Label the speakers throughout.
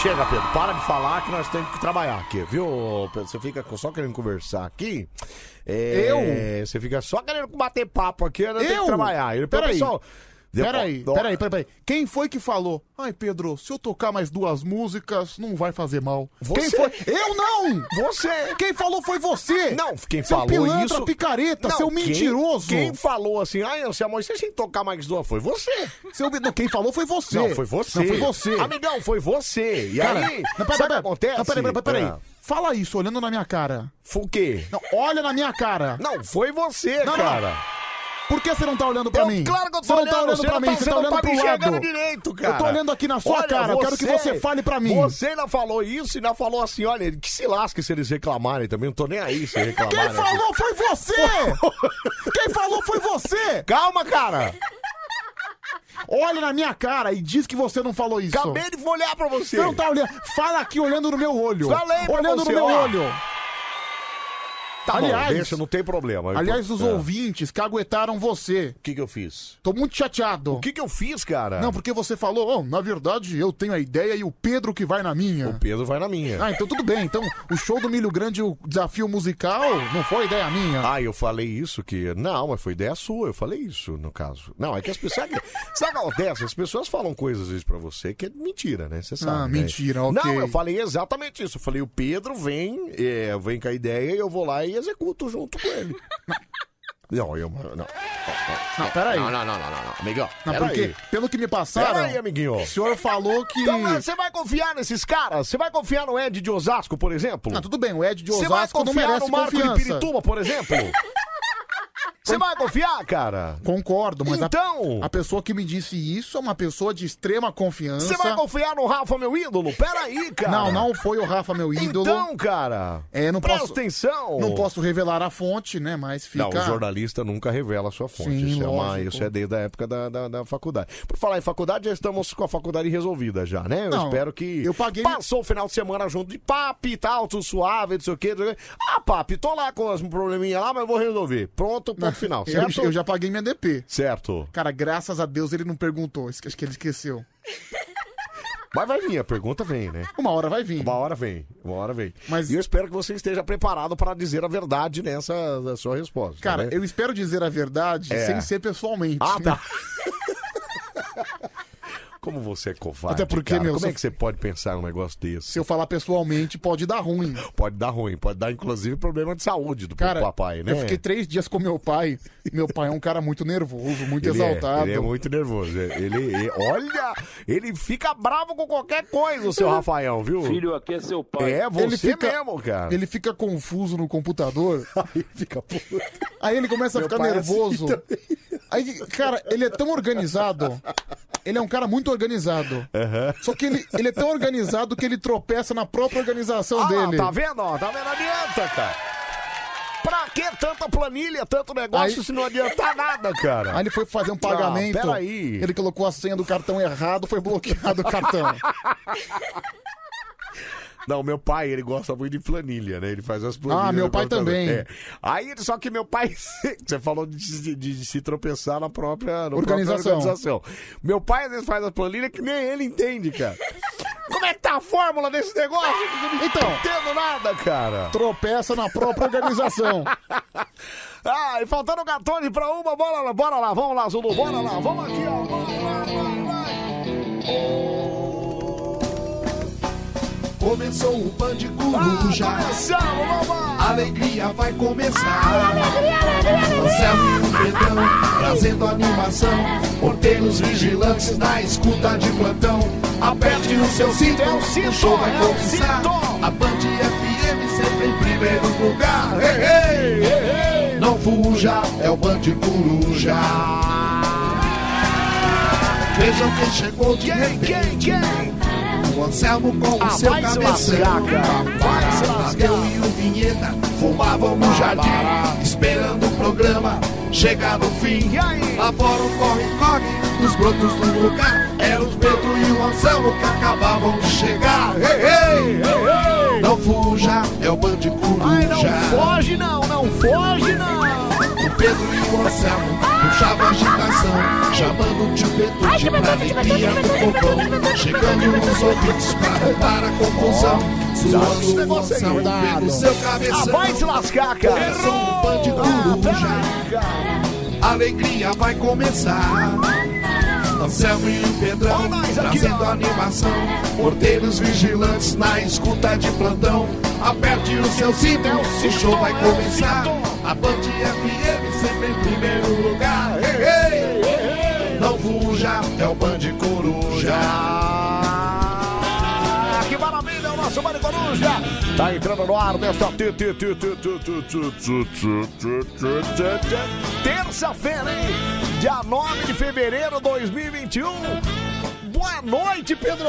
Speaker 1: Chega, Pedro, para de falar que nós temos que trabalhar aqui, viu, Pedro? Você fica só querendo conversar aqui. É, Você fica só querendo bater papo aqui, eu tenho
Speaker 2: Eu?
Speaker 1: que trabalhar. E,
Speaker 2: Peraí.
Speaker 1: pessoal, depois-
Speaker 2: Peraí,
Speaker 1: Ó,
Speaker 2: peraí, peraí, peraí. Quem foi que falou? Ai, Pedro, se eu tocar mais duas músicas, não vai fazer mal. Quem
Speaker 1: Você.
Speaker 2: foi? Eu não!
Speaker 1: Você!
Speaker 2: Quem falou foi você!
Speaker 1: Não, quem
Speaker 2: seu
Speaker 1: falou
Speaker 2: pilantra,
Speaker 1: isso...
Speaker 2: picareta,
Speaker 1: Não,
Speaker 2: seu
Speaker 1: quem-
Speaker 2: mentiroso!
Speaker 1: Quem, falou assim, ai, Anselmo, você sem tocar mais duas foi você.
Speaker 2: Seu... Não, quem falou foi você!
Speaker 1: Não, foi você.
Speaker 2: Não, foi você!
Speaker 1: Amigão, foi você. E
Speaker 2: Cara,
Speaker 1: aí,
Speaker 2: não, peraí,
Speaker 1: sabe o que
Speaker 2: peraí,
Speaker 1: acontece?
Speaker 2: Não, peraí, peraí, peraí.
Speaker 1: Ah,
Speaker 2: Fala isso olhando na minha cara.
Speaker 1: foi o quê?
Speaker 2: Não, olha na minha cara.
Speaker 1: Não, foi você,
Speaker 2: Não, não.
Speaker 1: cara.
Speaker 2: Por que você não tá olhando pra
Speaker 1: Eu-
Speaker 2: mim?
Speaker 1: Claro que eu tô
Speaker 2: Você não tá olhando
Speaker 1: você
Speaker 2: pra
Speaker 1: não
Speaker 2: mim,
Speaker 1: tá-
Speaker 2: você tá
Speaker 1: não
Speaker 2: olhando
Speaker 1: me
Speaker 2: pro
Speaker 1: enxergando
Speaker 2: lado.
Speaker 1: direito, cara.
Speaker 2: Eu tô olhando aqui na sua
Speaker 1: Olha,
Speaker 2: cara, eu quero que você fale pra mim.
Speaker 1: Você ainda falou isso e ainda falou assim, olha, que se lasque se eles reclamarem também, não tô nem aí se reclamarem. assim."
Speaker 2: Quem falou foi você! Quem falou foi você!
Speaker 1: Calma, cara.
Speaker 2: Olha na minha cara e diz que você não falou isso.
Speaker 1: Acabei de olhar pra você.
Speaker 2: Você não tá olhando. Fala aqui olhando no meu olho.
Speaker 1: Falei pra
Speaker 2: olhando
Speaker 1: você,
Speaker 2: no meu
Speaker 1: ó.
Speaker 2: olho.
Speaker 1: Tá
Speaker 2: aliás-
Speaker 1: bom, deixa, não tem problema. Eu-
Speaker 2: Aliás, os
Speaker 1: É.
Speaker 2: ouvintes que aguentaram você.
Speaker 1: O que que eu fiz?
Speaker 2: Tô muito chateado.
Speaker 1: O que que eu fiz, cara?
Speaker 2: Não, porque você falou, oh, na verdade, eu tenho a ideia e o Pedro que vai na minha.
Speaker 1: O Pedro vai na minha.
Speaker 2: Ah, então tudo bem. Então, o show do Milho Grande, o desafio musical, não foi ideia minha.
Speaker 1: Ah, eu falei isso que. Não, mas foi ideia sua, eu falei isso, no caso. Não, é que as pessoas. Sabe o que acontece? As pessoas falam coisas às vezes pra você que é mentira, né? Você sabe.
Speaker 2: Ah,
Speaker 1: né?
Speaker 2: mentira, ok.
Speaker 1: Não, eu falei exatamente isso. Eu falei, o Pedro vem, é, vem com a ideia e eu vou lá e executo junto com ele. não, eu. Não, não, não,
Speaker 2: Não, peraí.
Speaker 1: não, não, não, não, não. Amigão,
Speaker 2: Não, porque,
Speaker 1: peraí.
Speaker 2: pelo que me passaram,
Speaker 1: Peraí, amiguinho.
Speaker 2: o senhor falou que.
Speaker 1: Então, você vai confiar nesses caras? Você vai confiar no Ed de Osasco, por exemplo?
Speaker 2: Ah, tudo bem, o Ed de
Speaker 1: Você vai
Speaker 2: Osasco não
Speaker 1: confiar
Speaker 2: merece
Speaker 1: no Marco
Speaker 2: confiança.
Speaker 1: de Pirituba, por exemplo? Você vai confiar, cara?
Speaker 2: Concordo, mas a-
Speaker 1: Então?
Speaker 2: a, pessoa que me disse isso é uma pessoa de extrema confiança.
Speaker 1: Você vai confiar no Rafa, meu ídolo? Peraí, cara.
Speaker 2: Não, não foi o Rafa, meu ídolo.
Speaker 1: Então, cara.
Speaker 2: É, não
Speaker 1: presta
Speaker 2: posso-
Speaker 1: atenção.
Speaker 2: Não posso revelar a fonte, né? Mas fica.
Speaker 1: Não, o jornalista nunca revela a sua fonte.
Speaker 2: Sim,
Speaker 1: isso, é uma-
Speaker 2: lógico.
Speaker 1: isso é desde a época da, da, da faculdade. Por falar em faculdade, já estamos com a faculdade resolvida já, né? Eu
Speaker 2: Não,
Speaker 1: espero que.
Speaker 2: eu paguei-
Speaker 1: Passou o final de semana junto de papi e tal, tudo suave, não sei o quê. não sei o quê. Ah, papi, tô lá com um probleminha lá, mas vou resolver. Pronto, é ponto final.
Speaker 2: eu,
Speaker 1: Certo?
Speaker 2: eu já paguei minha DP.
Speaker 1: Certo.
Speaker 2: Cara, graças a Deus ele não perguntou. Esque- Acho que ele esqueceu.
Speaker 1: Mas vai vir, a pergunta vem, né?
Speaker 2: Uma hora vai vir.
Speaker 1: Uma hora vem, uma hora vem.
Speaker 2: Mas-
Speaker 1: E eu espero que você esteja preparado para dizer a verdade nessa da sua resposta.
Speaker 2: Cara,
Speaker 1: né?
Speaker 2: eu espero dizer a verdade
Speaker 1: É.
Speaker 2: sem ser pessoalmente. né?
Speaker 1: Ah, tá. Como você é covarde,
Speaker 2: Até porque,
Speaker 1: cara.
Speaker 2: meu,
Speaker 1: Como
Speaker 2: se
Speaker 1: é
Speaker 2: eu-
Speaker 1: que você pode pensar um negócio desse?
Speaker 2: Se eu falar pessoalmente, pode dar ruim.
Speaker 1: Pode dar ruim, pode dar inclusive problema de saúde do
Speaker 2: Cara,
Speaker 1: papai, né?
Speaker 2: eu fiquei três dias com meu pai. Meu pai é um cara muito nervoso, muito
Speaker 1: Ele é,
Speaker 2: exaltado.
Speaker 1: ele é muito nervoso. Ele, ele- olha, ele fica bravo com qualquer coisa, o seu Rafael, viu?
Speaker 3: Filho, aqui é seu pai.
Speaker 1: é você
Speaker 2: Ele fica-
Speaker 1: mesmo, cara.
Speaker 2: Ele fica confuso no computador.
Speaker 1: Aí fica puto.
Speaker 2: Aí ele começa a
Speaker 1: Meu
Speaker 2: ficar
Speaker 1: pai é
Speaker 2: nervoso.
Speaker 1: assim
Speaker 2: Aí, cara, ele é tão organizado. Ele é um cara muito organizado. Só que ele, ele é tão organizado que ele tropeça na própria organização
Speaker 1: Ah,
Speaker 2: dele.
Speaker 1: tá vendo? ó? Tá vendo? Adianta, cara. Pra que tanta planilha, tanto negócio,
Speaker 2: Aí-
Speaker 1: se não adiantar nada, cara? Ah,
Speaker 2: Aí ele foi fazer um pagamento.
Speaker 1: peraí.
Speaker 2: Ele colocou a senha do cartão errado, foi bloqueado o cartão.
Speaker 1: Não, meu pai, ele gosta muito de planilha, né? Ele faz as planilhas.
Speaker 2: Ah, meu
Speaker 1: no
Speaker 2: pai
Speaker 1: computador.
Speaker 2: também.
Speaker 1: É. Aí, só que meu pai, você falou de, se- de- de se tropeçar na própria na
Speaker 2: Organização.
Speaker 1: própria organização. Meu pai, às vezes, faz as planilhas que nem ele entende, cara. Como é que tá a fórmula desse negócio?
Speaker 2: Então,
Speaker 1: Não entendo nada, cara.
Speaker 2: tropeça na própria organização.
Speaker 1: Ah, e faltando 14 pra uma, bora lá, bora lá, vamos lá, Zulu, bora lá, vamos aqui, ó. Vai, vai, vai,
Speaker 4: Começou o Band
Speaker 1: vai.
Speaker 4: Coruja.
Speaker 1: Começamos, vamos lá. Ah,
Speaker 4: A alegria vai começar. Anselmo e o Pedrão trazendo animação. Porteiros vigilantes na escuta de plantão. Aperte o seu cinto,
Speaker 1: É o cinto,
Speaker 4: o show vai
Speaker 1: é o
Speaker 4: começar.
Speaker 1: cinto.
Speaker 4: A Band FM sempre em primeiro lugar. Ei, ei, ei, ei. Não fuja, é o Band Coruja. Vejam quem chegou de
Speaker 1: Quem,
Speaker 4: repente.
Speaker 1: quem, quem?
Speaker 4: O Anselmo com
Speaker 1: Ah,
Speaker 4: o seu
Speaker 1: vai se
Speaker 4: cabeção
Speaker 1: lascar, cara. Vai se lascar.
Speaker 4: Eu e o Vinheta fumavam no jardim Esperando o programa chegar no fim
Speaker 1: E aí?
Speaker 4: Lá fora o corre-corre dos brotos do lugar Eram os Pedro e o Anselmo que acabavam de chegar Ei, ei,
Speaker 1: Ei, ei.
Speaker 4: Não fuja, é o Band
Speaker 1: Ai, não
Speaker 4: Coruja
Speaker 1: foge não, não foge não.
Speaker 4: O Pedro e o Anselmo no
Speaker 5: puxava agitação, chamando o tio Petute pra alegria do povão, chegando nos ouvidos pra roubar a confusão,
Speaker 1: Esse
Speaker 5: suando o
Speaker 1: negócio aí,
Speaker 5: moção
Speaker 1: cuidado.
Speaker 5: pelo seu cabeção.
Speaker 1: Ah, vai se lascar, cara. Ah,
Speaker 5: Coração um pão de coruja, a alegria vai começar. Anselmo e o Pedrão trazendo animação. Porteiros vigilantes na escuta de plantão. Aperte o seu cinto,
Speaker 1: É
Speaker 5: o show vai começar. A Band FM sempre em primeiro lugar. Ei, ei, Não fuja, é o Band Coruja.
Speaker 1: Que maravilha, é o nosso Mário Coruja. Tá entrando no ar nesta ti- ti- ti- ti- ti- ti- ti- ti- ti- ti- ti- ti- ti- terça-feira, hein? Dia 9 de fevereiro de 2021. Boa noite, Pedro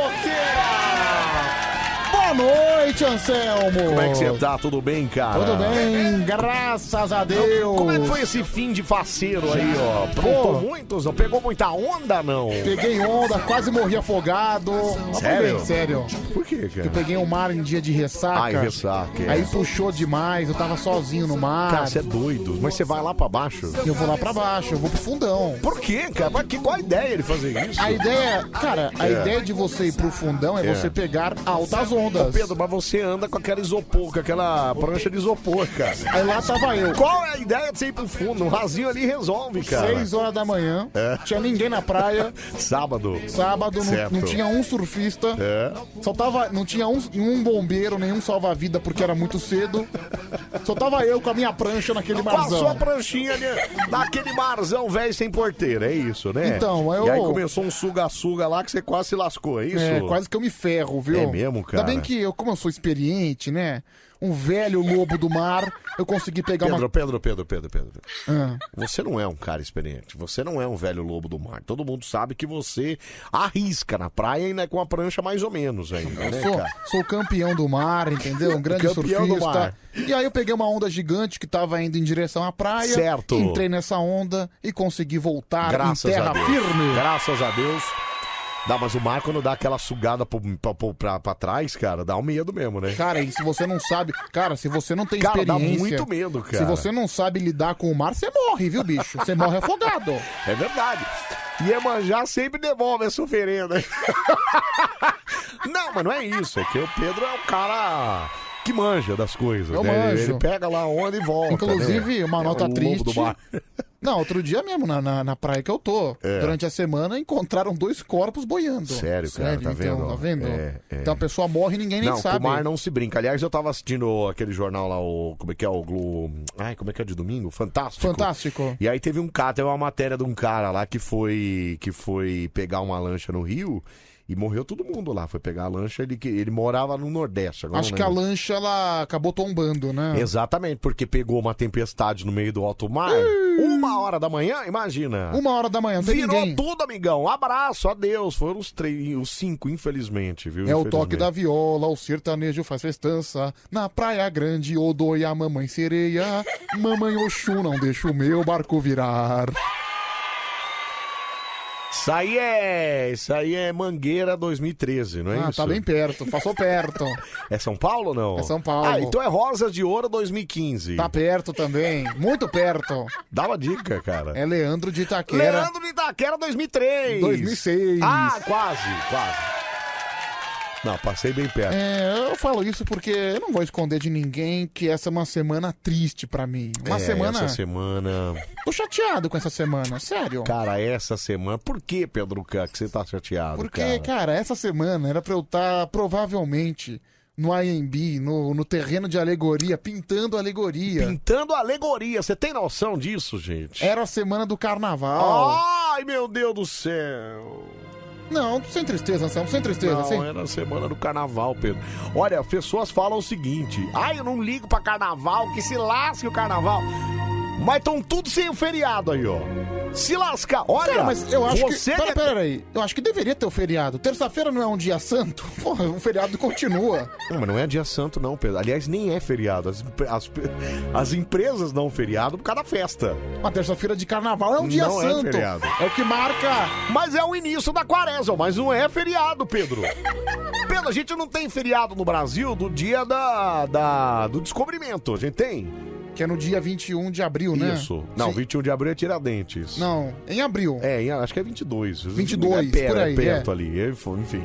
Speaker 2: Boa noite, Anselmo.
Speaker 1: Como é que você tá? Tudo bem, cara?
Speaker 2: Tudo bem, graças a Deus.
Speaker 1: Como é que foi esse fim de faceiro aí, ó? Plantou muitos? Não pegou muita onda, não?
Speaker 2: Peguei onda, quase morri afogado.
Speaker 1: Sério?
Speaker 2: sério.
Speaker 1: Por quê, cara?
Speaker 2: Eu peguei o mar em dia de ressaca.
Speaker 1: Ai, ressaca, é.
Speaker 2: Aí puxou demais, eu tava sozinho no mar.
Speaker 1: Cara, você é doido. Mas você vai lá pra baixo?
Speaker 2: Eu vou lá pra baixo, eu vou pro fundão.
Speaker 1: Por quê, cara? Mas que- Qual a ideia ele fazer isso?
Speaker 2: A ideia, cara, a
Speaker 1: É.
Speaker 2: ideia de você ir pro fundão é,
Speaker 1: É.
Speaker 2: você pegar altas ondas.
Speaker 1: Ô, Pedro, mas você anda com aquela isopor, com aquela prancha de isopor, cara.
Speaker 2: Aí lá tava eu.
Speaker 1: Qual é a ideia de você ir pro fundo? Um rasinho ali resolve, cara.
Speaker 2: Seis horas da manhã,
Speaker 1: É.
Speaker 2: tinha ninguém na praia.
Speaker 1: Sábado.
Speaker 2: Sábado não,
Speaker 1: Certo.
Speaker 2: não tinha um surfista.
Speaker 1: É.
Speaker 2: Só tava, não tinha um, um bombeiro, nenhum salva-vida porque era muito cedo. Só tava eu com a minha prancha naquele
Speaker 1: Passou a
Speaker 2: marzão.
Speaker 1: pranchinha ali, naquele barzão velho sem porteira, é isso, né?
Speaker 2: Então, eu-
Speaker 1: E aí começou um suga-suga lá que você quase se lascou, é isso?
Speaker 2: É, quase que eu me ferro, viu?
Speaker 1: É mesmo, cara?
Speaker 2: Ainda bem que eu, como eu sou experiente, né? Um velho lobo do mar, eu consegui pegar
Speaker 1: Pedro,
Speaker 2: uma.
Speaker 1: Pedro, Pedro, Pedro, Pedro.
Speaker 2: Ah.
Speaker 1: Você não é um cara experiente, você não é um velho lobo do mar. Todo mundo sabe que você arrisca na praia e né, com a prancha mais ou menos ainda,
Speaker 2: Eu
Speaker 1: né,
Speaker 2: sou,
Speaker 1: cara?
Speaker 2: sou campeão do mar, entendeu? Um grande
Speaker 1: Campeão do
Speaker 2: surfista.
Speaker 1: mar.
Speaker 2: E aí eu peguei uma onda gigante que tava indo em direção à praia.
Speaker 1: Certo.
Speaker 2: Entrei nessa onda e consegui voltar
Speaker 1: Graças
Speaker 2: em terra
Speaker 1: a Deus.
Speaker 2: firme.
Speaker 1: Graças a Deus. Dá, mas o mar quando dá aquela sugada pro- pra, pra- pra- pra trás, cara, dá um medo mesmo, né?
Speaker 2: Cara, e se você não sabe, cara, se você não tem
Speaker 1: Cara, dá
Speaker 2: experiência,
Speaker 1: muito medo, cara.
Speaker 2: Se você não sabe lidar com o mar, você morre, viu, bicho? Você morre afogado.
Speaker 1: É verdade. Iemanjá é sempre devolve essa oferenda. não, mas não é isso. É que o Pedro é um cara que manja das coisas,
Speaker 2: Eu
Speaker 1: né? Ele,
Speaker 2: manjo.
Speaker 1: ele pega lá onda e volta.
Speaker 2: Inclusive,
Speaker 1: né?
Speaker 2: uma nota
Speaker 1: é o lobo
Speaker 2: triste.
Speaker 1: Do mar.
Speaker 2: Não, outro dia mesmo, na, na, na praia que eu tô,
Speaker 1: É.
Speaker 2: durante a semana, encontraram dois corpos boiando.
Speaker 1: Sério, cara, tá
Speaker 2: então,
Speaker 1: vendo?
Speaker 2: Tá vendo?
Speaker 1: É, é.
Speaker 2: Então a pessoa morre e ninguém nem
Speaker 1: não,
Speaker 2: sabe.
Speaker 1: com o mar não se brinca. Aliás, eu tava assistindo aquele jornal lá, o. Como é que é? O Glo. Ai, como é que é de domingo? Fantástico.
Speaker 2: Fantástico.
Speaker 1: E aí teve um cara, teve uma matéria de um cara lá que foi que foi pegar uma lancha no Rio e morreu todo mundo lá. Foi pegar a lancha, ele, que- ele morava no Nordeste. Agora
Speaker 2: Acho
Speaker 1: não
Speaker 2: que a
Speaker 1: lembro.
Speaker 2: lancha ela acabou tombando, né?
Speaker 1: Exatamente, porque pegou uma tempestade no meio do alto mar. Uma hora da manhã, imagina.
Speaker 2: Uma hora da manhã, não tem
Speaker 1: Virou
Speaker 2: ninguém.
Speaker 1: tudo, amigão. Abraço, adeus. Foram os, três, os cinco, infelizmente, viu?
Speaker 2: É o
Speaker 1: Infelizmente.
Speaker 2: toque da viola, o sertanejo faz festança. Na praia grande, odoi a mamãe sereia. Mamãe Oxum, não deixa o meu barco virar.
Speaker 1: Isso aí é. Isso aí é Mangueira 2013, não é
Speaker 2: ah,
Speaker 1: isso?
Speaker 2: tá bem perto, passou perto.
Speaker 1: É São Paulo ou não?
Speaker 2: É São Paulo.
Speaker 1: Ah, então é Rosas de Ouro 2015.
Speaker 2: Tá perto também, muito perto.
Speaker 1: Dá uma dica, cara. Tá,
Speaker 2: É Leandro de Itaquera.
Speaker 1: Leandro de Itaquera 2003.
Speaker 2: 2006.
Speaker 1: Ah, quase, quase. Não, passei bem perto.
Speaker 2: É, eu falo isso porque eu não vou esconder de ninguém que essa é uma semana triste pra mim. Uma
Speaker 1: É,
Speaker 2: semana.
Speaker 1: Essa semana.
Speaker 2: Tô chateado com essa semana, sério.
Speaker 1: Cara, essa semana. Por que, Pedro Cã, que você tá chateado?
Speaker 2: Porque, cara.
Speaker 1: cara?
Speaker 2: essa semana era pra eu estar provavelmente no IMB, no, no terreno de alegoria, pintando alegoria.
Speaker 1: Pintando alegoria. Você tem noção disso, gente?
Speaker 2: Era a semana do carnaval.
Speaker 1: Ai, meu Deus do céu.
Speaker 2: Não, sem tristeza, Anselmo, sem tristeza,
Speaker 1: É, Não,
Speaker 2: sem.
Speaker 1: era a semana do carnaval, Pedro. Olha, as pessoas falam o seguinte: ai, eu não ligo pra carnaval, que se lasque o carnaval. Mas estão tudo sem o feriado aí, ó. Se lascar, olha.
Speaker 2: Cara, mas eu acho
Speaker 1: você
Speaker 2: que. Pera,
Speaker 1: é-
Speaker 2: pera aí. Eu acho que deveria ter o feriado. Terça-feira não é um dia santo? Porra, o feriado continua.
Speaker 1: Não, mas não é dia santo, não, Pedro. Aliás, nem é feriado. As, empre- as pe- as empresas dão feriado por causa da festa.
Speaker 2: Uma terça-feira de carnaval é um dia
Speaker 1: Não é
Speaker 2: santo.
Speaker 1: feriado.
Speaker 2: é o que marca
Speaker 1: Mas é o início da quaresma, mas não é feriado, Pedro. Pedro, a gente não tem feriado no Brasil do dia da, da- do descobrimento. A gente tem?
Speaker 2: Que é no dia 21 de abril, né?
Speaker 1: Isso. Não,
Speaker 2: Sim.
Speaker 1: 21 de abril é Tiradentes.
Speaker 2: Não, em abril.
Speaker 1: É, em- acho que é 22.
Speaker 2: 22,
Speaker 1: é perto,
Speaker 2: por aí,
Speaker 1: é perto ali, é, fo- enfim.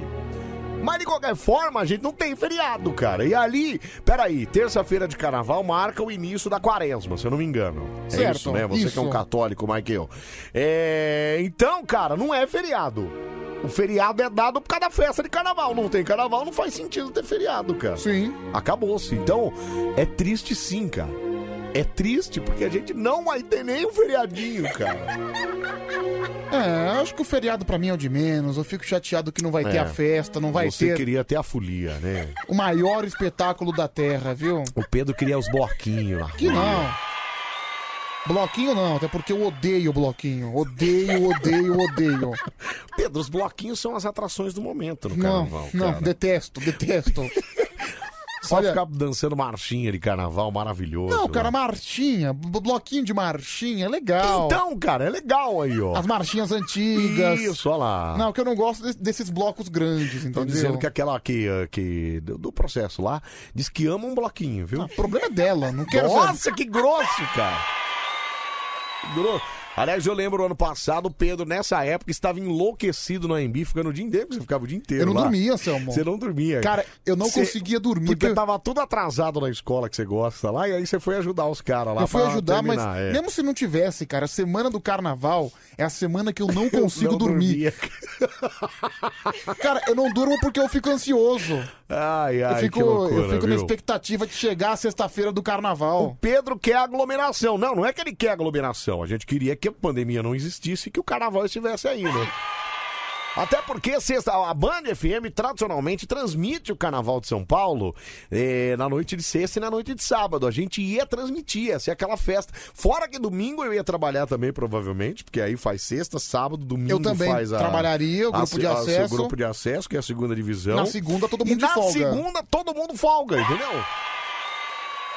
Speaker 1: Mas de qualquer forma, a gente não tem feriado, cara. E ali, peraí, terça-feira de carnaval marca o início da quaresma, se eu não me engano. é
Speaker 2: Certo,
Speaker 1: isso, né? Você que é um
Speaker 2: isso.
Speaker 1: católico mais que eu. É, Então, cara, não é feriado. O feriado é dado por causa da festa de carnaval. Não tem carnaval, não faz sentido ter feriado, cara.
Speaker 2: Sim.
Speaker 1: Acabou-se. Então, é triste sim, cara. É triste porque a gente não vai ter nem um feriadinho, cara.
Speaker 2: É, acho que o feriado pra mim é o de menos. Eu fico chateado que não vai ter
Speaker 1: É.
Speaker 2: a festa, não vai
Speaker 1: Você
Speaker 2: ter
Speaker 1: queria ter a folia, né?
Speaker 2: o maior espetáculo da Terra, viu?
Speaker 1: O Pedro queria os bloquinhos lá.
Speaker 2: Que não. Bloquinho não, até porque eu odeio bloquinho. Odeio, odeio, odeio.
Speaker 1: Pedro, os bloquinhos são as atrações do momento no
Speaker 2: Não,
Speaker 1: carnaval,
Speaker 2: não,
Speaker 1: cara.
Speaker 2: detesto, detesto.
Speaker 1: Só ficar dançando marchinha de carnaval maravilhoso.
Speaker 2: Não, cara,
Speaker 1: né?
Speaker 2: marchinha, b- bloquinho de marchinha, é legal.
Speaker 1: Então, cara, é legal aí, ó.
Speaker 2: As marchinhas antigas.
Speaker 1: Isso, olha lá.
Speaker 2: Não, que eu não gosto de- desses blocos grandes,
Speaker 1: Estão
Speaker 2: entendeu?
Speaker 1: dizendo que aquela que, eh, que do do processo lá diz que ama um bloquinho, viu?
Speaker 2: O problema é dela, não quero
Speaker 1: Nossa,
Speaker 2: saber.
Speaker 1: que grosso, cara. Que grosso. Aliás, eu lembro ano passado, o Pedro, nessa época, estava enlouquecido no AMB, ficando o dia inteiro, porque você ficava o dia inteiro.
Speaker 2: Eu não
Speaker 1: lá.
Speaker 2: dormia, Selmo.
Speaker 1: Você não dormia.
Speaker 2: Cara, eu não
Speaker 1: Você-
Speaker 2: conseguia dormir.
Speaker 1: Porque tava tudo atrasado na escola que você gosta lá, e aí você foi ajudar os caras lá.
Speaker 2: Eu fui
Speaker 1: pra
Speaker 2: ajudar,
Speaker 1: terminar,
Speaker 2: mas
Speaker 1: é.
Speaker 2: mesmo se não tivesse, cara, a semana do carnaval é a semana que eu não consigo
Speaker 1: não
Speaker 2: dormir.
Speaker 1: dormia.
Speaker 2: Cara, eu não durmo porque eu fico ansioso.
Speaker 1: Ai, ai,
Speaker 2: eu fico,
Speaker 1: que loucura,
Speaker 2: eu fico na
Speaker 1: viu?
Speaker 2: expectativa de chegar a sexta-feira do carnaval.
Speaker 1: Pedro quer aglomeração. Não, não é que ele quer aglomeração. A gente queria que a pandemia não existisse e que o carnaval estivesse aí, né? Até porque sexta, a Band FM tradicionalmente transmite o Carnaval de São Paulo eh, na noite de sexta e na noite de sábado. A gente ia transmitir, ia ser aquela festa. Fora que domingo eu ia trabalhar também, provavelmente, porque aí faz sexta, sábado, domingo
Speaker 2: Eu também
Speaker 1: faz a...
Speaker 2: trabalharia, o
Speaker 1: a-
Speaker 2: grupo de
Speaker 1: a- seu
Speaker 2: acesso.
Speaker 1: grupo de acesso, que é a segunda divisão.
Speaker 2: Na segunda, todo mundo
Speaker 1: e
Speaker 2: de
Speaker 1: na
Speaker 2: folga.
Speaker 1: segunda todo mundo folga, entendeu?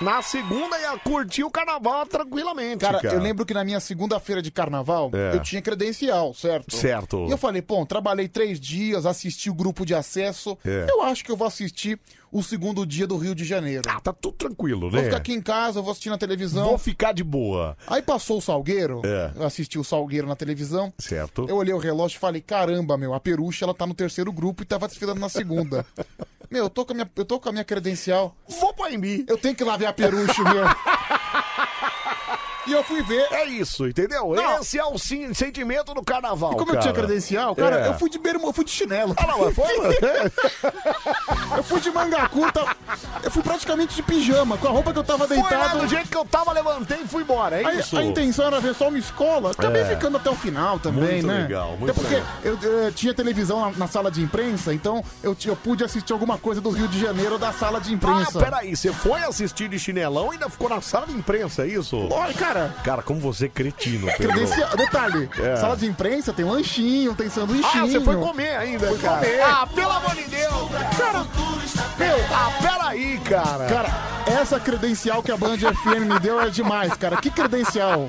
Speaker 1: Na segunda ia curtir o carnaval tranquilamente, cara.
Speaker 2: Cara, eu lembro que na minha segunda-feira de carnaval,
Speaker 1: É.
Speaker 2: eu tinha credencial, certo?
Speaker 1: Certo.
Speaker 2: E eu falei, pô, trabalhei três dias, assisti o grupo de acesso.
Speaker 1: É.
Speaker 2: Eu acho que eu vou assistir o segundo dia do Rio de Janeiro.
Speaker 1: Ah, tá tudo tranquilo, né?
Speaker 2: Vou ficar aqui em casa, eu vou assistir na televisão.
Speaker 1: Vou ficar de boa.
Speaker 2: Aí passou o Salgueiro,
Speaker 1: É.
Speaker 2: eu assisti o Salgueiro na televisão.
Speaker 1: Certo.
Speaker 2: Eu olhei o relógio e falei, caramba, meu, a perucha ela tá no terceiro grupo e tava desfilando na segunda. meu, eu tô, com a minha, eu tô com a minha credencial.
Speaker 1: Vou pra mim.
Speaker 2: Eu tenho que ir lá ver a perucha, meu. e eu fui ver.
Speaker 1: É isso, entendeu?
Speaker 2: Não.
Speaker 1: Esse é o sim- sentimento do carnaval.
Speaker 2: E como eu
Speaker 1: cara.
Speaker 2: tinha credencial, cara,
Speaker 1: É.
Speaker 2: eu fui de bermo, eu fui de chinelo.
Speaker 1: Ah, não, mas foi, Ah, mano.
Speaker 2: eu fui de manga curta. Eu fui praticamente de pijama, com a roupa que eu tava
Speaker 1: Foi lá
Speaker 2: deitado.
Speaker 1: do jeito que eu tava, levantei e fui embora. É
Speaker 2: A,
Speaker 1: isso.
Speaker 2: a intenção era ver só uma escola, acabei
Speaker 1: É.
Speaker 2: ficando até o final também,
Speaker 1: Muito
Speaker 2: né?
Speaker 1: legal, muito
Speaker 2: Até porque
Speaker 1: legal.
Speaker 2: Eu, eh, tinha televisão na, na sala de imprensa, então eu, ti- eu pude assistir alguma coisa do Rio de Janeiro da sala de
Speaker 1: Ah,
Speaker 2: imprensa.
Speaker 1: peraí, você foi assistir de chinelão e ainda ficou na sala de imprensa, é isso?
Speaker 2: Olha, cara,
Speaker 1: Cara, como você é cretino, Pedro.
Speaker 2: credencia... detalhe,
Speaker 1: É.
Speaker 2: sala de imprensa tem um lanchinho, tem sanduichinho.
Speaker 1: Ah, você foi comer ainda,
Speaker 2: Fui
Speaker 1: cara.
Speaker 2: comer.
Speaker 1: Ah, pelo amor de Deus, cara. Meu, ah, peraí, cara.
Speaker 2: Cara, essa credencial que a Band FM me deu é demais, cara. Que credencial.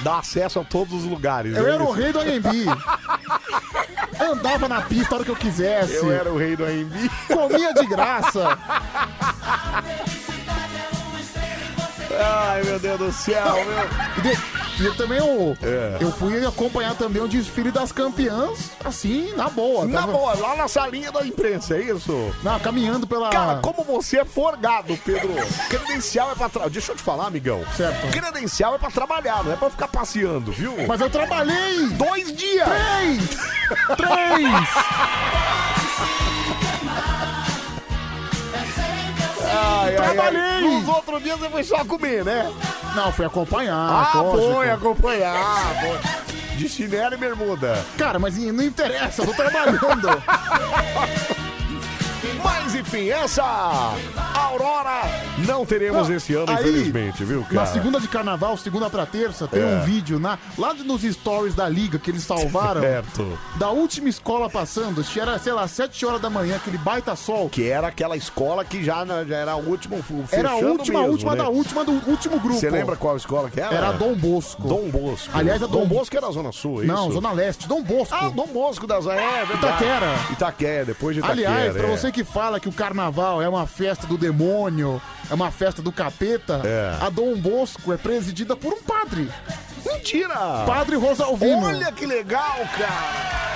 Speaker 1: Dá acesso a todos os lugares.
Speaker 2: Eu
Speaker 1: é
Speaker 2: era o
Speaker 1: isso?
Speaker 2: rei do AMB. Andava na pista a hora que eu quisesse.
Speaker 1: Eu era o rei do AMB.
Speaker 2: Comia de graça.
Speaker 1: Ai, meu Deus do céu, meu.
Speaker 2: E, de- e eu também eu,
Speaker 1: É.
Speaker 2: eu fui acompanhar também o desfile das campeãs, assim, na boa.
Speaker 1: Na
Speaker 2: Tava-
Speaker 1: boa, lá na salinha da imprensa, é isso?
Speaker 2: Não, caminhando pela.
Speaker 1: Cara, como você é forgado, Pedro. Credencial é pra trabalhar. Deixa eu te falar, amigão.
Speaker 2: Certo.
Speaker 1: Credencial é pra trabalhar, não é pra ficar passeando, viu?
Speaker 2: Mas eu trabalhei!
Speaker 1: Dois dias!
Speaker 2: Três! Três!
Speaker 1: Ai, ai, ai.
Speaker 2: Trabalhei!
Speaker 1: Nos outros dias você foi só comer, né?
Speaker 2: Não, fui acompanhar.
Speaker 1: Ah,
Speaker 2: lógico.
Speaker 1: foi acompanhar. foi. De chinelo e bermuda.
Speaker 2: Cara, mas não interessa, eu tô trabalhando.
Speaker 1: Mas enfim, essa Aurora não teremos
Speaker 2: Não,
Speaker 1: esse ano,
Speaker 2: aí,
Speaker 1: infelizmente, viu, cara?
Speaker 2: Na segunda de carnaval, segunda pra terça, tem
Speaker 1: É.
Speaker 2: um vídeo na, lá nos stories da liga que eles salvaram.
Speaker 1: Certo.
Speaker 2: Da última escola passando, acho que era, sei lá, 7 horas da manhã, aquele baita sol.
Speaker 1: Que era aquela escola que já, né, já era a última. fu-
Speaker 2: Era a
Speaker 1: fechando
Speaker 2: última,
Speaker 1: mesmo,
Speaker 2: última
Speaker 1: né?
Speaker 2: da última do último grupo.
Speaker 1: Você lembra qual escola que era?
Speaker 2: Era Dom Bosco.
Speaker 1: Dom Bosco.
Speaker 2: Aliás, a
Speaker 1: Dom
Speaker 2: Dom-
Speaker 1: Bosco era a Zona Sul, é
Speaker 2: Não,
Speaker 1: isso?
Speaker 2: Zona Leste, Dom Bosco.
Speaker 1: Ah, Dom Bosco das. É, verdade.
Speaker 2: Itaquera.
Speaker 1: Itaquera, depois de Itaquera.
Speaker 2: Aliás, pra
Speaker 1: é.
Speaker 2: você que fala que o carnaval é uma festa do demônio, é uma festa do capeta, a Dom Bosco é presidida por um padre.
Speaker 1: Mentira!
Speaker 2: Padre Rosalvino.
Speaker 1: Olha que legal, cara!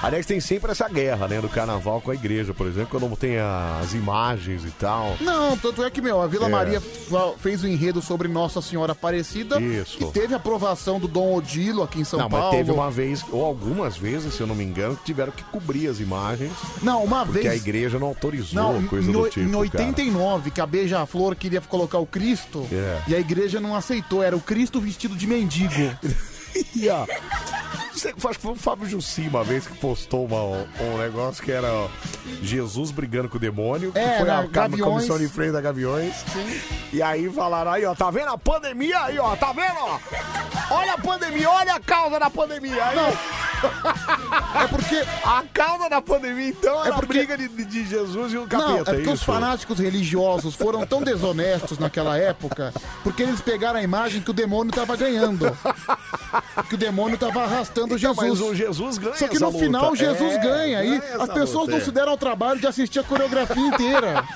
Speaker 1: Aliás, tem sempre essa guerra, né, do carnaval com a igreja, por exemplo, quando não tem as imagens e tal.
Speaker 2: Não, tanto é que, meu, a Vila
Speaker 1: É.
Speaker 2: Maria fa- fez o enredo sobre Nossa Senhora Aparecida
Speaker 1: Isso.
Speaker 2: e teve a aprovação do Dom Odilo aqui em São
Speaker 1: não,
Speaker 2: Paulo.
Speaker 1: mas teve uma vez, ou algumas vezes, se eu não me engano, que tiveram que cobrir as imagens.
Speaker 2: Não, uma
Speaker 1: porque
Speaker 2: vez-
Speaker 1: a igreja não autorizou,
Speaker 2: Não,
Speaker 1: coisa
Speaker 2: em,
Speaker 1: do
Speaker 2: oi-
Speaker 1: tipo,
Speaker 2: em 89, que a Beija-Flor queria colocar o Cristo
Speaker 1: É.
Speaker 2: e a igreja não aceitou, era o Cristo vestido de mendigo.
Speaker 1: e ó, Você, acho que foi o Fábio Jussi uma vez que postou uma- um negócio que era ó, Jesus brigando com o demônio, que né,
Speaker 5: É,
Speaker 1: foi
Speaker 5: na
Speaker 1: a ca-
Speaker 5: Gaviões.
Speaker 1: comissão de frente da Gaviões. E aí falaram, aí ó, tá vendo a pandemia aí, ó, tá vendo, ó? Olha a pandemia, olha a causa da pandemia. Aí,
Speaker 2: Não. É porque...
Speaker 1: A causa da pandemia, então,
Speaker 2: É
Speaker 1: era
Speaker 2: porque-
Speaker 1: a briga de, de Jesus e o capeta,
Speaker 2: Não, é porque
Speaker 1: isso?
Speaker 2: os fanáticos religiosos foram tão desonestos naquela época, porque eles pegaram a imagem que o demônio tava ganhando. Que o demônio tava arrastando
Speaker 1: Então,
Speaker 2: Jesus.
Speaker 1: mas o Jesus ganha
Speaker 2: Só que
Speaker 1: essa
Speaker 2: no
Speaker 1: luta.
Speaker 2: final Jesus
Speaker 1: É,
Speaker 2: ganha.
Speaker 1: ganha
Speaker 2: E
Speaker 1: essa
Speaker 2: as pessoas
Speaker 1: luta,
Speaker 2: não
Speaker 1: é.
Speaker 2: se deram ao trabalho de assistir a coreografia inteira.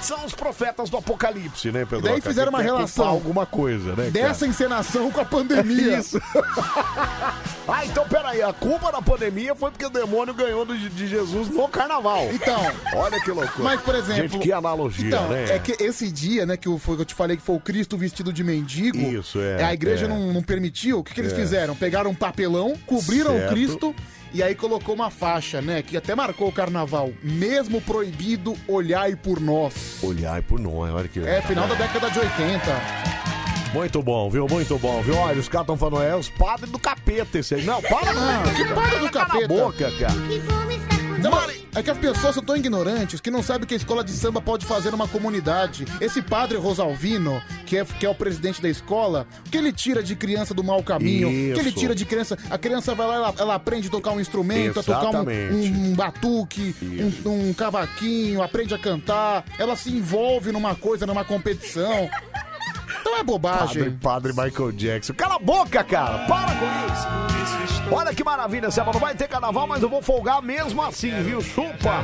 Speaker 1: São os profetas do apocalipse, né, Pedro?
Speaker 2: E daí fizeram uma relação.
Speaker 1: alguma coisa, né, cara?
Speaker 2: É, Dessa encenação com a pandemia.
Speaker 1: Isso. Ah, então peraí, a culpa da pandemia foi porque o demônio ganhou do- de Jesus no carnaval.
Speaker 2: Então.
Speaker 1: Olha que loucura.
Speaker 2: Mas, por exemplo.
Speaker 1: Gente, que analogia,
Speaker 2: então,
Speaker 1: né?
Speaker 2: É que esse dia, né, que eu, foi, que eu te falei que foi o Cristo vestido de mendigo.
Speaker 1: Isso, é,
Speaker 2: A igreja
Speaker 1: é.
Speaker 2: Não, não permitiu. O que, que eles
Speaker 1: É.
Speaker 2: fizeram? Pegaram um papelão, cobriram
Speaker 1: Certo.
Speaker 2: o Cristo. E aí colocou uma faixa, né? Que até marcou o carnaval. Mesmo proibido, olhai por nós.
Speaker 1: Olhar por nós, olha que
Speaker 2: É, final da década de 80.
Speaker 1: Muito bom, viu? Muito bom, viu? Olha, os caras estão falando, é os padres do capeta esse aí. Não, para
Speaker 2: Não, Ah, que padre do
Speaker 1: Cala a
Speaker 2: capeta?
Speaker 1: boca, cara.
Speaker 2: Não, é que as pessoas são tão ignorantes que não sabem o que a escola de samba pode fazer numa comunidade. Esse padre Rosalvino, que é, que é o presidente da escola, o que ele tira de criança do mau caminho, o que ele
Speaker 1: Isso.
Speaker 2: tira de criança. A criança vai lá, ela, ela aprende a tocar um instrumento, a tocar um-
Speaker 1: Exatamente.
Speaker 2: um, um batuque, um, um cavaquinho, aprende a cantar, ela se envolve numa coisa, numa competição. Então é
Speaker 1: Padre,
Speaker 2: bobagem.
Speaker 1: padre Michael Jackson. Cala a boca, cara. Para com isso. Olha que maravilha, Seba. Não vai ter carnaval, mas eu vou folgar mesmo assim, viu? Chupa.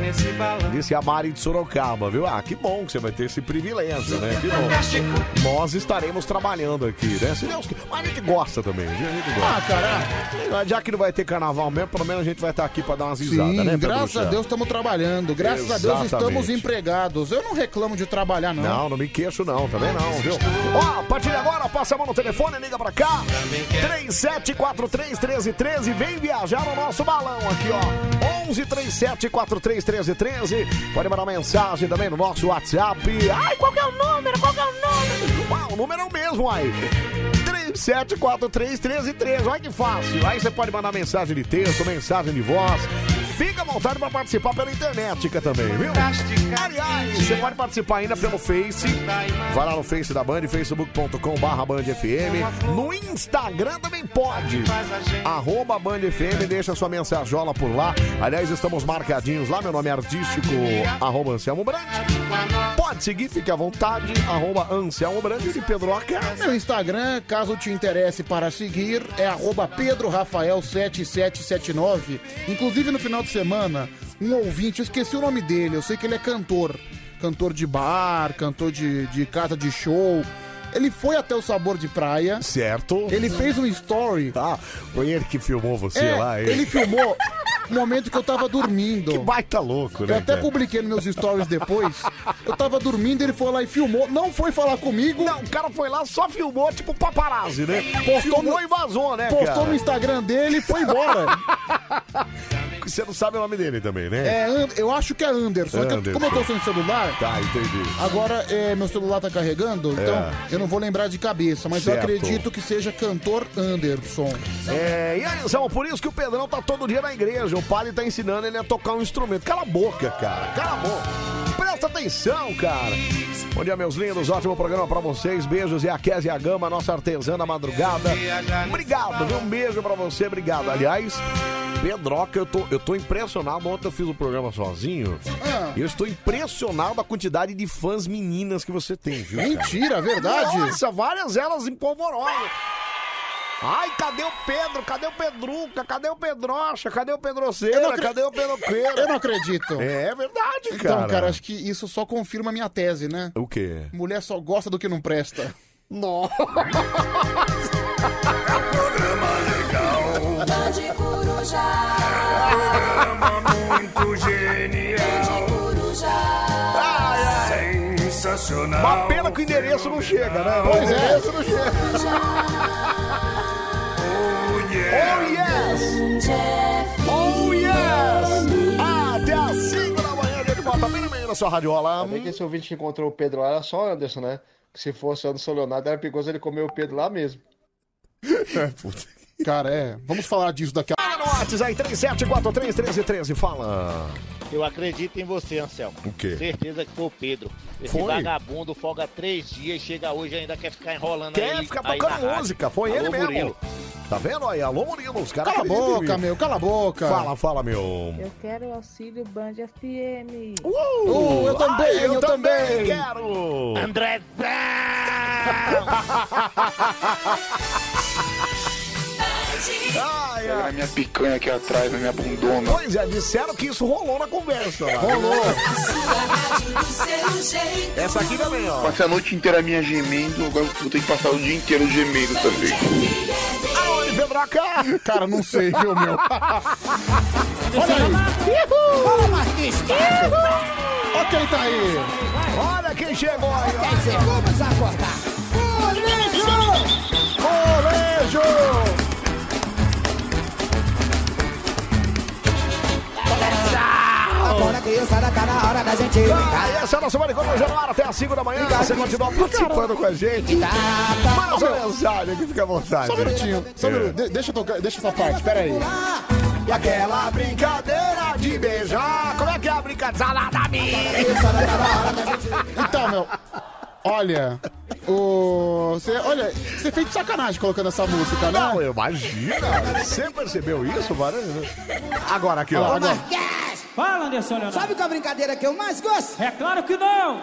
Speaker 1: Disse a Mari de Sorocaba, viu? Ah, que bom que você vai ter esse privilégio, né? Que bom. Nós estaremos trabalhando aqui, né? Se Deus... quiser. Mas a gente gosta também. A gente gosta.
Speaker 2: Ah,
Speaker 1: caralho. Já que não vai ter carnaval mesmo, pelo menos a gente vai estar aqui pra dar umas risadas,
Speaker 2: Sim,
Speaker 1: né, Pedro
Speaker 2: graças a
Speaker 1: Luciano?
Speaker 2: Deus estamos trabalhando, graças a Deus estamos
Speaker 1: Exatamente.
Speaker 2: empregados. Eu não reclamo de trabalhar,
Speaker 1: Não, não me queixo não, também não, viu? Ó, a partir de agora, passa a mão no telefone, liga pra cá. 37431313, vem viajar no nosso balão aqui, ó. 1137431313. Pode mandar mensagem também no nosso WhatsApp. Ai, qual que é o número? Qual que é o número? Ah, o número é o mesmo aí. 37431313, olha que fácil. Aí você pode mandar mensagem de texto, mensagem de voz. Fica à vontade pra participar pela internet também, viu? é? Aliás, você pode participar ainda pelo Face. Vai lá no Face da Band, facebook.com barra Band FM. No Instagram também pode. Arroba Band FM, deixa sua mensajola por lá. Aliás, estamos marcadinhos lá. Meu nome é artístico, arroba Anselmo Branco. Pode seguir, fique à vontade, arroba Anselmo Branco de Pedroca.
Speaker 2: Meu Instagram, caso te interesse para seguir, é arroba pedrorafael7779. Inclusive, no final de semana, um ouvinte, eu esqueci o nome dele, eu sei que ele é cantor. Cantor de bar, cantor de, de casa de show. Ele foi até o Sabor de Praia.
Speaker 1: Certo.
Speaker 2: Ele fez um story.
Speaker 1: Tá, foi ele que filmou você
Speaker 2: É,
Speaker 1: lá.
Speaker 2: ele filmou o momento que eu tava dormindo. Que
Speaker 1: baita louco, né?
Speaker 2: Eu até
Speaker 1: cara?
Speaker 2: publiquei nos meus stories depois. Eu tava dormindo, ele foi lá e filmou. Não foi falar comigo.
Speaker 1: Não, o cara foi lá, só filmou, tipo paparazzi, né?
Speaker 2: Postou
Speaker 1: Filmou
Speaker 2: no-
Speaker 1: e vazou, né,
Speaker 2: Postou
Speaker 1: cara?
Speaker 2: no Instagram dele e foi embora.
Speaker 1: Você não sabe o nome dele também, né?
Speaker 2: É, An- eu acho que é Anderson. É que eu-
Speaker 1: Anderson.
Speaker 2: como eu tô sem celular,
Speaker 1: Tá, entendi.
Speaker 2: agora é, meu celular tá carregando, então eu não vou lembrar de cabeça, mas eu
Speaker 1: É. Certo.
Speaker 2: acredito que seja cantor Anderson.
Speaker 1: É, e atenção, por isso que o Pedrão tá todo dia na igreja. O padre tá ensinando ele a tocar um instrumento. Cala a boca, cara. Cala a boca. Presta atenção, cara. Bom dia, meus lindos. Ótimo programa pra vocês. Beijos. É a Kézia Gama, nossa artesã da madrugada. Obrigado, viu? Um beijo pra você. Obrigado. Aliás, Pedroca, eu tô, eu tô impressionado. Ontem eu fiz o programa sozinho.
Speaker 2: Ah.
Speaker 1: E eu estou impressionado a quantidade de fãs meninas que você tem, viu? cara?
Speaker 2: Mentira, é verdade?
Speaker 1: Nossa, várias elas empolvorosas. Ai, cadê o Pedro? Cadê o Pedruca? Cadê o Pedrocha? Cadê o Pedroceira? Cadê o Pedroqueira?
Speaker 2: Eu não acredito.
Speaker 1: É verdade, cara.
Speaker 2: Então, cara, acho que isso só confirma a minha tese, né?
Speaker 1: O quê?
Speaker 2: Mulher só gosta do que não presta.
Speaker 1: Nossa.
Speaker 6: Banda de coruja.
Speaker 7: muito genial. Sensacional.
Speaker 1: Uma pena que o endereço não chega, né?
Speaker 7: Pois
Speaker 1: o
Speaker 7: é.
Speaker 1: endereço não chega. Oh yes! Oh yes! Até as 5 da manhã, ele bota bem na manhã na sua radiola.
Speaker 8: Ainda bem que esse ouvinte que encontrou o Pedro lá era só Anderson, né? Que se fosse Anderson Leonardo, era perigoso ele comer o Pedro lá mesmo.
Speaker 2: Cara, é. Vamos falar disso daqui a
Speaker 1: Fala Tá no WhatsApp aí, 37431313, fala.
Speaker 9: Eu acredito em você, Anselmo.
Speaker 1: O quê?
Speaker 9: Certeza que foi o Pedro. Esse
Speaker 1: Foi?
Speaker 9: vagabundo folga três dias, chega hoje e ainda quer ficar enrolando
Speaker 1: Quer
Speaker 9: aí.
Speaker 1: ficar
Speaker 9: aí na
Speaker 1: tocando
Speaker 9: rádio.
Speaker 1: música? Foi
Speaker 9: Alô,
Speaker 1: ele mesmo.
Speaker 9: Murilo.
Speaker 1: Tá vendo aí? Alô, Murilo, os caras
Speaker 2: Cala a
Speaker 1: acreditam em
Speaker 2: boca,
Speaker 1: mim.
Speaker 2: meu, cala a boca.
Speaker 1: Fala, fala, meu.
Speaker 10: Eu quero o auxílio Band FM.
Speaker 2: Uh, eu também,
Speaker 1: Ai,
Speaker 2: eu também.
Speaker 1: quero.
Speaker 9: André
Speaker 1: Ai, ai.
Speaker 11: Pegar minha picanha aqui atrás, na minha bundona.
Speaker 1: Pois é, disseram que isso rolou na conversa. lá.
Speaker 2: Rolou.
Speaker 1: Essa aqui também, ó.
Speaker 11: Passei a noite inteira minha gemendo, agora vou ter que passar o dia inteiro gemendo também.
Speaker 1: Aonde, Pedroca?
Speaker 2: Cara, não sei, viu, meu? Olha aí. Olha quem tá aí.
Speaker 1: Olha quem chegou aí, ó.
Speaker 12: segundos a acordar.
Speaker 1: Colejo!
Speaker 12: Agora criançada tá na hora da gente
Speaker 1: Ah,
Speaker 12: brincar.
Speaker 1: essa é a nossa Maricona já no ar até as 5 da manhã. Você continua participando com a gente. Manda sua mensagem aqui, fica à vontade.
Speaker 2: Só um minutinho.
Speaker 1: É.
Speaker 2: Só um minuto. De- deixa eu tocar, deixa essa parte, pera aí.
Speaker 1: E aquela brincadeira de beijar. Como é que é a brincadeira? Salada minha!
Speaker 12: tá
Speaker 2: Então, meu. Olha. O. Você, olha, você fez de sacanagem colocando essa música, né?
Speaker 1: Não, imagina. Você percebeu isso, mano? Agora aqui, ó.
Speaker 12: é
Speaker 2: Olha lá, agora.
Speaker 12: Yes!
Speaker 13: Fala, Anderson Leonardo.
Speaker 12: Sabe qual é a brincadeira que eu mais gosto?
Speaker 13: É claro que não.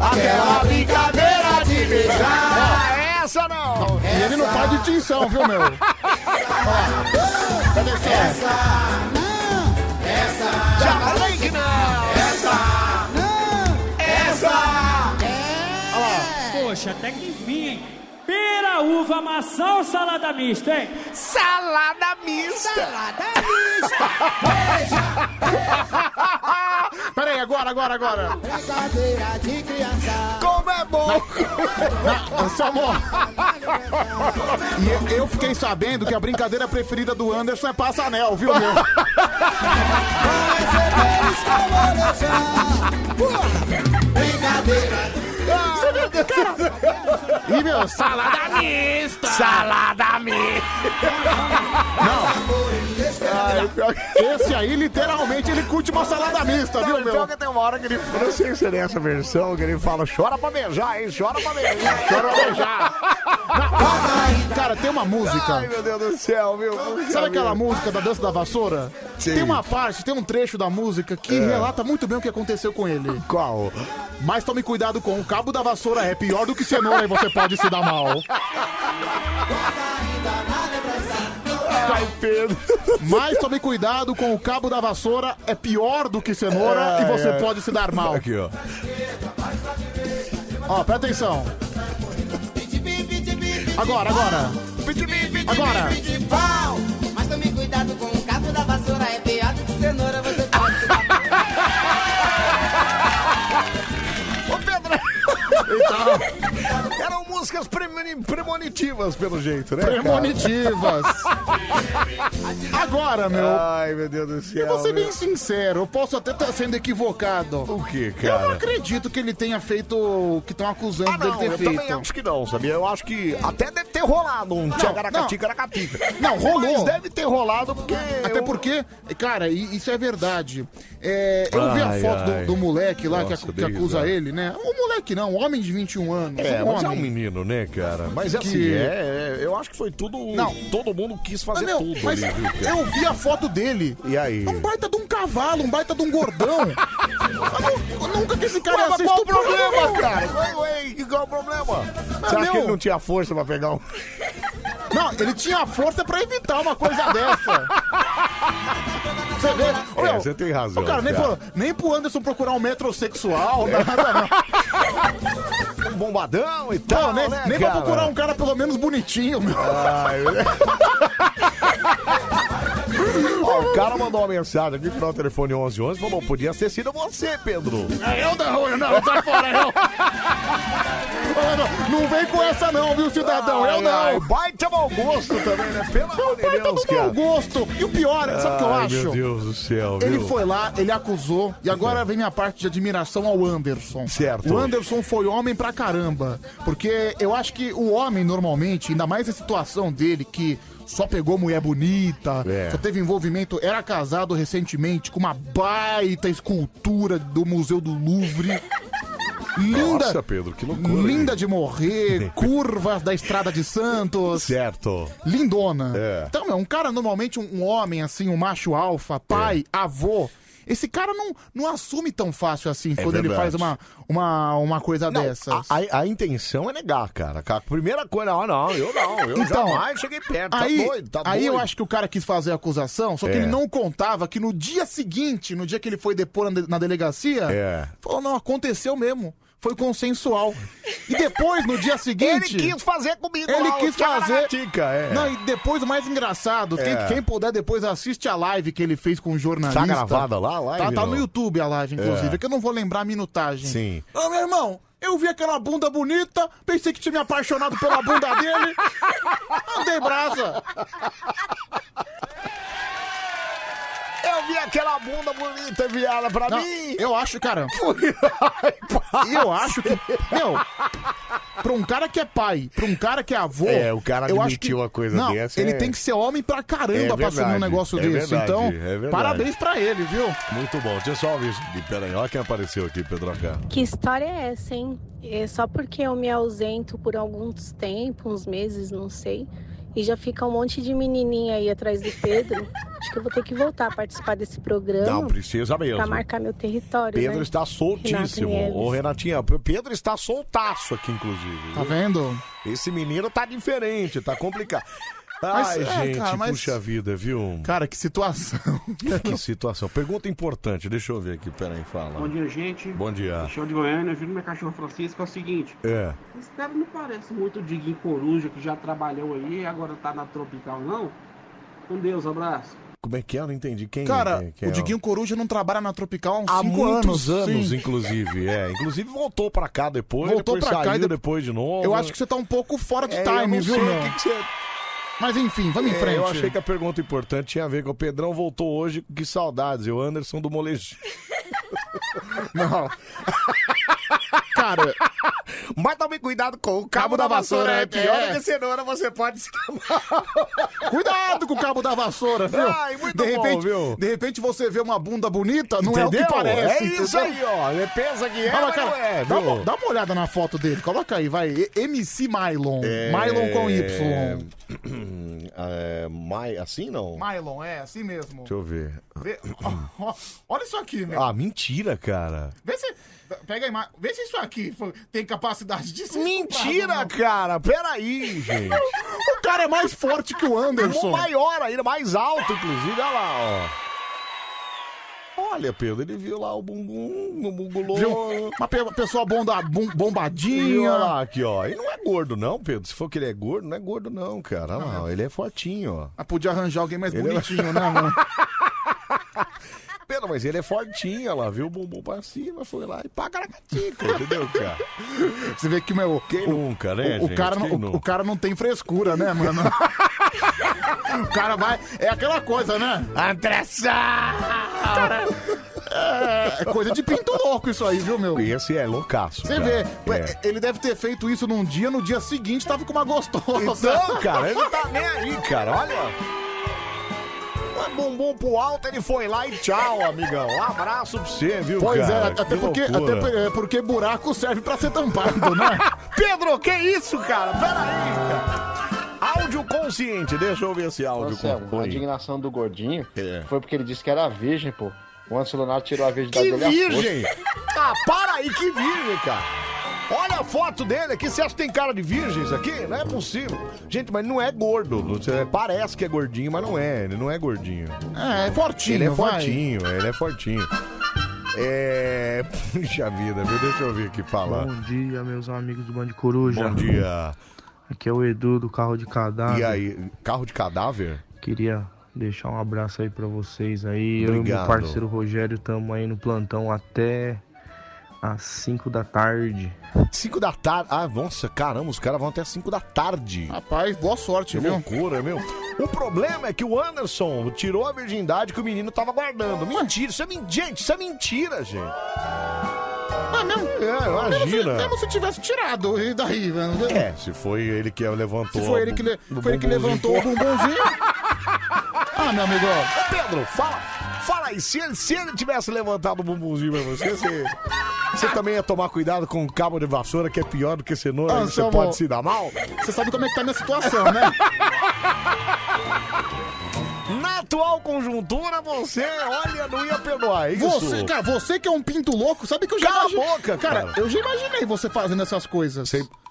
Speaker 1: Aquela brincadeira de beijar. Essa não.
Speaker 2: E ele não faz distinção, viu, meu? Ó, cadê só?
Speaker 1: Já falei que não. Essa. É.
Speaker 13: Poxa, até que enfim, hein? Pera, uva, maçã ou salada mista, hein?
Speaker 1: Salada mista.
Speaker 2: Pera aí, agora, agora, agora.
Speaker 12: Brincadeira de criança.
Speaker 1: Como é bom.
Speaker 2: Ah, seu amor. E eu, eu fiquei sabendo que a brincadeira preferida do Anderson é passa anel, viu, meu? E, meu, salada.
Speaker 1: Salada mista. Não. pior que...
Speaker 2: Esse aí, literalmente, ele curte uma salada mista,
Speaker 1: Não,
Speaker 2: viu,
Speaker 1: e pior
Speaker 2: meu?
Speaker 1: que tem um uma hora que ele. eu Não sei se é nessa versão que ele fala: chora pra beijar, hein? Chora pra beijar. Chora pra beijar.
Speaker 2: Cara, tem uma
Speaker 1: Ai,
Speaker 2: música.
Speaker 1: meu Deus do céu, meu.
Speaker 2: Sabe aquela música da dança da vassoura?
Speaker 1: Sim. É.
Speaker 2: Tem uma parte, tem um trecho da música que relata muito bem o que aconteceu com ele.
Speaker 1: Qual?
Speaker 2: Mas tome cuidado com o cabo da vassoura é pior do que cenoura e você pode se dar mal.
Speaker 1: Ai, Pedro.
Speaker 2: Mas tome cuidado com o cabo da vassoura é pior do que cenoura e você
Speaker 1: ai.
Speaker 2: pode se dar mal.
Speaker 1: Aqui, ó.
Speaker 2: Ó, presta atenção. Agora, agora. Agora.
Speaker 12: Pau! Mas tome cuidado com o cabo da vassoura. É pior do que cenoura, você pode.
Speaker 1: Ô, Pedro. tá- Eram músicas premoni- premonitivas, pelo jeito, né? cara?
Speaker 2: Premonitivas. Agora, meu.
Speaker 1: Ai, meu Deus do céu.
Speaker 2: Vou ser
Speaker 1: meu.
Speaker 2: bem sincero, eu posso até estar sendo equivocado.
Speaker 1: O que,
Speaker 2: Eu não
Speaker 1: cara?
Speaker 2: acredito que ele tenha feito o que estão acusando
Speaker 1: Ah,
Speaker 2: dele
Speaker 1: não,
Speaker 2: ter
Speaker 1: eu
Speaker 2: feito.
Speaker 1: também acho que não, sabia? Eu acho que até deve ter rolado um tchagaracatica-caracatica.
Speaker 2: Não, rolou.
Speaker 1: Mas deve ter rolado porque...
Speaker 2: Até
Speaker 1: eu-
Speaker 2: porque, cara, i- isso é verdade. É, eu vi a
Speaker 1: Ai,
Speaker 2: foto
Speaker 1: ai.
Speaker 2: do, do moleque lá que
Speaker 1: Nossa,
Speaker 2: acu- que,
Speaker 1: dei
Speaker 2: acusa
Speaker 1: risada.
Speaker 2: ele, né? Um moleque não, um homem de 21 anos.
Speaker 1: É,
Speaker 2: um
Speaker 1: mas é um
Speaker 2: homem.
Speaker 1: menino, né, cara? Mas assim,
Speaker 2: Que-
Speaker 1: é, é, eu acho que foi tudo...
Speaker 2: Não.
Speaker 1: Todo mundo quis
Speaker 2: Mas,
Speaker 1: fazer
Speaker 2: meu,
Speaker 1: tudo
Speaker 2: mas
Speaker 1: ali, viu, cara?
Speaker 2: eu vi a foto dele.
Speaker 1: E aí?
Speaker 2: É um baita de um cavalo, um baita de um gordão. Eu nu- eu nunca que esse cara ia
Speaker 1: Ué, mas
Speaker 2: ser
Speaker 1: qual o
Speaker 2: estuprado,
Speaker 1: problema,
Speaker 2: não.
Speaker 1: cara? Ué, ué, qual o problema? Você acha
Speaker 2: meu-
Speaker 1: que ele não tinha força pra pegar um...
Speaker 2: Não, ele tinha a força pra evitar uma coisa dessa. Você vê? Ô,
Speaker 1: É,
Speaker 2: meu,
Speaker 1: você tem razão.
Speaker 2: o cara nem
Speaker 1: cara.
Speaker 2: pro, nem pro Anderson procurar um metrosexual, nada não.
Speaker 1: Um bombadão e tal,
Speaker 2: nem,
Speaker 1: né,
Speaker 2: nem pra
Speaker 1: cara?
Speaker 2: procurar um cara pelo menos bonitinho, meu.
Speaker 1: Ó, o cara mandou uma mensagem aqui, final telefone 1111, falou, podia ter sido você, Pedro.
Speaker 2: É eu da rua, não, sai fora, eu. Ô, não, não vem com essa não, viu, cidadão? eu
Speaker 1: Ai,
Speaker 2: não. É um
Speaker 1: ai, baita mau gosto também, né? Pelo amor de Deus,
Speaker 2: Mau
Speaker 1: cara.
Speaker 2: gosto. E o pior, sabe o que eu
Speaker 1: Ai,
Speaker 2: acho?
Speaker 1: meu Deus do céu,
Speaker 2: Ele
Speaker 1: viu?
Speaker 2: foi lá, ele acusou, e agora vem minha parte de admiração ao Anderson. Certo. O Anderson foi homem pra caramba. Porque eu acho que o homem, normalmente, ainda mais a situação dele, que só pegou mulher bonita,
Speaker 1: É.
Speaker 2: só teve envolvimento, era casado recentemente com uma baita escultura do Museu do Louvre. Linda,
Speaker 1: Nossa, Pedro, que loucura. hein?
Speaker 2: linda de morrer, curvas da Estrada de Santos.
Speaker 1: Certo. É.
Speaker 2: Lindona. Então, meu, um cara, normalmente, um, um homem, assim, um macho alfa, pai,
Speaker 1: É.
Speaker 2: avô. Esse cara não, não assume tão fácil assim quando ele
Speaker 1: É verdade.
Speaker 2: faz uma, uma, uma coisa
Speaker 1: Não,
Speaker 2: dessas.
Speaker 1: a, a- a intenção é negar, cara. A primeira coisa, ah, não, eu não, eu jamais cheguei perto.
Speaker 2: Então, Aí,
Speaker 1: tá doido, tá
Speaker 2: aí
Speaker 1: doido.
Speaker 2: eu acho que o cara quis fazer a acusação, só que
Speaker 1: É.
Speaker 2: ele não contava que no dia seguinte, no dia que ele foi depor na de- na delegacia,
Speaker 1: É.
Speaker 2: falou: não, aconteceu mesmo. Foi consensual. E depois, no dia seguinte.
Speaker 1: Ele quis fazer comigo
Speaker 2: Ele
Speaker 1: lá,
Speaker 2: quis
Speaker 1: o cara
Speaker 2: fazer.
Speaker 1: na tica, é.
Speaker 2: Não, e depois o mais engraçado, quem-
Speaker 1: É.
Speaker 2: quem, puder depois assiste a live que ele fez com o jornalista.
Speaker 1: Tá gravada lá, a live,
Speaker 2: Tá, tá no
Speaker 1: não?
Speaker 2: YouTube a live, inclusive.
Speaker 1: É.
Speaker 2: É que eu não vou lembrar a minutagem.
Speaker 1: Sim.
Speaker 2: Ô, meu irmão, eu vi aquela bunda bonita, pensei que tinha me apaixonado pela bunda dele. Andei brasa.
Speaker 1: Eu vi aquela bunda bonita enviada pra mim.
Speaker 2: Eu acho, cara. eu acho que. Meu, pra um cara que é pai, pra um cara que é avô.
Speaker 1: É, o cara
Speaker 2: eu acho
Speaker 1: admitir
Speaker 2: que,
Speaker 1: uma coisa
Speaker 2: não,
Speaker 1: dessa
Speaker 2: Ele
Speaker 1: é-
Speaker 2: tem que ser homem pra caramba
Speaker 1: É
Speaker 2: pra assumir um
Speaker 1: verdade,
Speaker 2: negócio
Speaker 1: é
Speaker 2: desse.
Speaker 1: verdade,
Speaker 2: então,
Speaker 1: é verdade.
Speaker 2: parabéns pra ele, viu?
Speaker 1: Muito bom, deixa eu só ouvir isso. aqui. Pera aí, olha quem apareceu aqui, Pedro H.
Speaker 6: Que história é essa, hein? É só porque eu me ausento por alguns tempos, uns meses, não sei, e já fica um monte de menininha aí atrás do Pedro. Acho que eu vou ter que voltar a participar desse programa
Speaker 1: Não, precisa um mesmo.
Speaker 2: Tá
Speaker 6: pra marcar meu território.
Speaker 1: Pedro
Speaker 6: né?
Speaker 1: está soltíssimo.
Speaker 6: Renato Neves.
Speaker 1: Ô, Renatinha, o Pedro está soltaço aqui, inclusive.
Speaker 2: Tá vendo?
Speaker 1: Esse menino tá diferente, tá complicado.
Speaker 2: Mas,
Speaker 1: Ai,
Speaker 2: é,
Speaker 1: gente,
Speaker 2: cara, mas-
Speaker 1: puxa vida, viu?
Speaker 2: Cara, que situação.
Speaker 1: Que situação. Pergunta importante, deixa eu ver aqui, peraí, fala.
Speaker 14: Bom dia, gente.
Speaker 1: Bom dia.
Speaker 14: Show de Goiânia, Júlio, minha cachorra Francisca, é o seguinte.
Speaker 1: É.
Speaker 14: Esse cara não parece muito o Diguinho Coruja, que já trabalhou aí e agora tá na Tropical, não? Com Deus, abraço.
Speaker 1: Como é que é? Eu não entendi. Quem
Speaker 2: Cara,
Speaker 1: quem- quem
Speaker 2: o
Speaker 1: é?
Speaker 2: Diguinho Coruja não trabalha na Tropical há uns
Speaker 1: Há
Speaker 2: cinco né?
Speaker 1: muitos anos,
Speaker 2: sim.
Speaker 1: inclusive. É, inclusive voltou pra cá depois,
Speaker 2: Voltou
Speaker 1: depois
Speaker 2: pra cá e
Speaker 1: saiu
Speaker 2: de-
Speaker 1: depois de novo.
Speaker 2: Eu acho que você tá um pouco fora de
Speaker 1: É, eu
Speaker 2: time,
Speaker 1: não
Speaker 2: viu,
Speaker 1: sei o
Speaker 2: meu?
Speaker 1: que que você-
Speaker 2: Mas enfim, vamos em
Speaker 1: É,
Speaker 2: frente.
Speaker 1: Eu achei que a pergunta importante tinha a ver com o Pedrão voltou hoje, que saudades. Eu, Anderson do Molejo.
Speaker 2: Não. Cara.
Speaker 1: Mas tá também cuidado com o
Speaker 2: cabo da vassoura,
Speaker 1: né?
Speaker 2: é pior do que
Speaker 1: cenoura, você pode se
Speaker 2: Cuidado com o cabo da vassoura, viu?
Speaker 1: Ai, muito
Speaker 2: de
Speaker 1: bom,
Speaker 2: repente,
Speaker 1: viu?
Speaker 2: De repente você vê uma bunda bonita, não é o
Speaker 1: Entendeu?
Speaker 2: que parece.
Speaker 1: É isso aí, ó. Ele pensa que é,
Speaker 2: Olha,
Speaker 1: mas não é,
Speaker 2: dá,
Speaker 1: viu?
Speaker 2: uma, dá um uma olhada na foto dele. Coloca aí, vai. E- MC Mylon. Mylon com Y.
Speaker 1: É, mai- assim não?
Speaker 2: Mylon, é, assim mesmo.
Speaker 1: Deixa eu ver.
Speaker 2: Vê- ó, ó, olha isso aqui, meu.
Speaker 1: Ah, mentira, cara.
Speaker 2: Vê se. Pega a imagem. Vê se isso aqui foi- tem capacidade de ser.
Speaker 1: Mentira,
Speaker 2: estuprado,
Speaker 1: cara. Peraí, gente.
Speaker 2: o cara é mais forte que o Anderson.
Speaker 1: O maior ainda, mais alto, inclusive. Olha lá, ó. Olha, Pedro, ele viu lá o bumbum, o bungulô.
Speaker 2: Viu? Uma pe- pessoa bonda, bom-
Speaker 1: E
Speaker 2: bombadinha.
Speaker 1: olha lá, aqui, ó. Ele não é gordo, não, Pedro. Se for que ele é gordo, não é gordo, não, cara. Olha lá, ó. ele é fortinho, ó.
Speaker 2: Ah, podia arranjar alguém mais
Speaker 1: Ele é-
Speaker 2: bonitinho, né, mano?
Speaker 1: Pedro, mas ele é fortinho, olha lá, viu o bumbum pra cima, foi lá e pacaracatica, entendeu, cara?
Speaker 2: Você vê que, meu.
Speaker 1: Quem
Speaker 2: o,
Speaker 1: nunca, né,
Speaker 2: o, o
Speaker 1: gente?
Speaker 2: cara, não-
Speaker 1: Quem
Speaker 2: o-
Speaker 1: nunca?
Speaker 2: o cara não tem frescura, né, mano? o cara vai. É aquela coisa, né?
Speaker 1: Andressa!
Speaker 2: Cara, é, é coisa de pinto louco isso aí, viu, meu?
Speaker 1: Esse é loucaço.
Speaker 2: Você
Speaker 1: cara.
Speaker 2: vê,
Speaker 1: É.
Speaker 2: ele deve ter feito isso num dia, no dia seguinte tava com uma gostosa.
Speaker 1: Então, cara, ele não tá nem aí, cara. Olha. Um bumbum pro alto, ele foi lá e tchau, amigão. Um abraço pra você, viu,
Speaker 2: Pois
Speaker 1: cara?
Speaker 2: é, até
Speaker 1: Que
Speaker 2: porque,
Speaker 1: loucura.
Speaker 2: até por- é, porque buraco serve pra ser tampado, né?
Speaker 1: Pedro, que isso, cara? Pera aí, cara. Áudio consciente, deixa eu ver esse áudio.
Speaker 8: Marcelo,
Speaker 1: com-
Speaker 8: a
Speaker 1: Oi.
Speaker 8: indignação do gordinho
Speaker 1: É.
Speaker 8: foi porque ele disse que era virgem, pô. O Anderson Leonardo tirou a virgindade
Speaker 1: Que
Speaker 8: dele à força.
Speaker 1: virgem! Ah, para aí, que virgem, cara. Olha a foto dele aqui. Você acha que tem cara de virgens aqui? Não é possível. Gente, mas não é gordo. Você- Parece que é gordinho, mas não é. Ele não é gordinho.
Speaker 2: É, é fortinho,
Speaker 1: Ele é
Speaker 2: vai.
Speaker 1: fortinho, ele é fortinho. É. Puxa vida, viu? Deixa eu ver aqui falar.
Speaker 15: Bom dia, meus amigos do Band Coruja.
Speaker 1: Bom dia.
Speaker 15: Aqui é o Edu do Carro de Cadáver.
Speaker 1: E aí, carro de cadáver?
Speaker 15: Queria deixar um abraço aí pra vocês aí. Eu e
Speaker 1: Obrigado.
Speaker 15: meu parceiro Rogério estamos aí no plantão até às 5 da tarde.
Speaker 1: 5 da tarde. Ah, nossa, caramba, os caras vão até 5 da tarde.
Speaker 2: Rapaz, boa sorte,
Speaker 1: que
Speaker 2: viu?
Speaker 1: loucura, meu. O problema é que o Anderson tirou a virgindade que o menino tava guardando. Mentira, isso é mentira, isso é mentira, gente.
Speaker 2: Ah, mesmo?
Speaker 1: É, imagina.
Speaker 2: Mesmo se, mesmo se tivesse tirado, e daí, mano?
Speaker 1: É, se foi ele que levantou.
Speaker 2: Se foi ele que, le- foi ele que levantou o bumbumzinho.
Speaker 1: Ah, meu amigo. Ô, Pedro, fala, fala aí. Se ele, se ele tivesse levantado o bumbumzinho pra você, você, você também ia tomar cuidado com o cabo de vassoura, que é pior do que cenoura, e você
Speaker 2: Anselmo,
Speaker 1: pode se dar mal?
Speaker 2: Ah, Você sabe como é que tá a minha situação, né?
Speaker 1: Na atual conjuntura, você, olha, não ia perdoar, é isso?
Speaker 2: Você, cara, você que é um pinto louco, sabe que eu já
Speaker 1: Cala a
Speaker 2: imagi-
Speaker 1: boca, cara.
Speaker 2: eu já imaginei você fazendo essas coisas.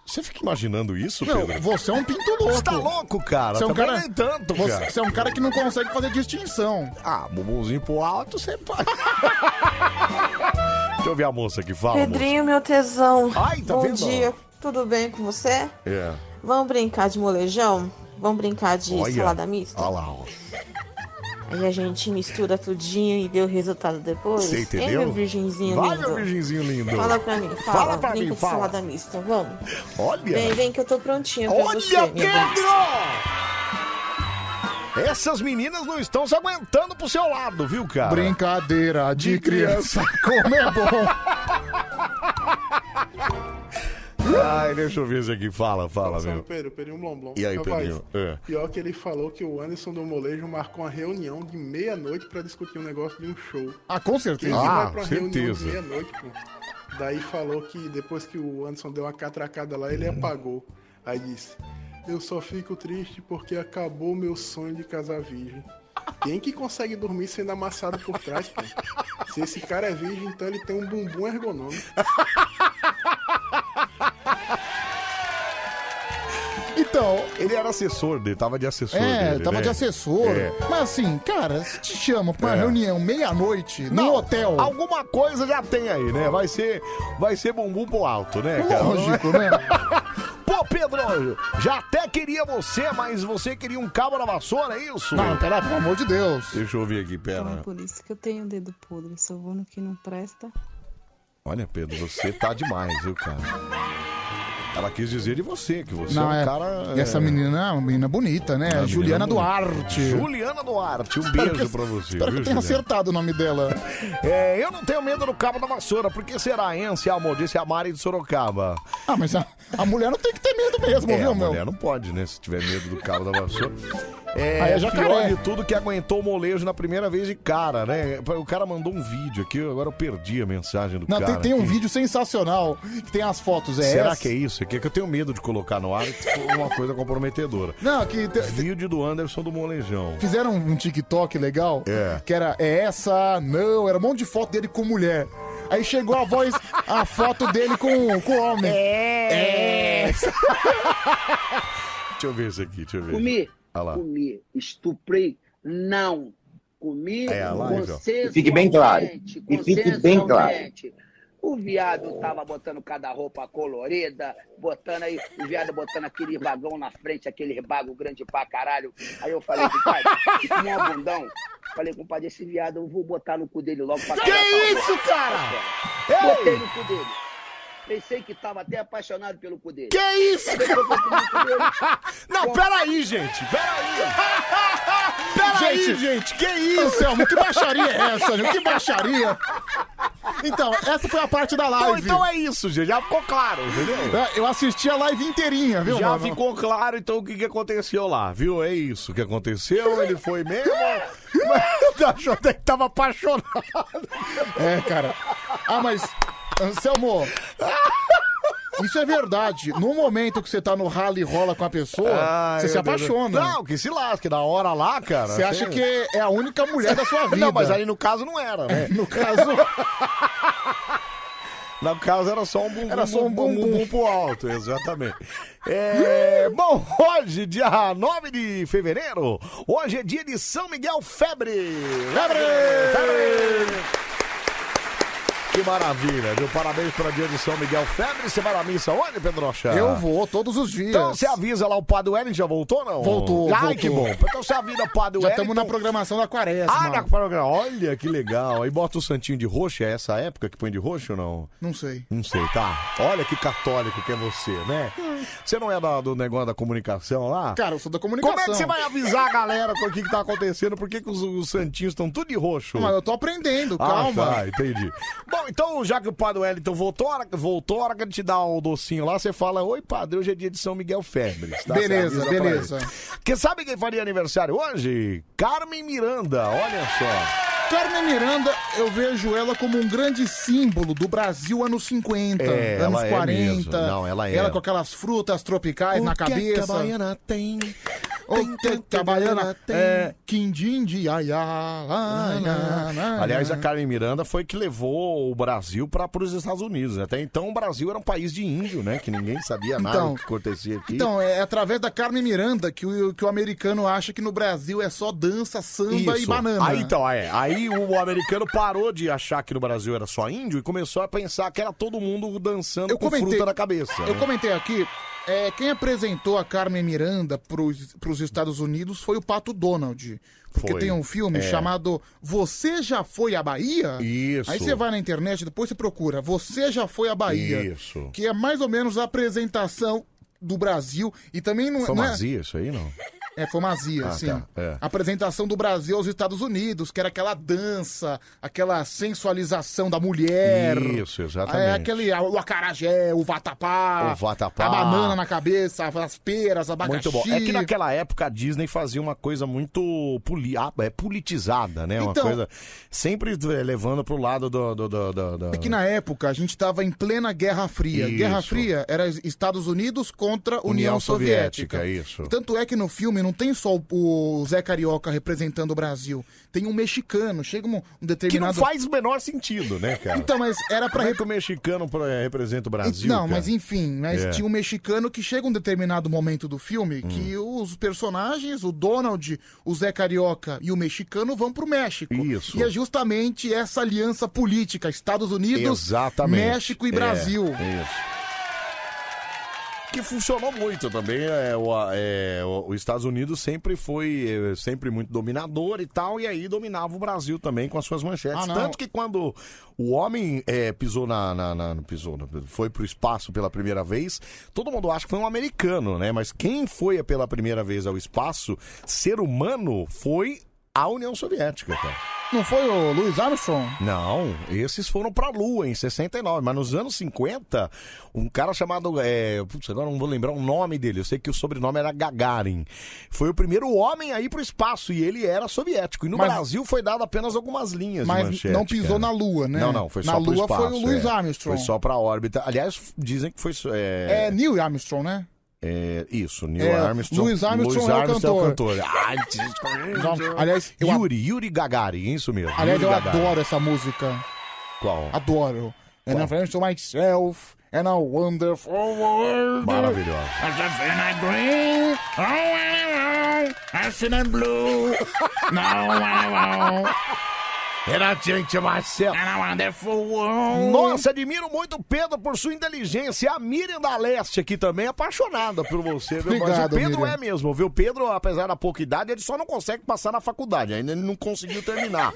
Speaker 2: Você,
Speaker 1: fica imaginando isso,
Speaker 2: Meu,
Speaker 1: Pedro?
Speaker 2: Você é um pinto louco.
Speaker 1: Você tá louco, cara?
Speaker 2: Você é um
Speaker 1: Também
Speaker 2: cara...
Speaker 1: nem tanto,
Speaker 2: você,
Speaker 1: cara.
Speaker 2: você é um cara que não consegue fazer distinção.
Speaker 1: Ah, bumbumzinho pro alto, você pode. Deixa eu ver a moça que fala.
Speaker 16: Pedrinho, meu tesão.
Speaker 1: tá
Speaker 16: Bom
Speaker 1: vendo?
Speaker 16: dia, tudo bem com você?
Speaker 1: moça. É.
Speaker 16: Vamos brincar de molejão? Vamos brincar de
Speaker 1: Olha.
Speaker 16: salada mista?
Speaker 1: Olha lá, ó.
Speaker 16: Aí a gente mistura tudinho e vê o resultado depois.
Speaker 1: Você entendeu?
Speaker 16: Hein, é, meu virginzinho
Speaker 1: Vai,
Speaker 16: lindo?
Speaker 1: meu virginzinho lindo.
Speaker 16: Fala pra mim, fala.
Speaker 1: Fala pra
Speaker 16: Brinca
Speaker 1: mim,
Speaker 16: de
Speaker 1: fala.
Speaker 16: salada mista, vamos.
Speaker 1: Olha.
Speaker 16: Vem, vem que eu tô prontinha pra
Speaker 1: Olha,
Speaker 16: você, meu
Speaker 1: Essas meninas não estão se aguentando pro seu lado, viu, cara?
Speaker 2: Brincadeira de,
Speaker 1: De
Speaker 2: criança.
Speaker 1: criança.
Speaker 2: Como é bom.
Speaker 1: Ai, deixa eu ver se aqui fala, fala, meu.
Speaker 17: Pedro, Pedrinho Blomblom.
Speaker 1: E aí,
Speaker 17: Rapaz,
Speaker 1: Pedrinho? É.
Speaker 17: Pior que ele falou que o Anderson do Molejo marcou uma reunião de meia-noite pra discutir um negócio de um show.
Speaker 2: Ah, com certeza.
Speaker 17: Ele
Speaker 2: Ah,
Speaker 17: vai pra uma reunião de
Speaker 2: certeza.
Speaker 17: meia-noite, pô. Daí falou que depois que o Anderson deu uma catracada lá, ele apagou. Aí disse: Eu só fico triste porque acabou meu sonho de casar virgem. Quem que consegue dormir sendo amassado por trás, pô? Se esse cara é virgem, então ele tem um bumbum ergonômico.
Speaker 2: Então.
Speaker 1: Ele era assessor dele, tava de assessor
Speaker 2: É,
Speaker 1: dele,
Speaker 2: tava
Speaker 1: né?
Speaker 2: de assessor.
Speaker 1: É.
Speaker 2: Mas assim, cara, se te chamam pra uma
Speaker 1: É.
Speaker 2: reunião meia-noite
Speaker 1: Não,
Speaker 2: no hotel.
Speaker 1: Alguma coisa já tem aí, né? Vai ser, vai ser bumbum pro alto, né, cara?
Speaker 2: Lógico, né?
Speaker 1: Pô, Pedro, já até queria você, mas você queria um cabo na vassoura, é isso?
Speaker 2: Não, Ah, pera, pelo amor de Deus.
Speaker 1: Deixa eu ver aqui, pera.
Speaker 18: Por isso que eu tenho o dedo podre, só vou no que não presta.
Speaker 1: Olha, Pedro, você tá demais, viu, cara? Ela quis dizer de você, que você
Speaker 2: Não,
Speaker 1: é um
Speaker 2: é-
Speaker 1: cara.
Speaker 2: E essa menina é uma menina bonita, né?
Speaker 1: menina
Speaker 2: Juliana
Speaker 1: bonita.
Speaker 2: Duarte.
Speaker 1: Juliana Duarte, um
Speaker 2: Espero
Speaker 1: beijo
Speaker 2: que-
Speaker 1: pra você.
Speaker 2: Espero que
Speaker 1: viu,
Speaker 2: eu tenha
Speaker 1: Juliana?
Speaker 2: acertado o nome dela.
Speaker 1: É, eu não tenho medo do cabo da vassoura, porque será ense, amor, disse a Mari de Sorocaba.
Speaker 2: Ah, mas a, a mulher não tem que ter medo mesmo,
Speaker 1: é,
Speaker 2: viu,
Speaker 1: a
Speaker 2: meu?
Speaker 1: mulher não pode, né? Se tiver medo do cabo da vassoura. É,
Speaker 2: Aí é jacaré.
Speaker 1: pior de tudo que aguentou o molejo na primeira vez de cara, né? O cara mandou um vídeo aqui, agora eu perdi a mensagem do
Speaker 2: Não,
Speaker 1: cara.
Speaker 2: tem, tem um
Speaker 1: aqui.
Speaker 2: vídeo sensacional que tem as fotos. É
Speaker 1: Será
Speaker 2: essa?
Speaker 1: que é isso? É que eu tenho medo de colocar no ar e for uma coisa comprometedora.
Speaker 2: Não, que te-
Speaker 1: Vídeo do Anderson do Molejão.
Speaker 2: Fizeram um TikTok legal,
Speaker 1: É.
Speaker 2: que era é essa, não, era um monte de foto dele com mulher. Aí chegou a voz, a foto dele com, com homem. É.
Speaker 1: Deixa eu ver isso aqui, deixa eu ver.
Speaker 19: Comi,
Speaker 1: Olha lá.
Speaker 19: comi, estuprei, não. Comi
Speaker 1: É, a live, ó.
Speaker 19: consensualmente,
Speaker 1: E fique bem claro, e fique bem claro.
Speaker 19: consensualmente. O viado tava botando cada roupa colorida, botando aí, o viado botando aquele vagão na frente, aquele bago grande pra caralho. Aí eu falei, compadre, e com um bundão. Falei, compadre, esse viado eu vou botar no cu dele logo pra
Speaker 1: Que
Speaker 19: cagar essa
Speaker 1: isso,
Speaker 19: porra.
Speaker 1: cara? Ei!
Speaker 19: Botei no cu dele. Pensei que tava até apaixonado pelo cu dele.
Speaker 1: Que isso,
Speaker 19: Sabe quando eu comi o cu dele?
Speaker 1: Não, peraí, gente. Peraí. Peraí, gente, gente. Que isso?
Speaker 2: Anselmo, que baixaria é essa, gente? Que baixaria? Então, essa foi a parte da live.
Speaker 1: Então, então é isso, gente. Já ficou claro, entendeu?
Speaker 2: É, Eu assisti a live inteirinha, viu,
Speaker 1: Já
Speaker 2: mano?
Speaker 1: ficou claro, então, o que, que aconteceu lá, viu? É isso que aconteceu, ele foi mesmo. Mas eu achou até que tava apaixonado.
Speaker 2: É, cara. Ah, mas, Anselmo, isso é verdade. No momento que você tá no rally e rola com a pessoa,
Speaker 1: Ai,
Speaker 2: você se
Speaker 1: Ah, meu Deus.
Speaker 2: apaixona.
Speaker 1: Não, que se lasque, na hora lá, cara.
Speaker 2: Você acha que é a única mulher da sua vida. É,
Speaker 1: Não, mas aí no caso não era, né?
Speaker 2: No caso.
Speaker 1: No caso, era só um bumbum.
Speaker 4: Era só um bumbum.
Speaker 1: pro alto, exatamente. É, bom, hoje, dia 9 de fevereiro, hoje é dia de São Miguel Febre. Febre! Febre! Que maravilha, viu? Parabéns para o dia de São Miguel Febre. Você vai na missa onde, Pedrocha?
Speaker 2: Eu vou todos os dias.
Speaker 1: Então você avisa lá, o Padre Wellington já voltou não?
Speaker 2: Voltou,
Speaker 1: Ai,
Speaker 2: voltou.
Speaker 1: que bom. Então você avisa o Padre
Speaker 2: Já
Speaker 1: Wellington.
Speaker 2: estamos na programação da quaresma.
Speaker 1: Ah, na programa. Olha que legal. Aí bota o santinho de roxo, é essa época que põe de roxo ou não?
Speaker 2: Não sei.
Speaker 1: Não sei, tá? Olha que católico que é você, né? Você não é da- do negócio da comunicação lá?
Speaker 2: Cara, eu sou da comunicação.
Speaker 1: Como é que você vai avisar a galera com o que, que tá acontecendo? Por que, que os, os santinhos estão tudo de roxo?
Speaker 2: Mas eu tô aprendendo, calma.
Speaker 1: Ah, tá, entendi. Bom, então, já que o padre Wellington voltou, a hora, voltou, a hora que ele te dá o docinho lá, você fala, oi padre, hoje é dia de São Miguel Febres. tá? Você
Speaker 2: Beleza,
Speaker 1: avisa pra ele.
Speaker 2: beleza.
Speaker 1: Porque sabe quem faria aniversário hoje? Carmen Miranda, olha só.
Speaker 2: Carmen Miranda, eu vejo ela como um grande símbolo do Brasil anos 50,
Speaker 1: É,
Speaker 2: anos
Speaker 1: ela é
Speaker 2: 40.
Speaker 1: mesmo. Não, ela é.
Speaker 2: Ela com aquelas frutas tropicais na cabeça.
Speaker 1: tem?
Speaker 2: O que, que a baiana tem? É, quindim de aiá,
Speaker 1: Ah, Aliás, a Carmen Miranda foi que levou o Brasil para os Estados Unidos. né? Até então, o Brasil era um país de índio, né? Que ninguém sabia nada
Speaker 2: Então,
Speaker 1: do que acontecia aqui.
Speaker 2: Então, é através da Carmen Miranda que o, que o americano acha que no Brasil é só dança, samba e
Speaker 1: Isso.
Speaker 2: banana.
Speaker 1: Aí então, é. Aí o americano parou de achar que no Brasil era só índio e começou a pensar que era todo mundo dançando com fruta na cabeça.
Speaker 2: Eu
Speaker 1: né?
Speaker 2: comentei aqui, é, quem apresentou a Carmen Miranda pros, pros Estados Unidos foi o Pato Donald. Porque
Speaker 1: Foi.
Speaker 2: tem um filme
Speaker 1: É.
Speaker 2: chamado Você Já Foi à Bahia?
Speaker 1: Isso.
Speaker 2: Aí você vai na internet, depois você procura Você Já Foi à Bahia.
Speaker 1: Isso.
Speaker 2: Que é mais ou menos a apresentação do Brasil e também não,
Speaker 1: Foi
Speaker 2: não
Speaker 1: uma
Speaker 2: é...
Speaker 1: zia isso aí, não?
Speaker 2: É, fomazia,
Speaker 1: Ah,
Speaker 2: sim.
Speaker 1: tá, é.
Speaker 2: A apresentação do Brasil aos Estados Unidos, que era aquela dança, aquela sensualização da mulher.
Speaker 1: Isso, exatamente.
Speaker 2: É, aquele, a- o acarajé, o vatapá.
Speaker 1: O vatapá.
Speaker 2: A banana na cabeça, as peras, abacaxi.
Speaker 1: Muito bom. É que naquela época a Disney fazia uma coisa muito poli- ah, é, politizada, né? Uma
Speaker 2: Então-
Speaker 1: coisa sempre eh, levando pro lado do. do, do, do- do-
Speaker 2: É que na época a gente tava em plena Guerra Fria.
Speaker 1: Isso.
Speaker 2: Guerra Fria era Estados Unidos contra União, Soviética.
Speaker 1: Isso.
Speaker 2: Tanto é que no filme não tem só o o Zé Carioca representando o Brasil. Tem um mexicano, chega um, um
Speaker 1: que não
Speaker 2: determinado...
Speaker 1: faz o menor sentido, né, cara?
Speaker 2: Então, mas era pra
Speaker 1: Como é que o mexicano pro- eh, representa o Brasil?
Speaker 2: Não,
Speaker 1: cara?
Speaker 2: mas enfim, mas
Speaker 1: É. Hum.
Speaker 2: tinha um mexicano que chega um determinado momento do filme que os personagens, o Donald, o Zé Carioca e o mexicano vão pro México.
Speaker 1: Isso.
Speaker 2: E é justamente essa aliança política, Estados Unidos,
Speaker 1: Exatamente.
Speaker 2: México e
Speaker 1: É,
Speaker 2: Brasil.
Speaker 1: isso. Que funcionou muito também. É, o, é, o- os Estados Unidos sempre foi é, sempre muito dominador e tal, e aí dominava o Brasil também com as suas manchetes.
Speaker 2: Ah, não.
Speaker 1: Tanto que quando o homem é, pisou na, na, na- não pisou, na- foi pro espaço pela primeira vez, todo mundo acha que foi um americano, né? Mas quem foi pela primeira vez ao espaço, ser humano, foi a União Soviética, cara.
Speaker 2: Não foi o Louis Armstrong?
Speaker 1: Não, esses foram pra Lua em 69, mas nos anos 50, um cara chamado, é, putz, agora não vou lembrar o nome dele, eu sei que o sobrenome era Gagarin, foi o primeiro homem a ir pro espaço e ele era soviético. E no
Speaker 2: Mas-
Speaker 1: Brasil foi dado apenas algumas linhas
Speaker 2: Mas
Speaker 1: de manchete.
Speaker 2: não pisou
Speaker 1: cara.
Speaker 2: na Lua, né?
Speaker 1: Não, não, foi
Speaker 2: Na
Speaker 1: só pro
Speaker 2: Lua foi
Speaker 1: espaço.
Speaker 2: o Louis
Speaker 1: é.
Speaker 2: Armstrong.
Speaker 1: Foi só pra órbita. Aliás, f- dizem que foi...
Speaker 2: É, Neil Armstrong, né?
Speaker 1: é, isso, Neil
Speaker 2: É,
Speaker 1: Armstrong.
Speaker 2: Louis Armstrong é o cantor.
Speaker 1: Ai,
Speaker 2: Não, aliás, eu-
Speaker 1: Yuri, Yuri Gagarin, isso mesmo.
Speaker 2: Aliás,
Speaker 1: Yuri
Speaker 2: eu
Speaker 1: Gagarin.
Speaker 2: adoro essa música.
Speaker 1: Qual?
Speaker 2: Adoro. And I'm friends to myself, and a wonderful world.
Speaker 1: Maravilhosa.
Speaker 2: As a fan I dream, oh, wow, wow, Ashen and blue. Now, wow, wow.
Speaker 1: Era gente Marcelo. Nossa, admiro muito o Pedro por sua inteligência. A Miriam da Leste aqui também é apaixonada por você, viu? Mas o
Speaker 2: Obrigado,
Speaker 1: Pedro
Speaker 2: Miriam.
Speaker 1: é mesmo, viu? O Pedro, apesar da pouca idade, ele só não consegue passar na faculdade. Ainda ele não conseguiu terminar.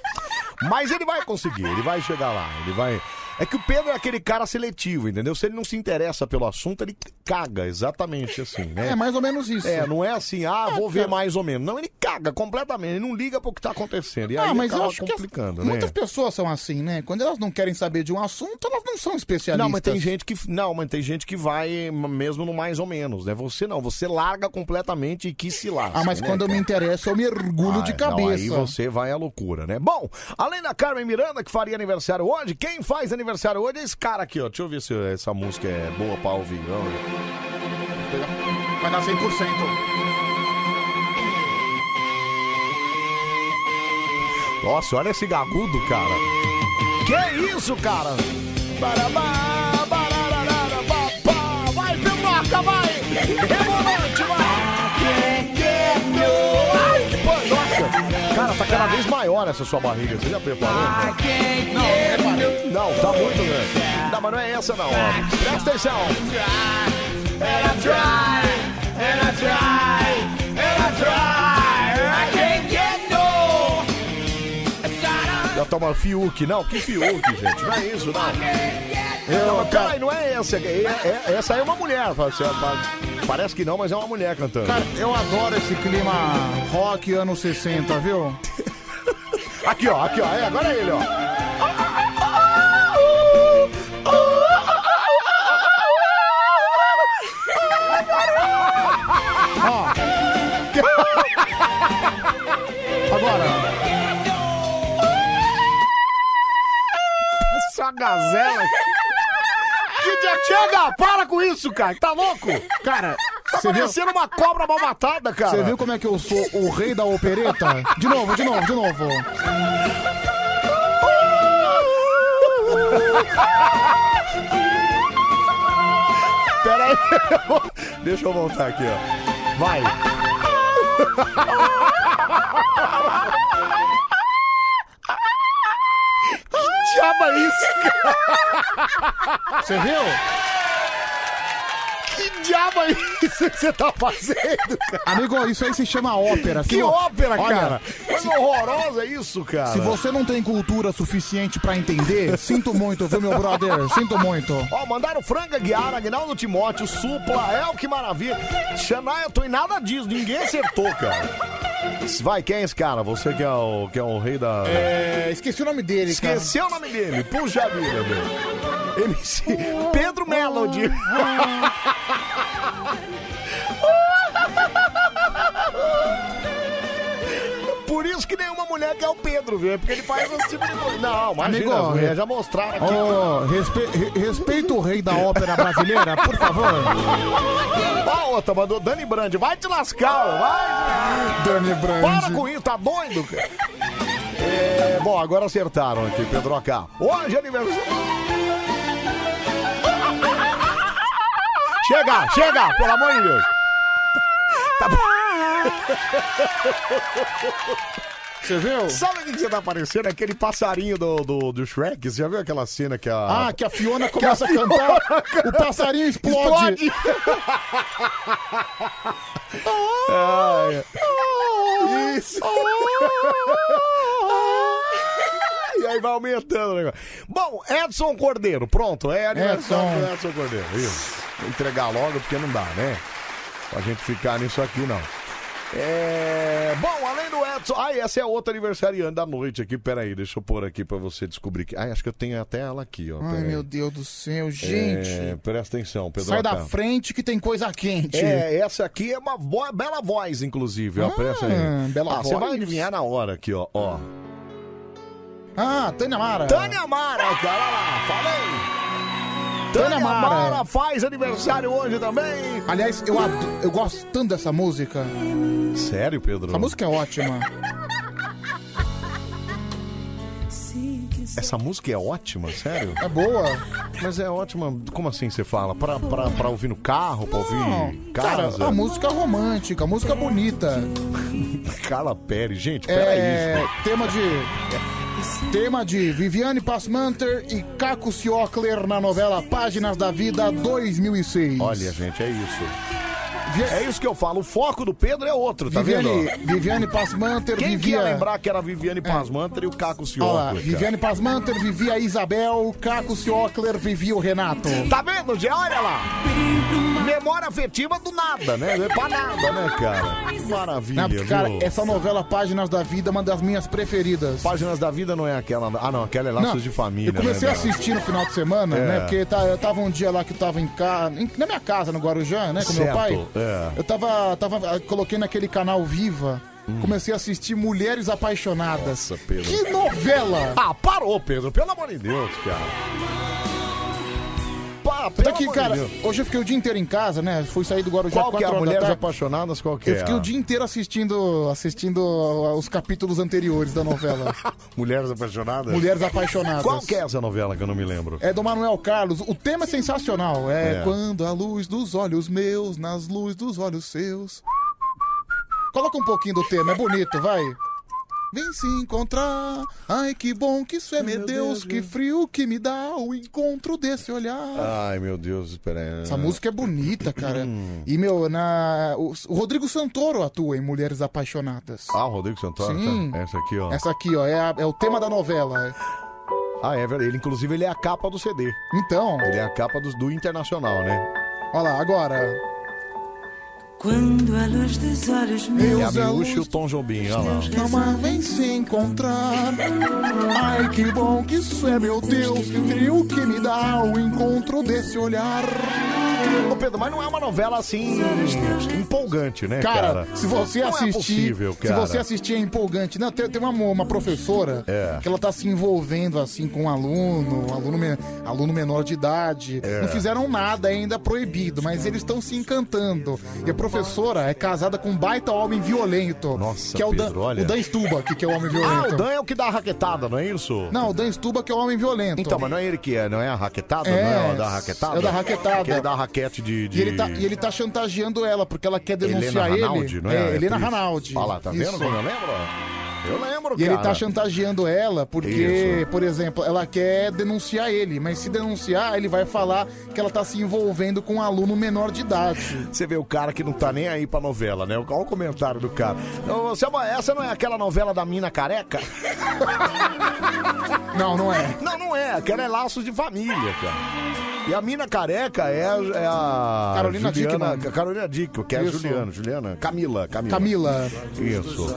Speaker 1: Mas ele vai conseguir, ele vai chegar lá, ele vai. É que o Pedro é aquele cara seletivo, entendeu? Se ele não se interessa pelo assunto, ele caga, exatamente assim, né?
Speaker 2: É mais ou menos isso.
Speaker 1: É, não é assim, ah, vou ver mais ou menos. Não, Então ele caga completamente, ele não liga pro que tá acontecendo. E aí
Speaker 2: Ah, mas eu
Speaker 1: acaba
Speaker 2: acho que as-
Speaker 1: complicando, né?
Speaker 2: muitas pessoas são assim, né? Quando elas não querem saber de um assunto, elas não são especialistas.
Speaker 1: Não, mas tem gente que não, mas tem gente que vai mesmo no mais ou menos, né? Você não, você larga completamente e que se né, larga.
Speaker 2: Ah, mas quando eu me interesso, eu mergulho de cabeça.
Speaker 1: Ah, aí você vai à loucura, né? Bom, além da Carmen Miranda que faria aniversário hoje, quem faz aniversário hoje é esse cara aqui, ó. Deixa eu ver se essa música é boa pra ouvir. Vamos ver.
Speaker 2: Vai dar 100%.
Speaker 1: Nossa, olha esse gagudo, cara. Que isso, cara? Barabá! Cara, tá cada vez maior essa sua barriga. Você já preparou? Não, é barriga. Não, tá muito grande. Não, mas não é essa não. ó. Presta atenção. Já toma Fiuk. Não, que Fiuk, gente. Não é isso, não.
Speaker 2: Eu,
Speaker 1: não mas peraí, não é essa. É- é- é- essa aí é uma mulher. Parece- tá, Parece que não, mas é uma mulher cantando.
Speaker 2: Cara, eu adoro esse clima rock anos 60, viu?
Speaker 1: Aqui, ó, aqui, ó. É, agora é ele, ó. Agora. Essa é gazela. Que dia chega! Para com isso, cara! Tá louco? Cara, tá
Speaker 2: você viu?
Speaker 1: parecendo uma cobra mal matada, cara.
Speaker 2: Você viu como é que eu sou o rei da opereta?
Speaker 1: tá?
Speaker 2: De novo, de novo, de novo.
Speaker 1: Pera aí. Deixa eu voltar aqui, ó. Vai.
Speaker 5: Que diabo é isso, cara?
Speaker 2: Você viu?
Speaker 1: Que diabo é isso que você tá fazendo, cara?
Speaker 2: Amigo, isso aí se chama ópera. Se
Speaker 1: Que
Speaker 2: vo-
Speaker 1: ópera,
Speaker 2: Olha,
Speaker 1: cara? Coisa horrorosa é isso, cara.
Speaker 2: Se você não tem cultura suficiente pra entender, sinto muito, viu, meu brother? Sinto muito.
Speaker 1: Ó, mandaram Franga Guiar, Agnaldo Timóteo, Supla, El, que maravilha. Xanaia, tô em nada disso, ninguém acertou, cara. Vai, quem é esse cara? Você que é o, que é o rei da...
Speaker 2: É, esqueci o nome dele, cara.
Speaker 1: Esqueceu o nome dele, puxa vida, meu. MC Pedro Melody. Por isso que nenhuma mulher quer o Pedro, viu? Porque ele faz esse tipo de coisa. Não, imagina,
Speaker 2: Amigo, é.
Speaker 1: as mulheres já mostraram aqui.
Speaker 2: Ô, respe- re- respeita o rei da ópera brasileira, por favor.
Speaker 1: Ó, outra, mandou Dani Brand. Vai te lascar, ó, vai.
Speaker 2: Dani Brand.
Speaker 1: Para com isso, tá doido, cara? É, bom, agora acertaram aqui, Pedro AK. Hoje é aniversário. Chega, chega, pelo amor de Deus. Tá bom.
Speaker 2: Você viu?
Speaker 1: Sabe o que que você tá parecendo? Aquele passarinho do, do, do Shrek. Você já viu aquela cena que a.
Speaker 2: Ah, que a Fiona começa a cantar, o passarinho explode.
Speaker 1: Explode. Ai, Ah, Isso. E aí vai aumentando o negócio. Bom, Edson Cordeiro, pronto. É aniversário
Speaker 2: Edson.
Speaker 1: do Edson Cordeiro. Isso. Vou entregar logo porque não dá, né? Pra gente ficar nisso aqui, não. É... Bom, além do Edson. Ah, e essa é a outra aniversariante da noite aqui. Peraí, deixa eu pôr aqui pra você descobrir. Que... Ah, acho que eu tenho até ela aqui, ó.
Speaker 2: Ai,
Speaker 1: peraí.
Speaker 2: meu Deus do céu,
Speaker 1: É,
Speaker 2: gente.
Speaker 1: presta atenção, Pedro.
Speaker 2: Sai da
Speaker 1: Otávio.
Speaker 2: frente que tem coisa quente.
Speaker 1: É, essa aqui é uma vo- bela voz, inclusive. ó, presta aí.
Speaker 2: Ah, bela
Speaker 1: ah, você
Speaker 2: voz.
Speaker 1: vai adivinhar na hora aqui, ó. ó.
Speaker 2: Ah, Tânia Mara.
Speaker 1: Tânia Mara, cara, olha lá, falei.
Speaker 2: Tânia
Speaker 1: Tânia
Speaker 2: Mara.
Speaker 1: Mara faz aniversário hoje também.
Speaker 2: Aliás, eu, ado- eu gosto tanto dessa música.
Speaker 1: Sério, Pedro?
Speaker 2: Essa música é ótima.
Speaker 1: Essa música é ótima, sério?
Speaker 2: É boa.
Speaker 1: Mas é ótima, como assim você fala? Pra, pra, pra ouvir no carro, pra ouvir em
Speaker 2: Cara,
Speaker 1: casa?
Speaker 2: a música é romântica, a música é bonita.
Speaker 1: Carla Pérez, gente, peraí.
Speaker 2: É,
Speaker 1: gente.
Speaker 2: tema de. Tema de Viviane Passmanter e Caco Ciocler na novela Páginas da Vida 2006.
Speaker 1: Olha, gente, é isso. É isso que eu falo, o foco do Pedro é outro, tá
Speaker 2: Viviane-
Speaker 1: vendo?
Speaker 2: Viviane Passmanter,
Speaker 1: Quem que
Speaker 2: Vivia- É.
Speaker 1: ia lembrar que era Viviane Pasmanter e o
Speaker 2: Olha
Speaker 1: Caco
Speaker 2: lá,
Speaker 1: Ciocler, cara?
Speaker 2: Viviane Passmanter vivia a Isabel, Caco Ciocler vivia o Renato.
Speaker 1: Tá vendo, Gê? Olha lá. Memória afetiva do nada, né? Não é pra nada, né, cara? Maravilha,
Speaker 2: Não, porque, cara,
Speaker 1: viu?
Speaker 2: essa novela Páginas da Vida é uma das minhas preferidas.
Speaker 1: Páginas da Vida não é aquela. Ah, não, aquela é Laços
Speaker 2: Não,
Speaker 1: de Família.
Speaker 2: Eu comecei
Speaker 1: né,
Speaker 2: a assistir no final de semana,
Speaker 1: É.
Speaker 2: né? Porque tá- eu tava um dia lá que eu tava em casa, na minha casa, no Guarujá, né? Com meu
Speaker 1: Certo,
Speaker 2: pai.
Speaker 1: é.
Speaker 2: Eu tava, tava. ah, Coloquei naquele canal Viva. Comecei a assistir Mulheres Apaixonadas.
Speaker 1: Hum. Nossa, Ah, Pedro.
Speaker 2: Que novela!
Speaker 1: Ah, parou, Pedro, pelo amor de Deus, cara. Pa- Ah,
Speaker 2: Tanto
Speaker 1: pelo
Speaker 2: que,
Speaker 1: amor
Speaker 2: cara,
Speaker 1: de Deus.
Speaker 2: hoje eu fiquei o dia inteiro em casa, né? Fui sair do Guarujá
Speaker 1: Qual que é?
Speaker 2: quatro horas da
Speaker 1: Mulheres
Speaker 2: tarde.
Speaker 1: apaixonadas, qual que
Speaker 2: Eu
Speaker 1: é?
Speaker 2: fiquei o dia inteiro assistindo, assistindo ah, os capítulos anteriores da novela.
Speaker 1: Mulheres apaixonadas?
Speaker 2: Mulheres apaixonadas.
Speaker 1: Qual que é essa novela que eu não me lembro?
Speaker 2: É do Manuel Carlos. O tema é sensacional. É,
Speaker 1: É.
Speaker 2: quando a luz dos olhos meus, nas luz dos olhos seus. Coloca um pouquinho do tema, é bonito, vai. Vem se encontrar. Ai, que bom que isso é, meu, Deus, que frio que me dá o encontro desse olhar.
Speaker 1: Ai, meu Deus, espera aí.
Speaker 2: Essa música é bonita, cara.
Speaker 1: Hum.
Speaker 2: E, meu, na... o o Rodrigo Santoro atua em Mulheres Apaixonadas.
Speaker 1: Ah, Rodrigo Santoro?
Speaker 2: é- Sim.
Speaker 1: Tá? Essa aqui, ó.
Speaker 2: Essa aqui, ó, é, a- é o tema da novela.
Speaker 1: Ah, é verdade. Ele, inclusive, ele é a capa do CD.
Speaker 2: Então.
Speaker 1: Ele é a capa dos- do Internacional, né?
Speaker 2: Olha lá, agora.
Speaker 4: Quando a luz dos olhos
Speaker 1: Ele é a
Speaker 4: meus
Speaker 1: Miúcha e o Tom Jobim, olha lá.
Speaker 2: Não mas vem se encontrar. Ai, que bom que isso é, meu Deus. Que frio que me dá o encontro desse olhar.
Speaker 1: Ô, Pedro, mas não é uma novela assim empolgante, né, cara?
Speaker 2: Cara, se você
Speaker 1: não
Speaker 2: assistir.
Speaker 1: É possível, cara. É.
Speaker 2: Se você assistir é empolgante. Não, tem, tem uma, mo- uma professora que ela tá se envolvendo assim com um aluno, um aluno, men- aluno menor de idade.
Speaker 1: É.
Speaker 2: Não fizeram nada ainda proibido, mas eles estão se encantando. E a professora é casada com um baita homem violento. Nossa, que é o Dan,
Speaker 1: Pedro, olha.
Speaker 2: o Dan Stuba, que, que é o homem
Speaker 1: Ah,
Speaker 2: violento.
Speaker 1: o Dan é o que dá a raquetada, não é isso?
Speaker 2: Não, o Dan Stuba que é o homem violento.
Speaker 1: Então, mas não é ele que é, não é a raquetada?
Speaker 2: É,
Speaker 1: não é o da raquetada?
Speaker 2: é o da raquetada.
Speaker 1: Que é da raquete de... de...
Speaker 2: E ele, tá, e ele tá chantageando ela, porque ela quer
Speaker 1: Helena
Speaker 2: denunciar
Speaker 1: Ranaldi,
Speaker 2: ele.
Speaker 1: não é? a
Speaker 2: Helena
Speaker 1: atriz?
Speaker 2: Ranaldi.
Speaker 1: Olha lá, tá vendo
Speaker 2: Isso.
Speaker 1: como eu lembro? Eu lembro,
Speaker 2: E ele
Speaker 1: cara.
Speaker 2: tá chantageando ela porque,
Speaker 1: Isso.
Speaker 2: por exemplo, ela quer denunciar ele, mas se denunciar, ele vai falar que ela tá se envolvendo com um aluno menor de idade.
Speaker 1: Você vê o cara que não tá nem aí pra novela, né? Olha o comentário do cara. Ô, Selma, essa não é aquela novela da mina careca?
Speaker 2: Não, não é.
Speaker 1: Não, não é. Aquela é Laços de Família, cara. E a mina careca é, a- é a...
Speaker 2: Carolina
Speaker 1: Juliana,
Speaker 2: Dickmann.
Speaker 1: Carolina Dickmann, que é a
Speaker 2: Isso.
Speaker 1: Juliana. Juliana? Camila, Camila.
Speaker 2: Camila.
Speaker 1: Isso.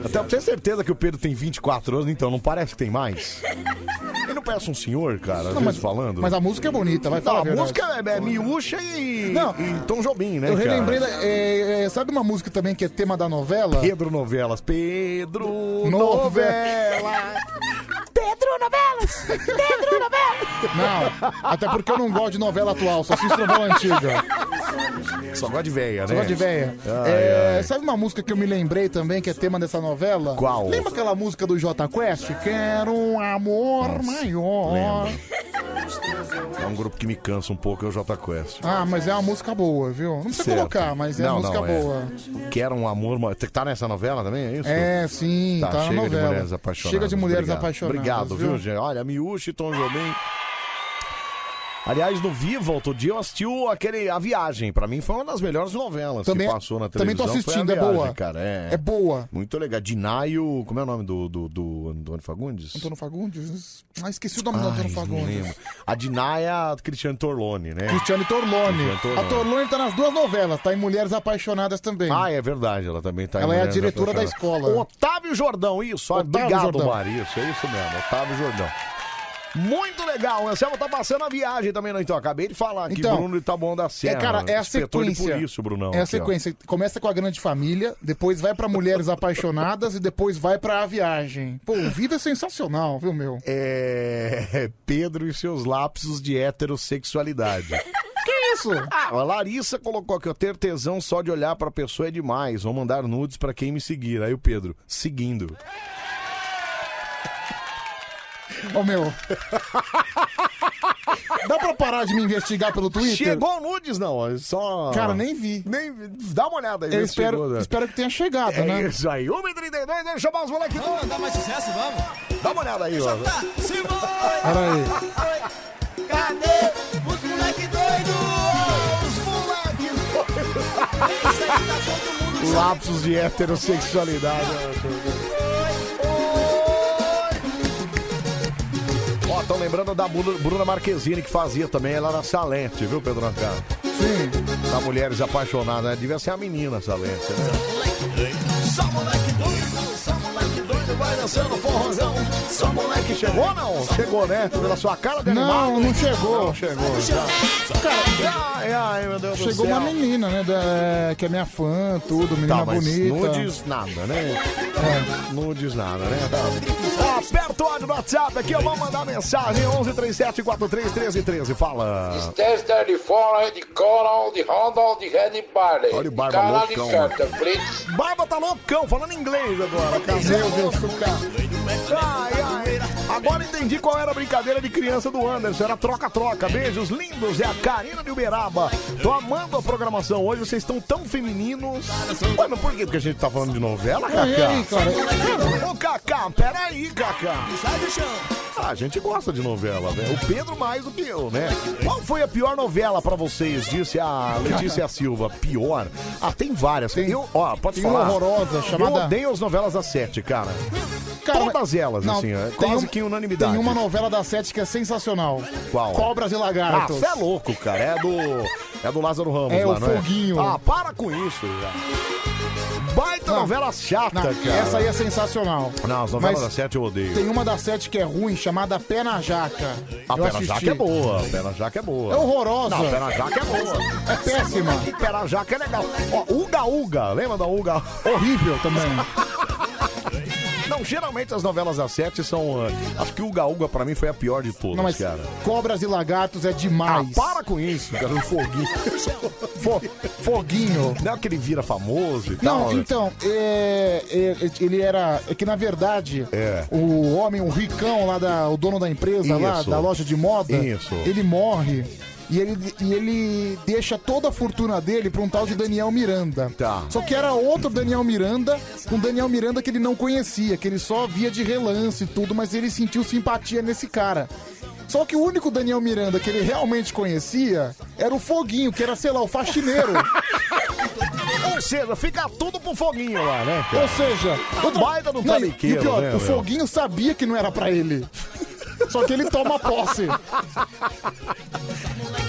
Speaker 1: Até pra ter certeza que o Pedro tem 24 anos, então não parece que tem mais. Ele não parece um senhor, cara, às
Speaker 2: Não,
Speaker 1: vezes falando. né?
Speaker 2: Mas a música é bonita, vai
Speaker 1: Não,
Speaker 2: falar
Speaker 1: a
Speaker 2: verdade. né?
Speaker 1: música é, é miúcha e,
Speaker 2: Não.
Speaker 1: e Tom Jobim, né?
Speaker 2: Eu relembrei,
Speaker 1: cara?
Speaker 2: da- é, é, sabe uma música também que é tema da novela?
Speaker 1: Pedro Novelas. Pedro
Speaker 2: Novela.
Speaker 4: Pedro Novelas! Pedro Novelas!
Speaker 2: Não, até porque eu não gosto de novela atual, só assisto novela antiga.
Speaker 1: Só gosta de véia, né?
Speaker 2: é Só gosta de véia.
Speaker 1: Ai,
Speaker 2: É,
Speaker 1: ai.
Speaker 2: Sabe uma música que eu me lembrei também, que é tema dessa novela?
Speaker 1: Qual?
Speaker 2: Lembra aquela música do Jota Quest? Quero um amor maior.
Speaker 1: É um grupo que me cansa um pouco, é o Jota Quest.
Speaker 2: Ah, mas é uma música boa, viu? Não precisa
Speaker 1: Certo.
Speaker 2: colocar, mas é uma
Speaker 1: Não,
Speaker 2: música
Speaker 1: não, é.
Speaker 2: boa.
Speaker 1: Quer um amor... ma- Tá nessa novela também, é isso?
Speaker 2: É, sim, tá, na
Speaker 1: chega
Speaker 2: novela.
Speaker 1: de mulheres apaixonadas.
Speaker 2: Chega de mulheres
Speaker 1: Obrigado.
Speaker 2: apaixonadas.
Speaker 1: Obrigado, viu, gente? Olha, Miúcha e Tom Jobim... Aliás, no Viva, outro dia, eu assisti o- aquele, A Viagem. Pra mim, foi uma das melhores novelas
Speaker 2: Também- é-
Speaker 1: que passou na
Speaker 2: também
Speaker 1: televisão.
Speaker 2: tô assistindo,
Speaker 1: foi
Speaker 2: é
Speaker 1: a Viagem,
Speaker 2: boa.
Speaker 1: Cara, é.
Speaker 2: É boa.
Speaker 1: Muito legal. Dinaio... Como é o nome do, do, do Antônio Fagundes?
Speaker 2: Antônio Fagundes? Ah, esqueci o nome do
Speaker 1: Ai,
Speaker 2: Antônio
Speaker 1: não
Speaker 2: Fagundes.
Speaker 1: lembro. A Dinaia Cristiano Torlone, né?
Speaker 2: Cristiane Torlone.
Speaker 1: Cristiane Torlone.
Speaker 2: A Torlone tá nas duas novelas, tá em Mulheres Apaixonadas também.
Speaker 1: Ah, é verdade, ela também tá em
Speaker 2: Ela é a
Speaker 1: Mulheres
Speaker 2: diretora da
Speaker 1: Apaixonadas.
Speaker 2: escola.
Speaker 1: Otávio Jordão, isso. ah,
Speaker 2: Otávio
Speaker 1: Obrigado,
Speaker 2: Jordão.
Speaker 1: Mari. Isso, é isso mesmo, Otávio Jordão. Muito legal, o Anselmo tá passando a viagem também, não? Então, acabei de falar aqui,
Speaker 2: Então,
Speaker 1: Bruno Itabon da
Speaker 2: É,
Speaker 1: Serra.
Speaker 2: cara, é a
Speaker 1: um inspetor
Speaker 2: sequência.
Speaker 1: De polícia, Brunão,
Speaker 2: é a
Speaker 1: aqui, ó.
Speaker 2: sequência. Começa com a grande família, depois vai pra mulheres apaixonadas e depois vai pra a viagem. Pô, o vida é sensacional, viu, meu?
Speaker 1: É... Pedro e seus lapsos de heterossexualidade.
Speaker 2: Que isso?
Speaker 1: Ah, a Larissa colocou aqui, ó, ter tesão só de olhar pra pessoa é demais, vou mandar nudes pra quem me seguir. Aí o Pedro, seguindo.
Speaker 2: Ô, meu. Dá pra parar de me investigar pelo Twitter?
Speaker 1: Chegou nudes, não, é só...
Speaker 2: Cara, nem vi.
Speaker 1: Nem Dá uma olhada aí.
Speaker 2: Eu
Speaker 1: vê se
Speaker 2: espero,
Speaker 1: chegou, né?
Speaker 2: espero que tenha chegado,
Speaker 1: É
Speaker 2: né?
Speaker 1: isso aí. 1h32, deixa eu chamar os moleques. Vamos cantar mais sucesso, vamos? Dá uma olhada aí, ó.
Speaker 2: Pera
Speaker 4: Cadê os moleque doido? Os moleque doido! Isso aí tá todo mundo
Speaker 1: Lapsos de heterossexualidade. ó. Ó, estão lembrando da Bru- Bruna Marquezine que fazia também, ela era salente, viu, Pedro Ancar?
Speaker 2: Sim.
Speaker 1: Da Mulheres Apaixonadas, né? devia ser a menina salente, né?
Speaker 4: Só moleque doido, só moleque doido vai dançando forrozão. Só moleque
Speaker 1: Chegou ou não? Chegou, né? Pela sua cara de animal.
Speaker 2: Não, não chegou.
Speaker 1: Não chegou. já. Ai, ai, meu Deus
Speaker 2: Chegou
Speaker 1: do céu.
Speaker 2: uma menina, né? da- que é minha fã, tudo, menina
Speaker 1: Tá, mas
Speaker 2: bonita.
Speaker 1: nudes nada, né? Nudes nada, né? Tá. Ó, repertório do WhatsApp aqui, eu vou mandar mensagem 1137431313, fala.
Speaker 20: Testa de fora, de coral, de Honda, de Red Barley.
Speaker 1: Olha o Barba
Speaker 20: Caralho
Speaker 1: loucão,
Speaker 4: tá
Speaker 20: Santa
Speaker 1: mano.
Speaker 20: Fritz.
Speaker 1: Barba tá loucão, falando inglês agora. Meu Deus do céu. Ai, ai. Agora entendi qual era a brincadeira de criança do Anderson. Era troca-troca. Beijos lindos. É a Karina de Uberaba. Tô amando a programação hoje. Vocês estão tão femininos. Ué, mas por quê? Porque a gente tá falando de novela, Cacá?
Speaker 2: E aí,
Speaker 1: cara? Ô, Cacá, peraí, Cacá. Sai do chão. Ah, a gente gosta de novela, né? O Pedro mais do que eu, né? Qual foi a pior novela pra vocês? Disse a Letícia Silva. Pior? Ah, tem várias. Eu, ó, pode
Speaker 2: Tem uma
Speaker 1: falar.
Speaker 2: horrorosa chamada-
Speaker 1: Eu odeio as novelas das sete, cara. Todas elas, assim, é quase que unanimidade.
Speaker 2: um- Tem uma novela da Sete que é sensacional.
Speaker 1: Qual?
Speaker 2: Cobras e
Speaker 1: Ah,
Speaker 2: Lagartos.
Speaker 1: você é louco, cara. É do, é do Lázaro Ramos
Speaker 2: É
Speaker 1: lá,
Speaker 2: o
Speaker 1: não é?
Speaker 2: Foguinho.
Speaker 1: Ah, para com isso, já. Baita novela chata,
Speaker 2: Não,
Speaker 1: cara.
Speaker 2: Essa aí é sensacional.
Speaker 1: Não, as novelas
Speaker 2: Mas
Speaker 1: das sete eu odeio.
Speaker 2: Tem uma da Sete que é ruim, chamada Pé na Jaca.
Speaker 1: A
Speaker 2: Eu
Speaker 1: Pera
Speaker 2: assisti.
Speaker 1: Jaca é boa. A Pera Jaca é boa.
Speaker 2: É horrorosa.
Speaker 1: Não, a Pera Jaca é boa.
Speaker 2: É péssima.
Speaker 1: Pera Jaca é legal. Ó, Uga Uga. Lembra da Uga?
Speaker 2: Horrível também.
Speaker 1: Não, geralmente as novelas das sete são... ah, Acho que Uga Uga pra mim foi a pior de todas,
Speaker 2: Não, mas
Speaker 1: cara.
Speaker 2: Cobras e Lagartos é demais.
Speaker 1: Ah, Para com isso, cara. Um foguinho.
Speaker 2: Fo- foguinho.
Speaker 1: Não é que ele vira famoso e
Speaker 2: Não,
Speaker 1: tal. né?
Speaker 2: então, é, é, ele era. É que na verdade,
Speaker 1: É.
Speaker 2: o homem, o ricão lá, da, o dono da empresa lá,
Speaker 1: Isso.
Speaker 2: da loja de moda,
Speaker 1: Isso.
Speaker 2: ele morre. E ele, e ele deixa toda a fortuna dele pra um tal de Daniel Miranda.
Speaker 1: Tá.
Speaker 2: Só que era outro Daniel Miranda, um Daniel Miranda que ele não conhecia, que ele só via de relance e tudo, mas ele sentiu simpatia nesse cara. Só que o único Daniel Miranda que ele realmente conhecia era o Foguinho, que era, sei lá, o faxineiro.
Speaker 1: Ou seja, fica tudo pro foguinho lá, né? cara?
Speaker 2: Ou seja,
Speaker 1: A baita do
Speaker 2: não, e-
Speaker 1: taliqueiro,
Speaker 2: e o pior,
Speaker 1: né,
Speaker 2: o
Speaker 1: meu?
Speaker 2: Foguinho sabia que não era pra ele. Só que ele toma posse.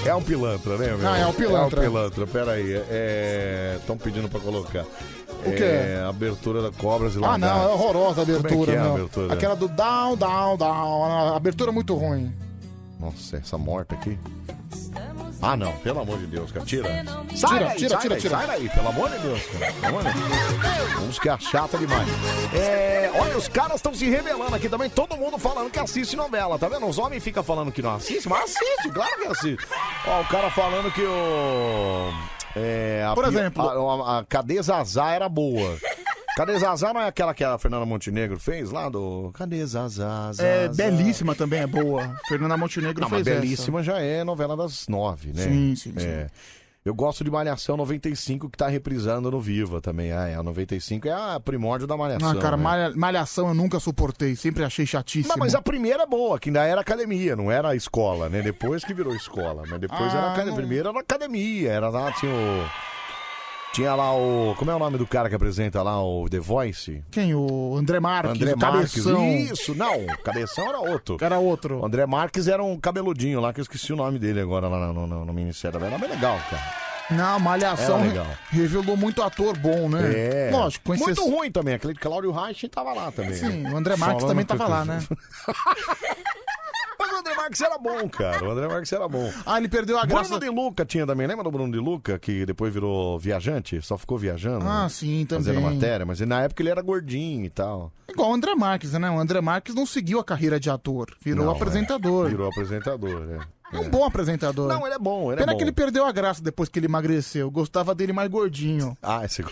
Speaker 1: É um pilantra, né, meu?
Speaker 2: Ah, é um pilantra.
Speaker 1: É um pilantra, peraí. Estão pedindo pra colocar.
Speaker 2: O quê?
Speaker 1: É, abertura da Cobras e
Speaker 2: Ah,
Speaker 1: Lagartos.
Speaker 2: não, é horrorosa a
Speaker 1: Como é
Speaker 2: abertura,
Speaker 1: que é a
Speaker 2: meu.
Speaker 1: abertura?
Speaker 2: Aquela do down, down, down. a Abertura muito ruim.
Speaker 1: Nossa, essa morta aqui. Ah, não, pelo amor de Deus, cara. Tira.
Speaker 2: Tira,
Speaker 1: daí,
Speaker 2: tira,
Speaker 1: sai
Speaker 2: tira,
Speaker 1: daí,
Speaker 2: tira.
Speaker 1: Sai daí, pelo amor de Deus, cara. Pelo amor de Deus. Música chata demais. É, olha, os caras estão se revelando aqui também. Todo mundo falando que assiste novela, tá vendo? Os homens ficam falando que não assiste, mas assiste, claro que assiste. Ó, o cara falando que o. é, a
Speaker 2: Por
Speaker 1: pi-
Speaker 2: exemplo.
Speaker 1: A, a, a Cadê Zazá era boa. Cadê Zazá não é aquela que a Fernanda Montenegro fez lá do. Cadê Zazá? Zazá?
Speaker 2: É belíssima também, é boa. Fernanda Montenegro
Speaker 1: Não, mas
Speaker 2: fez
Speaker 1: Belíssima já é novela das nove, né?
Speaker 2: Sim, sim, sim.
Speaker 1: É. Eu gosto de Malhação 95, que tá reprisando no Viva também. Ah, é, a 95 é a primórdio da
Speaker 2: essa.
Speaker 1: Malhação.
Speaker 2: Não, Ah, cara,
Speaker 1: né?
Speaker 2: malha- malhação eu nunca suportei, sempre achei chatíssimo.
Speaker 1: Não, mas a primeira é boa, que ainda era academia, não era escola, né? Depois que virou escola, mas depois
Speaker 2: Ah,
Speaker 1: era academia.
Speaker 2: não.
Speaker 1: Primeiro era academia, era lá, tinha o... Tinha lá o... Como é o nome do cara que apresenta lá o The Voice?
Speaker 2: Quem? O André Marques,
Speaker 1: André
Speaker 2: o
Speaker 1: Marques.
Speaker 2: cabeção.
Speaker 1: Isso, não. Cabeção era outro.
Speaker 2: Era outro.
Speaker 1: O André Marques era um cabeludinho lá, que eu esqueci o nome dele agora lá no, no, no Ministério. Era bem legal, cara.
Speaker 2: Não, Malhação
Speaker 1: Era É legal.
Speaker 2: re- revelou muito ator bom, né?
Speaker 1: É.
Speaker 2: Lógico, com
Speaker 1: Muito
Speaker 2: exceção-
Speaker 1: ruim também. Aquele de Cláudio Reich tava lá também.
Speaker 2: Sim,
Speaker 1: né?
Speaker 2: o André Marques
Speaker 1: Falando
Speaker 2: também
Speaker 1: que-
Speaker 2: tava lá, né?
Speaker 1: Mas o André Marques era bom, cara. O André Marques era bom.
Speaker 2: Ah, ele perdeu a graça.
Speaker 1: Bruno de Luca tinha também. Lembra do Bruno de Luca, que depois virou viajante? Só ficou viajando?
Speaker 2: Ah,
Speaker 1: né?
Speaker 2: sim, também.
Speaker 1: Fazendo matéria. Mas na época ele era gordinho e tal.
Speaker 2: Igual o André Marques, né? O André Marques não seguiu a carreira de ator, virou
Speaker 1: Não, é.
Speaker 2: apresentador.
Speaker 1: Virou apresentador, né?
Speaker 2: É um bom apresentador.
Speaker 1: Não, ele é bom, ele é
Speaker 2: Pena
Speaker 1: bom.
Speaker 2: que ele perdeu a graça depois que ele emagreceu. Gostava dele mais gordinho.
Speaker 1: Ah, esse...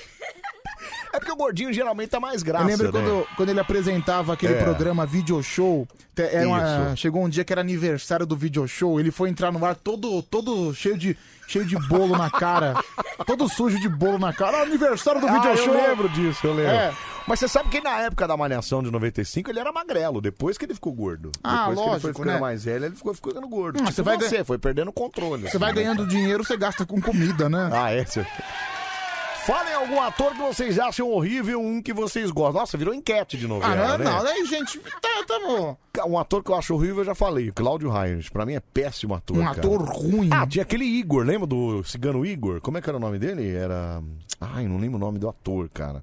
Speaker 1: É porque o gordinho geralmente tá mais graça,
Speaker 2: Eu lembro
Speaker 1: né?
Speaker 2: quando, quando ele apresentava aquele
Speaker 1: É.
Speaker 2: programa Video Show. te- Era uma-
Speaker 1: Isso.
Speaker 2: chegou um dia que era aniversário do Video Show. Ele foi entrar no ar todo, todo cheio, de, cheio de bolo na cara. todo sujo de bolo na cara. Ah, Aniversário do Video
Speaker 1: ah,
Speaker 2: Show.
Speaker 1: Eu lembro disso, eu lembro.
Speaker 2: É.
Speaker 1: Mas você sabe que na época da Malhação de 95 ele era magrelo, depois que ele ficou gordo.
Speaker 2: Ah,
Speaker 1: depois que ele foi
Speaker 2: lógico,
Speaker 1: ficando
Speaker 2: né?
Speaker 1: mais velho, ele ficou ficando gordo.
Speaker 2: Ah,
Speaker 1: tipo
Speaker 2: você vai
Speaker 1: você,
Speaker 2: ganha-
Speaker 1: foi perdendo o controle. assim, né?
Speaker 2: Você vai ganhando dinheiro, você gasta com comida, né?
Speaker 1: Ah, é? Você- Falem algum ator que vocês acham horrível, um que vocês gostam. Nossa, virou enquete de
Speaker 2: Ah,
Speaker 1: novela,
Speaker 2: não,
Speaker 1: né?
Speaker 2: não, daí, gente, tá, tá bom.
Speaker 1: Um ator que eu acho horrível, eu já falei, o Cláudio Reines. Pra mim é péssimo ator.
Speaker 2: Um
Speaker 1: cara.
Speaker 2: ator ruim.
Speaker 1: Ah, tinha aquele Igor, lembra do cigano Igor? Como é que era o nome dele? Era. Ai, não lembro o nome do ator, cara.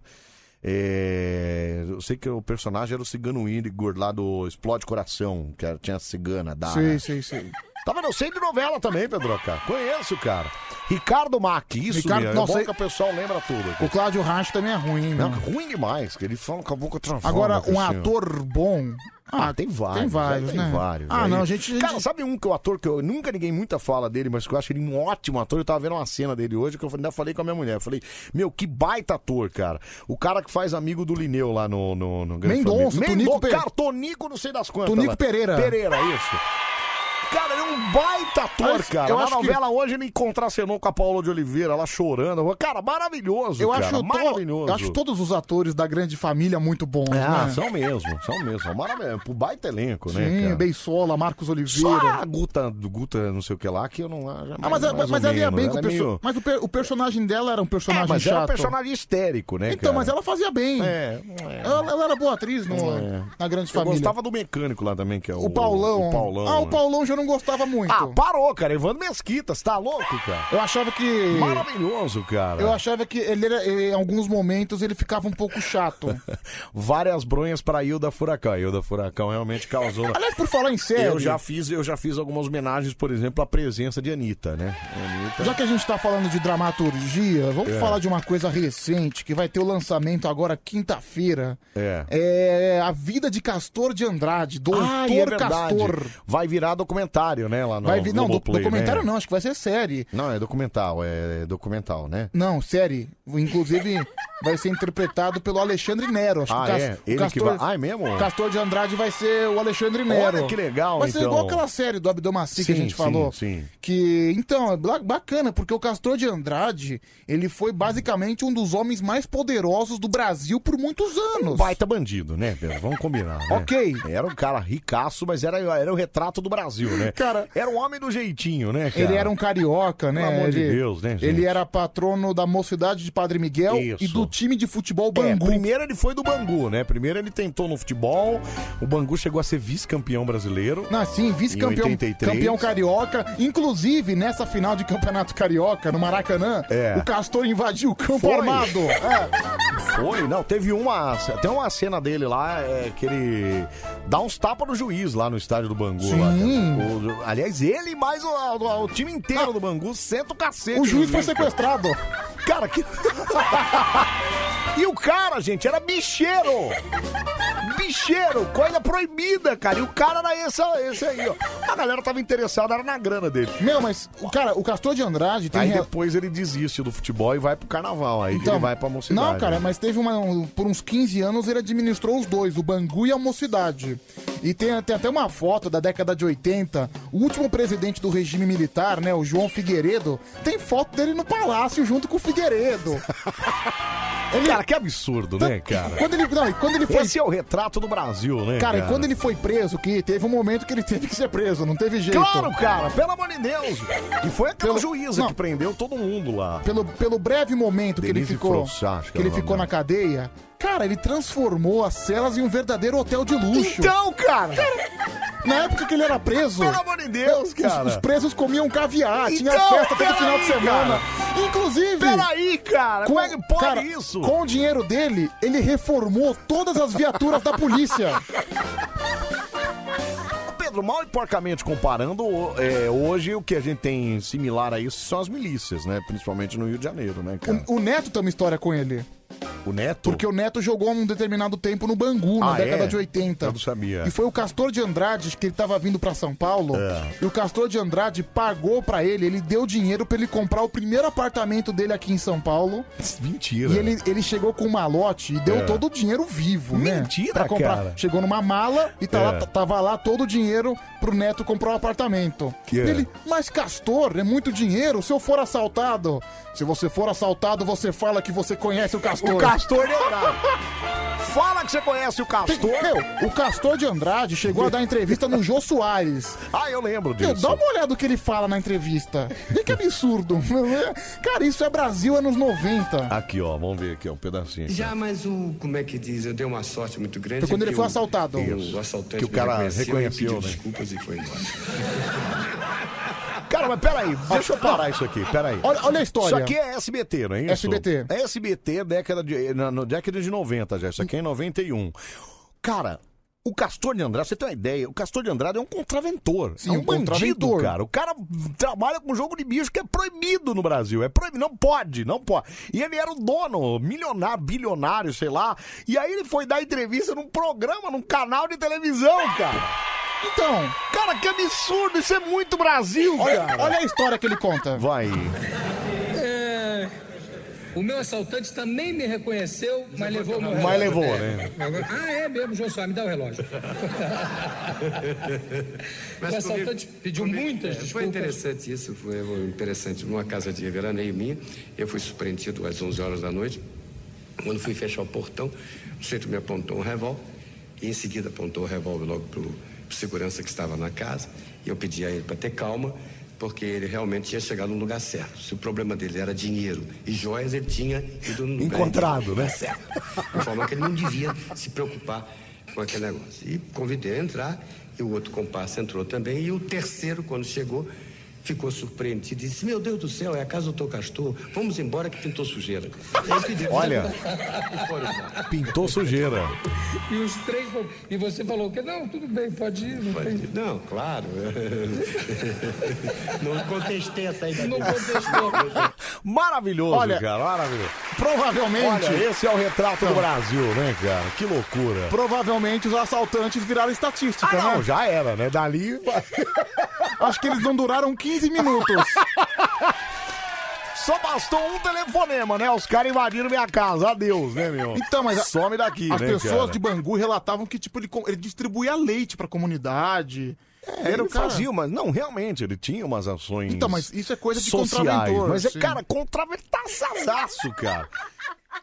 Speaker 1: É, Eu sei que o personagem era o cigano Igor lá do Explode Coração, que era- tinha a cigana da.
Speaker 2: Sei, sei, sei.
Speaker 1: Tá vendo? Eu sei de novela também, Pedro, cara. Conheço, cara. Ricardo Mack, isso
Speaker 2: Ricardo-
Speaker 1: mesmo.
Speaker 2: nossa,
Speaker 1: é bom que o pessoal lembra tudo.
Speaker 2: O Cláudio Rancho também é ruim,
Speaker 1: Não,
Speaker 2: né?
Speaker 1: ruim demais, que ele fala com a boca transforma.
Speaker 2: Agora, um ator bom,
Speaker 1: Ah, tem vários.
Speaker 2: tem vários,
Speaker 1: é,
Speaker 2: né?
Speaker 1: Tem vários.
Speaker 2: Ah, não, a
Speaker 1: gente. Cara, sabe um que o ator que eu nunca ninguém muita fala dele, mas que eu acho ele um ótimo ator. Eu tava vendo uma cena dele hoje que eu ainda falei com a minha mulher. Eu falei, meu, que baita ator, cara. O cara que faz amigo do Lineu lá no. no, no Grande
Speaker 2: Mendonça,
Speaker 1: Família.
Speaker 2: Tonico
Speaker 1: Mendo-
Speaker 2: Pe-
Speaker 1: Cara, Tonico, não sei das quantas.
Speaker 2: Tonico
Speaker 1: lá.
Speaker 2: Pereira.
Speaker 1: Pereira, isso. Cara, ele é um baita ator,
Speaker 2: Mas
Speaker 1: cara.
Speaker 2: eu
Speaker 1: Na
Speaker 2: acho que-
Speaker 1: novela hoje ele contracenou com a Paula de Oliveira, lá chorando. Cara, maravilhoso.
Speaker 2: Eu
Speaker 1: cara,
Speaker 2: acho, to-
Speaker 1: maravilhoso.
Speaker 2: eu acho todos os atores da grande família muito bons,
Speaker 1: Ah,
Speaker 2: né?
Speaker 1: são mesmo, são mesmo. É um São maravilhosos. Pro baita elenco, né?
Speaker 2: Sim,
Speaker 1: cara?
Speaker 2: Beisola, Marcos
Speaker 1: Só
Speaker 2: Oliveira.
Speaker 1: a Guta, do Guta, não sei o que lá, que eu não. já
Speaker 2: Ah,
Speaker 1: mais-
Speaker 2: mas,
Speaker 1: mais ou
Speaker 2: mas ela ia
Speaker 1: menos,
Speaker 2: bem com o
Speaker 1: ela é
Speaker 2: perso...
Speaker 1: meio-
Speaker 2: Mas o, per- o personagem dela era um personagem
Speaker 1: É, mas
Speaker 2: chato.
Speaker 1: era um personagem histérico, né?
Speaker 2: Então,
Speaker 1: cara?
Speaker 2: mas ela fazia bem.
Speaker 1: É,
Speaker 2: Ela, ela era boa atriz no...
Speaker 1: É.
Speaker 2: na Grande
Speaker 1: Eu
Speaker 2: Família.
Speaker 1: gostava do mecânico lá também, que é o.
Speaker 2: O Paulão.
Speaker 1: O Paulão.
Speaker 2: Ah, o
Speaker 1: né?
Speaker 2: Paulão já não gostava muito.
Speaker 1: Ah, parou, cara. Evandro Mesquita, você tá louco, cara?
Speaker 2: Eu achava que.
Speaker 1: Maravilhoso, cara.
Speaker 2: Eu achava que ele era, em alguns momentos ele ficava um pouco chato.
Speaker 1: Várias bronhas pra Hilda Furacão. A Hilda Furacão realmente causou.
Speaker 2: Aliás, por falar em série.
Speaker 1: Eu já fiz, eu já fiz algumas homenagens, por exemplo, à presença de Anitta, né? Anitta.
Speaker 2: Já que a gente tá falando de dramaturgia, vamos
Speaker 1: É.
Speaker 2: falar de uma coisa recente que vai ter o lançamento agora quinta-feira.
Speaker 1: É.
Speaker 2: É A Vida de Castor de Andrade, Doutor
Speaker 1: Ah, e é verdade.
Speaker 2: Castor.
Speaker 1: Vai virar documentário, né? Lá no,
Speaker 2: Vai vir, não, do-
Speaker 1: Globoplay,
Speaker 2: documentário
Speaker 1: né?
Speaker 2: não, acho que vai ser série.
Speaker 1: Não, é documental, é documental, né?
Speaker 2: Não, série. Inclusive, vai ser interpretado pelo Alexandre Nero. Acho que
Speaker 1: Ah,
Speaker 2: o Cas-
Speaker 1: é?
Speaker 2: o
Speaker 1: Ele que vai- Ah, é mesmo?
Speaker 2: Castor de Andrade vai ser o Alexandre
Speaker 1: Olha
Speaker 2: Nero.
Speaker 1: que legal,
Speaker 2: Vai ser
Speaker 1: então.
Speaker 2: igual aquela série do Abdomaci que a
Speaker 1: Sim,
Speaker 2: gente
Speaker 1: sim,
Speaker 2: falou.
Speaker 1: sim.
Speaker 2: Que, então, é ba- bacana, porque o Castor de Andrade, ele foi basicamente um dos homens mais poderosos do Brasil por muitos anos.
Speaker 1: Baita bandido, né, Pedro? Vamos combinar, né?
Speaker 2: Ok.
Speaker 1: Era um cara ricaço, mas era, era o retrato do Brasil, né?
Speaker 2: Cara-
Speaker 1: Era um homem do jeitinho, né, cara?
Speaker 2: Ele era um carioca, né?
Speaker 1: Pelo amor de
Speaker 2: ele,
Speaker 1: Deus, né, gente?
Speaker 2: Ele era patrono da Mocidade de Padre Miguel Então, e
Speaker 1: Isso.
Speaker 2: do time de futebol
Speaker 1: É,
Speaker 2: Bangu.
Speaker 1: primeiro ele foi do Bangu, né? Primeiro ele tentou no futebol, o Bangu chegou a ser vice-campeão brasileiro.
Speaker 2: Não, Ah, sim, vice-campeão
Speaker 1: Em 83.
Speaker 2: campeão carioca. Inclusive, nessa final de campeonato carioca, no Maracanã,
Speaker 1: É.
Speaker 2: o Castor invadiu o campo
Speaker 1: Foi.
Speaker 2: armado. É.
Speaker 1: Foi, não, teve uma. Tem uma cena dele lá é, que ele dá uns tapas no juiz lá no estádio do Bangu. Lá, cara. O- aliás, ele e mais o, o- o time
Speaker 2: Ah.
Speaker 1: inteiro do Bangu senta o cacete.
Speaker 2: O
Speaker 1: no
Speaker 2: juiz foi
Speaker 1: cara.
Speaker 2: sequestrado.
Speaker 1: Cara, que. e o cara, gente, era bicheiro! Bicheiro, coisa proibida, cara. E o cara era esse, esse aí, ó. A galera tava interessada, era na grana dele.
Speaker 2: Meu, mas, o cara, o Castor de Andrade tem...
Speaker 1: Aí
Speaker 2: re- Então,
Speaker 1: depois ele desiste do futebol e vai pro carnaval. Aí que ele Então, vai pra mocidade. né?
Speaker 2: Não, cara, mas teve uma. um- Por uns 15 anos ele administrou os dois, o Bangu e a mocidade. E tem, tem até uma foto da década de 80. O último presidente do regime militar, né? O João Figueiredo, tem foto dele no palácio junto com o Figueiredo.
Speaker 1: Cara, que absurdo, né, cara?
Speaker 2: Quando ele, não, Então, e quando ele foi.
Speaker 1: Esse é o retrato do Brasil, né?
Speaker 2: Cara, e quando ele foi preso, que teve um momento que ele teve que ser preso, não teve jeito.
Speaker 1: Claro, cara, pelo amor de Deus. E foi aquela juíza que prendeu todo mundo lá.
Speaker 2: Pelo, pelo breve momento que ele
Speaker 1: Denise
Speaker 2: ficou,
Speaker 1: Frossá, acho que
Speaker 2: que ele
Speaker 1: era o
Speaker 2: ficou
Speaker 1: nome
Speaker 2: na cadeia, cara, ele transformou as celas em um verdadeiro hotel de luxo.
Speaker 1: Então, cara!
Speaker 2: Na época que ele era preso.
Speaker 1: Pelo amor de Deus,
Speaker 2: os-
Speaker 1: cara.
Speaker 2: Os, presos comiam caviar, tinha
Speaker 1: Então,
Speaker 2: festa todo final
Speaker 1: peraí,
Speaker 2: de semana.
Speaker 1: cara.
Speaker 2: Inclusive.
Speaker 1: Peraí, cara, como é que pode
Speaker 2: cara,
Speaker 1: isso?
Speaker 2: Com o dinheiro dele, ele reformou todas as viaturas da polícia.
Speaker 1: Pedro, mal e porcamente comparando, o- é, hoje o que a gente tem similar a isso são as milícias, né? Principalmente no Rio de Janeiro, né, cara?
Speaker 2: O Neto tem uma história com ele.
Speaker 1: O Neto?
Speaker 2: Porque o Neto jogou um determinado tempo no Bangu, na
Speaker 1: Ah,
Speaker 2: década
Speaker 1: é?
Speaker 2: de 80.
Speaker 1: Eu não sabia.
Speaker 2: E foi o Castor de Andrade que ele tava vindo pra São Paulo.
Speaker 1: É.
Speaker 2: E o Castor de Andrade pagou pra ele, ele deu dinheiro pra ele comprar o primeiro apartamento dele aqui em São Paulo.
Speaker 1: Mentira.
Speaker 2: E ele, ele chegou com um malote e deu
Speaker 1: É.
Speaker 2: todo o dinheiro vivo, né?
Speaker 1: Mentira,
Speaker 2: Pra comprar.
Speaker 1: cara.
Speaker 2: Chegou numa mala e tá
Speaker 1: É.
Speaker 2: lá- t- tava lá todo o dinheiro pro neto comprar o apartamento.
Speaker 1: Que
Speaker 2: E
Speaker 1: é?
Speaker 2: ele, mas Castor, é muito dinheiro se eu for assaltado. Se você for assaltado, você fala que você conhece o Castor.
Speaker 1: O Castor de Andrade. Fala que você conhece o Castor.
Speaker 2: Meu, o Castor de Andrade chegou a dar entrevista no Jô Soares.
Speaker 1: Ah, eu lembro
Speaker 2: Meu,
Speaker 1: disso.
Speaker 2: dá uma olhada no que ele fala na entrevista. Vê que absurdo. Cara, isso é Brasil anos 90.
Speaker 1: Aqui, ó, vamos ver aqui, ó, um pedacinho. aqui, ó.
Speaker 21: Já, mas o. Como é que diz? Eu dei uma sorte muito grande.
Speaker 2: Foi quando ele
Speaker 21: que
Speaker 2: foi
Speaker 21: o-
Speaker 2: assaltado.
Speaker 21: que
Speaker 2: Isso.
Speaker 21: O assaltante
Speaker 1: Que o
Speaker 21: me
Speaker 1: cara
Speaker 21: reconheceu,
Speaker 1: reconheceu,
Speaker 21: e pediu
Speaker 1: né?
Speaker 21: desculpas e foi embora.
Speaker 1: Cara, mas peraí, deixa eu parar isso aqui, peraí.
Speaker 2: Olha- olha a história.
Speaker 1: Isso aqui é SBT, não é isso?
Speaker 2: SBT.
Speaker 1: SBT, década de, na, na década de 90 já, isso aqui é em 91. Cara, O Castor de Andrade, você tem uma ideia, o Castor de Andrade é um contraventor.
Speaker 2: Sim,
Speaker 1: é
Speaker 2: um
Speaker 1: um, bandido,
Speaker 2: contraventor.
Speaker 1: cara. O cara trabalha com jogo de bicho que é proibido no Brasil. É proibido, não pode, não pode. E ele era o dono, milionário, bilionário, sei lá. E aí ele foi dar entrevista num programa, num canal de televisão, cara.
Speaker 2: Então,
Speaker 1: cara, que absurdo, isso é muito Brasil,
Speaker 2: olha,
Speaker 1: cara.
Speaker 2: Olha a história que ele conta.
Speaker 1: Vai.
Speaker 22: É, O meu assaltante também me reconheceu, mas levou o meu relógio.
Speaker 1: Mas levou, né?
Speaker 22: Agora- Ah, é mesmo, João Soares, me dá o relógio.
Speaker 11: Mas
Speaker 22: o assaltante
Speaker 11: comigo-
Speaker 22: pediu
Speaker 11: comigo-
Speaker 22: muitas
Speaker 11: é, Foi
Speaker 22: desculpas.
Speaker 11: interessante isso, foi interessante. Numa casa de veraneio minha, eu fui surpreendido às 11 horas da noite. Quando fui fechar o portão, o sujeito me apontou um revólver e em seguida apontou o revólver logo para o segurança que estava na casa. E eu pedi a ele para ter calma, porque ele realmente tinha chegado no lugar certo. Se o problema dele era dinheiro e joias, ele tinha ido no lugar
Speaker 1: Encontrado,
Speaker 11: errado,
Speaker 1: né?
Speaker 11: certo. De forma que ele não devia se preocupar com aquele negócio. E convidei a entrar, e o outro comparsa entrou também, e o terceiro, quando chegou, ficou surpreendido e disse: Meu Deus do céu, é a casa do Dr. Castor, vamos embora que pintou sujeira. Eu pedi-
Speaker 1: Olha.
Speaker 11: E foram embora.
Speaker 1: Pintou sujeira.
Speaker 22: E os três fal- E você falou o quê? Não, tudo bem, pode ir, não tem.
Speaker 11: Não, claro. Não contestei a saída
Speaker 22: Não
Speaker 11: dele.
Speaker 22: contestou.
Speaker 1: Maravilhoso,
Speaker 2: Olha,
Speaker 1: cara, maravilhoso.
Speaker 2: provavelmente-
Speaker 1: Olha, esse é o retrato do
Speaker 2: Não.
Speaker 1: Brasil, né, cara? Que loucura.
Speaker 2: Provavelmente os assaltantes viraram estatística,
Speaker 1: Ah, não,
Speaker 2: né?
Speaker 1: já era, né? Dali.
Speaker 2: Acho que eles não duraram 15 minutos.
Speaker 1: Só bastou um telefonema, né? Os caras invadiram minha casa. Adeus, né, meu?
Speaker 2: Então, mas a-
Speaker 1: Some daqui,
Speaker 2: as
Speaker 1: né,
Speaker 2: pessoas
Speaker 1: cara?
Speaker 2: de Bangu relatavam que tipo ele, co- ele distribuía leite pra comunidade.
Speaker 1: É, ele fazia, mas não, realmente, ele tinha umas ações.
Speaker 2: Então, mas isso é coisa de assim.
Speaker 1: sociais,
Speaker 2: contraventor,
Speaker 1: Mas é,
Speaker 2: sim.
Speaker 1: cara, contraventaçaço, cara.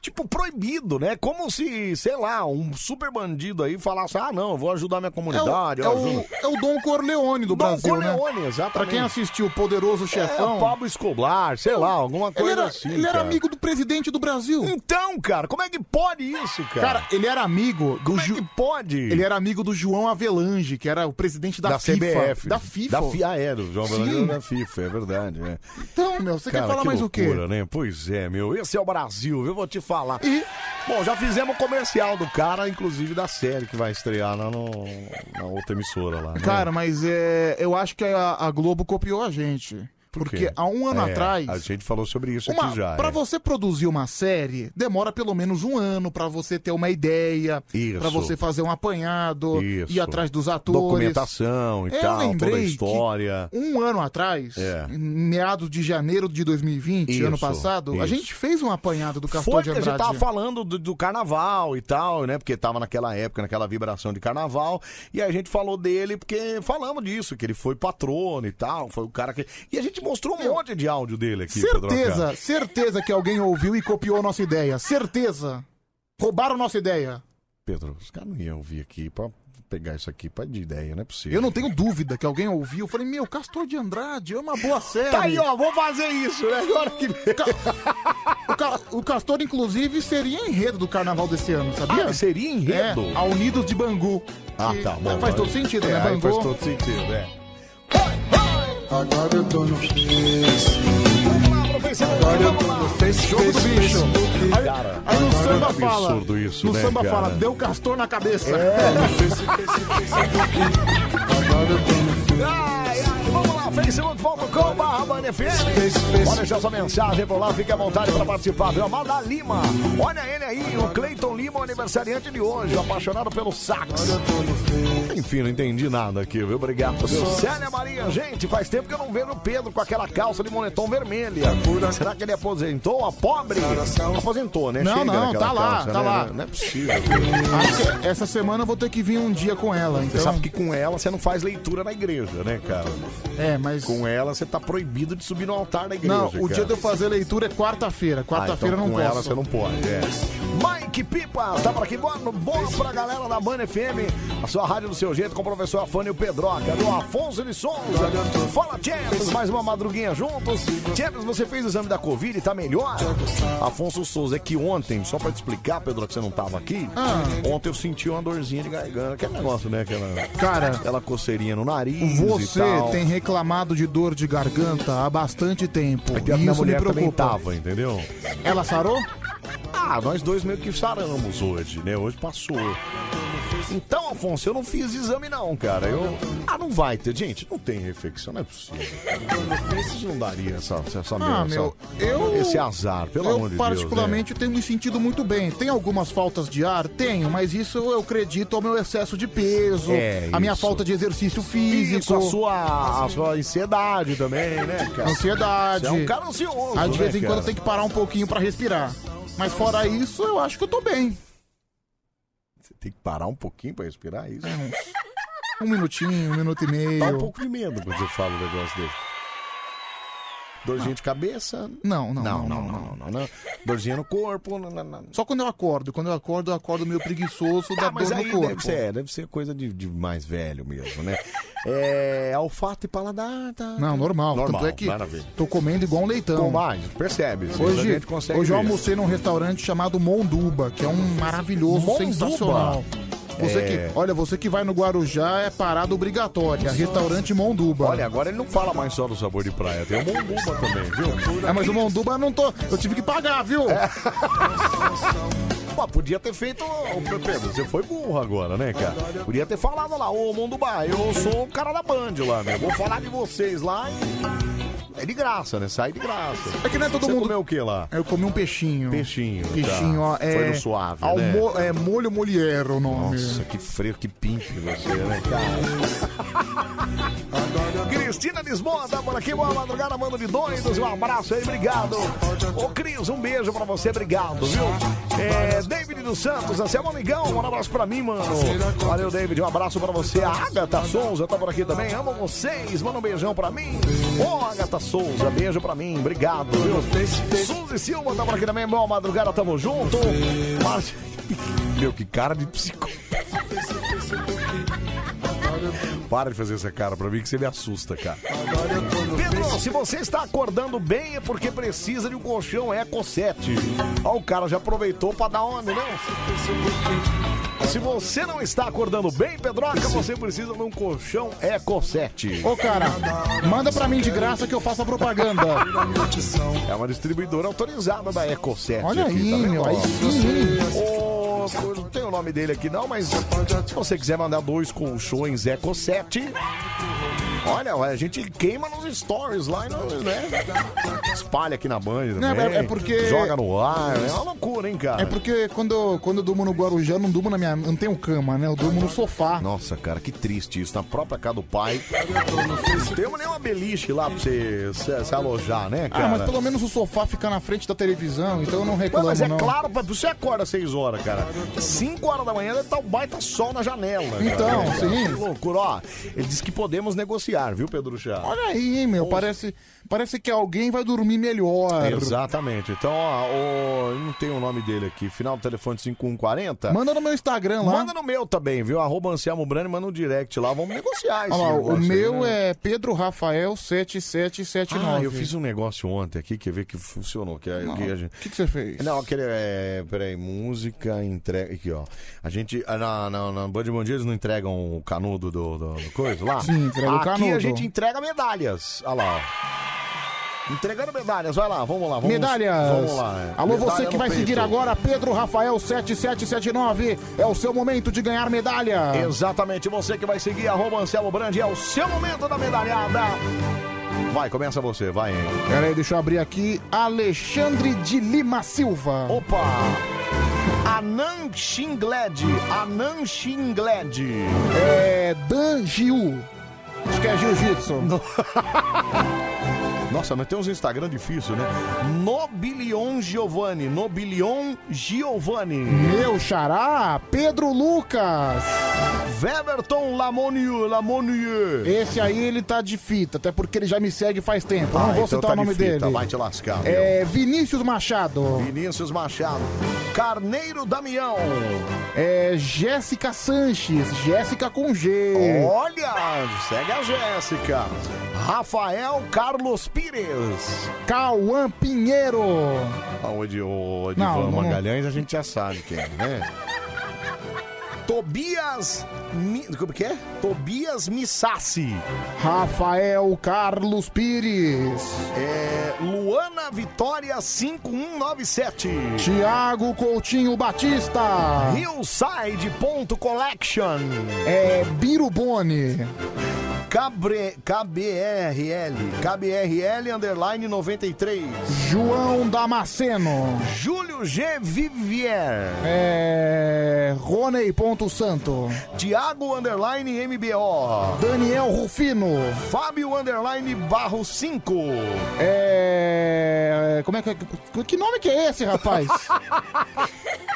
Speaker 1: Tipo, proibido, né? Como se, sei lá, um super bandido aí falasse: ah, não, eu vou ajudar minha comunidade.
Speaker 2: é
Speaker 1: eu
Speaker 2: o-
Speaker 1: ajudo."
Speaker 2: é o Dom Corleone do
Speaker 1: Dom
Speaker 2: Brasil,
Speaker 1: Corleone,
Speaker 2: né?
Speaker 1: exatamente.
Speaker 2: Pra quem assistiu o Poderoso Chefão.
Speaker 1: É, Pablo Escobar, sei lá, alguma coisa
Speaker 2: ele era,
Speaker 1: assim.
Speaker 2: ele era
Speaker 1: cara.
Speaker 2: amigo do presidente do Brasil.
Speaker 1: Então, cara, como é que pode isso, cara? é
Speaker 2: Cara, ele era amigo do Ju...
Speaker 1: pode?
Speaker 2: Ele era amigo do João Avelange, que era o presidente da, FIFA.
Speaker 1: CBF.
Speaker 2: Da FIFA.
Speaker 1: Da Ah, é. FIA era, o João
Speaker 2: Sim.
Speaker 1: Avelange era da FIFA, é verdade, né?
Speaker 2: Então, meu, você
Speaker 1: Cara,
Speaker 2: quer falar mais
Speaker 1: loucura,
Speaker 2: o quê?
Speaker 1: né? Pois é, meu. Esse é o Brasil, eu vou te falar. Bom, já fizemos o comercial do cara, inclusive da série que vai estrear lá no- na outra emissora lá. né?
Speaker 2: Cara, mas é, eu acho que a, a Globo copiou a gente.
Speaker 1: Por quê?
Speaker 2: Porque há um ano
Speaker 1: É,
Speaker 2: atrás.
Speaker 1: A gente falou sobre isso
Speaker 2: Uma,
Speaker 1: aqui já.
Speaker 2: pra
Speaker 1: é.
Speaker 2: você produzir uma série, demora pelo menos um ano pra você ter uma ideia,
Speaker 1: Isso.
Speaker 2: pra você fazer um apanhado,
Speaker 1: Isso.
Speaker 2: ir atrás dos atores.
Speaker 1: Documentação e
Speaker 2: Eu
Speaker 1: tal,
Speaker 2: lembrei
Speaker 1: toda a
Speaker 2: que
Speaker 1: história.
Speaker 2: Um ano atrás,
Speaker 1: É.
Speaker 2: em meados de janeiro de 2020,
Speaker 1: Isso,
Speaker 2: ano passado, a
Speaker 1: isso.
Speaker 2: gente fez um apanhado do Castor
Speaker 1: Foi
Speaker 2: de
Speaker 1: que a
Speaker 2: Andrade.
Speaker 1: gente tava falando do, do carnaval e tal, né? Porque tava naquela época, naquela vibração de carnaval. E a gente falou dele porque falamos disso, que ele foi patrono e tal. Foi o cara que. E a gente mostrou um monte de áudio dele aqui, Pedro
Speaker 2: Certeza, certeza que alguém ouviu e copiou nossa ideia. Certeza. Roubaram nossa ideia.
Speaker 1: Pedro, os caras não iam vir aqui pra pegar isso aqui pra de ideia, não é possível.
Speaker 2: Eu não tenho dúvida que alguém ouviu. Eu falei, meu, Castor de Andrade é uma boa série.
Speaker 1: Tá aí, ó, vou fazer isso, né? Agora que.
Speaker 2: O, Ca- o Castor, inclusive, seria enredo do carnaval desse ano, sabia?
Speaker 1: Ah, seria enredo?
Speaker 2: É, a Unidos de Bangu.
Speaker 1: Ah,
Speaker 2: Que
Speaker 1: tá bom.
Speaker 2: Faz todo
Speaker 1: aí-
Speaker 2: sentido,
Speaker 1: é,
Speaker 2: né,
Speaker 1: aí
Speaker 2: Bangu?
Speaker 1: Faz todo sentido, é.
Speaker 4: Agora eu tô no Face.
Speaker 1: Agora eu tô no
Speaker 4: Face.
Speaker 2: Jogo do bicho. Aí,
Speaker 1: Cara,
Speaker 2: aí no
Speaker 1: agora
Speaker 2: samba
Speaker 1: é um
Speaker 2: fala.
Speaker 1: absurdo isso,
Speaker 2: no
Speaker 1: né,
Speaker 2: samba
Speaker 1: cara?
Speaker 2: fala, deu castor na cabeça.
Speaker 1: Ai, ai, vamos lá, facebook.com barra Band FM. Pode deixar sua mensagem por lá, fique à vontade para participar, viu? Amada Lima, olha é ele aí, o Cleiton Lima, o aniversariante de hoje, o apaixonado pelo sax. Enfim, não entendi nada aqui, viu? Obrigado, meu Célia Maria, gente, faz tempo que eu não vejo o Pedro com aquela calça de moletom vermelha. Será que ele aposentou? A pobre? Aposentou, né?
Speaker 2: Não,
Speaker 1: Chega
Speaker 2: não,
Speaker 1: daquela
Speaker 2: tá lá,
Speaker 1: calça,
Speaker 2: tá
Speaker 1: né?
Speaker 2: lá.
Speaker 1: Não é possível.
Speaker 2: Acho que essa semana eu vou ter que vir um dia com ela,
Speaker 1: Você
Speaker 2: então.
Speaker 1: sabe que com ela você não faz leitura na igreja, né, cara?
Speaker 2: É, mas.
Speaker 1: Com ela você tá proibido de subir no altar da igreja.
Speaker 2: não, o
Speaker 1: cara.
Speaker 2: dia de eu fazer leitura é quarta-feira. Quarta-feira
Speaker 1: então
Speaker 2: eu não
Speaker 1: com
Speaker 2: posso.
Speaker 1: ela você não pode, é. Mike Pipa, tá por aqui. Boa, boa pra galera da Band FM, a sua rádio do seu jeito, com o professor Afânio Pedroca, do Afonso de Souza. Fala, Champions, mais uma madruguinha juntos. Champions, você fez o exame da Covid e tá melhor? Afonso Souza, é que ontem, só pra te explicar, Pedro, que você não tava aqui,
Speaker 2: Ah.
Speaker 1: ontem eu senti uma dorzinha de garganta. Aquele negócio, né? Aquela,
Speaker 2: Cara,
Speaker 1: aquela coceirinha no nariz.
Speaker 2: Você
Speaker 1: e tal.
Speaker 2: tem reclamado de dor de garganta há bastante tempo.
Speaker 1: É que
Speaker 2: e
Speaker 1: a minha
Speaker 2: isso me
Speaker 1: mulher também
Speaker 2: preocupa.
Speaker 1: tava, entendeu?
Speaker 2: Ela sarou?
Speaker 1: Ah, nós dois meio que saramos hoje, né? Hoje passou. Então, Afonso, eu não fiz exame não, cara. Eu... Ah, não vai ter. Gente, não tem refeição, não é possível. Vocês não daria essa, essa, tá essa,
Speaker 2: Ah, meu,
Speaker 1: essa-
Speaker 2: eu-
Speaker 1: esse azar, pelo
Speaker 2: eu,
Speaker 1: amor de Deus. né?
Speaker 2: particularmente, tenho me sentido muito bem. Tem algumas faltas de ar? Tenho, mas isso eu acredito ao meu excesso de peso,
Speaker 1: É,
Speaker 2: a minha
Speaker 1: isso.
Speaker 2: falta de exercício físico.
Speaker 1: Isso, a sua, a sua ansiedade também, né, cara?
Speaker 2: Ansiedade.
Speaker 1: Você é um cara ansioso,
Speaker 2: Aí, de
Speaker 1: né,
Speaker 2: vez em
Speaker 1: cara?
Speaker 2: quando tem que parar um pouquinho pra respirar. Mas fora isso, eu acho que eu tô bem.
Speaker 1: Você tem que parar um pouquinho pra respirar isso.
Speaker 2: Um minutinho, um minuto e meio.
Speaker 1: Dá um pouco de medo quando você fala um negócio desse. Dorzinha de cabeça?
Speaker 2: Não, não,
Speaker 1: Não,
Speaker 2: não,
Speaker 1: não, não, não, não. Dorzinha no corpo. não, não, não.
Speaker 2: Só quando eu acordo. Quando eu acordo, eu acordo meio preguiçoso, dá
Speaker 1: Ah, mas
Speaker 2: dor
Speaker 1: aí
Speaker 2: no corpo.
Speaker 1: deve ser, deve ser coisa de, de mais velho mesmo, né? É, olfato
Speaker 2: Tipo,
Speaker 1: e paladar, tá?
Speaker 2: Não, normal.
Speaker 1: Normal,
Speaker 2: Tanto é que
Speaker 1: maravilha.
Speaker 2: tô comendo igual um leitão.
Speaker 1: Com mais, percebe.
Speaker 2: Hoje,
Speaker 1: a gente consegue
Speaker 2: hoje eu
Speaker 1: ver.
Speaker 2: almocei num restaurante chamado Monduba, que é um maravilhoso,
Speaker 1: Monduba?
Speaker 2: sensacional. Você
Speaker 1: É.
Speaker 2: que, olha, você que vai no Guarujá é parada obrigatória. Restaurante Monduba.
Speaker 1: Olha, agora ele não fala mais só do sabor de praia, tem o Mombuba também, viu? É.
Speaker 2: É, mas o Monduba eu não tô. Eu tive que pagar, viu?
Speaker 1: Pô, podia ter feito. Ô, Pedro, você foi burro agora, né, cara? Podia ter falado lá, ô Mondubá, eu sou o cara da Band lá, meu. Vou falar de vocês lá e. É de graça, né? Sai de graça.
Speaker 2: É que não é todo
Speaker 1: Você
Speaker 2: mundo-
Speaker 1: comeu o que lá?
Speaker 2: Eu comi um peixinho.
Speaker 1: Peixinho. tá.
Speaker 2: Peixinho, ó. É,
Speaker 1: Foi no suave.
Speaker 2: ao
Speaker 1: né?
Speaker 2: mo- É molho moliero o nome.
Speaker 1: Nossa, que freio, que pimpe você, né, cara? Cristina Lisboa, tá por aqui, boa madrugada, mano de doidos, um abraço aí, obrigado. Ô Cris, um beijo pra você, obrigado, viu? É, David dos Santos, você é um amigão, um abraço pra mim, mano. Valeu, David, um abraço pra você. A Agatha Souza tá por aqui também, amo vocês, manda um beijão pra mim. Ô Agatha Souza, beijo pra mim, obrigado, viu? Suzy Silva tá por aqui também, boa madrugada, tamo junto. Márcio- Meu, que cara de psicólogo. Para de fazer essa cara pra mim que você me assusta, cara. Pedro, se você está acordando bem é porque precisa de um colchão Eco 7. Ó, o cara já aproveitou pra dar onda, né? Se você não está acordando bem, Pedroca, você precisa de um colchão Eco 7.
Speaker 2: Ô, cara, manda pra mim de graça que eu faço a propaganda.
Speaker 1: É uma distribuidora autorizada da Eco 7.
Speaker 2: Olha
Speaker 1: aqui,
Speaker 2: aí,
Speaker 1: tá vendo?
Speaker 2: meu, aí
Speaker 1: Ó,
Speaker 2: sim.
Speaker 1: Ô, eu não tem o nome dele aqui não, mas se você quiser mandar dois colchões Eco 7, olha, a gente queima nos stories lá e não, né? Espalha aqui na banha
Speaker 2: Não,
Speaker 1: também,
Speaker 2: é- é porque-
Speaker 1: Joga no ar, é uma loucura, hein, cara?
Speaker 2: É porque quando, eu- quando eu durmo no Guarujá, eu não durmo na minha. Não tenho cama, né? Eu durmo no sofá.
Speaker 1: Nossa, cara, que triste isso. Na própria casa do pai. Tem uma, nem uma beliche lá pra você se, se alojar, né, cara?
Speaker 2: Ah, mas pelo menos o sofá fica na frente da televisão, então eu não
Speaker 1: Ué,
Speaker 2: reclamo.
Speaker 1: mas é
Speaker 2: não.
Speaker 1: claro, pra- você acorda às 6 horas, cara. 5 horas da manhã deve tá um baita sol na janela. cara.
Speaker 2: Então,
Speaker 1: Cara,
Speaker 2: sim.
Speaker 1: Que loucura, ó. Ele disse que podemos negociar, viu, Pedro Chá?
Speaker 2: Olha aí, hein, meu. Parece, parece que alguém vai dormir melhor.
Speaker 1: Exatamente. Então, ó, o- eu não tem o nome dele aqui. Final do telefone 5140.
Speaker 2: Manda no meu Instagram lá.
Speaker 1: Manda no meu também, viu? Arroba Anselmo Brani, manda um direct lá. Vamos negociar esse
Speaker 2: Olha lá, o
Speaker 1: negócio aí,
Speaker 2: meu
Speaker 1: né?
Speaker 2: é Pedro Rafael 7779.
Speaker 1: Ah, eu fiz um negócio ontem aqui, quer ver que funcionou. Que,
Speaker 2: Não.
Speaker 1: que,
Speaker 2: O que, que você fez?
Speaker 1: Não, aquele. É, peraí, música, entrega. Aqui, ó. A gente. ah, Na, na, na Band Bom Dia eles não entregam o canudo do, do, do coisa lá?
Speaker 2: Sim, entrega o
Speaker 1: Aqui a
Speaker 2: canudo.
Speaker 1: gente entrega medalhas. Olha lá, ó. Entregando medalhas, vai lá, vamos lá. Vamos,
Speaker 2: Medalhas!
Speaker 1: Vamos lá. é.
Speaker 2: Alô,
Speaker 1: Medalha
Speaker 2: você que
Speaker 1: no
Speaker 2: vai seguir
Speaker 1: peito.
Speaker 2: agora, Pedro Rafael 7779. É o seu momento de ganhar medalha.
Speaker 1: Exatamente, você que vai seguir arroba Anselmo Brandi, é o seu momento da medalhada. Vai, começa você, vai, hein?
Speaker 2: Pera aí, deixa eu abrir aqui. Alexandre de Lima Silva.
Speaker 1: Opa! é Anan Xingled, Anan Xingled.
Speaker 2: É Dan Gil. Acho que é jiu-jitsu.
Speaker 1: Nossa, mas tem uns Instagram difícil, né? Nobilion Giovanni, Nobilion Giovanni.
Speaker 2: Meu xará, Pedro Lucas.
Speaker 1: Weberton Lamonieu, Lamonieu.
Speaker 2: Esse aí ele tá de fita, até porque ele já me segue faz tempo. Eu
Speaker 1: Ah,
Speaker 2: Não vou citar
Speaker 1: então tá
Speaker 2: o nome
Speaker 1: de fita,
Speaker 2: dele.
Speaker 1: Vai te lascar. meu.
Speaker 2: É Vinícius Machado.
Speaker 1: Vinícius Machado. Carneiro Damião.
Speaker 2: É Jéssica Sanches. Jéssica com G.
Speaker 1: Olha, segue a Jéssica. Rafael Carlos Pires.
Speaker 2: Cauã Pinheiro.
Speaker 1: Aonde o
Speaker 2: Não,
Speaker 1: Edivan
Speaker 2: não, não.
Speaker 1: Magalhães a gente já sabe quem, é, né? Tobias Mi- Como que é? Tobias Missassi.
Speaker 2: Rafael É Carlos Pires.
Speaker 1: É, Luana Vitória 5197.
Speaker 2: Tiago Coutinho Batista.
Speaker 1: Hillside.collection.
Speaker 2: É Birubone.
Speaker 1: Cabre, KBRL. KBRL underline 93.
Speaker 2: João Damasceno.
Speaker 1: Júlio G. Vivier.
Speaker 2: É. Rony Ponto Santo.
Speaker 1: Tiago underline MBO.
Speaker 2: Daniel Rufino.
Speaker 1: Fábio underline barro 5.
Speaker 2: É. Como é que. que- Que nome que é esse, rapaz?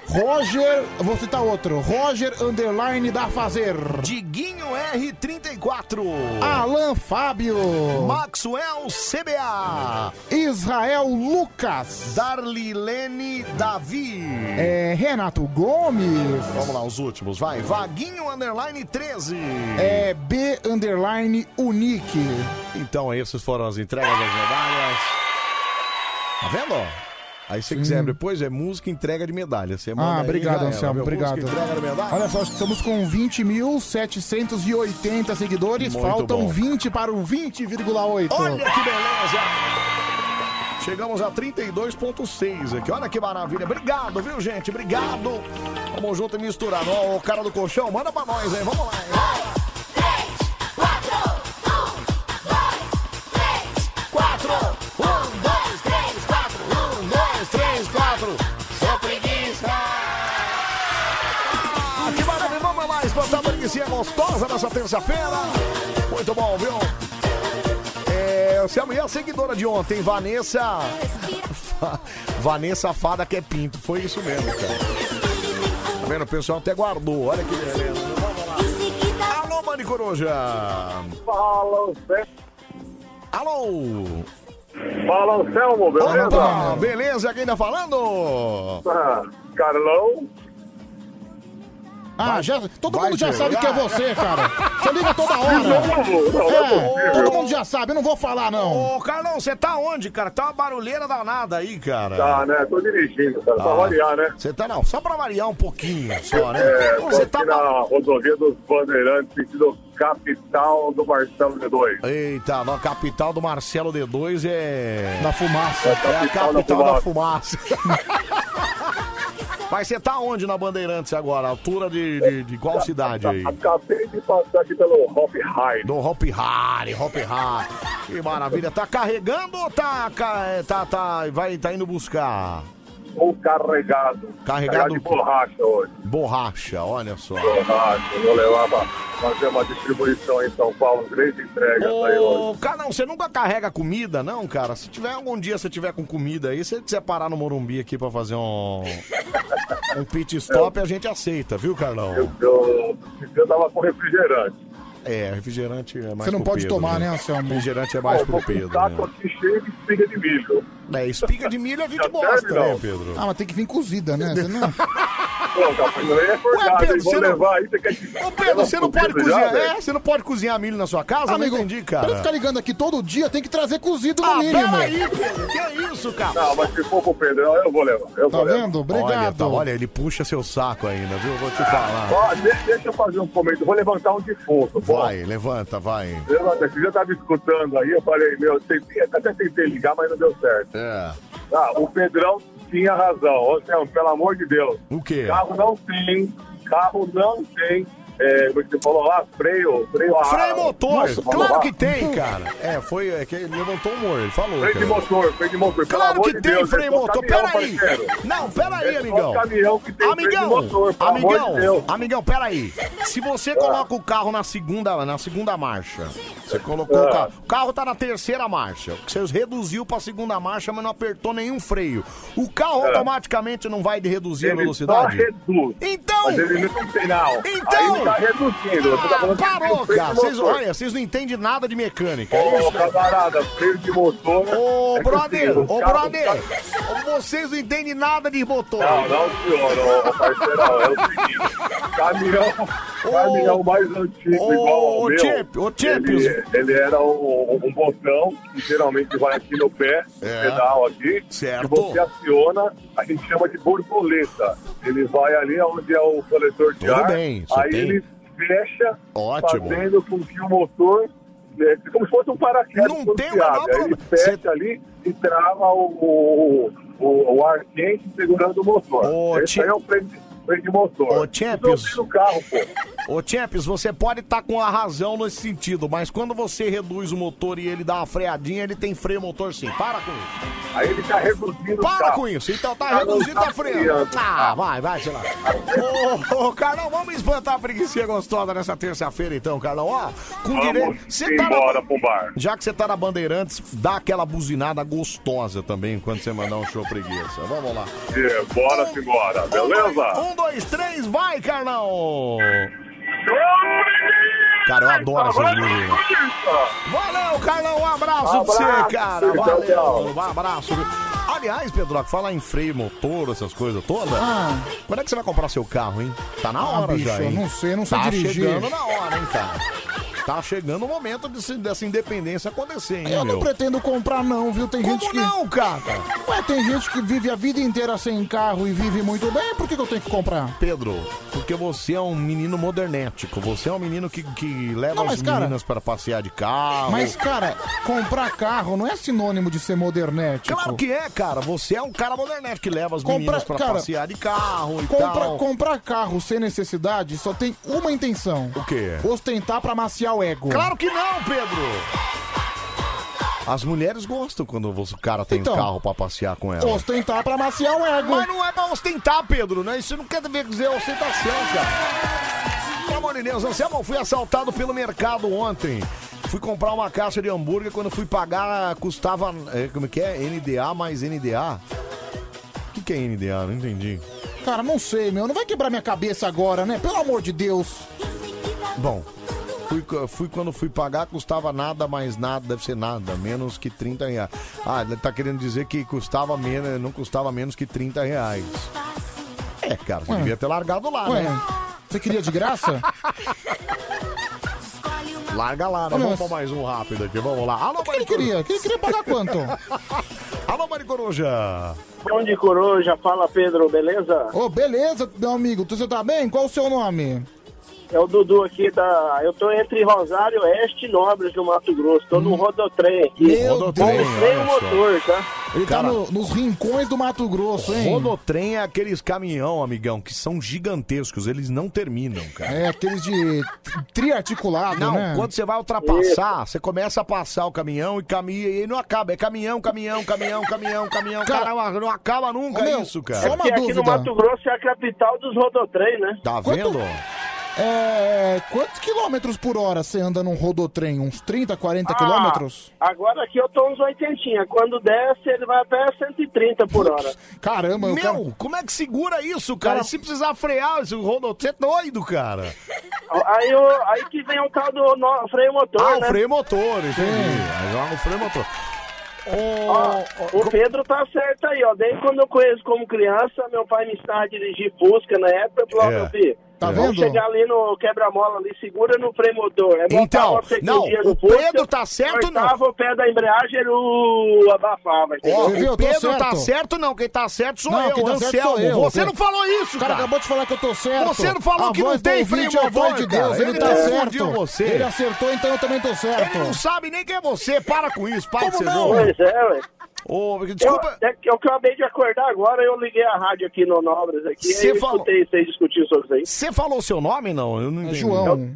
Speaker 2: Roger. Vou citar outro. Roger Underline da Fazer.
Speaker 1: Diguinho R34.
Speaker 2: Alan Fábio.
Speaker 1: Maxwell CBA.
Speaker 2: Israel Lucas.
Speaker 1: Darlilene Davi.
Speaker 2: É, Renato Gomes.
Speaker 1: Vamos lá, os últimos, vai. Vaguinho Underline 13.
Speaker 2: É B Underline Unique.
Speaker 1: Então, essas foram as entregas das medalhas. Tá vendo? ó? Aí se você quiser depois, é música e entrega de medalha. Você manda
Speaker 2: Ah,
Speaker 1: aí,
Speaker 2: obrigado,
Speaker 1: já era,
Speaker 2: Anselmo.
Speaker 1: viu?
Speaker 2: Obrigado.
Speaker 1: Música e entrega de medalha.
Speaker 2: Olha só, estamos com 20.780 seguidores.
Speaker 1: Muito
Speaker 2: Faltam
Speaker 1: bom.
Speaker 2: 20 para o 20,8.
Speaker 1: Olha que beleza! Chegamos a 32.6 aqui. Olha que maravilha. Obrigado, viu, gente? Obrigado. Vamos junto e misturado. Ó, o cara do colchão, manda pra nós, hein? Vamos lá, hein?
Speaker 23: Quatro, um, dois, três, quatro, um, dois, três, quatro. Sou preguiça.
Speaker 1: Ah, que maravilha. Vamos lá, espantar a preguiça é gostosa nessa terça-feira. Muito bom, viu? É, se amanhã a seguidora de ontem, Vanessa. Vanessa Fada que é pinto. Foi isso mesmo, cara. Tá vendo? O pessoal até guardou. Olha que beleza. Vamos lá. Alô, Mani Coruja.
Speaker 4: Fala,
Speaker 1: Alô.
Speaker 4: Fala, Anselmo, beleza?
Speaker 1: Opa, beleza? Quem tá falando?
Speaker 4: Ah, Carlão.
Speaker 2: Ah, já, todo
Speaker 1: vai
Speaker 2: mundo já
Speaker 1: ter.
Speaker 2: sabe que é você, cara. Você liga toda hora.
Speaker 1: De novo? Não,
Speaker 2: É,
Speaker 1: não.
Speaker 2: todo mundo já sabe, eu não vou falar, não.
Speaker 1: Ô, Carlão, você tá onde, cara? Tá uma barulheira danada aí, cara.
Speaker 4: Tá, né? Tô dirigindo, cara. pra variar, né?
Speaker 1: Você tá, não, só pra variar um pouquinho só, né?
Speaker 4: É, tô
Speaker 1: Você
Speaker 4: aqui
Speaker 1: tá...
Speaker 4: na rodovia dos Bandeirantes, sentido capital do Marcelo D2.
Speaker 1: Eita, na capital do Marcelo D2 é...
Speaker 2: Da fumaça.
Speaker 1: É a
Speaker 4: capital da
Speaker 1: capital da fumaça. Mas você tá onde na Bandeirantes agora? Altura de, de, de qual cidade aí?
Speaker 4: Acabei de passar aqui pelo Hop High.
Speaker 1: Do Hop Hari, Hop Hari. Que maravilha. Tá carregando ou tá, ca- tá, tá, vai, tá indo buscar?
Speaker 4: Ou carregado.
Speaker 1: Carregado
Speaker 4: Tá de
Speaker 1: o quê?
Speaker 4: borracha hoje.
Speaker 1: Borracha, olha só.
Speaker 4: Borracha. Vou levar pra fazer uma distribuição em São Paulo. Três entregas aí hoje.
Speaker 1: Ô, cara, não, você nunca carrega comida, não, cara? Se tiver algum dia você tiver com comida aí, se você quiser parar no Morumbi aqui pra fazer um um pit stop, a gente aceita, viu, Carlão?
Speaker 4: Eu, eu tava com refrigerante.
Speaker 1: É, refrigerante é mais
Speaker 2: Você não
Speaker 1: pro
Speaker 2: pode
Speaker 1: Pedro,
Speaker 2: tomar,
Speaker 1: né,
Speaker 2: né, Anselmo?
Speaker 1: Refrigerante é mais
Speaker 4: Pô,
Speaker 1: pro
Speaker 4: tô com
Speaker 1: Pedro,
Speaker 4: um saco
Speaker 1: né?
Speaker 4: aqui cheio de espiga de milho.
Speaker 1: É, espiga de milho a gente
Speaker 4: Já
Speaker 1: gosta,
Speaker 4: serve, não? Tá
Speaker 1: né, Pedro?
Speaker 2: Ah, mas tem que vir cozida, né? Você não...
Speaker 4: Não, capaz, não é
Speaker 1: Ué,
Speaker 4: forgado,
Speaker 1: Pedro,
Speaker 4: hein? Vou
Speaker 1: você não-
Speaker 4: levar aí, você quer que...
Speaker 1: Ô, Pedro, É, você não pode
Speaker 4: cozido já,
Speaker 1: cozinhar,
Speaker 4: velho?
Speaker 1: é, você não pode cozinhar milho na sua casa?
Speaker 2: Amigo,
Speaker 1: não entendi,
Speaker 2: pra
Speaker 1: cara.
Speaker 2: não ficar ligando aqui todo dia, tem que trazer cozido no
Speaker 1: Ah,
Speaker 2: mínimo.
Speaker 1: peraí, Pedro, que é isso, cara?
Speaker 4: Não, mas se for pro Pedrão, eu vou levar. Eu
Speaker 2: Tá
Speaker 4: vou levar.
Speaker 2: vendo?
Speaker 1: Olha,
Speaker 2: Obrigado.
Speaker 1: tá- olha, ele puxa seu saco ainda, viu? Vou
Speaker 4: Ah,
Speaker 1: te falar.
Speaker 4: Ó, de- deixa eu fazer um comentário. Vou levantar um defunto. pô.
Speaker 1: Vai, levanta, vai.
Speaker 4: Levanta, Você já tava escutando aí, eu falei, meu, tentei- até tentei ligar, mas não deu certo.
Speaker 1: É.
Speaker 4: Ah, o Pedrão tinha razão. Ô, Selma, pelo amor de Deus.
Speaker 1: O quê?
Speaker 4: Carro não tem, carro não tem. É, você falou lá, freio, freio a...
Speaker 1: Freio é motor,
Speaker 4: Você falou
Speaker 1: claro
Speaker 4: lá.
Speaker 1: que tem, cara. É, foi é que ele levantou o humor, ele falou.
Speaker 4: Freio de
Speaker 1: cara.
Speaker 4: motor, freio de motor. pelo
Speaker 1: Claro
Speaker 4: amor
Speaker 1: que
Speaker 4: de
Speaker 1: tem
Speaker 4: Deus,
Speaker 1: freio
Speaker 4: é só
Speaker 1: motor,
Speaker 4: caminhão,
Speaker 1: peraí.
Speaker 4: parceiro.
Speaker 1: Não, peraí,
Speaker 4: É só
Speaker 1: amigão.
Speaker 4: caminhão que tem freio de
Speaker 1: amigão,
Speaker 4: motor, pelo amor de
Speaker 1: amigão,
Speaker 4: Deus.
Speaker 1: amigão, peraí. Se você coloca o carro na segunda, na segunda marcha, você colocou o
Speaker 4: Ah.
Speaker 1: carro. O carro tá na terceira marcha. Você reduziu pra segunda marcha, mas não apertou nenhum freio. O carro automaticamente não vai de reduzir a
Speaker 4: É. Ele
Speaker 1: velocidade?
Speaker 4: Só reduz.
Speaker 1: Então-
Speaker 4: Mas ele não tem sinal.
Speaker 1: Então-
Speaker 4: Aí ele tá reduzindo. Você tá falando que ele
Speaker 1: Parou,
Speaker 4: tem freio
Speaker 1: cara.
Speaker 4: de
Speaker 1: Vocês,
Speaker 4: motor.
Speaker 1: olha, vocês não entendem nada de mecânica. é
Speaker 4: Ô,
Speaker 1: isso?
Speaker 4: camarada, freio de motor.
Speaker 1: Ô,
Speaker 4: é
Speaker 1: brother,
Speaker 4: possível.
Speaker 1: ô,
Speaker 4: Carro-
Speaker 1: brother, vocês não entendem nada de motor.
Speaker 4: Não, não, senhor, ô, parceirão, é o seguinte, caminhão, caminhão mais antigo,
Speaker 1: ô,
Speaker 4: igual ao
Speaker 1: ô,
Speaker 4: meu,
Speaker 1: Chip, ô, Chip.
Speaker 4: ele, ele era um, um botão que geralmente vai aqui no pé,
Speaker 1: É.
Speaker 4: no pedal aqui,
Speaker 1: Certo.
Speaker 4: e você aciona, a gente chama de borboleta, ele vai ali onde é o coletor de
Speaker 1: Tudo
Speaker 4: ar,
Speaker 1: bem, você
Speaker 4: aí
Speaker 1: tem-
Speaker 4: ele
Speaker 6: brecha,
Speaker 1: Ótimo.
Speaker 6: fazendo com que o motor, né, como se fosse um paraquedas. Não tem Ele fecha ali e trava o, o, o, o ar quente segurando o motor. Esse aí é o freio de, freio de motor.
Speaker 1: Ô, Champions.
Speaker 6: Isso é o carro, pô.
Speaker 1: Ô, Champions, você pode estar com a razão nesse sentido, mas quando você reduz o motor e ele dá uma freadinha, ele tem freio motor sim. Para com isso.
Speaker 6: Aí ele tá reduzindo
Speaker 1: Para
Speaker 6: o carro.
Speaker 1: com isso. Então tá
Speaker 6: Tá
Speaker 1: reduzindo
Speaker 6: não tá
Speaker 1: a freio.
Speaker 6: freando.
Speaker 1: Ah, vai, vai, sei lá. Ô, ô, Carlão, vamos espantar a preguiça gostosa nessa terça-feira, então, Carlão. Ó, com
Speaker 6: Vamos
Speaker 1: direito. Você tá na
Speaker 6: embora pro bar.
Speaker 1: Já que você tá na Bandeirantes, dá aquela buzinada gostosa também quando você mandar um show preguiça. Vamos lá.
Speaker 6: É, bora se embora, beleza?
Speaker 1: Um, dois, três, vai, Carlão! Cara, eu adoro essas buzinas. Valeu, Carlão, um abraço, pra
Speaker 24: Abraço,
Speaker 1: você, cara.
Speaker 24: tchau,
Speaker 1: Valeu,
Speaker 24: tchau.
Speaker 1: um abraço. Aliás, Pedro, falar em freio, motor, essas coisas todas.
Speaker 2: Ah.
Speaker 1: Quando é que você vai comprar seu carro, hein? Tá na
Speaker 2: Ah,
Speaker 1: hora
Speaker 2: bicho,
Speaker 1: já,
Speaker 2: eu
Speaker 1: hein?
Speaker 2: não sei, eu não sei
Speaker 1: tá
Speaker 2: dirigir.
Speaker 1: chegando na hora, hein, cara? Tá chegando o momento de se- dessa independência acontecer, hein,
Speaker 2: Eu
Speaker 1: meu?
Speaker 2: não pretendo comprar, não, viu? Tem gente que.
Speaker 1: não, cara?
Speaker 2: Ué, tem gente que vive a vida inteira sem carro e vive muito bem, por que, que eu tenho que comprar?
Speaker 1: Pedro, porque você é um menino modernético, você é um menino que, que leva
Speaker 2: Não, mas,
Speaker 1: as
Speaker 2: cara-
Speaker 1: meninas para passear de carro.
Speaker 2: Mas, cara, comprar carro não é sinônimo de ser modernético.
Speaker 1: Claro que é, cara. Você é um cara modernético que leva as meninas
Speaker 2: Comprar,
Speaker 1: para
Speaker 2: cara,
Speaker 1: passear de carro e
Speaker 2: compra,
Speaker 1: tal.
Speaker 2: comprar carro sem necessidade só tem uma intenção.
Speaker 1: O quê?
Speaker 2: Ostentar pra maciar o ego.
Speaker 1: Claro que não, Pedro! As mulheres gostam quando você- o cara tem um
Speaker 2: Então.
Speaker 1: carro para passear com ela.
Speaker 2: Ostentar pra maciar o ego.
Speaker 1: Mas não é pra ostentar, Pedro, né? Isso não quer dizer ostentação, cara. Pelo amor de Deus, Anselmo, eu é fui assaltado pelo mercado ontem. Fui comprar uma caixa de hambúrguer, quando fui pagar, custava. eh, Como é que é? NDA mais NDA? O que, que é NDA? Não entendi.
Speaker 2: Cara, não sei, meu. Não vai quebrar minha cabeça agora, né? Pelo amor de Deus.
Speaker 1: Bom, fui, co- fui quando fui pagar, custava nada mais nada, deve ser nada, menos que 30 reais. Ah, ele tá querendo dizer que custava menos, não custava menos que 30 reais. É, cara, você
Speaker 2: Ué.
Speaker 1: devia ter largado lá,
Speaker 2: Ué,
Speaker 1: né?
Speaker 2: Você queria de graça?
Speaker 1: Larga lá, né?
Speaker 2: Olha,
Speaker 1: Vamos
Speaker 2: mas-
Speaker 1: pra mais um rápido aqui, vamos lá. Alô,
Speaker 2: Quem
Speaker 1: Maricoruja.
Speaker 2: queria? Quem queria pagar quanto?
Speaker 1: Alô, Maricoruja.
Speaker 4: Bom de Coruja, fala Pedro, beleza?
Speaker 2: Ô, beleza, meu amigo. Tu- Você tá bem? Qual o seu nome?
Speaker 4: É o Dudu aqui da. Eu tô entre Rosário Oeste e Nobres no Mato Grosso. Tô no rodotrem aqui.
Speaker 2: Hum. Meu
Speaker 4: Com
Speaker 2: Deus.
Speaker 4: freio
Speaker 2: Olha só.
Speaker 4: motor, tá?
Speaker 2: Ele
Speaker 1: Cara-
Speaker 2: tá no- nos rincões do Mato Grosso, hein?
Speaker 1: Rodotrem é aqueles caminhão, amigão, que são gigantescos, eles não terminam, cara.
Speaker 2: É, aqueles de triarticulado,
Speaker 1: Não,
Speaker 2: né?
Speaker 1: quando você vai ultrapassar, você começa a passar o caminhão e caminha e não acaba. É caminhão, caminhão, caminhão, caminhão, caminhão. Cara, não acaba nunca
Speaker 4: Meu,
Speaker 1: isso, cara.
Speaker 4: é porque aqui no Mato Grosso é a capital dos rodotrem, né?
Speaker 1: Tá vendo?
Speaker 2: É, quantos quilômetros por hora você anda num rodotrem? Uns 30, 40 quilômetros?
Speaker 4: Agora aqui eu tô uns 80. Quando desce, ele vai até 130 por hora.
Speaker 2: Caramba,
Speaker 1: Meu,
Speaker 2: eu quero...
Speaker 1: como é que segura isso, cara?
Speaker 4: Cara-
Speaker 1: Se precisar frear, esse rodotrem é doido, cara.
Speaker 4: Aí, eu- aí que vem o tal do no- freio motor,
Speaker 1: Ah,
Speaker 4: né?
Speaker 1: o freio motor, entendi. Aí joga o freio motor.
Speaker 4: Ó, o Pedro tá certo aí, ó. Desde quando eu conheço como criança, meu pai me ensinava a dirigir Fusca na época. Eu falei, ó,
Speaker 1: É.
Speaker 4: meu filho,
Speaker 1: Tá
Speaker 4: vamos
Speaker 1: vendo?
Speaker 4: chegar ali no quebra-mola ali, segura no freio motor. É botar
Speaker 1: Então,
Speaker 4: uma
Speaker 1: não,
Speaker 4: sequinha
Speaker 1: o
Speaker 4: no Fusca,
Speaker 1: Pedro tá certo, não.
Speaker 4: cortava o pé da embreagem, ele uh, abafava.
Speaker 1: Ó,
Speaker 4: entendeu?
Speaker 1: o Pedro tá certo, não. Quem tá certo sou
Speaker 2: Não,
Speaker 1: eu,
Speaker 2: quem tá certo
Speaker 1: Anselmo.
Speaker 2: sou eu.
Speaker 1: Você
Speaker 2: Quem-
Speaker 1: não falou isso,
Speaker 2: O cara
Speaker 1: cara.
Speaker 2: acabou de falar que eu tô certo.
Speaker 1: Você não falou
Speaker 2: A
Speaker 1: que não
Speaker 2: voz do
Speaker 1: tem
Speaker 2: ouvinte é
Speaker 1: freio
Speaker 2: a voz
Speaker 1: motor,
Speaker 2: de Deus,
Speaker 1: cara.
Speaker 2: ele,
Speaker 1: Ele
Speaker 2: tá
Speaker 1: confundiu
Speaker 2: certo.
Speaker 1: você.
Speaker 2: Ele acertou, então eu também tô certo.
Speaker 1: Ele não sabe nem quem é você. Para com isso, para de
Speaker 4: Como
Speaker 1: ser
Speaker 4: não?
Speaker 1: louco.
Speaker 4: Pois é, ué.
Speaker 1: Ô, desculpa.
Speaker 4: Eu, é que eu acabei de acordar agora, eu liguei a rádio aqui no Nobres aqui, é
Speaker 1: Cê
Speaker 4: e eu
Speaker 1: falou-
Speaker 4: escutei vocês discutir sobre isso aí.
Speaker 1: Você falou seu nome, não? Eu não entendi.
Speaker 2: João.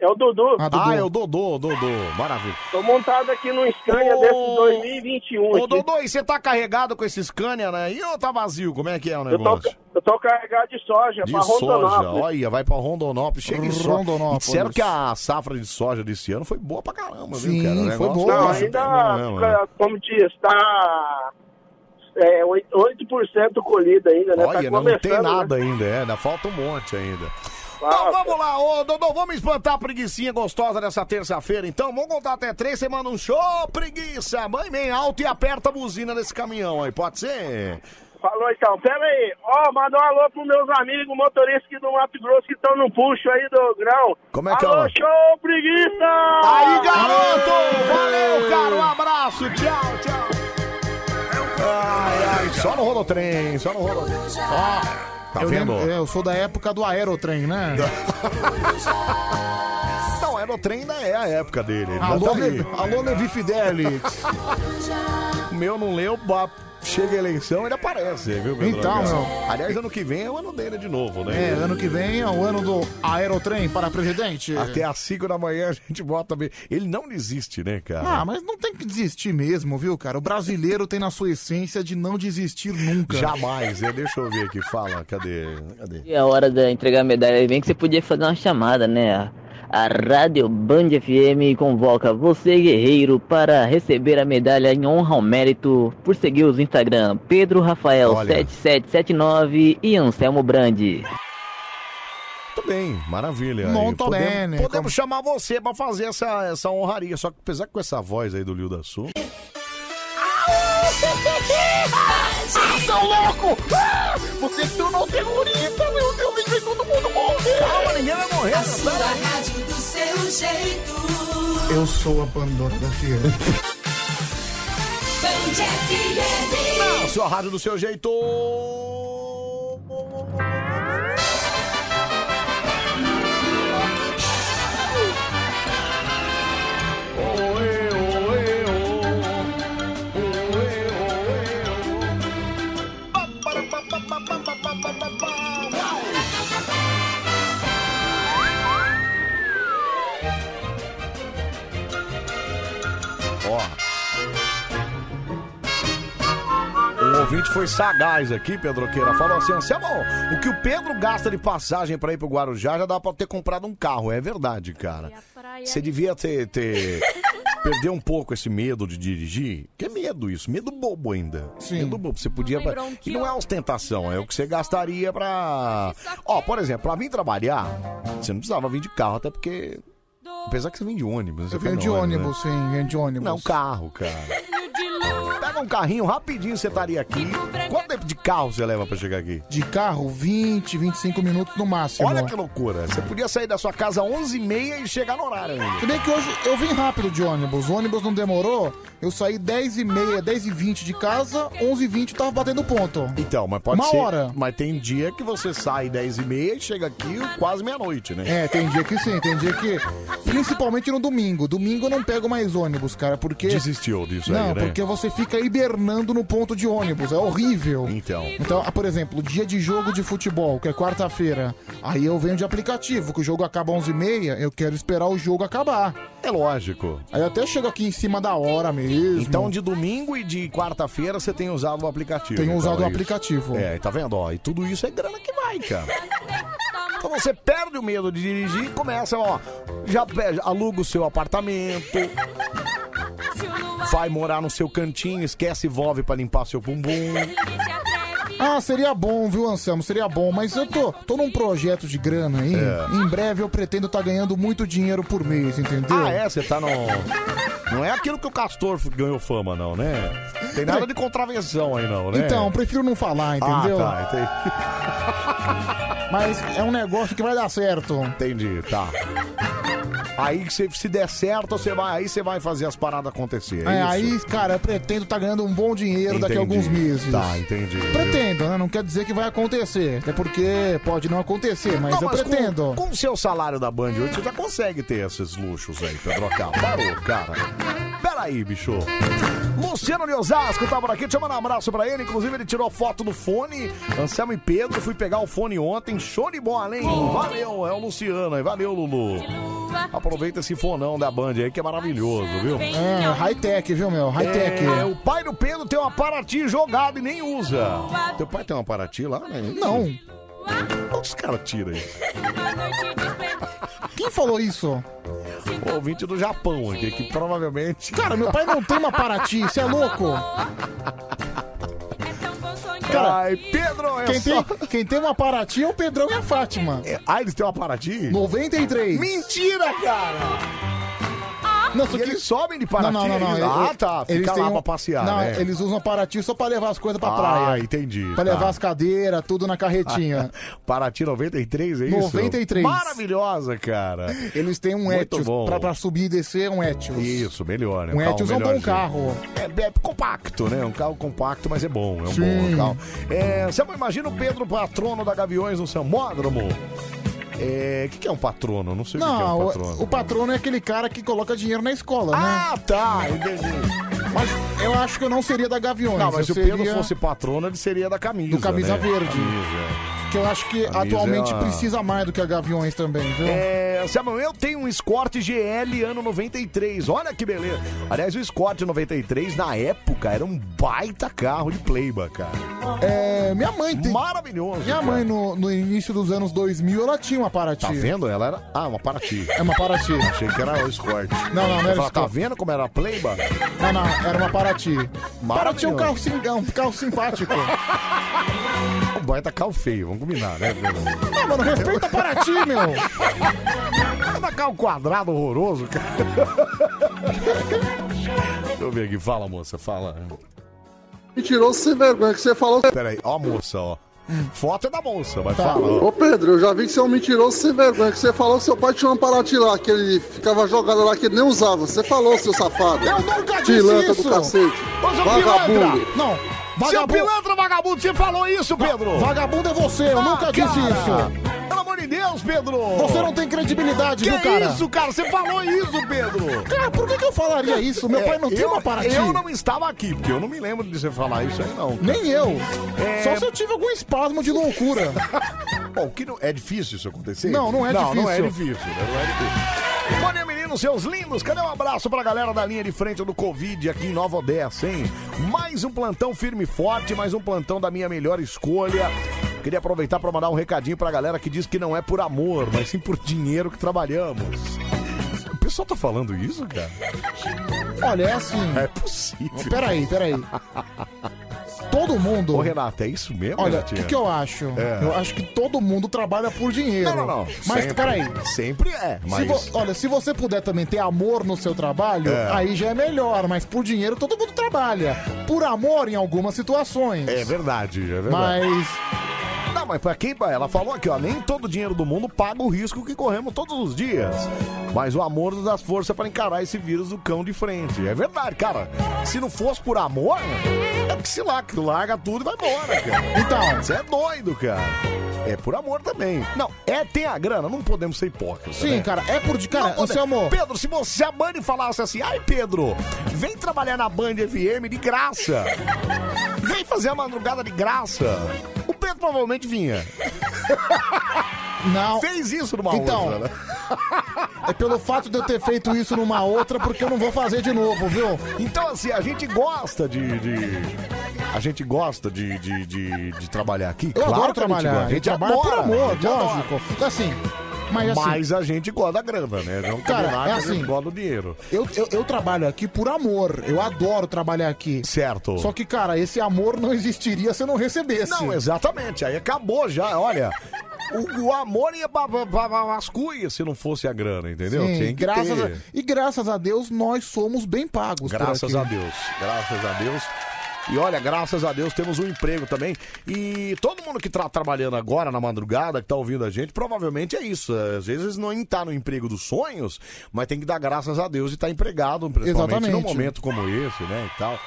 Speaker 4: É o Dudu.
Speaker 1: Ah, é o Dodô, Dodô. Maravilha.
Speaker 4: Tô montado aqui num Scania
Speaker 1: Ô,
Speaker 4: desse 2021.
Speaker 1: Ô,
Speaker 4: aqui.
Speaker 1: Dodô, e você tá carregado com esse Scania, né? E ou tá vazio? Como é que é o
Speaker 4: Eu tô,
Speaker 1: negócio?
Speaker 4: eu tô carregado de soja
Speaker 1: De
Speaker 4: pra
Speaker 1: soja,
Speaker 4: Rondonópolis.
Speaker 1: olha, vai pra Rondonópolis, chega em soja.
Speaker 4: Rondonópolis.
Speaker 1: E Disseram que a safra de soja desse ano foi boa pra caramba, viu, cara? O negócio
Speaker 4: Não,
Speaker 1: tá
Speaker 4: ainda,
Speaker 1: bom mesmo, né?
Speaker 4: fica, como diz, tá é, 8%, 8 colhida ainda, né?
Speaker 1: Olha,
Speaker 4: tá
Speaker 1: não, não tem
Speaker 4: começando, né?
Speaker 1: nada ainda, é, ainda falta um monte ainda. Então, vamos lá, ô Dodô, vamos espantar a preguiçinha gostosa nessa terça-feira, então. Vamos contar até três, você manda um show, preguiça, mãe bem alto e aperta a buzina nesse caminhão aí, pode ser?
Speaker 4: Falou então, pera aí. Ó, manda um alô pros meus amigos motoristas aqui do Mato Grosso que estão no puxo aí do grão.
Speaker 1: Como é que é,
Speaker 4: alô,
Speaker 1: ó?
Speaker 4: show, preguiça!
Speaker 1: Aí, garoto! Valeu, cara, um abraço, tchau, tchau. Ai, ai, só no rodotrem, só no rodotrem. Ó, Tá
Speaker 2: eu
Speaker 1: vendo?
Speaker 2: lembro- é, eu sou da época do aerotrem, né?
Speaker 1: Não, aerotrem ainda é a época dele. ele
Speaker 2: Alô,
Speaker 1: ainda tá
Speaker 2: Le...
Speaker 1: aí.
Speaker 2: Alô, Levi Fidelix.
Speaker 1: O meu não leu, ba- chega a eleição, ele aparece, viu, Pedro?
Speaker 2: Então,
Speaker 1: meu. Aliás, ano que vem é o ano dele de novo, né?
Speaker 2: É, ano que vem é o ano do aerotrem para presidente.
Speaker 1: Até às 5 da manhã a gente bota. bem. Ele não desiste, né, cara?
Speaker 2: Ah, mas não tem que desistir mesmo, viu, cara? O brasileiro tem na sua essência de não desistir nunca.
Speaker 1: Jamais, né? Deixa eu ver aqui, fala, cadê? Cadê?
Speaker 9: E a hora de entregar a medalha, bem que você podia fazer uma chamada, né? A Rádio Band FM convoca você, guerreiro, para receber a medalha em honra ao mérito por seguir os Instagram Pedro Rafael 7779 e Anselmo Brandi.
Speaker 1: Muito bem, maravilha.
Speaker 2: Muito
Speaker 1: Aí,
Speaker 2: bem,
Speaker 1: podemos,
Speaker 2: né?
Speaker 1: Podemos chamar você pra fazer essa, essa honraria. Só que apesar que com essa voz aí do Lio da Sul.
Speaker 4: Ah, seu louco! Ah, você se tornou terrorista, meu Deus, deixa todo mundo morrer! Calma, ninguém vai morrer! A sua rádio do seu jeito
Speaker 2: Eu sou a Pandora da Fiel.
Speaker 1: Ah, sua rádio do seu jeito. Ó. Um ouvinte foi sagaz aqui, Pedro Queira. Falou assim: Anselmo, o que o Pedro gasta de passagem pra ir pro Guarujá já dá pra ter comprado um carro. É verdade, cara. Você devia ter. ter... Perder um pouco esse medo de dirigir, que é medo isso, medo bobo ainda. Sim. Medo bobo. Você podia. E não é ostentação, é o que você gastaria pra. Ó, por exemplo, pra vir trabalhar, você não precisava vir de carro, até porque. Apesar que você vem de ônibus. né?
Speaker 2: Eu venho de ônibus, sim, venho de ônibus.
Speaker 1: Não, carro, cara. Pega um carrinho, rapidinho você estaria aqui. Quanto tempo de carro você leva pra chegar aqui?
Speaker 2: De carro, 20, 25 minutos no máximo.
Speaker 1: Olha que loucura. Você podia sair da sua casa às 11h30 e chegar no horário ainda.
Speaker 2: Se bem que hoje eu vim rápido de ônibus. O ônibus não demorou. Eu saí 10h30, 10h20 de casa, 11h20 tava batendo ponto.
Speaker 1: Então, mas pode
Speaker 2: Uma
Speaker 1: ser.
Speaker 2: hora.
Speaker 1: Mas tem dia que você sai 10h30 e chega aqui quase meia-noite, né?
Speaker 2: É, tem dia que sim, tem dia que. Principalmente no domingo. Domingo eu não pego mais ônibus, cara, porque.
Speaker 1: Desistiu disso
Speaker 2: não,
Speaker 1: aí, né?
Speaker 2: porque você fica hibernando no ponto de ônibus. É horrível.
Speaker 1: Então.
Speaker 2: Então, ah, por exemplo, dia de jogo de futebol, que é quarta-feira. Aí eu venho de aplicativo, que o jogo acaba 11h30, eu quero esperar o jogo acabar.
Speaker 1: É lógico.
Speaker 2: Aí eu até chego aqui em cima da hora mesmo.
Speaker 1: Então, de domingo e de quarta-feira você tem usado o aplicativo.
Speaker 2: Tenho
Speaker 1: então,
Speaker 2: usado o
Speaker 1: é isso.
Speaker 2: aplicativo.
Speaker 1: É, tá vendo? Ó, e tudo isso é grana que vai, cara. Então você perde o medo de dirigir e começa, ó. Já pe- aluga o seu apartamento. Vai morar no seu cantinho, esquece Vove pra limpar seu bumbum.
Speaker 2: Ah, seria bom, viu, Anselmo? Seria bom, mas eu tô, tô num projeto de grana aí.
Speaker 1: É.
Speaker 2: Em breve eu pretendo estar ganhando muito dinheiro por mês, entendeu?
Speaker 1: Ah, é? Você tá no. Não é aquilo que o Castor ganhou fama, não, né? Tem nada de contravenção aí, não, né?
Speaker 2: Então, prefiro não falar, entendeu?
Speaker 1: Ah, tá, entendi.
Speaker 2: Mas é um negócio que vai dar certo.
Speaker 1: Entendi, tá. Aí que se, se der certo, você vai, aí você vai fazer as paradas acontecer.
Speaker 2: É,
Speaker 1: isso?
Speaker 2: aí, cara, eu pretendo estar ganhando um bom dinheiro daqui a
Speaker 1: Entendi.
Speaker 2: alguns meses.
Speaker 1: Tá, entendi.
Speaker 2: Pretendo, né? Não quer dizer que vai acontecer. Até porque pode não acontecer, mas
Speaker 1: Não,
Speaker 2: eu
Speaker 1: mas com-
Speaker 2: pretendo.
Speaker 1: Com o seu salário da Band hoje, você já consegue ter esses luxos aí, Pedro K. Parou, cara. Peraí, bicho. Luciano de Osasco tá por aqui, te mandar um abraço pra ele. Inclusive, ele tirou foto do fone. Anselmo e Pedro, fui pegar o fone ontem. Show de bola, hein? Valeu, é o Luciano aí. Valeu, Lulu. Aproveita esse fonão da Band aí, que é maravilhoso, viu?
Speaker 2: É, high-tech, viu, meu? High-tech.
Speaker 1: É, o pai do Pedro tem uma Paraty jogada e nem usa. Teu pai tem uma Paraty lá, né?
Speaker 2: Não.
Speaker 1: Onde os caras tiram aí?
Speaker 2: Quem falou isso?
Speaker 1: O ouvinte do Japão aqui, que provavelmente.
Speaker 2: Cara, meu pai não tem uma Paraty, você é louco? Cara,
Speaker 1: Ai, Pedro, é
Speaker 2: quem,
Speaker 1: só... É,
Speaker 2: tem, quem tem uma Paraty é o Pedrão e a Fátima.
Speaker 1: Ah, eles têm uma Paraty?
Speaker 2: 93.
Speaker 1: Mentira, cara!
Speaker 2: Não,
Speaker 1: E eles sobem de Paraty?
Speaker 2: Não, não, não.
Speaker 1: Eles-
Speaker 2: não.
Speaker 1: Ah, tá, fica lá
Speaker 2: têm um
Speaker 1: pra passear,
Speaker 2: Não,
Speaker 1: né?
Speaker 2: eles usam Paraty só pra levar as coisas pra
Speaker 1: Ah,
Speaker 2: praia.
Speaker 1: entendi,
Speaker 2: Pra
Speaker 1: tá.
Speaker 2: levar as cadeiras, tudo na carretinha.
Speaker 1: Paraty 93, é isso?
Speaker 2: 93.
Speaker 1: Maravilhosa, cara.
Speaker 2: Eles têm um
Speaker 1: Muito
Speaker 2: Etios.
Speaker 1: bom.
Speaker 2: Pra, pra subir e descer, um Etios.
Speaker 1: Isso, melhor, né?
Speaker 2: Um
Speaker 1: carro
Speaker 2: Etios é um bom
Speaker 1: melhorzinho.
Speaker 2: carro.
Speaker 1: É, é compacto, né? Um carro compacto, mas é bom. É um
Speaker 2: Sim.
Speaker 1: bom carro. É, você não imagina o Pedro patrono da Gaviões no Sambódromo? É, o que, que é um patrono? Não sei o que que é
Speaker 2: Não,
Speaker 1: um
Speaker 2: o-
Speaker 1: patrono.
Speaker 2: o, patrono é aquele cara que coloca dinheiro na escola, ah,
Speaker 1: né? tá, entendi.
Speaker 2: Mas eu acho que eu não seria da Gaviões.
Speaker 1: Não, mas se
Speaker 2: eu
Speaker 1: o Pedro
Speaker 2: seria-
Speaker 1: fosse patrono, ele seria da camisa.
Speaker 2: Do camisa
Speaker 1: né?
Speaker 2: verde.
Speaker 1: Camisa.
Speaker 2: Que eu acho que
Speaker 1: Camisa
Speaker 2: atualmente
Speaker 1: é uma-
Speaker 2: precisa mais do que a Gaviões também, viu?
Speaker 1: É, Samuel, eu tenho um Escort GL ano 93. Olha que beleza. Aliás, o Escort 93, na época, era um baita carro de playboy, cara.
Speaker 2: É, minha mãe tem.
Speaker 1: Maravilhoso.
Speaker 2: Minha mãe, no, no início dos anos 2000, ela tinha uma Paraty.
Speaker 1: Tá vendo? Ela era. Ah, uma Paraty.
Speaker 2: É uma Paraty.
Speaker 1: Achei que era o Escort.
Speaker 2: Não, não, não era
Speaker 1: Eu falava,
Speaker 2: Escort.
Speaker 1: Tá vendo como era a Playboy?
Speaker 2: Não, não, era uma Paraty. Paraty é um
Speaker 1: Maravilhoso.
Speaker 2: carro, sim, é um carro simpático.
Speaker 1: O boy tá carro feio, vamos combinar, né? Pedro?
Speaker 2: Ah, Não, mano, respeita a Paraty, meu.
Speaker 1: Cada carro um quadrado horroroso, cara. Deixa eu ver aqui. Fala, moça, fala.
Speaker 13: Mentiroso sem vergonha que você falou.
Speaker 1: Peraí, ó a moça, ó. Foto é da moça, mas
Speaker 13: Tá.
Speaker 1: fala. ó.
Speaker 13: Ô Pedro, eu já vi que você é um mentiroso sem vergonha, que você falou que seu pai tinha uma Paraty lá, que ele ficava jogado lá, que ele nem usava. Você falou, seu safado.
Speaker 1: Eu nunca disse
Speaker 13: Pilantra
Speaker 1: isso.
Speaker 13: do cacete.
Speaker 1: Mas, ô,
Speaker 13: Vagabundo.
Speaker 1: pilantra.
Speaker 2: Não,
Speaker 1: Seu
Speaker 2: vagabundo-
Speaker 1: pilantra vagabundo, você falou isso, Pedro!
Speaker 2: Vagabundo é você, eu nunca disse
Speaker 1: Ah, cara.
Speaker 2: isso.
Speaker 1: Pelo amor de Deus, Pedro!
Speaker 2: Você não tem credibilidade,
Speaker 1: Que
Speaker 2: viu, cara?
Speaker 1: isso, cara? Você falou isso, Pedro!
Speaker 2: Cara, por que, que eu falaria isso? Meu
Speaker 1: É,
Speaker 2: pai não tem
Speaker 1: eu-
Speaker 2: uma Paraty.
Speaker 1: Eu não estava aqui, porque eu não me lembro de você falar isso aí, não. cara.
Speaker 2: Nem eu.
Speaker 1: É-
Speaker 2: Só se eu tive algum espasmo de loucura.
Speaker 1: Bom, o que não, é difícil isso acontecer?
Speaker 2: Não, não é
Speaker 1: Não, não
Speaker 2: difícil.
Speaker 1: é difícil. né? Não é difícil. Bom dia, meninos, seus lindos. Cadê um abraço pra galera da linha de frente do Covid aqui em Nova Odessa, hein? Mais um plantão firme e forte, mais um plantão da minha melhor escolha. Queria aproveitar pra mandar um recadinho pra galera que diz que não é por amor, mas sim por dinheiro que trabalhamos. O pessoal tá falando isso, cara?
Speaker 2: Olha, é assim.
Speaker 1: É possível.
Speaker 2: Peraí, peraí. Todo mundo.
Speaker 1: Ô, Renata, é isso mesmo?
Speaker 2: Olha, o
Speaker 1: Renatinha?
Speaker 2: que, que eu acho?
Speaker 1: É.
Speaker 2: Eu acho que todo mundo trabalha por dinheiro.
Speaker 1: Não, não, não.
Speaker 2: Mas
Speaker 1: Sempre.
Speaker 2: peraí.
Speaker 1: Sempre é,
Speaker 2: Se
Speaker 1: mas-
Speaker 2: vo- Olha, se você puder também ter amor no seu trabalho,
Speaker 1: É.
Speaker 2: aí já é melhor. Mas por dinheiro todo mundo trabalha. Por amor em algumas situações.
Speaker 1: É verdade, é verdade.
Speaker 2: Mas.
Speaker 1: Não, mas pra quem. Ela falou aqui, ó. Nem todo dinheiro do mundo paga o risco que corremos todos os dias. Mas o amor nos dá força pra encarar esse vírus do cão de frente. É verdade, cara. Se não fosse por amor, é que se lá, que larga tudo e vai embora, cara.
Speaker 2: Então.
Speaker 1: Você é doido, cara. É por amor também. Não, é tem a grana, não podemos ser hipócritas.
Speaker 2: Sim,
Speaker 1: né?
Speaker 2: cara, é por de cara,
Speaker 1: Não,
Speaker 2: Anselmo.
Speaker 1: Pedro, se você se a Band falasse assim, ai Pedro, vem trabalhar na Band FM de graça. Vem fazer a madrugada de graça. O Pedro provavelmente vinha.
Speaker 2: Não.
Speaker 1: Fez isso numa
Speaker 2: Então.
Speaker 1: outra, né?
Speaker 2: É pelo fato de eu ter feito isso numa outra, porque eu não vou fazer de novo, viu?
Speaker 1: Então, assim, a gente gosta de. de- A gente gosta de, de, de, de trabalhar aqui.
Speaker 2: Eu
Speaker 1: claro
Speaker 2: adoro
Speaker 1: que a gente
Speaker 2: trabalhar.
Speaker 1: gosta.
Speaker 2: Eu trabalho por amor,
Speaker 1: a gente adora.
Speaker 2: lógico. Assim, mas assim.
Speaker 1: Mas a gente gosta da grana, né? Não
Speaker 2: Cara, é
Speaker 1: a gente
Speaker 2: assim.
Speaker 1: gosta do dinheiro.
Speaker 2: Eu, eu, eu trabalho aqui por amor. Eu adoro trabalhar aqui.
Speaker 1: Certo.
Speaker 2: Só que, cara, esse amor não existiria se eu não recebesse.
Speaker 1: Não, exatamente. Aí é acabou já, olha. O, o amor ia pra, pra, pra, pra vasculha se não fosse a grana, entendeu?
Speaker 2: Sim,
Speaker 1: Tem que
Speaker 2: graças
Speaker 1: ter.
Speaker 2: a- E graças a Deus, nós somos bem pagos. por
Speaker 1: Graças
Speaker 2: aqui.
Speaker 1: a Deus, graças a Deus. E olha, graças a Deus temos um emprego também. E todo mundo que tá trabalhando agora na madrugada, que tá ouvindo a gente, provavelmente é isso. Às vezes não tá no emprego dos sonhos, mas tem que dar graças a Deus de estar empregado, principalmente num
Speaker 2: Exatamente.
Speaker 1: momento como esse, né, e tal.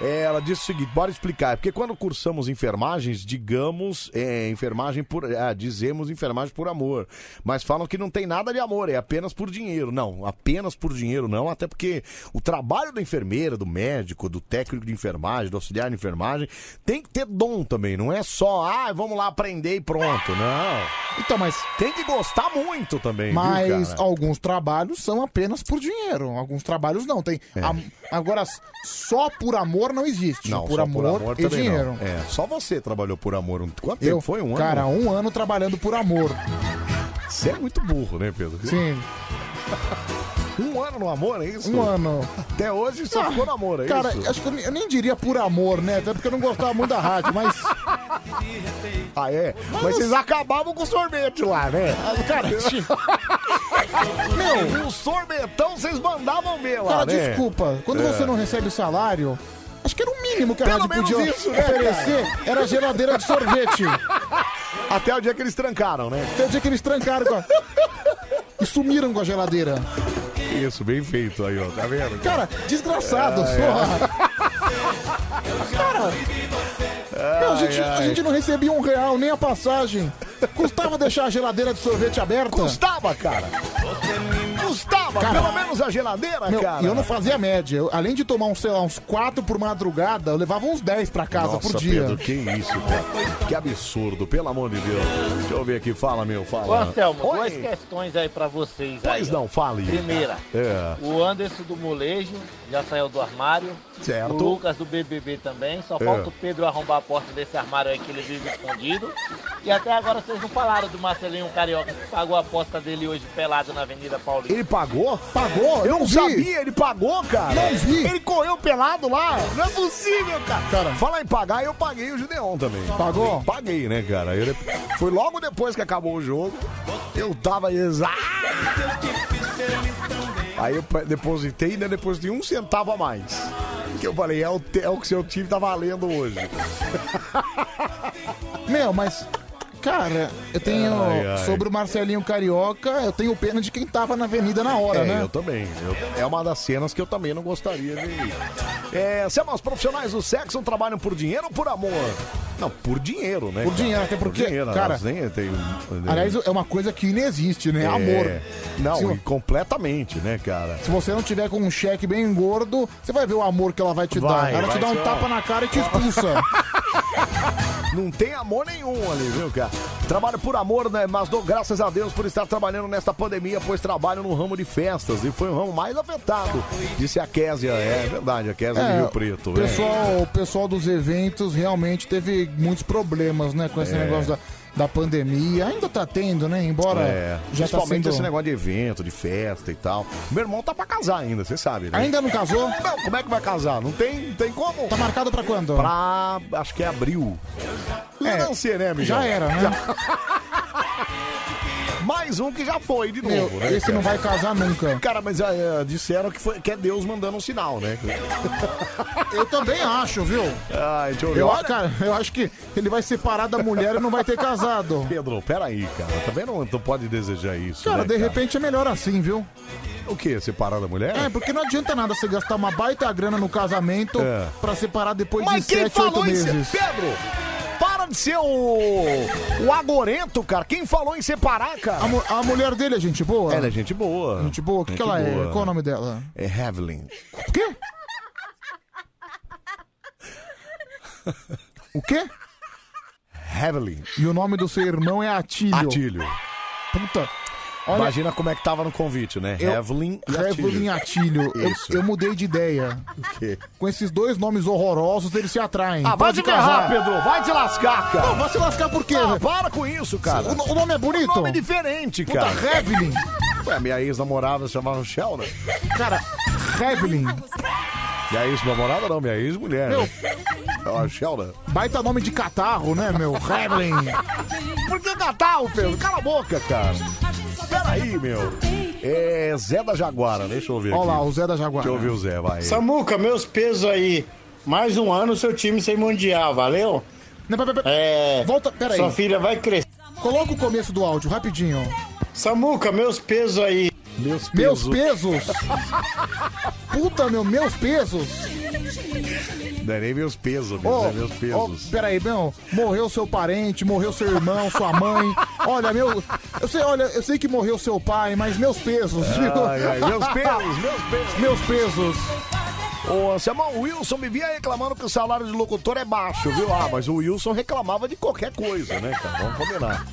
Speaker 1: É, ela disse o seguinte, bora explicar, é porque quando cursamos enfermagens, digamos, é, enfermagem por, ah, dizemos enfermagem por amor, mas falam que não tem nada de amor, é apenas por dinheiro. Não, apenas por dinheiro não, até porque o trabalho da enfermeira, do médico, do técnico de enfermagem, do auxiliar de enfermagem, tem que ter dom também, não é só, ah, vamos lá aprender e pronto, não.
Speaker 2: Então, mas...
Speaker 1: Tem que gostar muito também, viu,
Speaker 2: Mas
Speaker 1: cara?
Speaker 2: alguns trabalhos são apenas por dinheiro. Alguns trabalhos não. Tem
Speaker 1: É.
Speaker 2: am- Agora, só por amor não existe.
Speaker 1: Não,
Speaker 2: por,
Speaker 1: só
Speaker 2: amor e
Speaker 1: também não.
Speaker 2: dinheiro.
Speaker 1: É, só você trabalhou por amor. um- Quanto
Speaker 2: Eu,
Speaker 1: tempo foi? Um
Speaker 2: cara,
Speaker 1: ano?
Speaker 2: um ano trabalhando por amor.
Speaker 1: Você é muito burro, né, Pedro?
Speaker 2: Sim.
Speaker 1: Um ano no amor, é isso?
Speaker 2: Um ano. Ah,
Speaker 1: Até hoje só ficou no amor, é
Speaker 2: cara,
Speaker 1: isso?
Speaker 2: acho que eu, nem- eu nem diria por amor, né? Até porque eu não gostava muito da rádio, mas.
Speaker 1: É, Ah, é? Mas vocês acabavam com o sorvete lá, né?
Speaker 2: Ah, Cara, ti- Meu.
Speaker 1: O sorvetão vocês mandavam ver lá,
Speaker 2: Cara,
Speaker 1: né?
Speaker 2: desculpa. Quando
Speaker 1: É.
Speaker 2: você não recebe o salário, acho que era o mínimo que a
Speaker 1: Pelo
Speaker 2: rádio
Speaker 1: menos
Speaker 2: podia
Speaker 1: isso, né,
Speaker 2: oferecer.
Speaker 1: cara?
Speaker 2: Era geladeira de sorvete.
Speaker 1: Até o dia que eles trancaram, né?
Speaker 2: Até o dia que eles trancaram com a... E sumiram com a geladeira.
Speaker 1: Isso, bem feito aí, ó. Tá vendo?
Speaker 2: Cara, desgraçado,
Speaker 1: Ai,
Speaker 2: porra. Cara, Não, a, gente, a
Speaker 1: ai.
Speaker 2: gente não recebia um real, nem a passagem. Custava deixar a geladeira de sorvete aberta?
Speaker 1: Custava, cara. Custava, pelo
Speaker 2: é
Speaker 1: menos a geladeira,
Speaker 2: Meu,
Speaker 1: cara.
Speaker 2: E eu não fazia média. Eu, além de tomar, uns, sei lá, uns 4 por madrugada, eu levava uns 10 pra casa
Speaker 1: Nossa,
Speaker 2: por dia.
Speaker 1: Pedro, que isso, cara. Que absurdo, pelo amor de Deus. Deixa eu ver aqui. Fala, meu,
Speaker 12: Ô,
Speaker 1: fala.
Speaker 12: Anselmo,
Speaker 1: Oi.
Speaker 12: duas questões aí pra vocês.
Speaker 1: Pois
Speaker 12: aí, ó.
Speaker 1: não, fale.
Speaker 12: Primeira,
Speaker 1: É.
Speaker 12: o Anderson do Molejo já saiu do armário.
Speaker 1: Certo.
Speaker 12: O Lucas do BBB também. Só
Speaker 1: É.
Speaker 12: falta o Pedro arrombar a porta desse armário aí que ele vive escondido. E até agora vocês não falaram do Marcelinho um Carioca que pagou a aposta dele hoje pelado na Avenida Paulista.
Speaker 1: Ele pagou?
Speaker 2: Pagou?
Speaker 1: Eu não sabia, ele pagou, cara.
Speaker 12: Não
Speaker 2: vi.
Speaker 1: Ele correu pelado lá. Não é possível, cara. Fala em pagar, eu paguei o Gideon também. Pagou? Paguei, né, cara? Eu, foi logo depois que acabou o jogo. Eu tava exato. Aí eu pe- depositei e ainda depois de um centavo a mais. Que eu falei, é o, te- é o que seu time tá valendo hoje.
Speaker 2: Meu, mas. Cara, eu tenho.
Speaker 1: Ai, ai.
Speaker 2: Sobre o Marcelinho Carioca, eu tenho pena de quem tava na avenida na hora,
Speaker 1: é,
Speaker 2: né?
Speaker 1: Eu também. Eu- é uma das cenas que eu também não gostaria de. É, se é mais profissionais do sexo trabalham por dinheiro ou por amor? Não, por dinheiro, né?
Speaker 2: Por dinheiro, até porque, cara,
Speaker 1: elas nem né? tem.
Speaker 2: Aliás, é uma coisa que inexiste, né?
Speaker 1: né? É.
Speaker 2: Amor.
Speaker 1: Não,
Speaker 2: Se-
Speaker 1: e completamente, né, cara?
Speaker 2: Se você não tiver com um cheque bem gordo, você vai ver o amor que ela vai te dar.
Speaker 1: Vai,
Speaker 2: Ela
Speaker 1: vai
Speaker 2: te dá um
Speaker 1: ser, ó.
Speaker 2: tapa na cara e te expulsa.
Speaker 1: Não tem amor nenhum ali, viu, cara? Trabalho por amor, né? Mas dou graças a Deus por estar trabalhando nesta pandemia, pois trabalho no ramo de festas e foi o ramo mais afetado, disse a Késia. É verdade, a Késia de
Speaker 2: É,
Speaker 1: Rio Preto.
Speaker 2: o
Speaker 1: né?
Speaker 2: pessoal, o pessoal dos eventos realmente teve muitos problemas, né, com esse
Speaker 1: É.
Speaker 2: negócio da, da pandemia. Ainda tá tendo, né? Embora
Speaker 1: É,
Speaker 2: já tá
Speaker 1: principalmente
Speaker 2: sendo...
Speaker 1: esse negócio de evento, de festa e tal. Meu irmão tá pra casar ainda, você sabe, né?
Speaker 2: Ainda não casou?
Speaker 1: Não, como é que vai casar? Não tem, não tem como.
Speaker 2: Tá marcado pra quando?
Speaker 1: Pra, acho que é abril. É, não sei, né, Miguel?
Speaker 2: já era, né?
Speaker 1: Mais um que já foi de
Speaker 2: Meu,
Speaker 1: novo, né?
Speaker 2: esse não vai casar nunca.
Speaker 1: Cara, mas eh, disseram que, foi, que é Deus mandando um sinal, né?
Speaker 2: Eu também acho, viu?
Speaker 1: Ai, Ah, deixa eu ver.
Speaker 2: Eu,
Speaker 1: Olha,
Speaker 2: cara, eu acho que ele vai separar da mulher e não vai ter casado.
Speaker 1: Pedro, peraí, cara. Também não, não pode desejar isso.
Speaker 2: Cara,
Speaker 1: né,
Speaker 2: de repente é melhor assim, viu?
Speaker 1: O quê? Separar da mulher?
Speaker 2: É, porque não adianta nada você gastar uma baita grana no casamento
Speaker 1: É.
Speaker 2: pra separar depois
Speaker 1: Mas
Speaker 2: de
Speaker 1: quem
Speaker 2: 7, 8
Speaker 1: falou em se-
Speaker 2: meses.
Speaker 1: Pedro, para de ser o. O agorento, cara. Quem falou em separar, cara?
Speaker 2: A, mu- a mulher dele é gente boa?
Speaker 1: Ela é gente boa.
Speaker 2: Gente boa? O que, que ela é? Qual o nome dela?
Speaker 1: É Evelyn.
Speaker 2: O quê? O quê?
Speaker 1: Evelyn.
Speaker 2: E o nome do seu irmão é Atílio.
Speaker 1: Atílio.
Speaker 2: Puta. Olha,
Speaker 1: Imagina como é que tava no convite, né?
Speaker 2: Eu-
Speaker 1: Evelyn e Atílio.
Speaker 2: Evelyn Atílio. Eu,
Speaker 1: Isso.
Speaker 2: eu mudei de ideia.
Speaker 1: O quê?
Speaker 2: Com esses dois nomes horrorosos, eles se atraem.
Speaker 1: Ah, vai
Speaker 2: Pode
Speaker 1: te
Speaker 2: casar.
Speaker 1: ferrar, Pedro. Vai te lascar, cara.
Speaker 2: Não, vai se lascar por quê?
Speaker 1: Ah, para com isso, cara.
Speaker 2: O, no- o nome é bonito?
Speaker 1: O nome é diferente,
Speaker 2: Puta,
Speaker 1: cara.
Speaker 2: Evelyn.
Speaker 1: Ué, minha ex-namorada se chamava né? Sheldon.
Speaker 2: Cara, Evelyn.
Speaker 1: Minha ex-namorada não, minha ex-mulher.
Speaker 2: Meu.
Speaker 1: Né? Ela é Sheldon.
Speaker 2: Baita nome de catarro, né, meu? Evelyn.
Speaker 1: Por que Natal, Pedro? Cala a boca, cara. Peraí, meu. É Zé da Jaguara, deixa eu ver.
Speaker 2: Olha
Speaker 1: aqui.
Speaker 2: lá, o Zé da Jaguara.
Speaker 1: Deixa eu ver o Zé, vai.
Speaker 12: Samuca, meus pesos aí. Mais um ano seu time sem mundial, valeu?
Speaker 2: É. Volta, peraí.
Speaker 12: sua filha
Speaker 2: vai crescer. Coloca o começo do áudio, rapidinho. Samuca, meus pesos aí.
Speaker 1: Meus
Speaker 2: Meus
Speaker 1: pesos.
Speaker 2: pesos? Puta, meu, meus pesos.
Speaker 1: Não é nem meus pesos, meu,
Speaker 2: Ô,
Speaker 1: não é meus pesos.
Speaker 2: ô, peraí, meu. Morreu seu parente, morreu seu irmão, sua mãe. Olha, meu. Eu sei, olha, eu sei que morreu seu pai, mas meus pesos, viu?
Speaker 1: Ai, ai, meus pesos, meus pesos.
Speaker 2: Meus pesos.
Speaker 1: Ô, Anselmão, o Wilson me vinha reclamando que o salário de locutor é baixo, viu? Ah, mas o Wilson reclamava de qualquer coisa, né, cara? Vamos combinar.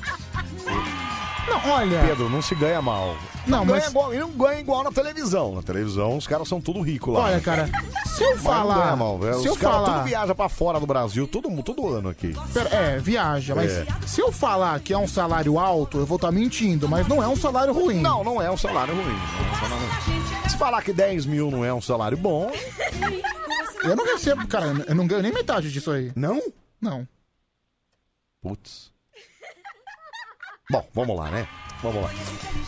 Speaker 2: Não, olha.
Speaker 1: Pedro, não se ganha mal.
Speaker 2: Não,
Speaker 1: ganha
Speaker 2: mas-
Speaker 1: igual, e não ganha igual na televisão. Na televisão, os caras são tudo ricos lá. né,
Speaker 2: Olha, cara, se eu
Speaker 1: Mas não
Speaker 2: falar-
Speaker 1: ganha mal, velho.
Speaker 2: se eu
Speaker 1: os caras
Speaker 2: falar-
Speaker 1: tudo viaja pra fora do Brasil, todo, mu- todo ano aqui.
Speaker 2: Pera- é, viaja, mas
Speaker 1: É.
Speaker 2: se eu falar que é um salário alto, eu vou estar mentindo, mas não é um salário ruim.
Speaker 1: Não, não é um salário ruim. não é um salário ruim. Se falar que 10 mil não é um salário bom,
Speaker 2: Eu não recebo, cara, eu não ganho nem metade disso aí.
Speaker 1: Não?
Speaker 2: Não.
Speaker 1: Putz. Bom, vamos lá, né? Vamos lá.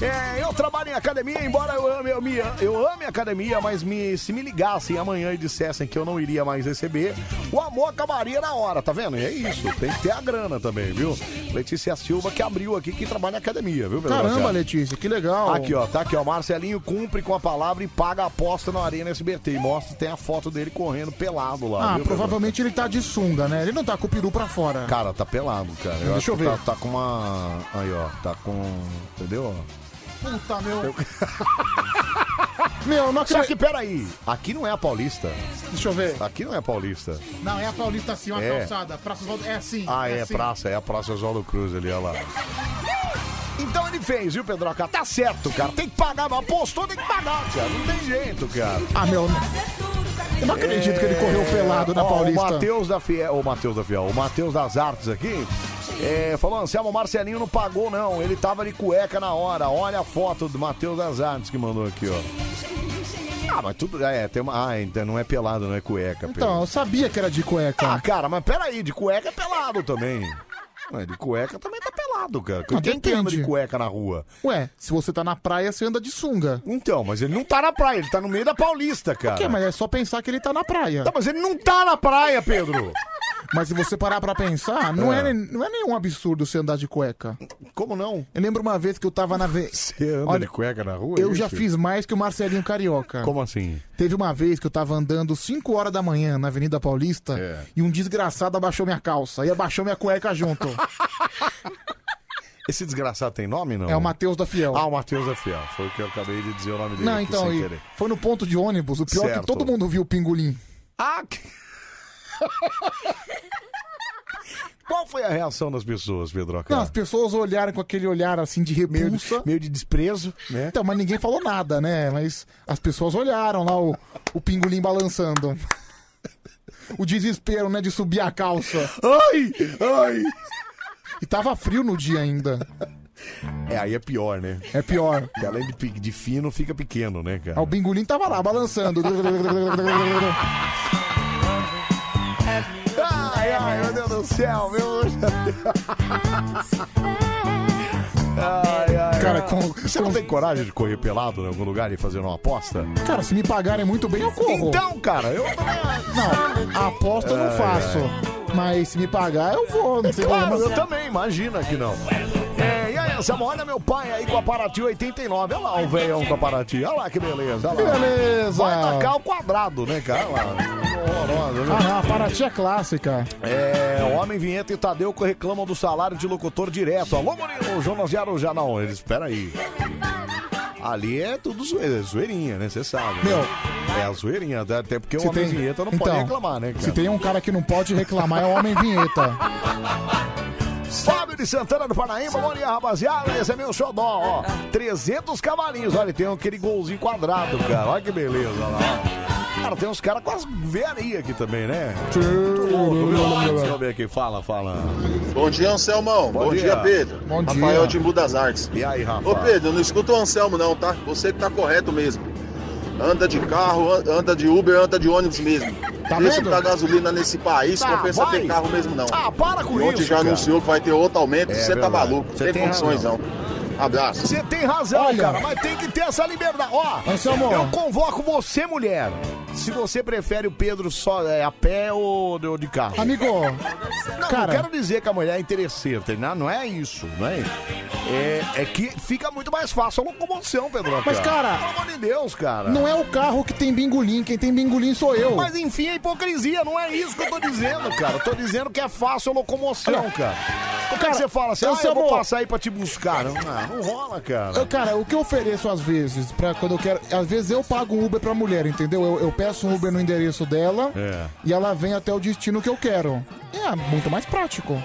Speaker 1: É, eu trabalho em academia, embora eu ame, eu, me, eu ame academia, mas me, se me ligassem amanhã e dissessem que eu não iria mais receber, o amor acabaria na hora, tá vendo? É isso, tem que ter a grana também, viu? Letícia Silva que abriu aqui, que trabalha em academia, viu? Pedro
Speaker 2: Caramba,
Speaker 1: Machado?
Speaker 2: Letícia, que legal.
Speaker 1: Aqui, ó, tá aqui, ó. Marcelinho cumpre com a palavra e paga a aposta na Arena SBT. E mostra, tem a foto dele correndo pelado lá.
Speaker 2: Ah,
Speaker 1: viu,
Speaker 2: provavelmente ele tá de sunga, né? Ele não tá com o peru pra fora.
Speaker 1: Pedro? Cara, tá pelado, cara.
Speaker 2: Deixa
Speaker 1: acho
Speaker 2: eu
Speaker 1: que
Speaker 2: ver.
Speaker 1: Tá, tá com uma. Aí, ó, tá com. Entendeu?
Speaker 2: Puta, meu. Meu, não
Speaker 1: Só que peraí, aqui não é a Paulista.
Speaker 2: Deixa eu ver.
Speaker 1: Aqui não é a Paulista.
Speaker 2: Não, é a Paulista assim, uma
Speaker 1: É.
Speaker 2: calçada. Praça Oswaldo- É assim.
Speaker 1: Ah, é,
Speaker 2: assim.
Speaker 1: praça, é a Praça Oswaldo Cruz ali, olha lá. Então ele fez, viu, Pedroca? Tá certo, cara. Tem que pagar, mas apostou, tem que pagar, cara. Não tem jeito, cara. É.
Speaker 2: Ah, meu. Eu não acredito que ele correu pelado na
Speaker 1: ó,
Speaker 2: Paulista.
Speaker 1: O Matheus da Fiel, o Matheus da Fiel, o Matheus das Artes aqui, é, falou, Anselmo, o Marcelinho não pagou, não. Ele tava de cueca na hora. Olha a foto do Matheus das Artes que mandou aqui, ó. Ah, mas tudo. É, tem uma. Ah, então não é pelado, não é cueca.
Speaker 2: Então, eu sabia que era de cueca.
Speaker 1: Ah, cara, mas peraí, de cueca é pelado também. Ué, de cueca também tá pelado, cara.
Speaker 2: Ah,
Speaker 1: Quem que anda de
Speaker 2: depende.
Speaker 1: cueca na rua?
Speaker 2: Ué, se você tá na praia, você anda de sunga.
Speaker 1: Então, mas ele não tá na praia, ele tá no meio da Paulista, cara.
Speaker 2: Ok, mas é só pensar que ele tá na praia.
Speaker 1: Tá, mas ele não tá na praia, Pedro.
Speaker 2: Mas se você parar pra pensar, não
Speaker 1: É.
Speaker 2: é, nem- não é nenhum absurdo você andar de cueca.
Speaker 1: Como não?
Speaker 2: Eu lembro uma vez que eu tava na...
Speaker 1: Você anda de cueca na rua? é
Speaker 2: Eu já
Speaker 1: isso?
Speaker 2: fiz mais que o Marcelinho Carioca.
Speaker 1: Como assim?
Speaker 2: Teve uma vez que eu tava andando 5 horas da manhã na Avenida Paulista
Speaker 1: É.
Speaker 2: e um desgraçado abaixou minha calça e abaixou minha cueca junto.
Speaker 1: Esse desgraçado tem nome, não?
Speaker 2: É o Matheus da Fiel.
Speaker 1: Ah, o Matheus da Fiel. Foi o que eu acabei de dizer o nome dele
Speaker 2: Não,
Speaker 1: aqui
Speaker 2: então,
Speaker 1: sem
Speaker 2: e
Speaker 1: querer.
Speaker 2: foi no ponto de ônibus. O pior é
Speaker 1: Certo.
Speaker 2: que todo mundo viu o pingolim.
Speaker 1: Ah, que- Qual foi É a reação das pessoas, Pedro?
Speaker 2: Não, as pessoas olharam com aquele olhar assim de repulsa. Meio,
Speaker 1: de desprezo, né?
Speaker 2: Então, mas ninguém falou nada, né? Mas as pessoas olharam lá o, o pingolim balançando. O desespero, né, de subir a calça.
Speaker 1: Ai! Ai!
Speaker 2: E tava frio no dia ainda.
Speaker 1: É, aí é pior, né?
Speaker 2: É pior.
Speaker 1: Porque além de, pe- de fino, fica pequeno, né, cara?
Speaker 2: Ah, O pingolim tava lá balançando.
Speaker 1: Ai, ai, meu Deus do céu, meu. Ai, ai.
Speaker 2: Cara,
Speaker 1: Você não tem coragem de correr pelado em algum lugar e fazer uma aposta?
Speaker 2: Cara, se me pagarem muito bem, eu corro.
Speaker 1: Então, cara, eu.
Speaker 2: Não, a aposta eu não
Speaker 1: Ai,
Speaker 2: faço. Mas se me pagar, eu vou. Não tem
Speaker 1: Claro,
Speaker 2: problema.
Speaker 1: eu também, imagina que não. É, e aí, Anselmo, olha meu pai aí com a Paraty 89. Olha lá o velhão com a Paraty. Olha lá que beleza. Olha lá.
Speaker 2: Beleza.
Speaker 1: Vai tacar o quadrado, né, cara? Olha lá. Horrorosa, né? viu?
Speaker 2: Ah, não, a Paraty é clássica.
Speaker 1: É, Homem Vinheta e Tadeu que reclamam do salário de locutor direto. Alô, Murilo, Jonas de Arujá. Não, eles, espera aí. Ali é tudo zoe- é zoeirinha, né? Você sabe. né? É a zoeirinha, até- até porque o
Speaker 2: Se
Speaker 1: Homem
Speaker 2: tem-
Speaker 1: Vinheta não pode
Speaker 2: Então,
Speaker 1: reclamar, né, cara?
Speaker 2: Se tem um cara que não pode reclamar, é o Homem Vinheta.
Speaker 1: Fábio de Santana do Paraíba, bom dia, rapaziada. Esse é meu xodó, ó. 300 cavalinhos. Olha, tem aquele golzinho quadrado, cara. Olha que beleza olha lá. Cara, tem uns caras com as velharias aqui também, né? Muito louco, viu? Deixa eu ver aqui. Fala, fala.
Speaker 6: Bom dia, Anselmão. Bom, dia. Pedro.
Speaker 1: Bom dia.
Speaker 6: Rafael Timbu das Artes.
Speaker 1: E aí, Rafa?
Speaker 6: Ô, Pedro, não escuta o Anselmo, não, tá? Você que tá correto mesmo. Anda de carro, an- anda de Uber, anda de ônibus mesmo.
Speaker 1: Tá
Speaker 6: Preço
Speaker 1: vendo?
Speaker 6: que tá gasolina nesse país
Speaker 1: Ah,
Speaker 6: compensa
Speaker 1: vai.
Speaker 6: ter carro mesmo, não.
Speaker 1: Ah, para com
Speaker 6: e ontem
Speaker 1: isso,
Speaker 6: já
Speaker 1: cara.
Speaker 6: anunciou que vai ter outro aumento,
Speaker 1: É
Speaker 6: você tá
Speaker 1: verdade.
Speaker 6: maluco.
Speaker 1: Você
Speaker 6: tem,
Speaker 1: tem
Speaker 6: condições,
Speaker 1: razão.
Speaker 6: não. Abraço.
Speaker 1: Você tem razão,
Speaker 6: Olha.
Speaker 1: cara, mas tem que ter essa liberdade. Ó,
Speaker 6: Anselmo.
Speaker 1: eu convoco você, mulher. Se você prefere o Pedro só é, a pé ou de, ou de carro.
Speaker 2: Amigo,
Speaker 1: não,
Speaker 2: cara-
Speaker 1: não quero dizer que a mulher é interesseira, tá? não, não é isso, não é isso. É, é que fica muito mais fácil a locomoção, Pedro.
Speaker 2: Mas, cara-
Speaker 1: Pelo amor de Deus, cara.
Speaker 2: Não é o carro que tem bingolim, quem tem bingolim sou eu.
Speaker 1: Mas enfim, é hipocrisia, não é isso que eu tô dizendo, cara. Eu tô dizendo que é fácil a locomoção,
Speaker 2: Olha,
Speaker 1: cara. Como é que você fala assim, ah, eu vou passar aí pra te buscar? Não, não, não rola, cara.
Speaker 2: Eu, cara, o que eu ofereço às vezes, pra quando eu quero. Às vezes eu pago um Uber pra mulher, entendeu? Eu, eu peço um Uber no endereço dela
Speaker 1: É.
Speaker 2: e ela vem até o destino que eu quero. É muito mais prático.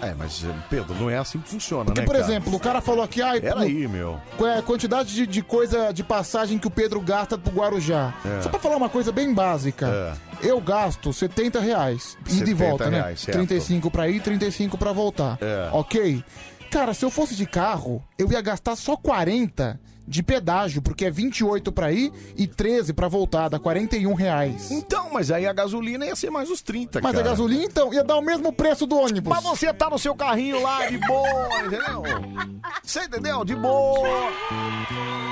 Speaker 1: É, mas, Pedro, não é assim que funciona,
Speaker 2: Porque,
Speaker 1: né,
Speaker 2: por
Speaker 1: cara?
Speaker 2: exemplo, o cara falou aqui, ai,
Speaker 1: Peraí, meu.
Speaker 2: Qual é a quantidade de, de coisa de passagem que o Pedro gasta pro Guarujá?
Speaker 1: É.
Speaker 2: Só pra falar uma coisa bem básica. Eu gasto R$ 70 reais. Ida e
Speaker 1: 70
Speaker 2: volta, né?
Speaker 1: reais, certo.
Speaker 2: 35 pra ir, 35 pra voltar.
Speaker 1: É.
Speaker 2: Ok? Cara, se eu fosse de carro, eu ia gastar só 40 de pedágio, porque é 28 pra ir e 13 pra voltar, dá 41 reais.
Speaker 1: Então, mas aí a gasolina ia ser mais os 30,
Speaker 2: Mas
Speaker 1: cara.
Speaker 2: a gasolina, então, ia dar o mesmo preço do ônibus.
Speaker 1: Mas você tá no seu carrinho lá de boa, entendeu? Você entendeu? De boa,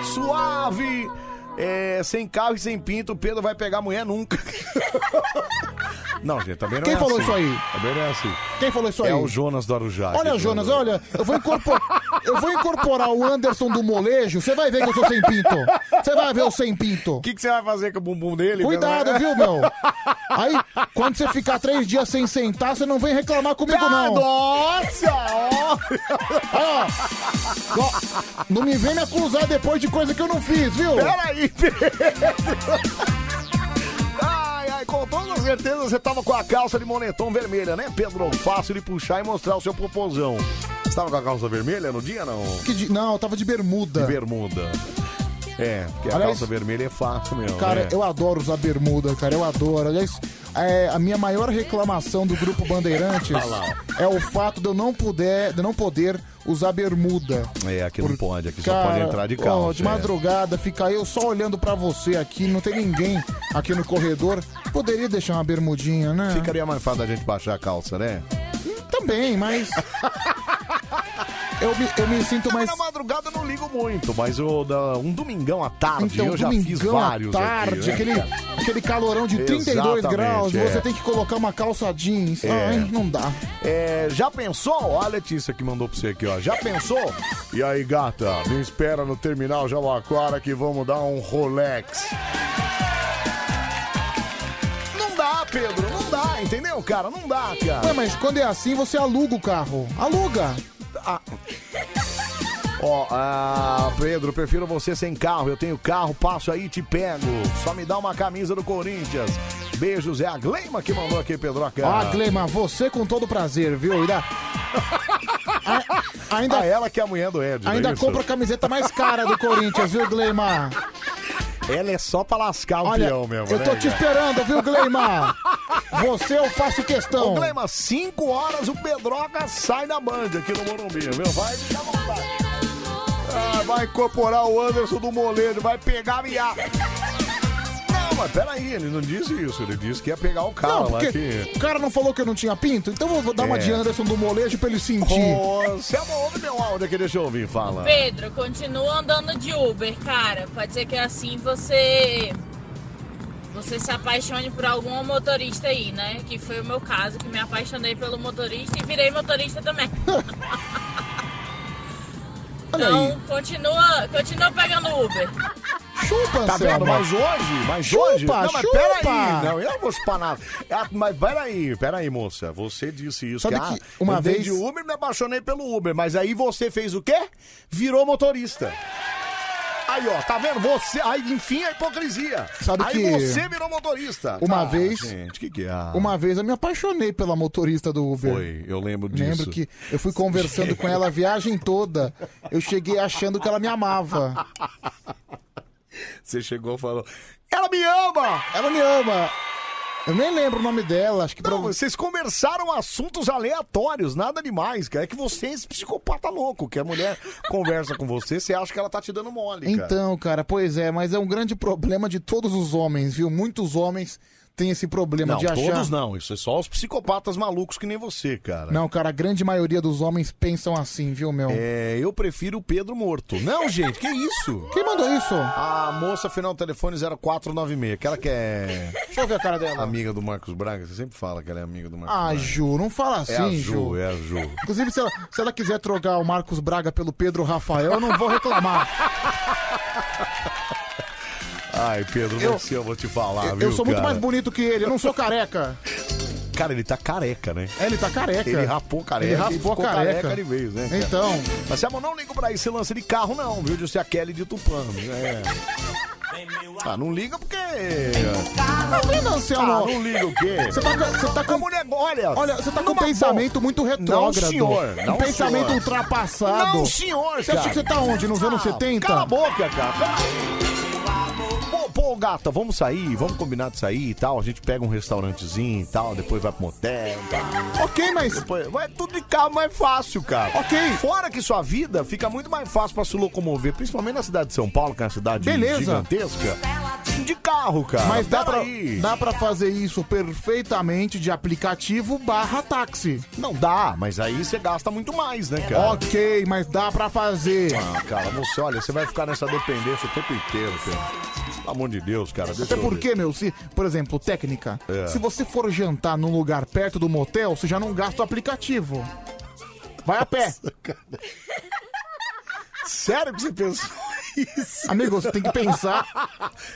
Speaker 1: suave, é, sem carro e sem pinto, o Pedro vai pegar mulher nunca. Não, gente, também não
Speaker 2: Quem
Speaker 1: é
Speaker 2: falou
Speaker 1: assim.
Speaker 2: isso aí?
Speaker 1: Também não é assim.
Speaker 2: Quem falou isso aí?
Speaker 1: É o Jonas do Arujá.
Speaker 2: Olha, Jonas, olha, eu vou, incorpor- eu vou incorporar o Anderson do molejo, você vai ver que eu sou sem pinto. Você vai ver o sem pinto.
Speaker 1: O que, que você vai fazer com o bumbum dele?
Speaker 2: Cuidado, viu, meu? Aí, quando você ficar três dias sem sentar, você não vem reclamar comigo, não.
Speaker 1: Nossa!
Speaker 2: Ó, ó, não me vem me acusar depois de coisa que eu não fiz, viu?
Speaker 1: Peraí, Pedro. Ai, ai, com toda certeza você tava com a calça de moletom vermelha, né, Pedro? Fácil de puxar e mostrar o seu popozão. Você tava com a calça vermelha no dia, não?
Speaker 2: Que de- Não, eu tava de bermuda.
Speaker 1: De bermuda. É, porque a
Speaker 2: Aliás,
Speaker 1: calça vermelha é fácil mesmo.
Speaker 2: Cara,
Speaker 1: né?
Speaker 2: eu adoro usar bermuda, cara, eu adoro. Aliás, é, a minha maior reclamação do grupo Bandeirantes
Speaker 1: Olha lá.
Speaker 2: é o fato de eu não poder, de eu não poder usar bermuda.
Speaker 1: É, aqui não pode, aqui só
Speaker 2: Cara,
Speaker 1: pode entrar de
Speaker 2: ó, de
Speaker 1: calça. é.
Speaker 2: madrugada, fica eu só olhando pra você aqui, não tem ninguém aqui no corredor. Poderia deixar uma bermudinha, né?
Speaker 1: Ficaria mais fácil da gente baixar a calça, né?
Speaker 2: Também, mas. eu, me, eu me sinto mais.
Speaker 1: Na madrugada eu não ligo muito, mas o da- um domingão à tarde,
Speaker 2: Então,
Speaker 1: eu já fiz
Speaker 2: domingão à
Speaker 1: vários
Speaker 2: tarde,
Speaker 1: aqui, né?
Speaker 2: aquele, aquele calorão de 32
Speaker 1: Exatamente,
Speaker 2: graus,
Speaker 1: é.
Speaker 2: você tem que colocar uma calça jeans.
Speaker 1: É.
Speaker 2: Ai, não dá.
Speaker 1: É, já pensou? Ó, a Letícia que mandou pra você aqui, ó. Já pensou? E aí, gata, me espera no terminal Jabaquara que vamos dar um Rolex. Não dá, Pedro, não dá, entendeu, cara? Não dá, cara.
Speaker 2: Ué, mas quando é assim, você aluga o carro. Aluga!
Speaker 1: Ah. Ó, ah, Pedro, prefiro você sem carro. Eu tenho carro, passo aí e te pego. Só me dá uma camisa do Corinthians. Beijos, é a Gleima que mandou aqui, Pedro
Speaker 2: Ah, Glema, você com todo prazer, viu? Ainda, A- ainda,
Speaker 1: Ah, ela que é a mulher do Ed. não é
Speaker 2: ainda
Speaker 1: isso?
Speaker 2: compra a camiseta mais cara do Corinthians, viu, Glema?
Speaker 1: Ela é só pra lascar o
Speaker 2: Olha,
Speaker 1: peão mesmo.
Speaker 2: eu tô
Speaker 1: né,
Speaker 2: te
Speaker 1: cara?
Speaker 2: esperando, viu, Gleima? Você eu faço questão.
Speaker 1: Ô, Glema, 5 horas o Pedroca sai da banda aqui no Morumbi, meu. Vai ficar à vontade. Ah, vai incorporar o Anderson do Moledo, vai pegar a minha. Não, mas peraí, ele não disse isso. Ele disse que ia pegar o cara
Speaker 2: Não,
Speaker 1: lá
Speaker 2: porque
Speaker 1: que...
Speaker 2: o cara não falou que eu não tinha pinto, então eu vou dar uma
Speaker 1: É.
Speaker 2: de Anderson do molejo pra ele sentir.
Speaker 1: Ô, Selma, ouve meu áudio aqui, deixa eu ouvir, fala.
Speaker 14: Pedro, continua andando de Uber, cara. Pode ser que assim você você se apaixone por algum motorista aí, né? Que foi o meu caso, que me apaixonei pelo motorista e virei motorista também.
Speaker 1: Olha
Speaker 14: então, continua, continua pegando Uber.
Speaker 2: Chupa,
Speaker 1: Tá vendo?
Speaker 2: Anselmo.
Speaker 1: Mas hoje, mas
Speaker 2: Chupa,
Speaker 1: hoje. Não, mas
Speaker 2: chupa.
Speaker 1: peraí. Não, eu não vou chupar nada. Ah, Mas peraí, peraí, moça. Você disse isso.
Speaker 2: Sabe
Speaker 1: ah,
Speaker 2: que uma
Speaker 1: eu andei
Speaker 2: vez-
Speaker 1: de Uber me apaixonei pelo Uber, mas aí você fez o quê? Virou motorista. Aí, ó, tá vendo? Você. Aí, enfim, a hipocrisia.
Speaker 2: Sabe
Speaker 1: aí
Speaker 2: que-
Speaker 1: você virou motorista.
Speaker 2: Uma
Speaker 1: Ah,
Speaker 2: vez-
Speaker 1: Gente, que que é? Ah,
Speaker 2: Uma vez eu me apaixonei pela motorista do Uber.
Speaker 1: Foi, eu lembro disso.
Speaker 2: Lembro que eu fui conversando com ela a viagem toda. Eu cheguei achando que ela me amava.
Speaker 1: Você chegou e falou. Ela me ama!
Speaker 2: Ela me ama! Eu nem lembro o nome dela, acho que
Speaker 1: Não, vocês conversaram assuntos aleatórios, nada demais, cara. É que você é esse psicopata louco, que a mulher conversa com você, você acha que ela tá te dando mole, cara.
Speaker 2: Então, cara, pois é, mas é um grande problema de todos os homens, viu? Muitos homens têm esse problema
Speaker 1: não,
Speaker 2: de achar.
Speaker 1: todos não, isso é só os psicopatas malucos que nem você, cara.
Speaker 2: Não, cara, a grande maioria dos homens pensam assim, viu, meu?
Speaker 1: É, eu prefiro o Pedro morto. Não, gente, que isso?
Speaker 2: Quem mandou isso?
Speaker 1: A moça final do telefone 0496, aquela que é
Speaker 2: Deixa eu ver a cara dela.
Speaker 1: amiga do Marcos Braga, você sempre fala que ela é amiga do Marcos
Speaker 2: Ah,
Speaker 1: Braga.
Speaker 2: Ju, não fala assim,
Speaker 1: é a
Speaker 2: Ju.
Speaker 1: Ju, é a Ju.
Speaker 2: Inclusive, se ela, se ela quiser trocar o Marcos Braga pelo Pedro Rafael, eu não vou reclamar.
Speaker 1: Ai, Pedro,
Speaker 2: Eu-
Speaker 1: não sei, eu vou te falar, Ah, viu,
Speaker 2: eu sou muito
Speaker 1: cara?
Speaker 2: mais bonito que ele, eu não sou careca.
Speaker 1: Cara, ele tá careca, né?
Speaker 2: É, ele tá careca.
Speaker 1: Ele rapou careca.
Speaker 2: Ele raspou
Speaker 1: e ficou
Speaker 2: a careca.
Speaker 1: de vez, né? cara?
Speaker 2: Então.
Speaker 1: Mas, Samuel, não ligo pra esse lance de carro, não, viu? Disse a Kelly de Tupã. né? Ah, não liga porque.
Speaker 2: Tá vendo, Anselmo?
Speaker 1: Ah, não liga o quê?
Speaker 2: Você tá, com- você tá com.
Speaker 1: mulher, olha.
Speaker 2: Olha, você tá com um
Speaker 1: Ah, numa
Speaker 2: pensamento
Speaker 1: boa.
Speaker 2: muito retrógrado.
Speaker 1: Não, senhor.
Speaker 2: Um
Speaker 1: Não,
Speaker 2: pensamento
Speaker 1: senhor.
Speaker 2: ultrapassado.
Speaker 1: Não, senhor,
Speaker 2: Você acha
Speaker 1: cara.
Speaker 2: que você tá onde? Nos anos 70?
Speaker 1: Cala a boca, cara. Pô, pô, ô gata, vamos sair, vamos combinar de sair e tal. A gente pega um restaurantezinho e tal, depois vai pro motel e tal. Ok, mas. Depois, vai tudo de carro mais fácil, cara. Ok. Fora que sua vida fica muito mais fácil pra se locomover, principalmente na cidade de São Paulo, que é uma cidade
Speaker 2: Beleza.
Speaker 1: gigantesca. De carro, cara.
Speaker 2: Mas dá pra,
Speaker 1: Peraí.
Speaker 2: dá pra fazer isso perfeitamente de aplicativo barra táxi.
Speaker 1: Não dá, mas aí você gasta muito mais, né, cara?
Speaker 2: É. Ok, mas dá pra fazer.
Speaker 1: Ah, cara, você olha, você vai ficar nessa dependência o tempo inteiro, cara. Pelo amor de Deus, cara. Deixa
Speaker 2: Até
Speaker 1: eu
Speaker 2: porque, meu, se, por exemplo, técnica.
Speaker 1: É.
Speaker 2: Se você for jantar num lugar perto do motel, você já não gasta o aplicativo. Vai a pé.
Speaker 1: Sério que você pensou isso?
Speaker 2: Amigo, você tem que pensar.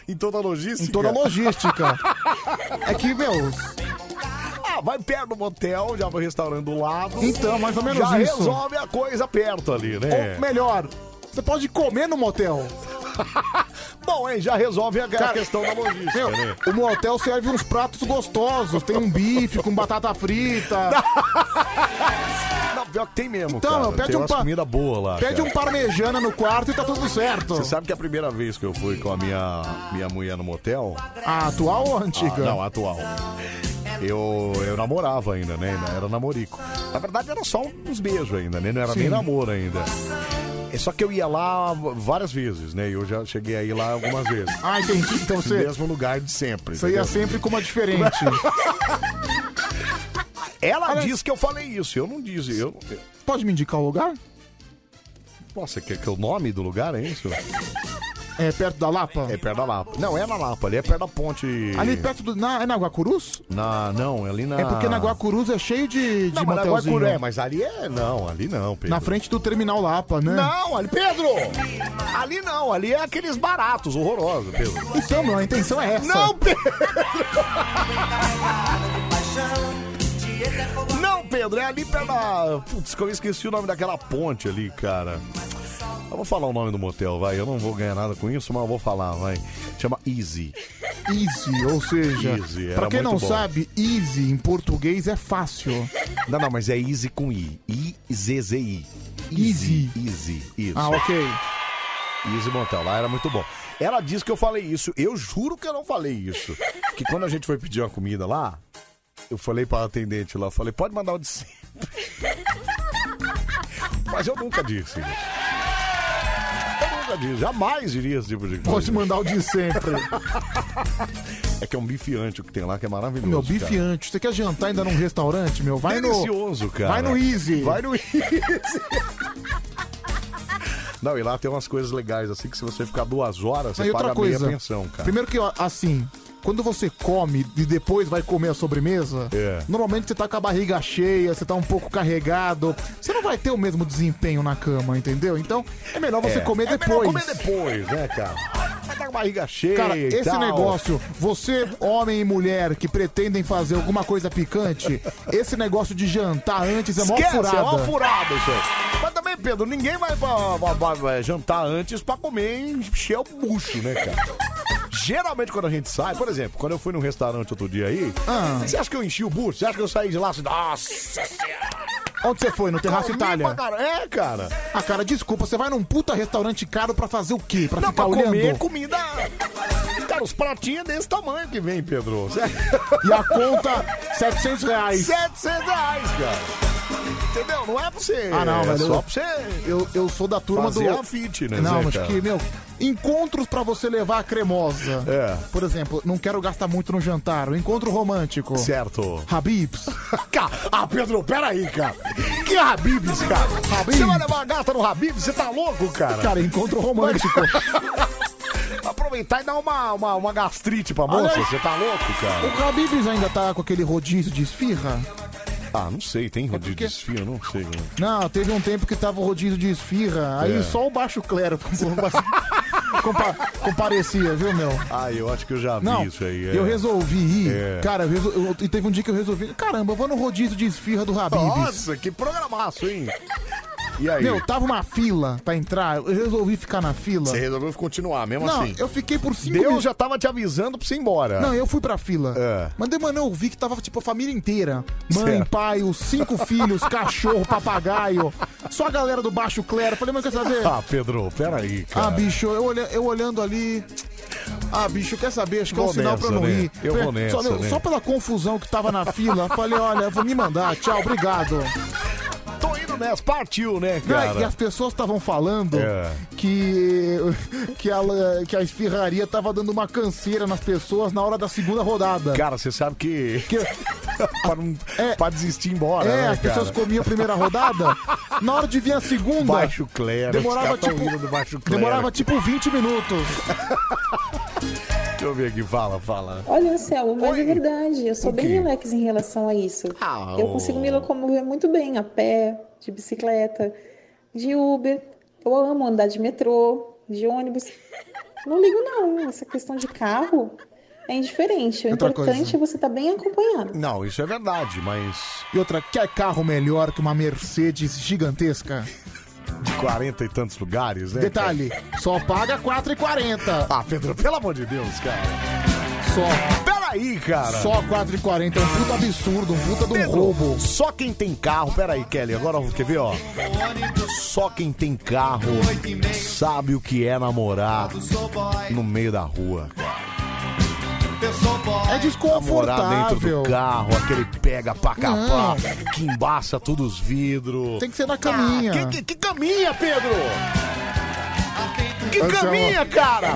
Speaker 1: em toda a Então tá logística?
Speaker 2: Em toda a Então tá logística. É que, meu.
Speaker 1: Ah, vai perto do motel, já vai restaurando do lado.
Speaker 2: Então, mais ou menos
Speaker 1: já
Speaker 2: isso.
Speaker 1: resolve a coisa perto ali, né?
Speaker 2: Ou melhor, você pode comer no motel.
Speaker 1: Bom, hein, já resolve a questão da logística,
Speaker 2: meu,
Speaker 1: né?
Speaker 2: O motel serve uns pratos gostosos. Tem um bife com batata frita.
Speaker 1: Não, pior que tem mesmo,
Speaker 2: Então,
Speaker 1: cara.
Speaker 2: meu, pede
Speaker 1: tem
Speaker 2: um
Speaker 1: umas
Speaker 2: pa-
Speaker 1: comida boa lá,
Speaker 2: Pede
Speaker 1: cara.
Speaker 2: um parmejana no quarto e tá tudo certo.
Speaker 1: Você sabe que a primeira vez que eu fui com a minha, minha mulher no motel...
Speaker 2: A atual ou a antiga?
Speaker 1: Ah, não, a atual. Eu, eu namorava ainda, né? Era namorico. Na verdade, era só uns beijos ainda, né? Não era nem
Speaker 2: Sim.
Speaker 1: namoro ainda. É só que eu ia lá várias vezes, né? Eu já cheguei aí lá algumas vezes.
Speaker 2: Ah, entendi. Então você-
Speaker 1: No mesmo lugar de sempre.
Speaker 2: Você ia
Speaker 1: entendeu?
Speaker 2: é sempre com uma diferente.
Speaker 1: Ela disse que eu falei isso, eu não disse. Eu...
Speaker 2: Pode me indicar o lugar?
Speaker 1: Nossa, quer que o nome do lugar é isso?
Speaker 2: É perto da Lapa?
Speaker 1: É perto da Lapa. Não, é na Lapa, ali é perto da ponte.
Speaker 2: Ali perto do. Na, é na Guacurus?
Speaker 1: Na, não, é ali na.
Speaker 2: É porque na Guacurus é cheio de, de
Speaker 1: Não, mas na
Speaker 2: motelzinho.
Speaker 1: Guacuru, é, mas ali é. Não, ali não, Pedro.
Speaker 2: Na frente do terminal Lapa, né?
Speaker 1: Não, ali, Pedro! Ali não, ali é aqueles baratos, horrorosos, Pedro.
Speaker 2: Então, meu, a intenção é essa.
Speaker 1: Não, Pedro! Não, Pedro, é ali pela. Putz, que eu esqueci o nome daquela ponte ali, cara. Eu vou falar o nome do motel, vai. Eu não vou ganhar nada com isso, mas eu vou falar, vai. Chama Easy.
Speaker 2: Easy, ou seja,
Speaker 1: Easy, era
Speaker 2: pra quem
Speaker 1: muito
Speaker 2: não
Speaker 1: bom.
Speaker 2: sabe, easy em português é fácil.
Speaker 1: Não, não, mas é Easy com I. I-Z-Z-I. Easy. Easy, isso.
Speaker 2: Ah, ok.
Speaker 1: Easy Motel, lá era muito bom. Ela disse que eu falei isso. Eu juro que eu não falei isso. Que quando a gente foi pedir uma comida lá, eu falei pra atendente lá, eu falei, pode mandar o de sempre. Mas eu nunca disse isso. Eu nunca disse, jamais diria esse tipo de coisa.
Speaker 2: Pode mandar o de sempre.
Speaker 1: É que é um bife ancho que tem lá, que é maravilhoso.
Speaker 2: meu, bife
Speaker 1: cara.
Speaker 2: antes. Você quer jantar ainda num restaurante, meu? Vai
Speaker 1: Delicioso,
Speaker 2: no.
Speaker 1: cara.
Speaker 2: Vai no Easy.
Speaker 1: Vai no Easy. Não, e lá tem umas coisas legais, assim, que se você ficar duas horas,
Speaker 2: Aí
Speaker 1: você
Speaker 2: outra
Speaker 1: paga
Speaker 2: coisa.
Speaker 1: meia pensão, cara.
Speaker 2: Primeiro que, ó, assim, quando você come e depois vai comer a sobremesa,
Speaker 1: É.
Speaker 2: normalmente você tá com a barriga cheia, você tá um pouco carregado. Você não vai ter o mesmo desempenho na cama, entendeu? Então é melhor você
Speaker 1: É.
Speaker 2: comer
Speaker 1: É melhor
Speaker 2: depois.
Speaker 1: comer depois, né, cara? Vai dar com a barriga cheia
Speaker 2: Cara,
Speaker 1: e
Speaker 2: esse
Speaker 1: tal.
Speaker 2: negócio, você, homem e mulher que pretendem fazer alguma coisa picante, esse negócio de jantar antes é mó
Speaker 1: Esquece,
Speaker 2: furada.
Speaker 1: é mó furada isso aí. Mas também, Pedro, ninguém vai, pra- pra- pra- pra jantar antes pra comer e encher o bucho, né, cara? Geralmente quando a gente sai, por exemplo, quando eu fui num restaurante outro dia aí,
Speaker 2: Ah.
Speaker 1: você acha que eu enchi o bucho? Você acha que eu saí de lá assim, nossa senhora?
Speaker 2: Onde você foi? No Terraço
Speaker 1: Comi
Speaker 2: Itália?
Speaker 1: pra cara- É, cara.
Speaker 2: Ah, cara, desculpa, você vai num puta restaurante caro pra fazer o quê? Pra
Speaker 1: Não,
Speaker 2: ficar
Speaker 1: pra
Speaker 2: olhando?
Speaker 1: comer comida. Cara, os pratinhos é desse tamanho que vem, Pedro.
Speaker 2: E a conta, 700 reais.
Speaker 1: 700 reais, cara. Entendeu? Não é pra você.
Speaker 2: Ah, não,
Speaker 1: é
Speaker 2: velho.
Speaker 1: Só pra você.
Speaker 2: Eu, eu sou da turma
Speaker 1: Fazer
Speaker 2: do.
Speaker 1: a fitness,
Speaker 2: Não,
Speaker 1: né,
Speaker 2: mas
Speaker 1: cara?
Speaker 2: que, meu. Encontros pra você levar a cremosa.
Speaker 1: É.
Speaker 2: Por exemplo, não quero gastar muito no jantar. Um encontro romântico.
Speaker 1: Certo.
Speaker 2: Habibs.
Speaker 1: ah, Pedro, peraí, cara. Que Habibs, cara? Você vai levar a gata no Habibs? Você tá louco, cara?
Speaker 2: Cara, encontro romântico.
Speaker 1: Aproveitar e dar uma, uma, uma gastrite pra moça.
Speaker 2: Olha-
Speaker 1: Você tá louco, cara?
Speaker 2: o Habibs ainda tá com aquele rodízio de esfirra?
Speaker 1: Ah, não sei. Tem rodízio de desfio? Eu Não sei. né?
Speaker 2: Não, teve um tempo que tava o rodízio de esfirra. Aí
Speaker 1: É.
Speaker 2: só o baixo clero um compa- comparecia, viu, meu?
Speaker 1: Ah, eu acho que eu já vi
Speaker 2: Não,
Speaker 1: isso aí. é.
Speaker 2: eu resolvi ir.
Speaker 1: É.
Speaker 2: Cara, eu resol- eu- e teve um dia que eu resolvi. Caramba, eu vou no rodízio de esfirra do Habibs.
Speaker 1: Nossa, que programaço, hein? E aí?
Speaker 2: Meu, tava uma fila pra entrar, eu resolvi ficar na fila.
Speaker 1: Você resolveu continuar, mesmo
Speaker 2: Não,
Speaker 1: assim?
Speaker 2: eu fiquei por cinco
Speaker 1: Deus
Speaker 2: minutos.
Speaker 1: já tava te avisando pra você ir embora.
Speaker 2: Não, eu fui pra fila.
Speaker 1: É.
Speaker 2: Mandei, mano, eu vi que tava tipo a família inteira. Mãe,
Speaker 1: Certo.
Speaker 2: pai, os cinco filhos, cachorro, papagaio. Só a galera do baixo clero. Falei, mano, quer saber?
Speaker 1: Ah, Pedro, peraí, Ah, cara.
Speaker 2: Ah, bicho, eu, olha- eu olhando ali. Ah, bicho, quer saber? Acho que é um
Speaker 1: Vou
Speaker 2: sinal pra eu
Speaker 1: nessa,
Speaker 2: não
Speaker 1: né?
Speaker 2: ir.
Speaker 1: Eu vou nessa,
Speaker 2: só,
Speaker 1: né?
Speaker 2: só pela confusão que tava na fila, falei, olha, eu vou me mandar, tchau, obrigado.
Speaker 1: Tô indo nessa, partiu, né,
Speaker 2: Não, E
Speaker 1: cara?
Speaker 2: as pessoas estavam falando
Speaker 1: É.
Speaker 2: que, que, a, la- que a esfirraria tava dando uma canseira nas pessoas na hora da segunda rodada.
Speaker 1: Cara, você sabe que. pra, não- pra desistir e ir embora.
Speaker 2: é,
Speaker 1: né,
Speaker 2: as pessoas
Speaker 1: cara?
Speaker 2: comiam a primeira rodada, na hora de vir a segunda.
Speaker 1: Baixo clero,
Speaker 2: demorava
Speaker 1: os caras tão
Speaker 2: tipo,
Speaker 1: rindo do baixo clero.
Speaker 2: demorava tipo 20 minutos.
Speaker 1: Deixa eu ver aqui, fala, fala.
Speaker 8: Olha, Anselmo, mas é verdade, eu sou
Speaker 1: O
Speaker 8: bem
Speaker 1: quê?
Speaker 8: relax em relação a isso. Eu
Speaker 1: ô.
Speaker 8: consigo me locomover muito bem a pé, de bicicleta, de Uber. Eu amo andar de metrô, de ônibus. Não ligo, não. Essa questão de carro é indiferente. O
Speaker 1: Outra
Speaker 8: importante
Speaker 1: coisa.
Speaker 8: é você estar bem acompanhado.
Speaker 1: Não, isso é verdade, mas.
Speaker 2: E outra, quer carro melhor que uma Mercedes gigantesca?
Speaker 1: De 40 e tantos lugares, né?
Speaker 2: Detalhe, só paga 4,40.
Speaker 1: Ah, Pedro, pelo amor de Deus, cara.
Speaker 2: Só.
Speaker 1: Peraí, cara.
Speaker 2: Só 4,40. É um puta absurdo, um puta de um
Speaker 1: Pedro,
Speaker 2: roubo.
Speaker 1: Só quem tem carro, peraí, Kelly, agora quer ver, ó. Só quem tem carro sabe o que é namorar no meio da rua.
Speaker 2: É
Speaker 1: Namorar dentro do
Speaker 2: desconfortável.
Speaker 1: carro, aquele pega pra
Speaker 2: Não.
Speaker 1: capar, que embaça todos os vidros.
Speaker 2: Tem que ser na caminha.
Speaker 1: Ah, que, que- que caminha, Pedro? Que
Speaker 2: Anselmo.
Speaker 1: caminha, cara?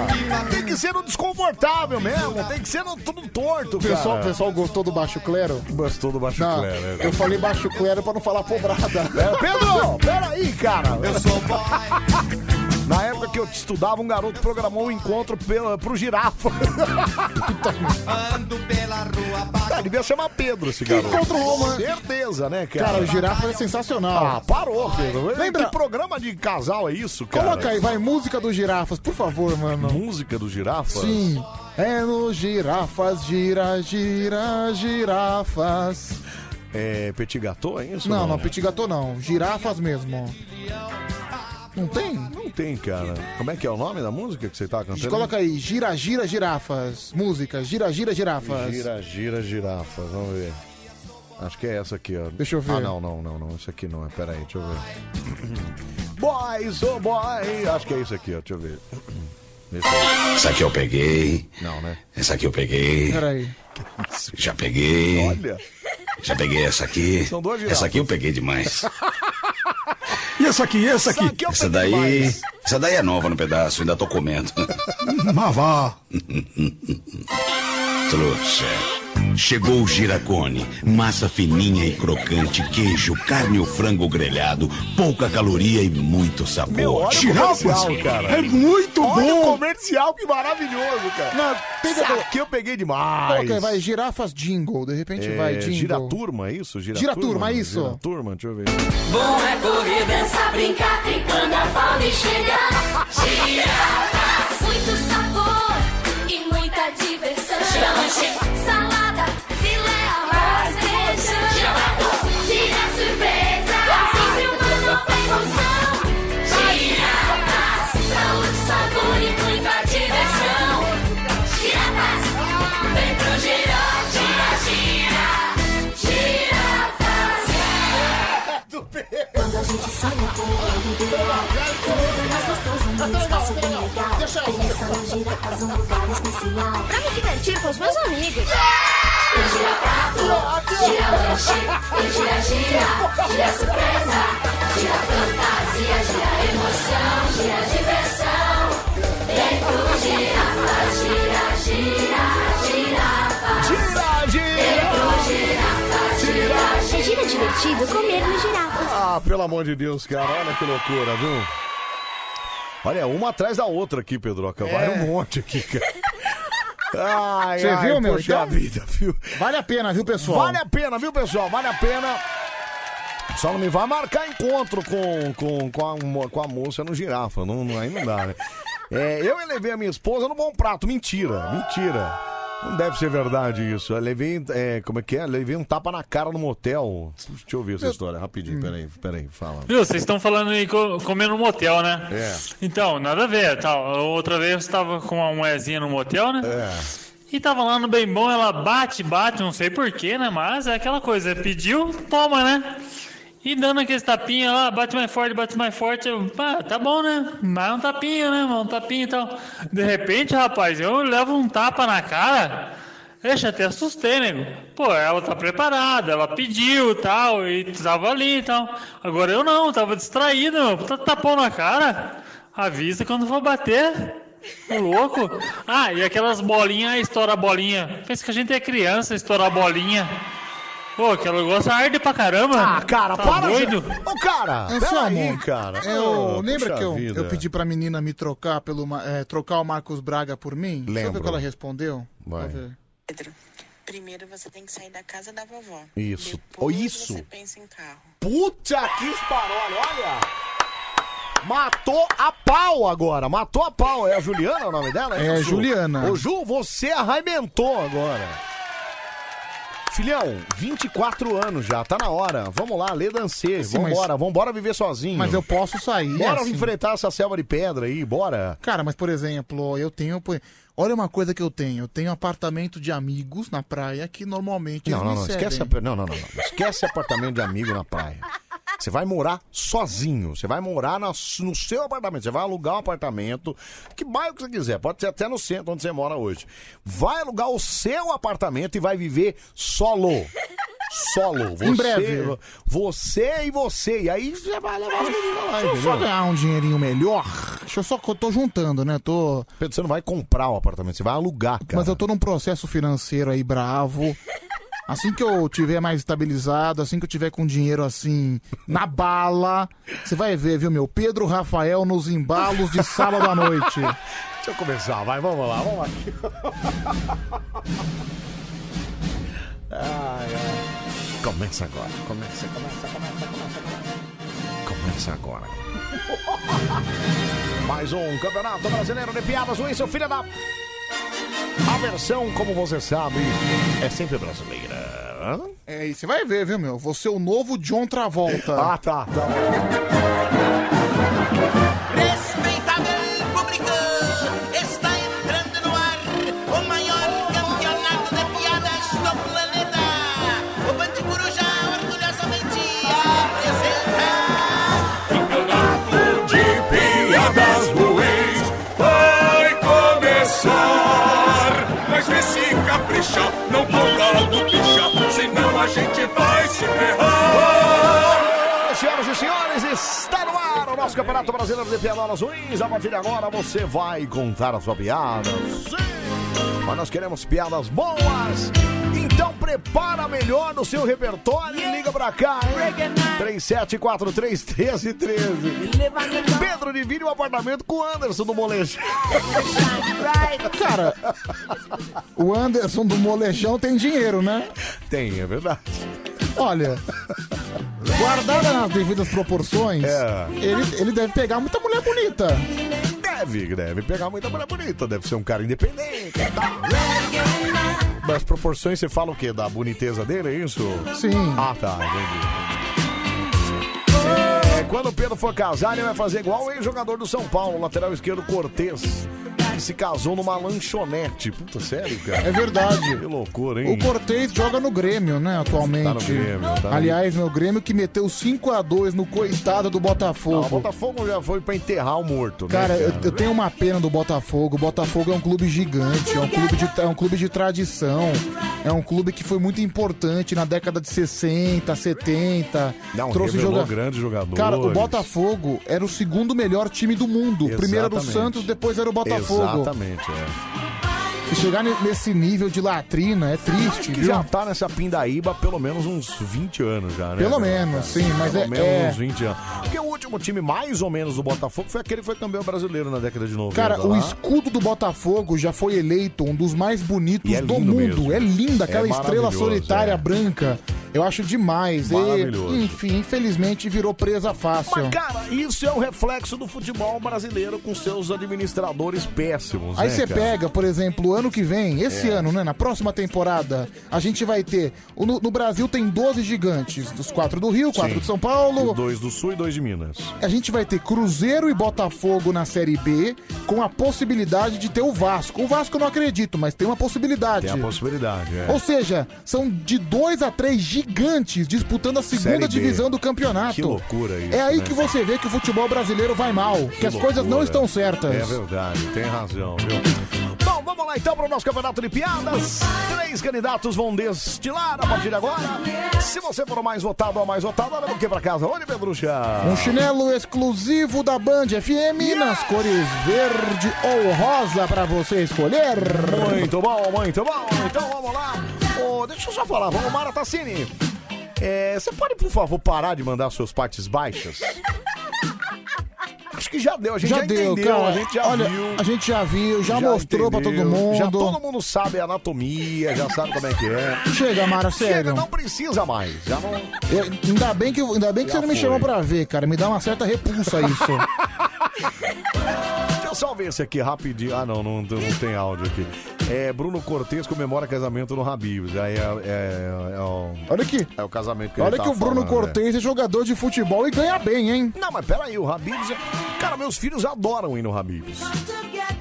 Speaker 1: Tem que ser no desconfortável mesmo, tem que ser no tudo torto,
Speaker 2: O pessoal, o
Speaker 1: cara.
Speaker 2: pessoal gostou do baixo clero?
Speaker 1: Gostou do baixo
Speaker 2: Não,
Speaker 1: clero, é.
Speaker 2: Eu falei baixo clero pra não falar pobrada.
Speaker 1: Pedro, peraí, cara. Eu sou Na época que eu estudava, um garoto programou um encontro pela, pro girafa. Ando pela rua. Ah, devia chamar Pedro esse garoto.
Speaker 2: encontro romântico.
Speaker 1: Certeza, né, cara?
Speaker 2: Cara, o girafa é sensacional.
Speaker 1: Ah, parou, Pedro.
Speaker 2: Lembra-
Speaker 1: Que programa de casal é isso, cara?
Speaker 2: Coloca aí, vai, música dos girafas, por favor, mano.
Speaker 1: Música do girafa?
Speaker 2: Sim. É no girafas, gira, gira, girafas.
Speaker 1: É Petit Gâteau, é isso?
Speaker 2: Não, não, petit gâteau não. Girafas mesmo. Não tem?
Speaker 1: Não tem, cara. Como é que é o nome da música que você tá cantando?
Speaker 2: Coloca aí, gira, gira, girafas. Música, gira, gira, girafas.
Speaker 1: Gira, gira, girafa. Vamos ver. Acho que é essa aqui, ó.
Speaker 2: Deixa eu ver.
Speaker 1: Ah, não, não, não, não. Isso aqui não é. Pera aí, deixa eu ver. Boys, oh boy. Acho que é isso aqui, ó. Deixa eu ver.
Speaker 25: Essa aqui eu peguei.
Speaker 1: Não, né?
Speaker 25: Essa aqui eu peguei.
Speaker 2: Peraí.
Speaker 25: Já peguei.
Speaker 1: Olha.
Speaker 25: Já peguei essa aqui.
Speaker 1: São duas girafas.
Speaker 25: Essa aqui eu peguei demais.
Speaker 1: E essa aqui, essa aqui? eu
Speaker 25: Essa daí.
Speaker 1: peguei mais.
Speaker 25: Essa daí é nova no pedaço, ainda tô comendo.
Speaker 1: Mavá.
Speaker 25: Trouxa. Chegou o giracone, massa fininha e crocante, queijo, carne ou frango grelhado, pouca caloria e muito sabor.
Speaker 1: Meu, olha o comercial, cara. Olha o comercial, que maravilhoso, cara.
Speaker 2: Não, tem que-
Speaker 1: Essa aqui eu peguei demais.
Speaker 2: Coloca aí, vai, girafas jingle. De repente vai,
Speaker 1: É,
Speaker 2: jingle.
Speaker 1: Giraturma, é isso?
Speaker 2: Giraturma, isso.
Speaker 1: Giraturma, deixa eu ver.
Speaker 4: Bom é correr, dançar, brincar, tem quando a fome chega. Girafas, muito sabor e muita diversão. Salada, filé, arroz, feijão. Gira surpresa, sempre uma nova emoção. Girafas, saúde, sabor e muita diversão. Girafas, vem pro girão, gira, gira, girafas. Quando a gente sonha com o ideal, tudo mais gostoso, um espaço bem legal. Começando gira faz um lugar especial. Pra me divertir com os meus amigos. Eu gira prato, gira lanche, eu gira gira, gira surpresa, gira fantasia, gira emoção, gira diversão. Vem pro girafa, gira, gira, girafa. Gira, Vem pro girafa, gira, gira. Gira divertido comer no girafa.
Speaker 1: Ah, pelo amor de Deus, cara, olha que loucura, viu? Olha, uma atrás da outra aqui, Pedroca. Vai
Speaker 2: É.
Speaker 1: um monte aqui, cara. Ai,
Speaker 2: Você
Speaker 1: ai,
Speaker 2: viu, meu?
Speaker 1: poxa
Speaker 2: Então,
Speaker 1: vida, viu?
Speaker 2: Vale a pena, viu, pessoal?
Speaker 1: Vale a pena, viu, pessoal? Vale a pena. Só não me vai marcar encontro com, com, com, a, mo- com a moça no girafa. Não, não- aí não dá, né? É, eu levei a minha esposa no bom prato. Mentira, mentira. Não deve ser verdade isso. Eu levei, é, como é que é? Eu levei um tapa na cara no motel. Deixa eu ouvir essa história rapidinho. Peraí, peraí, fala.
Speaker 26: Viu, vocês estão falando aí co- comendo no motel, né?
Speaker 1: É.
Speaker 26: Então, nada a ver, tal. Outra vez eu estava com uma moezinha no motel, né? E tava lá no bem bom, ela bate, bate, não sei porquê, né? Mas é aquela coisa, pediu, toma, né? E dando aqueles tapinha lá, bate mais forte, bate mais forte. Eu, pá, tá bom, né? Mas é um tapinha, né? Um tapinha e tal. De repente, rapaz, eu levo um tapa na cara. Deixa até assustei, nego. Pô, ela tá preparada, ela pediu tal, e tava ali e tal. Agora eu não, tava distraído, meu. Tá tapão na cara. Avisa quando for bater. Ô, louco. Ah, e aquelas bolinhas, ah, estoura a bolinha. Pensa que a gente é criança, estourar a bolinha. Pô, aquele negócio arde pra caramba.
Speaker 1: Ah, cara,
Speaker 26: tá
Speaker 1: para,
Speaker 26: doido.
Speaker 1: já. Ô, cara,
Speaker 2: É
Speaker 1: pera
Speaker 2: só,
Speaker 1: aí,
Speaker 2: amor.
Speaker 1: cara.
Speaker 2: Eu,
Speaker 1: Ô,
Speaker 2: é lembra
Speaker 1: puxa
Speaker 2: que eu,
Speaker 1: vida.
Speaker 2: eu pedi pra menina me trocar pelo Ma- eh, trocar o Marcos Braga por mim? Deixa eu ver
Speaker 1: Lembro.
Speaker 2: o que ela respondeu.
Speaker 1: Vai.
Speaker 2: Deixa eu ver.
Speaker 15: Pedro, primeiro você tem que sair da casa da vovó.
Speaker 1: Isso. Ô, isso.
Speaker 15: Você pensa em carro.
Speaker 1: Puta que esparola, olha. Matou a pau agora, matou a pau. É a Juliana o nome dela?
Speaker 2: É,
Speaker 1: isso?
Speaker 2: Juliana.
Speaker 1: Ô, Ju, você arrebentou agora. Filhão, 24 anos já, tá na hora. Vamos lá, lê dancê.
Speaker 2: Assim,
Speaker 1: vambora,
Speaker 2: mas-
Speaker 1: vambora viver sozinho.
Speaker 2: Mas eu posso sair.
Speaker 1: Bora
Speaker 2: assim.
Speaker 1: enfrentar essa selva de pedra aí, bora.
Speaker 2: Cara, mas por exemplo, eu tenho. por- Olha uma coisa que eu tenho. Eu tenho apartamento de amigos na praia que normalmente
Speaker 1: Não,
Speaker 2: eles
Speaker 1: não,
Speaker 2: me
Speaker 1: não,
Speaker 2: cedem.
Speaker 1: esquece, a- não, não, não, não. Esquece apartamento de amigo na praia. Você vai morar sozinho, você vai morar na- no seu apartamento, você vai alugar um apartamento, que bairro que você quiser, pode ser até no centro onde você mora hoje. Vai alugar o seu apartamento e vai viver solo. Solo. Você,
Speaker 2: Em breve.
Speaker 1: Você e você. E aí você vai levar as meninas lá,
Speaker 2: Deixa eu só
Speaker 1: Ah, entendeu?
Speaker 2: ganhar um dinheirinho melhor. Deixa eu só. Eu tô juntando, né? Tô.
Speaker 1: Pedro, você não vai comprar o apartamento, você vai alugar, cara.
Speaker 2: Mas eu tô num processo financeiro aí bravo. Assim que eu tiver mais estabilizado, assim que eu tiver com dinheiro assim, na bala, você vai ver, viu, meu? Pedro Rafael nos embalos de sábado à noite.
Speaker 1: Deixa eu começar, vai, vamos lá, vamos lá. Ai, ai. Começa agora, começa, começa, começa, começa, começa. Começa agora. Mais um Campeonato Brasileiro de Piadas, Luiz, seu filho da. A versão, como você sabe, é sempre brasileira.
Speaker 2: É, e você vai ver, viu, meu? Vou ser o novo John Travolta.
Speaker 1: Ah, tá, tá.
Speaker 4: Respeitável público, está entrando no ar o maior campeonato de piadas do planeta. O Bande Coruja orgulhosamente apresenta. Campeonato de piadas ruins vai começar. Mas vê se caprichar, não ponga do picha, senão a gente vai se ferrar.
Speaker 1: Senhoras e senhores, está no ar o nosso Campeonato Brasileiro de Piadas Ruins. A partir de agora você vai contar a sua piada. Sim! Mas nós queremos piadas boas. Então prepara melhor no seu repertório e liga pra cá, hein? 37431313. Pedro divide o apartamento com o Anderson do Molejo.
Speaker 2: Cara, o Anderson do Molejão tem dinheiro, né?
Speaker 1: Tem, é verdade.
Speaker 2: Olha, guardada nas devidas proporções,
Speaker 1: É.
Speaker 2: ele, ele deve pegar muita mulher bonita.
Speaker 1: Deve, deve pegar muita mulher bonita, deve ser um cara independente. Das proporções, você fala o quê? Da boniteza dele, é isso?
Speaker 2: Sim.
Speaker 1: Ah, tá, entendi. É, quando o Pedro for casar, ele vai fazer igual o ex-jogador do São Paulo, lateral esquerdo Cortez, que se casou numa lanchonete. Puta, sério, cara?
Speaker 2: É verdade.
Speaker 1: Que loucura, hein?
Speaker 2: O Cortez joga no Grêmio, né, atualmente.
Speaker 1: Tá no Grêmio, tá no-
Speaker 2: Aliás, meu Grêmio que meteu 5x2 no coitado do Botafogo.
Speaker 1: Não, o Botafogo já foi pra enterrar o morto, né?
Speaker 2: Cara, eu, eu tenho uma pena do Botafogo. O Botafogo é um clube gigante, é um clube, de, é um clube de tradição, é um clube que foi muito importante na década de 60, 70.
Speaker 1: Não,
Speaker 2: trouxe
Speaker 1: revelou
Speaker 2: joga...
Speaker 1: grandes jogadores.
Speaker 2: Cara, o Botafogo era o segundo melhor time do mundo. Primeiro era o
Speaker 1: Exatamente.
Speaker 2: Santos, depois era o Botafogo.
Speaker 1: Exatamente, é.
Speaker 2: Se chegar ne- nesse nível de latrina é triste,
Speaker 1: Acho que
Speaker 2: viu?
Speaker 1: já tá nessa pindaíba pelo menos uns 20 anos já, né?
Speaker 2: Pelo
Speaker 1: né,
Speaker 2: menos,
Speaker 1: cara?
Speaker 2: sim, mas
Speaker 1: pelo
Speaker 2: é-
Speaker 1: menos
Speaker 2: é-
Speaker 1: uns 20 anos. Porque o último time mais ou menos do Botafogo foi aquele que foi campeão brasileiro na década de né? 90.
Speaker 2: Cara, o
Speaker 1: lá.
Speaker 2: escudo do Botafogo já foi eleito um dos mais bonitos
Speaker 1: E é
Speaker 2: do
Speaker 1: lindo
Speaker 2: mundo.
Speaker 1: mesmo.
Speaker 2: É linda, aquela
Speaker 1: É
Speaker 2: estrela
Speaker 1: maravilhoso,
Speaker 2: solitária
Speaker 1: é.
Speaker 2: branca. Eu acho demais. E,
Speaker 1: Maravilhoso.
Speaker 2: enfim, infelizmente virou presa fácil.
Speaker 1: Mas, cara, isso é um reflexo do futebol brasileiro com seus administradores péssimos.
Speaker 2: Aí
Speaker 1: né,
Speaker 2: você
Speaker 1: cara?
Speaker 2: pega, por exemplo, o ano que vem, esse
Speaker 1: É.
Speaker 2: ano, né? Na próxima temporada, a gente vai ter. o- No, no Brasil tem 12 gigantes, dos quatro do Rio, quatro
Speaker 1: Sim.
Speaker 2: de São Paulo.
Speaker 1: Dois do Sul e dois de Minas.
Speaker 2: A gente vai ter Cruzeiro e Botafogo na Série B, com a possibilidade de ter o Vasco. O Vasco eu não acredito, mas tem uma possibilidade.
Speaker 1: Tem a possibilidade, é.
Speaker 2: Ou seja, são de dois a três gigantes disputando a
Speaker 1: Série
Speaker 2: segunda
Speaker 1: B.
Speaker 2: divisão do campeonato.
Speaker 1: Que loucura isso,
Speaker 2: É aí
Speaker 1: né?
Speaker 2: que você vê que o futebol brasileiro vai mal, que, as coisas não
Speaker 1: loucura.
Speaker 2: estão certas.
Speaker 1: É verdade, tem razão, viu? Bom, vamos lá então para o nosso campeonato de piadas. Três candidatos vão destilar a partir de agora. Se você for o mais votado ou a mais votada, leva o que para casa? Olha, Pedrucha.
Speaker 2: Um chinelo exclusivo da Band FM nas cores verde ou rosa pra você escolher.
Speaker 1: Muito bom, muito bom. Então vamos lá. Ô, deixa eu só falar, vamos, Mara Tassini. É, você pode, por favor, parar de mandar suas partes baixas? Acho que já deu, a gente já,
Speaker 2: deu,
Speaker 1: entendeu,
Speaker 2: cara.
Speaker 1: a gente já
Speaker 2: Olha,
Speaker 1: viu.
Speaker 2: A gente já viu, já, mostrou pra todo
Speaker 1: entendeu,
Speaker 2: mundo.
Speaker 1: Já todo mundo sabe a anatomia, já sabe como é que é.
Speaker 2: Chega, Mara,
Speaker 1: Chega,
Speaker 2: sério.
Speaker 1: não precisa mais. Já não...
Speaker 2: Eu- ainda bem que, ainda bem que
Speaker 1: Já
Speaker 2: você não me
Speaker 1: foi.
Speaker 2: chamou pra ver, cara. Me dá uma certa repulsa isso.
Speaker 1: Deixa eu só ver esse aqui rapidinho. Ah, não, não, não tem áudio aqui. É, Bruno Cortes comemora casamento no Habibs. Aí é, é- é o...
Speaker 2: Olha aqui.
Speaker 1: É o casamento que ele
Speaker 2: Olha
Speaker 1: tá
Speaker 2: que o Bruno
Speaker 1: falando, né?
Speaker 2: Cortez é jogador de futebol e ganha bem, hein?
Speaker 1: Não, mas peraí, o Habibs. é- Cara, meus filhos adoram ir no Habibs.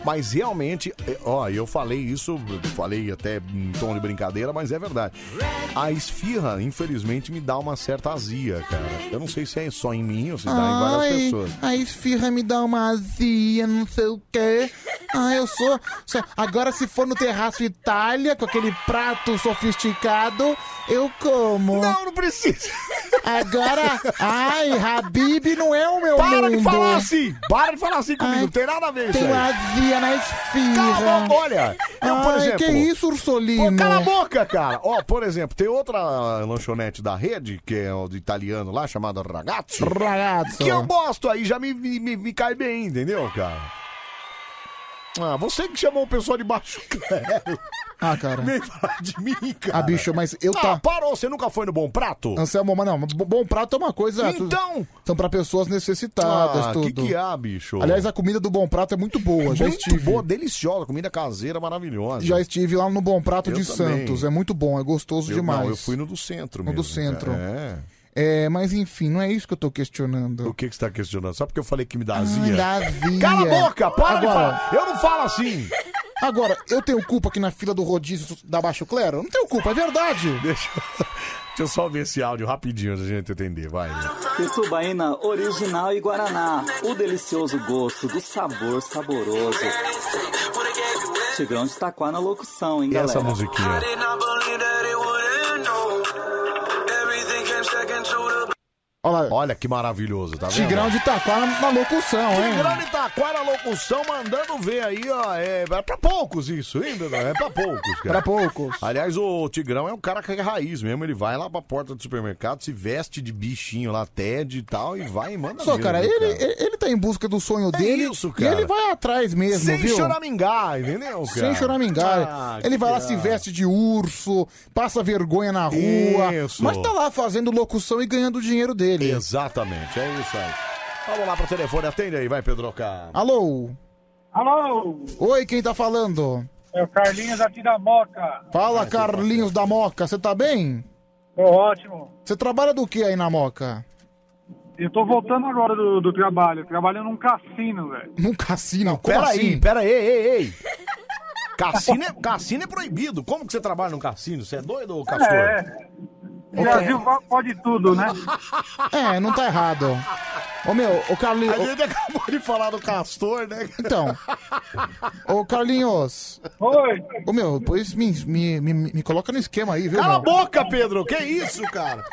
Speaker 1: Mas realmente, é, ó, eu falei isso, falei até em tom de brincadeira, mas é verdade. A esfirra, infelizmente, me dá uma certa azia, cara. Eu não sei se é só em mim ou se dá em várias
Speaker 2: Ai,
Speaker 1: pessoas.
Speaker 2: a esfirra me dá uma azia, não sei o quê. Ah, eu sou. sou- Agora, se for no terraço Itália, com aquele prato sofisticado, eu como. Não,
Speaker 1: não precisa.
Speaker 2: Agora, ai, Habib não é o meu
Speaker 1: Para
Speaker 2: mundo.
Speaker 1: de falar assim! Para de falar assim comigo, não tem nada a ver isso
Speaker 2: Tenho
Speaker 1: aí.
Speaker 2: azia na esfirra.
Speaker 1: Cala a boca, olha. Eu, por
Speaker 2: Ai,
Speaker 1: exemplo-
Speaker 2: que isso, Ursolino?
Speaker 1: Pô, cala a boca, cara. Ó, por exemplo, tem outra lanchonete da rede, que é o do italiano lá, chamada Ragazzo.
Speaker 2: Ragazzo.
Speaker 1: Que eu gosto, aí já me, me, me- me cai bem, entendeu, cara? Ah, você que chamou o pessoal de baixo clero.
Speaker 2: Ah, cara.
Speaker 1: Nem falar de mim, cara.
Speaker 2: Ah, bicho, mas eu
Speaker 1: ah,
Speaker 2: tá-
Speaker 1: parou, você nunca foi no Bom Prato?
Speaker 2: Anselmo, mas não, bo- bom prato é uma coisa.
Speaker 1: Então!
Speaker 2: São pra pessoas necessitadas,
Speaker 1: Ah,
Speaker 2: tudo.
Speaker 1: que que há, bicho?
Speaker 2: Aliás, a comida do Bom Prato é muito boa, já
Speaker 1: Muito
Speaker 2: estive.
Speaker 1: boa, deliciosa, comida caseira maravilhosa.
Speaker 2: Já estive lá no Bom Prato
Speaker 1: Eu
Speaker 2: de
Speaker 1: também.
Speaker 2: Santos, é muito bom, é gostoso
Speaker 1: Eu-
Speaker 2: demais.
Speaker 1: Não, eu fui no do centro
Speaker 2: No
Speaker 1: mesmo.
Speaker 2: do centro.
Speaker 1: cara. É.
Speaker 2: É, mas enfim, não é isso que eu tô questionando.
Speaker 1: O que, que você tá questionando? Só porque eu falei que me dá
Speaker 2: Ai,
Speaker 1: azia?
Speaker 2: Ah, dá azia.
Speaker 1: Cala a boca, para de
Speaker 2: Agora-
Speaker 1: falar. Eu não falo assim.
Speaker 2: Agora, eu tenho culpa aqui na fila do rodízio da Baixo Clero? Não tenho culpa, é verdade.
Speaker 1: Deixa, deixa eu só ver esse áudio rapidinho antes da gente entender, vai.
Speaker 16: Itubaína original e Guaraná. O delicioso gosto do sabor saboroso. Tigrão de Taquá na locução, hein,
Speaker 1: E
Speaker 16: galera?
Speaker 1: essa musiquinha?
Speaker 2: Olha,
Speaker 1: que maravilhoso, tá vendo?
Speaker 2: Tigrão de Taquara na locução, hein?
Speaker 1: Tigrão de Taquara, locução, mandando ver aí, ó. É, é pra poucos isso, hein, Bruno? É pra poucos,
Speaker 2: Pra
Speaker 1: cara.
Speaker 2: poucos.
Speaker 1: Aliás, o Tigrão é um cara que é raiz mesmo. Ele vai lá pra porta do supermercado, se veste de bichinho lá, Ted e tal, e vai e manda
Speaker 2: Só,
Speaker 1: ver,
Speaker 2: cara,
Speaker 1: né,
Speaker 2: ele, ele, ele tá em busca do sonho dele.
Speaker 1: É isso,
Speaker 2: E
Speaker 1: cara.
Speaker 2: ele vai atrás mesmo,
Speaker 1: Sem
Speaker 2: viu?
Speaker 1: choramingar, entendeu, cara?
Speaker 2: Sem choramingar.
Speaker 1: Ah,
Speaker 2: ele vai lá,
Speaker 1: cara.
Speaker 2: se veste de urso, passa vergonha na rua.
Speaker 1: Isso.
Speaker 2: Mas tá lá fazendo locução e ganhando o dinheiro dele.
Speaker 1: Exatamente, é isso aí. Vamos lá pro telefone, atende aí, vai, Pedro K.
Speaker 2: Alô?
Speaker 17: Alô?
Speaker 2: Oi, quem tá falando?
Speaker 17: É o Carlinhos aqui da Moca.
Speaker 1: Ah,
Speaker 2: Fala,
Speaker 1: é
Speaker 2: Carlinhos da Moca, você tá bem?
Speaker 17: Tô ótimo.
Speaker 2: Você trabalha do que aí na Moca?
Speaker 17: Eu tô voltando agora do, do trabalho. Trabalhando num cassino, velho.
Speaker 2: Num cassino, como
Speaker 1: Pera
Speaker 2: assim?
Speaker 1: aí, pera aí, ei, ei, ei. Cassino é, cassino é proibido. Como que você trabalha num cassino? Você é doido ou castor?
Speaker 17: É. O Brasil va- pode tudo, né?
Speaker 2: É, não tá errado. Ô meu, ô Carlinhos.
Speaker 1: A gente acabou de falar do castor, né?
Speaker 2: Então. Ô Carlinhos.
Speaker 17: Oi.
Speaker 2: Ô meu, pois me, me, me, me coloca no esquema aí, viu?
Speaker 1: Cala a
Speaker 2: meu?
Speaker 1: boca, Pedro. Que isso, cara?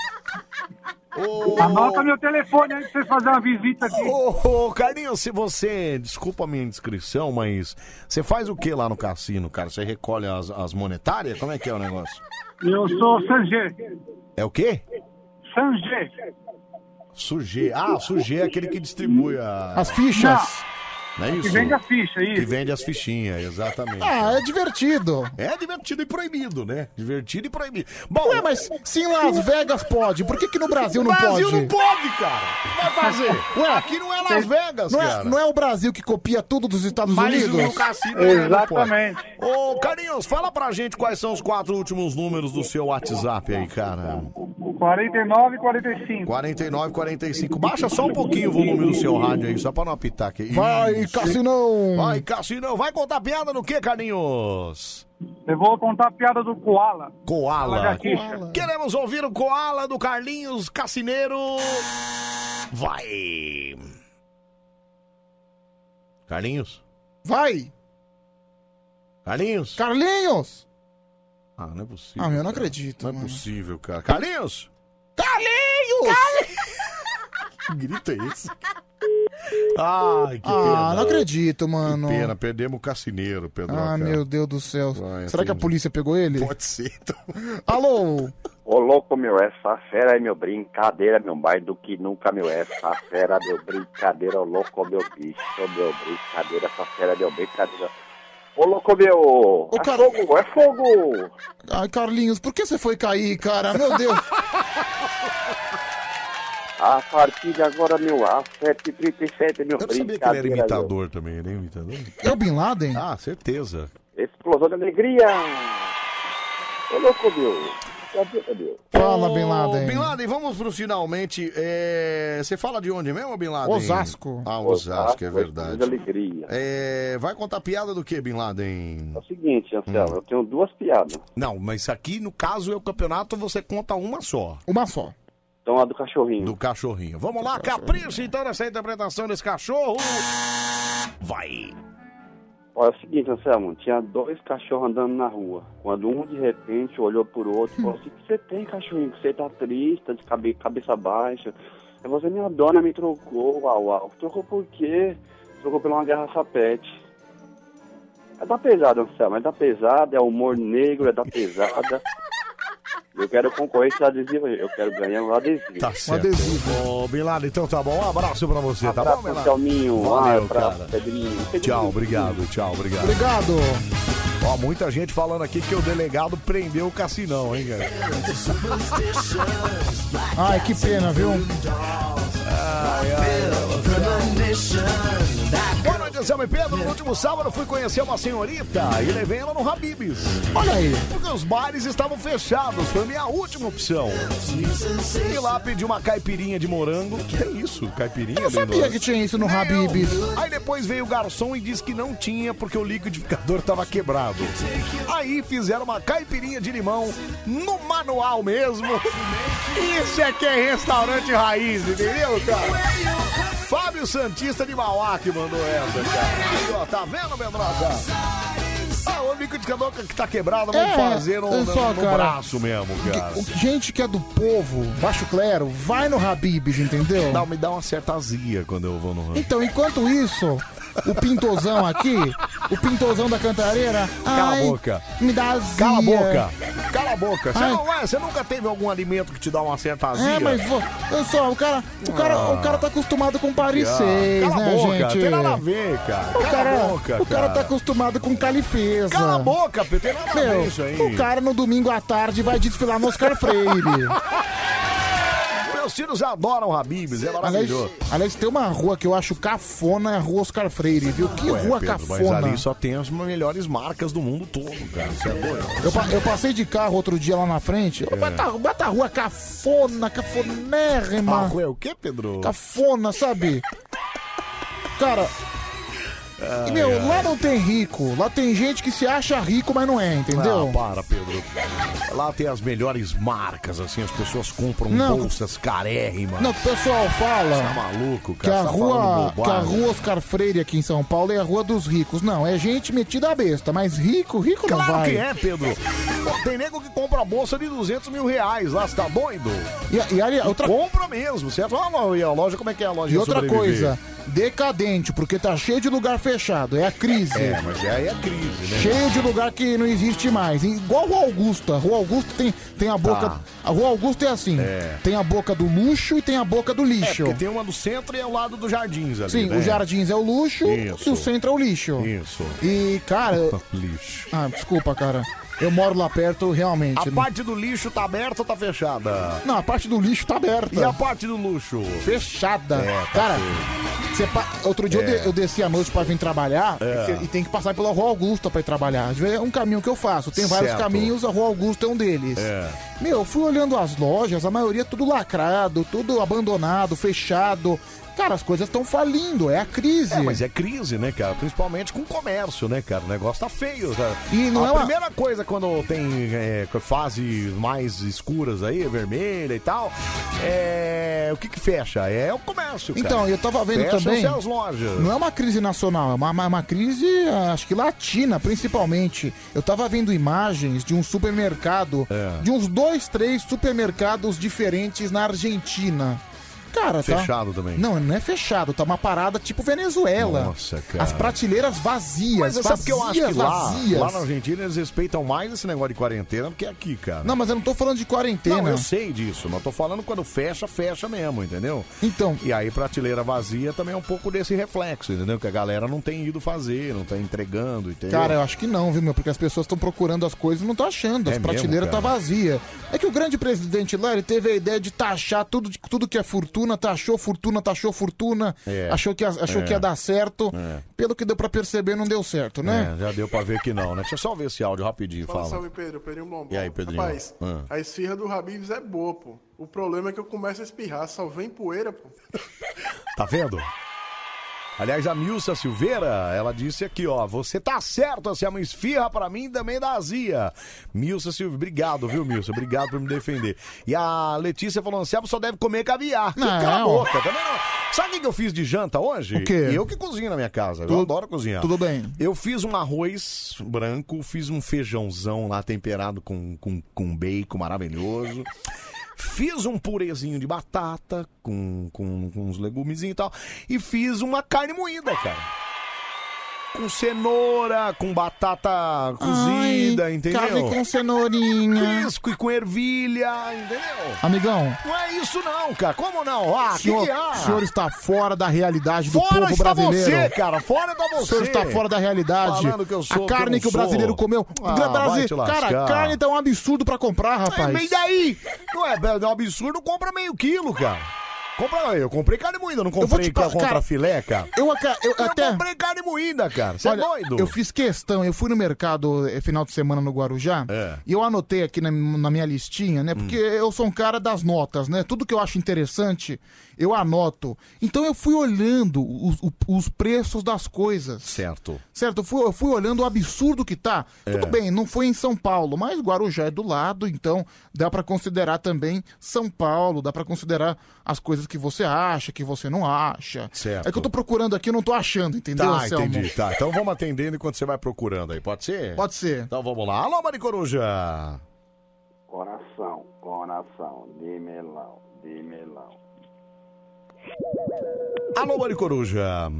Speaker 17: Anota meu telefone aí pra você fazer uma visita aqui.
Speaker 1: Ô, ô, Carlinhos, se você. Desculpa a minha indiscrição, mas. Você faz o que lá no cassino, cara? Você recolhe as, as monetárias? Como é que é o negócio?
Speaker 17: Eu sou Sanjê.
Speaker 1: É o quê?
Speaker 17: Sanjê.
Speaker 1: Suje. Ah, suje é aquele que distribui a...
Speaker 2: As fichas.
Speaker 1: Não é isso?
Speaker 17: Que vende a ficha, isso.
Speaker 1: Que vende as fichinhas, exatamente.
Speaker 2: Ah, é divertido.
Speaker 1: É divertido e proibido, né? Divertido e proibido. Bom,
Speaker 2: Ué, mas se em Las Vegas pode, por que, que no Brasil não
Speaker 1: Brasil
Speaker 2: pode?
Speaker 1: não pode, cara. Vai fazer. Ué, aqui não é Las Vegas,
Speaker 2: não
Speaker 1: cara.
Speaker 2: É, não é o Brasil que copia tudo dos Estados
Speaker 1: Mas
Speaker 2: Unidos?
Speaker 1: no cassino é, não pode. Ô, Carinhos, fala pra gente quais são os quatro últimos números do seu WhatsApp aí, cara.
Speaker 17: 49 45.
Speaker 1: 49, 45. Baixa só um pouquinho o volume do seu rádio aí, só pra não apitar aqui.
Speaker 2: Vai,
Speaker 1: Isso.
Speaker 2: Cassinão!
Speaker 1: Vai, Cassinão. Vai contar piada no que, Carinhos?
Speaker 4: Eu vou contar a piada do Koala.
Speaker 1: Koala.
Speaker 4: Lagartixa.
Speaker 1: Queremos ouvir o Koala do Carlinhos Cassineiro. Vai. Carlinhos?
Speaker 2: Vai!
Speaker 1: Carlinhos?
Speaker 2: Carlinhos!
Speaker 1: Ah, não é possível.
Speaker 2: Ah, eu não
Speaker 1: cara.
Speaker 2: acredito.
Speaker 1: Não é
Speaker 2: mano.
Speaker 1: possível, cara. Carlinhos?
Speaker 2: Carlinhos!
Speaker 1: Que grito é esse? Ai, que
Speaker 2: ah,
Speaker 1: pena.
Speaker 2: não acredito, mano.
Speaker 1: Pena, perdemos o Cassineiro, Pedro.
Speaker 2: Ah, meu Deus do céu. Será que a
Speaker 1: entendi.
Speaker 2: polícia pegou ele?
Speaker 1: Pode ser, então.
Speaker 19: É
Speaker 2: Alô?
Speaker 19: Ô louco, meu, essa fera é meu brincadeira, meu, mais do que nunca, meu, essa fera, meu, brincadeira, ô louco, meu bicho, meu, brincadeira, essa fera, meu, brincadeira. Ô louco, meu, é
Speaker 2: cara-
Speaker 19: fogo, é fogo!
Speaker 2: Ai, Carlinhos, por que você foi cair, cara? Meu Deus.
Speaker 19: A partir de agora, meu, às 7h37, meu,
Speaker 1: Eu não sabia que ele era
Speaker 19: brincadeira, meu.
Speaker 1: imitador também. Ele é imitador?
Speaker 2: É o Bin Laden?
Speaker 1: Ah, certeza.
Speaker 19: explosão de alegria! Ô louco, meu, brincadeira, meu.
Speaker 2: Fala, Bin
Speaker 1: Ô,
Speaker 2: Laden.
Speaker 1: Bin Laden, vamos pro finalmente. É, Você fala de onde mesmo, Bin Laden?
Speaker 2: Osasco.
Speaker 1: Ah, Osasco, é verdade.
Speaker 19: Explosão de alegria.
Speaker 1: É, Vai contar piada do que, Bin Laden? Hum.
Speaker 19: É o seguinte, Anselmo, eu tenho duas piadas.
Speaker 1: Não, mas aqui, no caso, é o campeonato, você conta uma só.
Speaker 2: Uma só.
Speaker 19: Então, a do cachorrinho.
Speaker 1: Do cachorrinho. Vamos lá, capricha então nessa interpretação desse cachorro. Vai.
Speaker 19: Olha, é o seguinte, Anselmo, tinha dois cachorros andando na rua. Quando um de repente olhou pro outro e falou assim, o que você tem, cachorrinho? Que Você tá triste, tá de cabe- cabeça baixa. Aí você, minha dona me trocou, uau, uau. Trocou por quê? Trocou por uma garrafa pet. É da pesada, Anselmo, é da pesada, é humor negro, é da pesada. Eu quero concorrer com adesivo, eu quero ganhar um adesivo.
Speaker 1: Tá certo. Ô, Bin Laden, então tá bom. Um abraço pra você, tá bom, Bin Laden?
Speaker 19: Anselminho, um
Speaker 1: Valeu,
Speaker 19: abraço,
Speaker 1: cara.
Speaker 19: Pedrinho.
Speaker 1: Tchau, obrigado, tchau, obrigado.
Speaker 2: Obrigado.
Speaker 1: Ó, muita gente falando aqui que o delegado prendeu o cassinão, hein, cara?
Speaker 2: Ai, que pena, viu?
Speaker 1: Boa noite, Anselmo e Pedro. No último sábado fui conhecer uma senhorita e levei ela no Habibs.
Speaker 2: Olha aí.
Speaker 1: Porque os bares estavam fechados, foi minha última opção. E lá pedi uma caipirinha de morango. Que é isso, caipirinha?
Speaker 2: Eu sabia
Speaker 1: Lindosa?
Speaker 2: que tinha isso no Habibs.
Speaker 1: Aí depois veio o garçom e disse que não tinha porque o liquidificador tava quebrado. Aí fizeram uma caipirinha de limão no manual mesmo. Isso é que é restaurante raiz, entendeu, cara? Fábio Santista de Mauá que mandou essa, cara. Aí, ó, tá vendo, Pedrosa? Ah, o liquidificador que tá quebrado, vamos
Speaker 2: É,
Speaker 1: fazer no,
Speaker 2: olha
Speaker 1: no-
Speaker 2: só,
Speaker 1: no
Speaker 2: cara.
Speaker 1: braço mesmo, cara.
Speaker 2: O- Gente que é do povo, baixo clero, vai no Habibs, entendeu?
Speaker 1: Não, me dá uma certa azia quando eu vou no rancho.
Speaker 2: Então, enquanto isso, o pintozão aqui, o pintozão da cantareira.
Speaker 1: Cala a
Speaker 2: ai,
Speaker 1: boca.
Speaker 2: Me dá azia.
Speaker 1: Cala a boca! Cala a boca! Você,
Speaker 2: Ai.
Speaker 1: não é? Você nunca teve algum alimento que te dá uma certa azia?
Speaker 2: É, mas vo- eu só, o cara, o cara,
Speaker 1: Ah.
Speaker 2: o cara tá acostumado com Paris
Speaker 1: Ah,
Speaker 2: 6,
Speaker 1: cala a
Speaker 2: né,
Speaker 1: boca,
Speaker 2: gente?
Speaker 1: tem nada a ver, cara.
Speaker 2: O
Speaker 1: Cala
Speaker 2: cara,
Speaker 1: a boca,
Speaker 2: o cara,
Speaker 1: cara.
Speaker 2: tá acostumado com califesa.
Speaker 1: Cala a boca, Pedro, tem nada a ver
Speaker 2: Meu,
Speaker 1: isso aí.
Speaker 2: o cara no domingo à tarde vai desfilar no Oscar Freire.
Speaker 1: Meus filhos adoram Habibs, é
Speaker 2: Aliás,
Speaker 1: maravilhoso.
Speaker 2: aliás, tem uma rua que eu acho cafona, é a rua Oscar Freire, viu? Que
Speaker 1: Ué,
Speaker 2: rua
Speaker 1: Pedro, mas
Speaker 2: cafona.
Speaker 1: ali só tem as melhores marcas do mundo todo, cara. Você é doido.
Speaker 2: Eu, pa- eu passei de carro outro dia lá na frente. tá
Speaker 1: É.
Speaker 2: Bata, bata a rua cafona, cafonérrima.
Speaker 1: Ah, é o quê, Pedro?
Speaker 2: Cafona, sabe? Cara.
Speaker 1: Ai,
Speaker 2: meu,
Speaker 1: ai.
Speaker 2: lá não tem rico. Lá tem gente que se acha rico, mas não é, entendeu?
Speaker 1: Ah, para, Pedro. Lá tem as melhores marcas, assim, as pessoas compram
Speaker 2: Não.
Speaker 1: bolsas carérrimas.
Speaker 2: não, o pessoal fala.
Speaker 1: Você tá maluco,
Speaker 2: Que
Speaker 1: cara?
Speaker 2: a,
Speaker 1: Você tá falando
Speaker 2: rua, que a
Speaker 1: bobagem.
Speaker 2: rua Oscar Freire aqui em São Paulo é a rua dos ricos. Não, é gente metida a besta, mas rico, rico não
Speaker 1: Claro
Speaker 2: vai.
Speaker 1: que é, Pedro. Pô, Tem nego que compra a bolsa de 200 mil reais lá, você tá doido?
Speaker 2: E, e, aliás, outra-
Speaker 1: Compra mesmo, certo? Ah, não, e a loja, como é que é a loja?
Speaker 2: E outra
Speaker 1: sobreviver?
Speaker 2: coisa, decadente, porque tá cheio de lugar fechado, é a crise.
Speaker 1: É, mas aí é crise, né?
Speaker 2: Cheio de lugar que não existe mais. Igual Rua Augusta. Rua Augusta tem, tem a boca.
Speaker 1: Tá.
Speaker 2: A Rua Augusta é assim: tem a boca do luxo e tem a boca do
Speaker 1: É,
Speaker 2: lixo.
Speaker 1: porque tem uma do centro e é o lado dos jardins ali,
Speaker 2: Sim,
Speaker 1: né?
Speaker 2: os jardins é o luxo
Speaker 1: Isso.
Speaker 2: e o centro é o lixo.
Speaker 1: Isso.
Speaker 2: E, cara. eu-
Speaker 1: Lixo.
Speaker 2: ah, desculpa, cara. Eu moro lá perto, realmente.
Speaker 1: A parte do lixo tá aberta ou tá fechada?
Speaker 2: Não, a parte do lixo tá aberta.
Speaker 1: E a parte do luxo?
Speaker 2: Fechada.
Speaker 1: É, tá
Speaker 2: cara,
Speaker 1: feio.
Speaker 2: você pa- outro dia eu,
Speaker 1: É.
Speaker 2: de- eu desci à noite pra vir trabalhar
Speaker 1: É.
Speaker 2: e te- e tem que passar pela Rua Augusta pra ir trabalhar. É um caminho que eu faço. Tem vários
Speaker 1: Certo.
Speaker 2: caminhos, a Rua Augusta é um deles.
Speaker 1: É.
Speaker 2: Meu, eu fui olhando as lojas, a maioria tudo lacrado, tudo abandonado, fechado. Cara, as coisas estão falindo, é a crise.
Speaker 1: É, mas é crise, né, cara? Principalmente com o comércio, né, cara? O negócio tá feio. Tá?
Speaker 2: E não
Speaker 1: a
Speaker 2: é uma-
Speaker 1: primeira coisa quando tem é, fases mais escuras aí, vermelha e tal, é... o que que fecha? É o comércio, cara.
Speaker 2: Então, eu tava vendo
Speaker 1: Fecham-se
Speaker 2: também.
Speaker 1: as lojas.
Speaker 2: Não é uma crise nacional, é uma, uma, uma crise, ah, acho que latina, principalmente. Eu tava vendo imagens de um supermercado,
Speaker 1: É.
Speaker 2: de uns dois, três supermercados diferentes na Argentina. Cara, tá-
Speaker 1: Fechado também.
Speaker 2: Não, não é fechado, tá uma parada tipo Venezuela.
Speaker 1: Nossa, cara.
Speaker 2: As prateleiras vazias.
Speaker 1: Mas é, sabe
Speaker 2: vazias,
Speaker 1: que eu acho que lá,
Speaker 2: vazias.
Speaker 1: lá na Argentina eles respeitam mais esse negócio de quarentena do que aqui, cara.
Speaker 2: Não, mas eu não tô falando de quarentena.
Speaker 1: Não, eu sei disso, mas tô falando quando fecha, fecha mesmo, entendeu?
Speaker 2: Então.
Speaker 1: E aí, prateleira vazia também é um pouco desse reflexo, entendeu? Que a galera não tem ido fazer, não tá entregando, entendeu?
Speaker 2: Cara, eu acho que não, viu, meu? Porque as pessoas estão procurando as coisas e não estão achando. As
Speaker 1: É mesmo,
Speaker 2: prateleiras tá
Speaker 1: cara?
Speaker 2: vazia. É que o grande presidente lá, ele teve a ideia de taxar tudo, de- tudo que é fortuna, taxou fortuna, taxou fortuna,
Speaker 1: É.
Speaker 2: achou, que, ia- achou
Speaker 1: É.
Speaker 2: que ia dar certo.
Speaker 1: É.
Speaker 2: Pelo que deu pra perceber, não deu certo, né?
Speaker 1: É, já deu pra ver que não, né? Deixa eu só ver esse áudio rapidinho,
Speaker 18: Fala,
Speaker 1: fala.
Speaker 18: salve Pedro, Pedrinho Lombão.
Speaker 1: E aí, Pedrinho?
Speaker 18: Rapaz,
Speaker 1: Ah.
Speaker 18: a esfirra do Habibs é boa, pô. O problema é que eu começo a espirrar, só vem poeira, pô.
Speaker 1: Tá vendo? Aliás, a Milsa Silveira, ela disse aqui, ó, você tá certo, se é uma esfirra pra mim também dá azia. Milsa Silveira, obrigado, viu, Milsa? Obrigado por me defender. E a Letícia falou, Anselmo só deve comer caviar.
Speaker 2: Não,
Speaker 1: Cala a
Speaker 2: ó.
Speaker 1: boca, também não. Sabe o que que eu fiz de janta hoje?
Speaker 2: O quê?
Speaker 1: Eu que cozinho na minha casa, eu
Speaker 2: Tudo-
Speaker 1: adoro cozinhar.
Speaker 2: tudo bem.
Speaker 1: Eu fiz um arroz branco, fiz um feijãozão lá temperado com, com, com bacon maravilhoso. Fiz um purezinho de batata com, com, com uns legumezinhos e tal. E fiz uma carne moída, cara. Com cenoura, com batata cozida, entendeu?
Speaker 2: Carne com cenourinha.
Speaker 1: Crisco e com ervilha, entendeu?
Speaker 2: Amigão.
Speaker 1: Não é isso não, cara. Como não? Ah,
Speaker 2: o senhor,
Speaker 1: que, que há?
Speaker 2: o senhor está fora da realidade do
Speaker 1: Fora
Speaker 2: povo
Speaker 1: está
Speaker 2: brasileiro.
Speaker 1: você, cara. Fora da
Speaker 2: O senhor
Speaker 1: você.
Speaker 2: está fora da realidade.
Speaker 1: Falando que eu sou,
Speaker 2: a
Speaker 1: que eu
Speaker 2: carne
Speaker 1: não
Speaker 2: que, o
Speaker 1: sou.
Speaker 2: brasileiro comeu.
Speaker 1: Ah,
Speaker 2: Gra- Brasi-
Speaker 1: vai te
Speaker 2: cara,
Speaker 1: lascar.
Speaker 2: carne tá um absurdo pra comprar, rapaz.
Speaker 1: Mas e daí? Não é, é um absurdo, compra meio quilo, cara. Compra, eu comprei carne moída, não
Speaker 2: Eu vou
Speaker 1: comprei
Speaker 2: te pa-
Speaker 1: contra
Speaker 2: cara,
Speaker 1: filé, cara.
Speaker 2: Eu, aca- eu até.
Speaker 1: comprei carne moída, cara. Você é
Speaker 2: Olha,
Speaker 1: doido?
Speaker 2: Eu fiz questão, eu fui no mercado eh, final de semana no Guarujá
Speaker 1: É.
Speaker 2: e eu anotei aqui na, na minha listinha, né? Porque
Speaker 1: Hum.
Speaker 2: eu sou um cara das notas, né? Tudo que eu acho interessante, eu anoto. Então eu fui olhando os, o- os preços das coisas.
Speaker 1: Certo.
Speaker 2: Certo, eu fui, eu fui olhando o absurdo que tá.
Speaker 1: É.
Speaker 2: Tudo bem, não foi em São Paulo, mas Guarujá é do lado, então dá pra considerar também São Paulo, dá pra considerar as coisas que você acha, que você não acha.
Speaker 1: Certo.
Speaker 2: É que eu tô procurando aqui, eu não tô achando, entendeu,
Speaker 1: Tá,
Speaker 2: Anselmo?
Speaker 1: entendi. Tá, então vamos atendendo enquanto você vai procurando aí, pode ser?
Speaker 2: Pode ser.
Speaker 1: Então vamos lá. Alô, Maricoruja!
Speaker 5: Coração, coração, de melão, de melão.
Speaker 1: Alô, Maricoruja!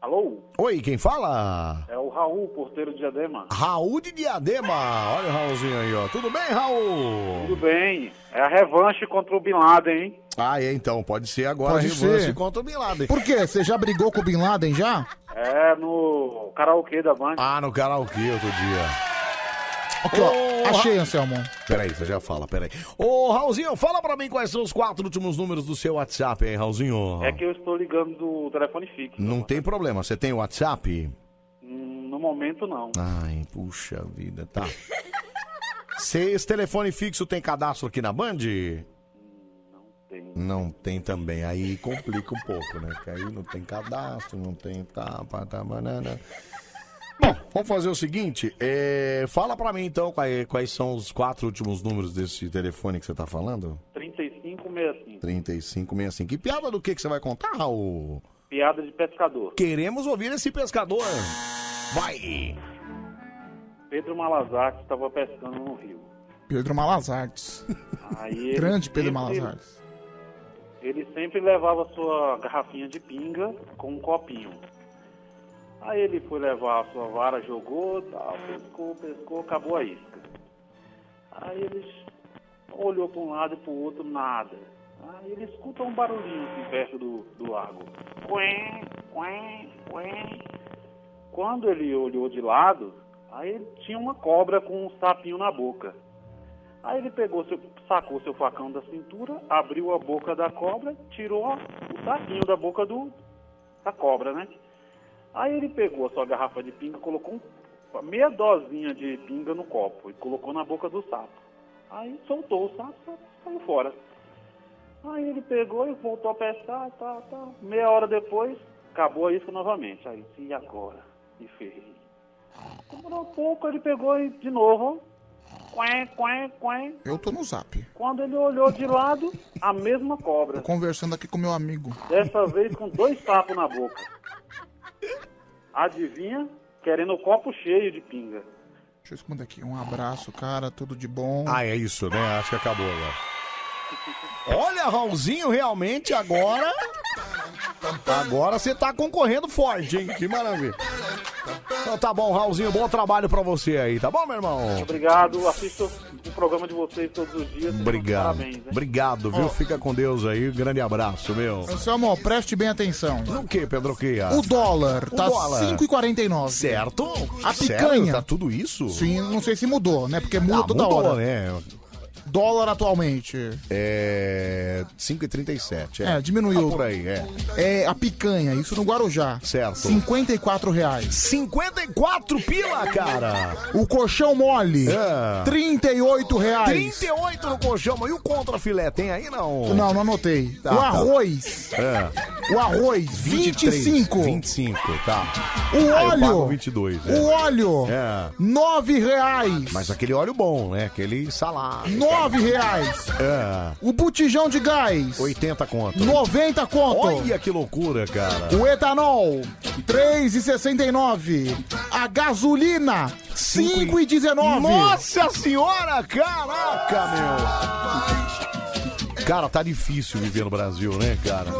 Speaker 19: Alô?
Speaker 1: Oi, quem fala?
Speaker 19: É o Raul, porteiro de Diadema.
Speaker 1: Raul de Diadema. Olha o Raulzinho aí, ó. Tudo bem, Raul?
Speaker 19: Tudo bem. É a revanche contra o Bin Laden, hein?
Speaker 1: Ah, é, então, pode ser agora
Speaker 2: Pode
Speaker 1: a revanche
Speaker 2: ser.
Speaker 1: contra o Bin Laden.
Speaker 2: Por quê? Você já brigou com o Bin Laden já?
Speaker 19: É no karaokê da Band.
Speaker 1: Ah, no karaokê outro dia.
Speaker 2: Aqui, ó.
Speaker 1: Ô,
Speaker 2: Achei, Anselmo.
Speaker 1: Peraí, você É já fala, peraí. Ô, Raulzinho, fala pra mim quais são os quatro últimos números do seu WhatsApp, hein, Raulzinho?
Speaker 19: É que eu estou ligando do telefone fixo.
Speaker 1: Não tem problema, você tem o WhatsApp?
Speaker 19: Hum, No momento, não.
Speaker 1: Ai, puxa vida, tá. Se esse telefone fixo tem cadastro aqui na Band?
Speaker 19: tem.
Speaker 1: Não tem também, aí complica um pouco, né? Que aí não tem cadastro, não tem tapa, tá, banana. Bom, vamos fazer o seguinte, é, fala pra mim então quais, quais são os quatro últimos números desse telefone que você tá falando?
Speaker 19: 3565.
Speaker 1: 3565. Que piada do que, que você vai contar, Raul?
Speaker 19: Piada de pescador.
Speaker 1: Queremos ouvir esse pescador. Vai!
Speaker 19: Pedro Malazarte estava pescando no rio.
Speaker 2: Pedro Malazartes.
Speaker 19: Aí ele
Speaker 2: Grande Pedro
Speaker 19: sempre-
Speaker 2: Malazartes.
Speaker 19: Ele sempre levava sua garrafinha de pinga com um copinho. Aí ele foi levar a sua vara, jogou, tal, pescou, pescou, acabou a isca. Aí ele olhou para um lado e para o outro, nada.
Speaker 4: Ah,
Speaker 19: Aí ele escuta um barulhinho assim perto do, do lago. Quen, quen, quen. Quando ele olhou de lado, aí ele tinha uma cobra com um sapinho na boca. Aí ele pegou seu, sacou seu facão da cintura, abriu a boca da cobra, tirou a- o sapinho da boca do, da cobra, né? Aí ele pegou a sua garrafa de pinga, colocou um- meia dozinha de pinga no copo e colocou na boca do sapo. Aí soltou tá, o saco, sa- saiu fora. Aí ele pegou e voltou a pescar, tá, tá. Meia hora depois, acabou a isca novamente. Aí, e agora? Me ferrei. Demorou um pouco, ele pegou e de novo. Quen, quen, quen.
Speaker 2: Eu tô no zap.
Speaker 19: Quando ele olhou de lado, a mesma cobra.
Speaker 2: Tô conversando aqui com meu amigo.
Speaker 19: Dessa vez com dois sapos na boca. Adivinha? Querendo o copo cheio de pinga.
Speaker 2: Deixa eu esconder aqui. Um abraço, cara. Tudo de bom.
Speaker 1: Ah, é isso, né? Acho que acabou agora. Olha, Raulzinho, realmente agora. Agora você tá concorrendo forte, hein? Que maravilha. Então tá bom, Raulzinho, bom trabalho pra você aí, tá bom, meu irmão?
Speaker 19: Obrigado, assisto o programa de vocês todos os dias.
Speaker 1: Obrigado.
Speaker 19: Parabéns, hein?
Speaker 1: Obrigado, viu?
Speaker 2: Ó.
Speaker 1: Fica com Deus aí. Grande abraço, meu.
Speaker 2: Anselmo, preste bem atenção.
Speaker 1: O que, Pedro Quia?
Speaker 2: O dólar tá 5,49.
Speaker 1: Certo?
Speaker 2: A
Speaker 1: Sério?
Speaker 2: picanha.
Speaker 1: Tá tudo isso?
Speaker 2: Sim, não sei se mudou, né? Porque muda
Speaker 1: Ah,
Speaker 2: toda
Speaker 1: mudou,
Speaker 2: hora.
Speaker 1: né?
Speaker 2: Dólar atualmente.
Speaker 1: É. 5,37.
Speaker 2: É, diminuiu.
Speaker 1: Tá por aí, é.
Speaker 2: É a picanha, isso no Guarujá.
Speaker 1: Certo.
Speaker 2: 54 reais.
Speaker 1: 54 pila, cara.
Speaker 2: O colchão mole.
Speaker 1: É.
Speaker 2: 38 reais.
Speaker 1: 38 no colchão. E o contra filé tem aí, não?
Speaker 2: Não, não anotei.
Speaker 1: Tá,
Speaker 2: o
Speaker 1: tá.
Speaker 2: arroz.
Speaker 1: É.
Speaker 2: O arroz, 25.
Speaker 1: 25, tá.
Speaker 2: O
Speaker 1: Aí eu pago
Speaker 2: óleo.
Speaker 1: 22,
Speaker 2: O óleo.
Speaker 1: É. Ah,
Speaker 2: 9 reais.
Speaker 1: Mas aquele óleo bom, né? Aquele salário.
Speaker 2: 9 reais.
Speaker 1: É.
Speaker 2: O botijão de gás.
Speaker 1: 80 conto.
Speaker 2: 90 conto.
Speaker 1: Olha que loucura, cara.
Speaker 2: O etanol, 3,69. A gasolina, 5,19.
Speaker 1: Nossa senhora, caraca, meu. Cara, tá difícil viver no Brasil, né, cara?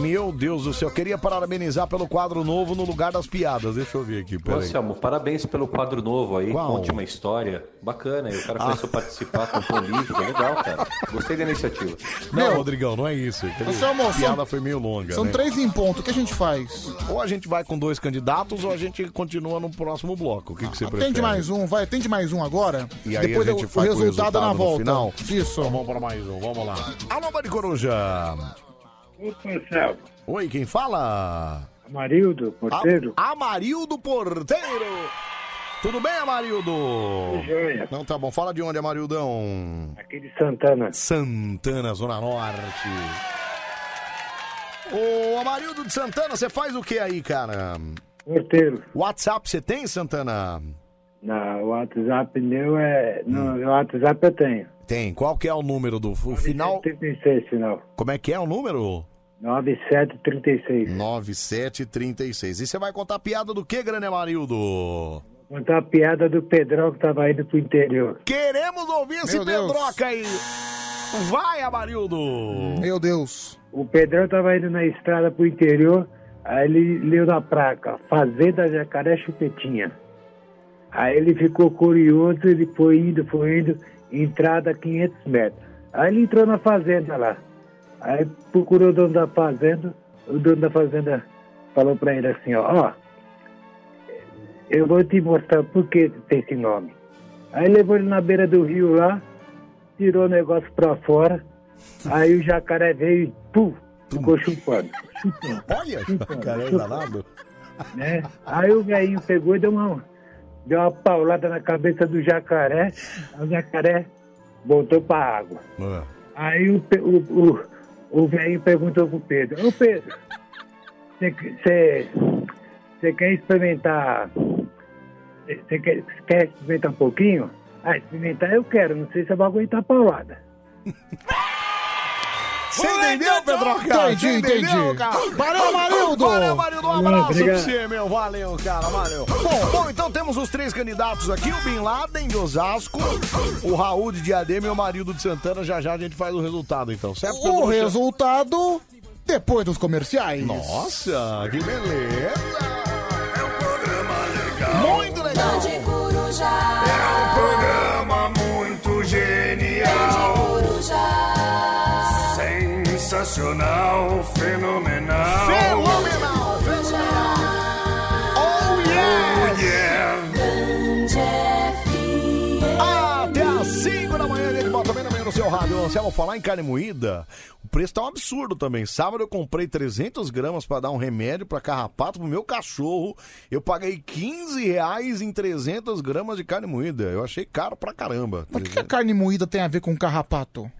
Speaker 1: Meu Deus do céu, queria parabenizar pelo quadro novo no lugar das piadas. Deixa eu ver aqui, peraí.
Speaker 11: Anselmo, parabéns pelo quadro novo aí.
Speaker 1: Qual?
Speaker 11: Conte uma história bacana. E o cara começou a participar, contou um livro. Legal, cara. Gostei da iniciativa.
Speaker 1: Não, Rodrigão, não é isso. Quer dizer,
Speaker 2: Anselmo,
Speaker 1: a piada
Speaker 2: são-
Speaker 1: foi meio longa.
Speaker 2: São
Speaker 1: né?
Speaker 2: três em ponto. O que a gente faz?
Speaker 1: Ou a gente vai com dois candidatos ou a gente continua no próximo bloco. O que, que você prefere?
Speaker 2: Atende mais um, vai. Atende mais um agora.
Speaker 1: E aí
Speaker 2: Depois
Speaker 1: a gente
Speaker 2: o,
Speaker 1: faz
Speaker 2: o resultado é na
Speaker 1: no
Speaker 2: volta.
Speaker 1: Final.
Speaker 2: Isso.
Speaker 1: Então vamos para mais um, vamos lá. Alô, Mari Coruja. Oi, quem fala?
Speaker 20: Amarildo, porteiro.
Speaker 1: A- Amarildo Porteiro. Tudo bem, Amarildo?
Speaker 20: joia.
Speaker 1: Não, tá bom. Fala de onde, Amarildão?
Speaker 20: Aqui de Santana.
Speaker 1: Santana, Zona Norte. Ô, Amarildo de Santana, você faz o que aí, cara?
Speaker 20: Porteiro.
Speaker 1: WhatsApp você tem, Santana?
Speaker 20: Não, o WhatsApp meu é. No
Speaker 1: Hum.
Speaker 20: no WhatsApp é eu tenho.
Speaker 1: Tem. Qual que é o número do o final?
Speaker 20: 36 final.
Speaker 1: Como é que é o número?
Speaker 20: 9736.
Speaker 1: 9736. E você vai contar piada do que, grande Amarildo?
Speaker 20: Contar a piada do Pedrão que tava indo pro interior.
Speaker 1: Queremos ouvir esse
Speaker 20: Meu Deus.
Speaker 1: Pedroca aí. Vai, Amarildo.
Speaker 20: Meu Deus. O Pedrão tava indo na estrada pro interior, aí ele leu na placa, Fazenda Jacaré Chupetinha. Aí ele ficou curioso, ele foi indo, foi indo, entrada 500 metros. Aí ele entrou na fazenda lá. Aí procurou o dono da fazenda, o dono da fazenda falou pra ele assim, ó, ó, eu vou te mostrar por que tem esse nome. Aí levou ele na beira do rio lá, tirou o negócio pra fora, aí o jacaré veio e pum, ficou chupando. chupando.
Speaker 1: Olha,
Speaker 20: é
Speaker 1: jacaré danado.
Speaker 20: Né? Aí o velhinho pegou e deu uma, deu uma paulada na cabeça do jacaré, aí o jacaré voltou pra água.
Speaker 1: Ah.
Speaker 20: Aí o, Pe- o, o, o velhinho perguntou pro Pedro, ô Pedro, você que- você você quer experimentar? Você quer, cê quer experimentar um pouquinho? Ah, experimentar eu quero, não sei se eu vou aguentar a paulada.
Speaker 1: Você entendeu, Pedroca?
Speaker 20: Entendi,
Speaker 1: Você é entendeu,
Speaker 20: entendi.
Speaker 1: cara?
Speaker 20: Valeu, Amarildo.
Speaker 1: Valeu, Amarildo. Um
Speaker 20: Valeu,
Speaker 1: abraço pra
Speaker 20: obrigado.
Speaker 1: você, meu. Valeu, cara. Valeu. Bom, bom, então temos os três candidatos aqui. O Bin Laden de Osasco, o Raul de Diadema e o Marildo de Santana. Já já a gente faz o resultado, então, certo?
Speaker 2: O
Speaker 1: Pedroca?
Speaker 2: resultado depois dos comerciais.
Speaker 1: Nossa, que beleza. Muito legal.
Speaker 4: Band Coruja. É um programa muito genial.
Speaker 21: Sensacional, fenomenal.
Speaker 4: Fenomenal.
Speaker 1: Oh
Speaker 4: yeah.
Speaker 21: Oh, yeah.
Speaker 1: Até às 5 da manhã a gente bota bem no meio do seu rádio. Anselmo, falar em carne moída, o O preço tá um absurdo também. Sábado eu comprei 300 gramas para dar um remédio para carrapato pro meu cachorro. Eu paguei 15 reais em 300 gramas de carne moída. Eu achei caro pra caramba.
Speaker 2: Mas o que, que a carne moída tem a ver com carrapato?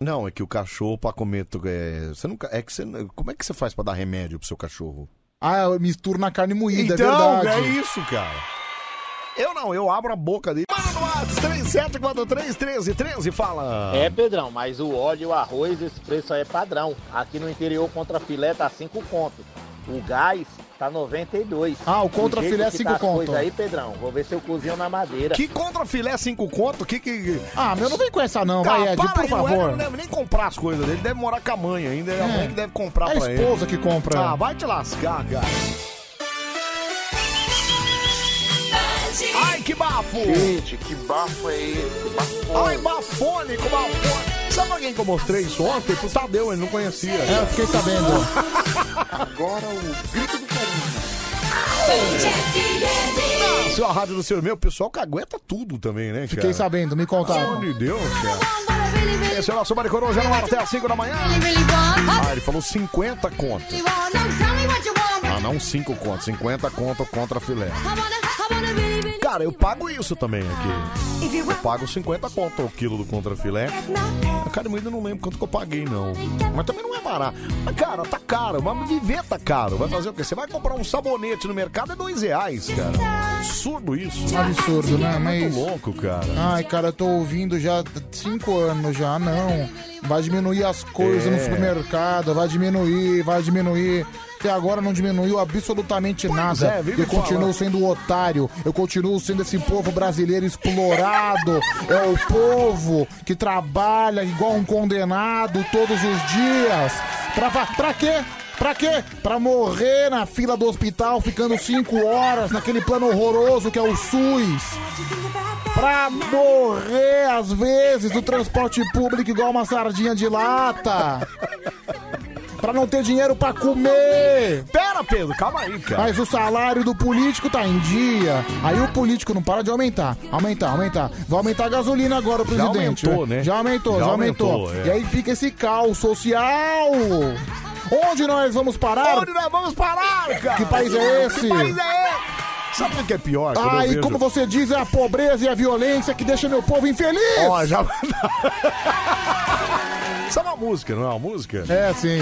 Speaker 1: Não, é que o cachorro pra comer... tu- É, você nunca, é que você, como é que você faz pra dar remédio pro seu cachorro?
Speaker 2: Ah, eu misturo na carne moída, é
Speaker 1: Então, é,
Speaker 2: verdade.
Speaker 1: isso, cara. Eu não, eu abro a boca dele. Mano, no WhatsApp, 3743 1313, fala.
Speaker 12: É, Pedrão, mas o óleo e o arroz, esse preço aí é padrão. Aqui no interior, contra filé tá 5 conto. O gás tá 92.
Speaker 2: Ah, o
Speaker 12: Do
Speaker 2: contra
Speaker 12: jeito
Speaker 2: filé é
Speaker 12: que
Speaker 2: cinco
Speaker 12: tá as
Speaker 2: conto.
Speaker 12: coisas aí, Pedrão, vou ver se eu cozinho na madeira.
Speaker 1: Que contra filé 5 conto? Que que...
Speaker 2: Ah, meu, não vem com essa não,
Speaker 1: Cara,
Speaker 2: vai, Ed,
Speaker 1: para
Speaker 2: por
Speaker 1: aí, o Hélio
Speaker 2: favor.
Speaker 1: não é. deve nem comprar as coisas dele, deve morar com a mãe ainda, é a mãe que deve comprar
Speaker 2: É a
Speaker 1: pra ele.
Speaker 2: esposa que compra.
Speaker 1: Ah, vai te lascar, cara. Ai, que bafo!
Speaker 4: Gente,
Speaker 1: que bafo é esse? Ai, bafônico, bafônico. Sabe alguém que eu mostrei isso ontem? Pro Tadeu, ele não conhecia. É, eu fiquei sabendo. Agora o grito do carinho. Seu é rádio do senhor meu, o pessoal que aguenta tudo também, né, cara?
Speaker 2: Fiquei sabendo, tá? me
Speaker 1: Pelo
Speaker 2: contaram.
Speaker 1: amor de Deus, cara. Esse é o nosso Maricorô, já no ar até as 5 da manhã. Ah, ele falou 50 conto. Ah, não 5 conto, 50 conto contra filé. Cara, eu pago isso também aqui. Eu pago 50 conto o quilo do contra filé. A carne moída eu não lembro quanto que eu paguei, não. Mas também não é barato. Mas, cara, tá caro. Mas viver tá caro. Vai fazer o quê? Você vai comprar um sabonete no mercado é dois reais, cara. Absurdo isso.
Speaker 2: Absurdo, né? Mas- Ah,
Speaker 1: Muito louco, cara.
Speaker 2: Ai, cara, eu tô ouvindo já há cinco anos já, não. Vai diminuir as coisas
Speaker 1: É.
Speaker 2: no supermercado, vai diminuir, vai diminuir. Até agora não diminuiu absolutamente nada.
Speaker 1: é, vive
Speaker 2: eu continuo
Speaker 1: falando.
Speaker 2: sendo um otário, eu continuo sendo esse povo brasileiro explorado. é o povo que trabalha igual um condenado todos os dias. Pra, fa- pra quê? Pra quê? Pra morrer na fila do hospital ficando cinco horas naquele plano horroroso que é o SUS pra morrer às vezes do transporte público igual uma sardinha de lata. Pra não ter dinheiro pra comer.
Speaker 1: Pera, Pedro, calma aí, cara.
Speaker 2: Mas o salário do político tá em dia. Aí o político não para de aumentar. Aumentar, aumentar. Vai aumentar a gasolina agora, o
Speaker 1: Já
Speaker 2: presidente.
Speaker 1: aumentou, né?
Speaker 2: Já aumentou, já,
Speaker 1: Já
Speaker 2: aumentou.
Speaker 1: aumentou, é.
Speaker 2: E aí fica esse caos social. Onde nós vamos parar?
Speaker 1: Onde nós né? vamos parar, cara?
Speaker 2: Que país é esse?
Speaker 1: Que país é esse? Sabe o que é pior? Quando eu
Speaker 2: Ah, e
Speaker 1: vejo-
Speaker 2: como você diz, é a pobreza e a violência que deixa meu povo infeliz.
Speaker 1: Ó, já. Isso é uma música, não é uma música?
Speaker 2: É, sim.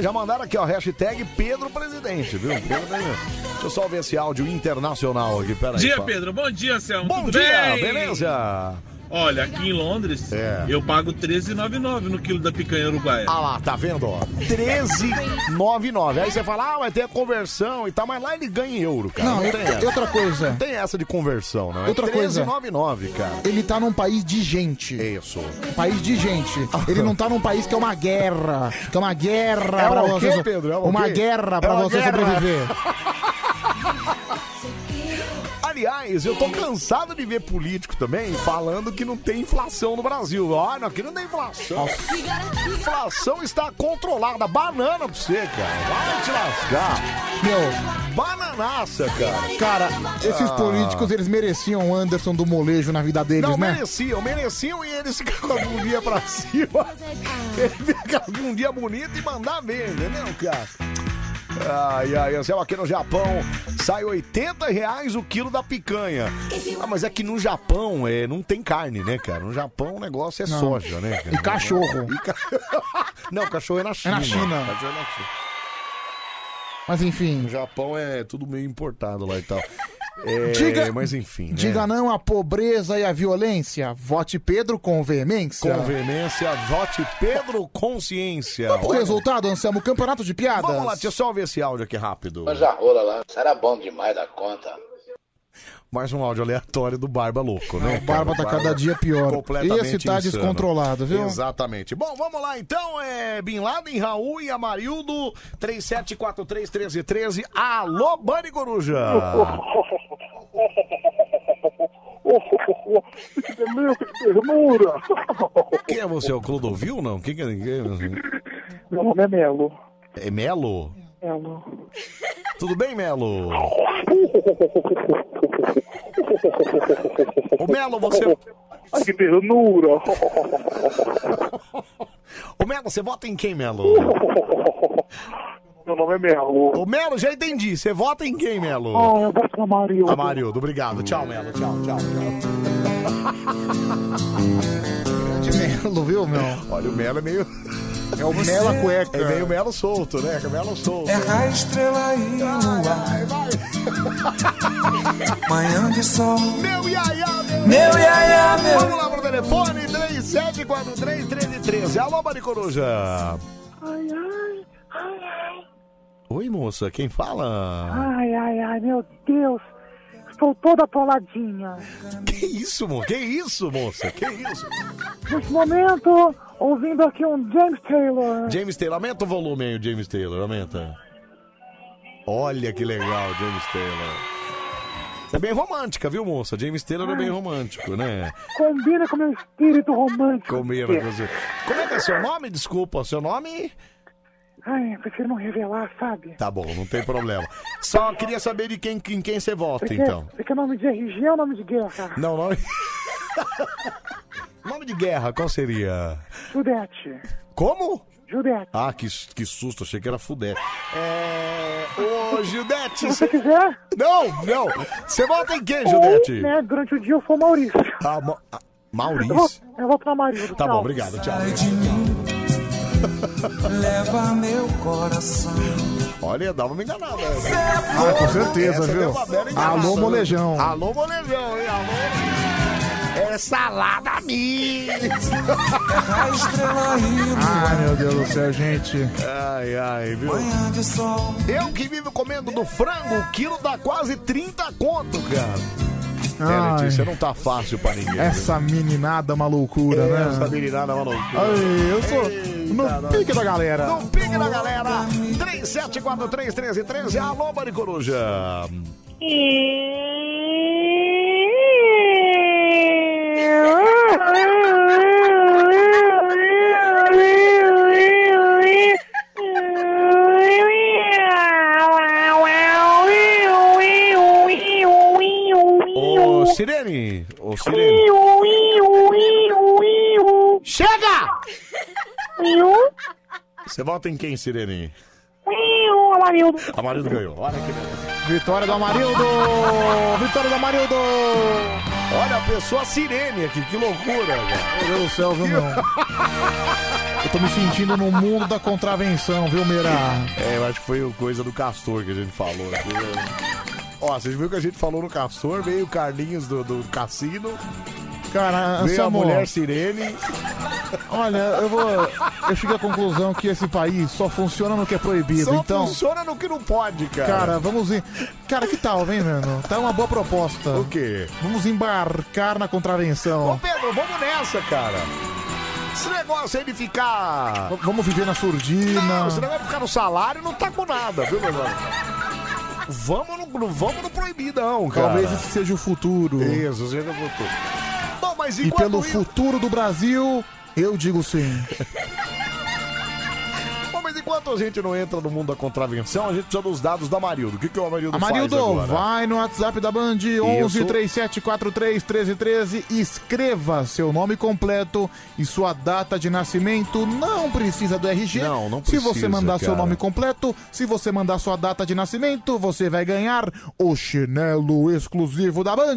Speaker 1: Já mandaram aqui, ó, hashtag Pedro Presidente, viu? Pedro Presidente. Deixa eu só ver esse áudio internacional aqui, peraí.
Speaker 7: Bom dia,
Speaker 1: fala.
Speaker 7: Pedro. Bom dia, Selma.
Speaker 1: Bom
Speaker 7: Tudo
Speaker 1: dia,
Speaker 7: bem?
Speaker 1: beleza? É.
Speaker 7: Olha, aqui em Londres, eu pago R$13,99 no quilo da picanha uruguaia.
Speaker 1: Ah lá, tá vendo, ó? 13,99. Aí você fala, ah, vai ter a conversão e tal, mas lá ele ganha em euro, cara.
Speaker 2: Não,
Speaker 1: Não,
Speaker 2: e-
Speaker 1: tem
Speaker 2: e
Speaker 1: essa.
Speaker 2: outra coisa.
Speaker 1: Não tem essa de conversão, não. É
Speaker 2: Outra coisa.
Speaker 1: 13,99, cara.
Speaker 2: Ele tá num país de gente.
Speaker 1: Isso.
Speaker 2: País de gente. Ele não tá num país que é uma guerra. Que é uma guerra
Speaker 1: É
Speaker 2: pra
Speaker 1: uma o
Speaker 2: você.
Speaker 1: quê, Pedro? É uma o
Speaker 2: uma
Speaker 1: quê?
Speaker 2: guerra pra
Speaker 1: É uma
Speaker 2: você
Speaker 1: guerra.
Speaker 2: sobreviver.
Speaker 1: Aliás, eu tô cansado de ver político também falando que não tem inflação no Brasil. Olha, aqui não tem inflação. Inflação está controlada. Banana pra você, cara. Vai te lascar.
Speaker 2: Meu.
Speaker 1: Bananaça, cara.
Speaker 2: Cara, Esses
Speaker 1: Ah.
Speaker 2: políticos, eles mereciam o Anderson do molejo na vida deles,
Speaker 1: Não,
Speaker 2: né?
Speaker 1: mereciam, mereciam e eles ficavam com a bundinha pra cima. Ele fica com a bundinha bonita e mandar ver, entendeu, cara? Ai, ai, Anselmo, aqui no Japão sai 80 reais o quilo da picanha. Ah, mas é que no Japão é, não tem carne, né, cara? No Japão o negócio é
Speaker 2: Não.
Speaker 1: soja, né, cara?
Speaker 2: E cachorro.
Speaker 1: E ca- não, cachorro é na China.
Speaker 2: China.
Speaker 1: Cachorro é na China.
Speaker 2: Mas enfim.
Speaker 1: No Japão é tudo meio importado lá e tal. É,
Speaker 2: Diga-
Speaker 1: mas enfim, né?
Speaker 2: Diga não à pobreza e à violência. Vote Pedro com veemência.
Speaker 1: Com veemência, vote Pedro Consciência.
Speaker 2: O
Speaker 1: Olha,
Speaker 2: resultado, Anselmo, campeonato de piadas.
Speaker 1: Vamos lá, deixa eu só ver esse áudio aqui rápido.
Speaker 10: Manja rola lá, será bom demais da conta.
Speaker 1: Mais um áudio aleatório do Barba Louco, né?
Speaker 2: o Barba tá cada dia pior.
Speaker 1: Completamente
Speaker 2: Esse tá
Speaker 1: insano.
Speaker 2: descontrolado, viu?
Speaker 1: Exatamente. Bom, vamos lá então. É Bin Laden, Raul e Amarildo, 37431313. Alô, Bani Coruja!
Speaker 4: Que delícia, que ternura!
Speaker 1: Quem é você? O Clodovil, não? Quem que é? quem
Speaker 4: Meu nome é Melo.
Speaker 1: é? É Melo?
Speaker 4: Melo.
Speaker 1: Tudo bem, Melo? Ô, Melo, você...
Speaker 4: Ai, que ternura!
Speaker 1: Ô Melo, você vota em quem, Melo?
Speaker 9: Meu nome é Melo.
Speaker 1: Ô Melo, já entendi. Você vota em quem, Melo?
Speaker 9: Ah, eu voto no Amarildo.
Speaker 1: Amarildo, obrigado. Tchau, Melo. Tchau, tchau, tchau.
Speaker 2: De Melo, viu, meu?
Speaker 1: Olha, o Melo é meio.
Speaker 2: É o Melo a cueca.
Speaker 1: É meio Melo solto, né? É Melo solto.
Speaker 4: a estrela e o
Speaker 1: Manhã de sol. Meu iaiá, meu iaiá, meu. Vamos lá pro telefone 37431313. Alô, Maricoruja.
Speaker 4: Ai, ai, ai, ai.
Speaker 1: Oi, moça, quem fala?
Speaker 4: Ai, ai, ai, meu Deus. Estou toda atoladinha.
Speaker 1: Que isso, mo? Que isso, moça? Que isso?
Speaker 4: Neste momento, ouvindo aqui um James Taylor.
Speaker 1: James Taylor, aumenta o volume aí, o James Taylor, aumenta. Olha que legal, James Taylor. Você é bem romântica, viu, moça? James Taylor é bem romântico, né?
Speaker 4: Combina com meu espírito romântico.
Speaker 1: Combina com você. Como é que é seu nome? Desculpa, seu nome?
Speaker 4: Ai, eu prefiro não revelar, sabe?
Speaker 1: Tá bom, não tem problema. Só queria saber de quem, em quem você vota, então.
Speaker 4: Você quer nome de RG ou nome de guerra?
Speaker 1: Não, nome. nome de guerra, qual seria?
Speaker 4: Judete.
Speaker 1: Como?
Speaker 4: Judete.
Speaker 1: Ah, que, que susto, achei que era fudé. É. Ô, Judete. Se
Speaker 4: você quiser.
Speaker 1: Não, não. Você vota em quem, Judete?
Speaker 4: Ou, né, durante o dia eu sou Maurício.
Speaker 1: Ah, Ma- ah,
Speaker 4: Eu vou,
Speaker 1: Maurício?
Speaker 4: eu vou pra Marido.
Speaker 1: Tá bom, obrigado, tchau.
Speaker 4: Leva meu coração.
Speaker 1: Olha, dava uma enganada.
Speaker 2: Ah, com certeza,
Speaker 1: Essa deu
Speaker 2: viu?
Speaker 1: uma bela enganada.
Speaker 2: Alô, molejão.
Speaker 1: Alô, molejão, hein? Alô. É salada minha. Ah.
Speaker 2: Ai, meu Deus do céu, gente.
Speaker 1: Ai, ai, viu? Eu que vivo comendo do frango, o quilo dá quase 30 conto, cara. É,
Speaker 2: Ai.
Speaker 1: Letícia, não tá fácil pra ninguém. viu?
Speaker 2: Essa meninada é uma loucura, né?
Speaker 1: Essa meninada é uma loucura.
Speaker 2: Ai, eu sou no pique da galera.
Speaker 1: No pique da galera, 37431313, alô, Maricoruja. Ô, Sirene, ô, Sirene. Chega! Você vota em quem, Sirene? Amarildo ganhou, olha que beleza.
Speaker 2: Vitória do Amarildo! Vitória do Amarildo!
Speaker 1: Olha a pessoa Sirene aqui, que loucura, cara.
Speaker 2: Meu Deus do céu, viu, meu? Eu tô me sentindo no mundo da contravenção, viu, Meira?
Speaker 1: É, eu acho que foi o coisa do Castor que a gente falou. aqui, né? Ó, vocês viram que a gente falou no Castor, veio o Carlinhos do, do cassino,
Speaker 2: Cara,
Speaker 1: veio a
Speaker 2: Anselmo,
Speaker 1: mulher Sirene.
Speaker 2: olha, eu vou. Eu cheguei à conclusão que esse país só funciona no que é proibido.
Speaker 1: Só
Speaker 2: então,
Speaker 1: funciona no que não pode, cara.
Speaker 2: cara, vamos ir. Cara, que tal, vem, mano? Tá uma boa proposta. O
Speaker 1: quê?
Speaker 2: Vamos embarcar na contravenção.
Speaker 1: Pedro, vamos nessa, cara. Esse negócio aí de ficar.
Speaker 2: V- Vamos viver na surdina.
Speaker 1: Não, esse negócio de ficar no salário não tá com nada, viu, meu irmão? Vamos no, no- vamos no proibidão, cara.
Speaker 2: Talvez esse seja o futuro.
Speaker 1: Isso, você já votou. Bom, mas
Speaker 2: E
Speaker 1: enquanto
Speaker 2: pelo futuro do Brasil, eu digo sim.
Speaker 1: Bom, mas enquanto a gente não entra no mundo da contravenção, a gente precisa dos dados da Marildo. O que, que o Amarildo, faz
Speaker 2: Amarildo,
Speaker 1: agora?
Speaker 2: vai no WhatsApp da Band 11 3743 1313 escreva seu nome completo e sua data de nascimento. Não precisa do RG.
Speaker 1: Não, não
Speaker 2: Se você
Speaker 1: precisa,
Speaker 2: mandar seu
Speaker 1: cara.
Speaker 2: nome completo, se você mandar sua data de nascimento, você vai ganhar o chinelo exclusivo da Band.
Speaker 1: Não,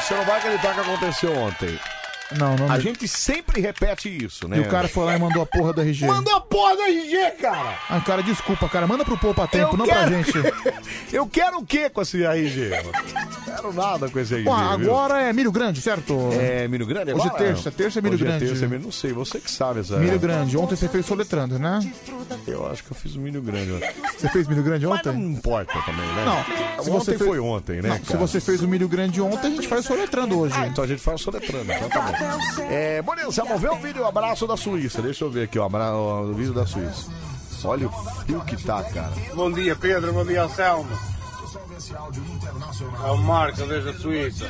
Speaker 1: você não vai acreditar o que aconteceu ontem.
Speaker 2: Não, não.
Speaker 1: A gente sempre repete isso, né?
Speaker 2: E o cara foi lá e mandou a porra do RG.
Speaker 1: Mandou a porra do RG, cara!
Speaker 2: Ah, cara, desculpa, cara. Manda pro Poupa Tempo,
Speaker 1: Eu
Speaker 2: não pra
Speaker 1: quero-
Speaker 2: gente.
Speaker 1: Eu quero o que com esse RG? Não Quero nada com esse RG.
Speaker 2: Bom,
Speaker 1: viu?
Speaker 2: agora é Milho Grande, certo?
Speaker 1: É Milho Grande
Speaker 2: Hoje
Speaker 1: agora?
Speaker 2: é terça, terça é Milho
Speaker 1: Hoje
Speaker 2: Grande.
Speaker 1: terça, é milho, não sei, você que sabe essa.
Speaker 2: Milho Grande, ontem você fez soletrando, né?
Speaker 1: Eu acho que eu fiz o Milho Grande. ontem.
Speaker 2: Você fez Milho Grande ontem?
Speaker 1: Não importa também, né?
Speaker 2: Não, se
Speaker 1: ontem
Speaker 2: você fez-
Speaker 1: foi ontem, né?
Speaker 2: Não, se
Speaker 1: cara?
Speaker 2: você fez o Milho Grande ontem, a gente faz soletrando hoje.
Speaker 1: Ah, então a gente faz soletrando, então tá bom. É, Bonilson, vamos ver o vídeo abraço da Suíça. Deixa eu ver aqui, ó, abra- ó, o vídeo da Suíça. Olha o fio que tá, cara.
Speaker 13: Bom dia, Pedro. Bom dia, Anselmo. É o Marco desde a Suíça.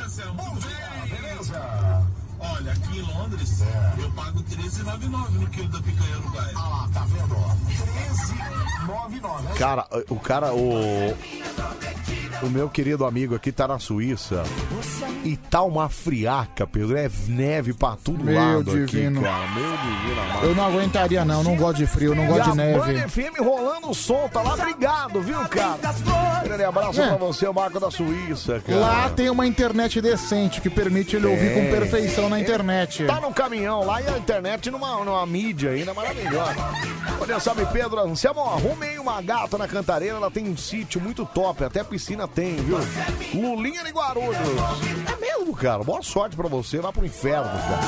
Speaker 7: Olha, aqui em Londres, eu pago 13,99 no quilo da picanha no bairro. Ah lá, tá vendo? 13,99.
Speaker 1: Cara, o cara, o. O meu querido amigo aqui tá na Suíça. E tá uma friaca, Pedro. É neve pra todo
Speaker 2: Meu
Speaker 1: lado
Speaker 2: divino.
Speaker 1: aqui, cara. Meu divino amado.
Speaker 2: Eu não aguentaria, não. Não gosto de frio, não gosto de
Speaker 1: E a
Speaker 2: neve.
Speaker 1: Band FM rolando o som, tá lá. Obrigado, viu, cara? Grande abraço
Speaker 2: É.
Speaker 1: pra você, Marco da Suíça, cara.
Speaker 2: Lá tem uma internet decente que permite ele ouvir
Speaker 1: Tem.
Speaker 2: com perfeição na internet.
Speaker 1: Tá no caminhão lá e a internet numa, numa mídia ainda maravilhosa. Olha, sabe, Pedro Anselmo, arrumei uma gata na Cantareira, ela tem um sítio muito top, até piscina tem, viu? Lulinha de Guarulhos. É mesmo, cara, boa sorte pra você, vai pro inferno, cara.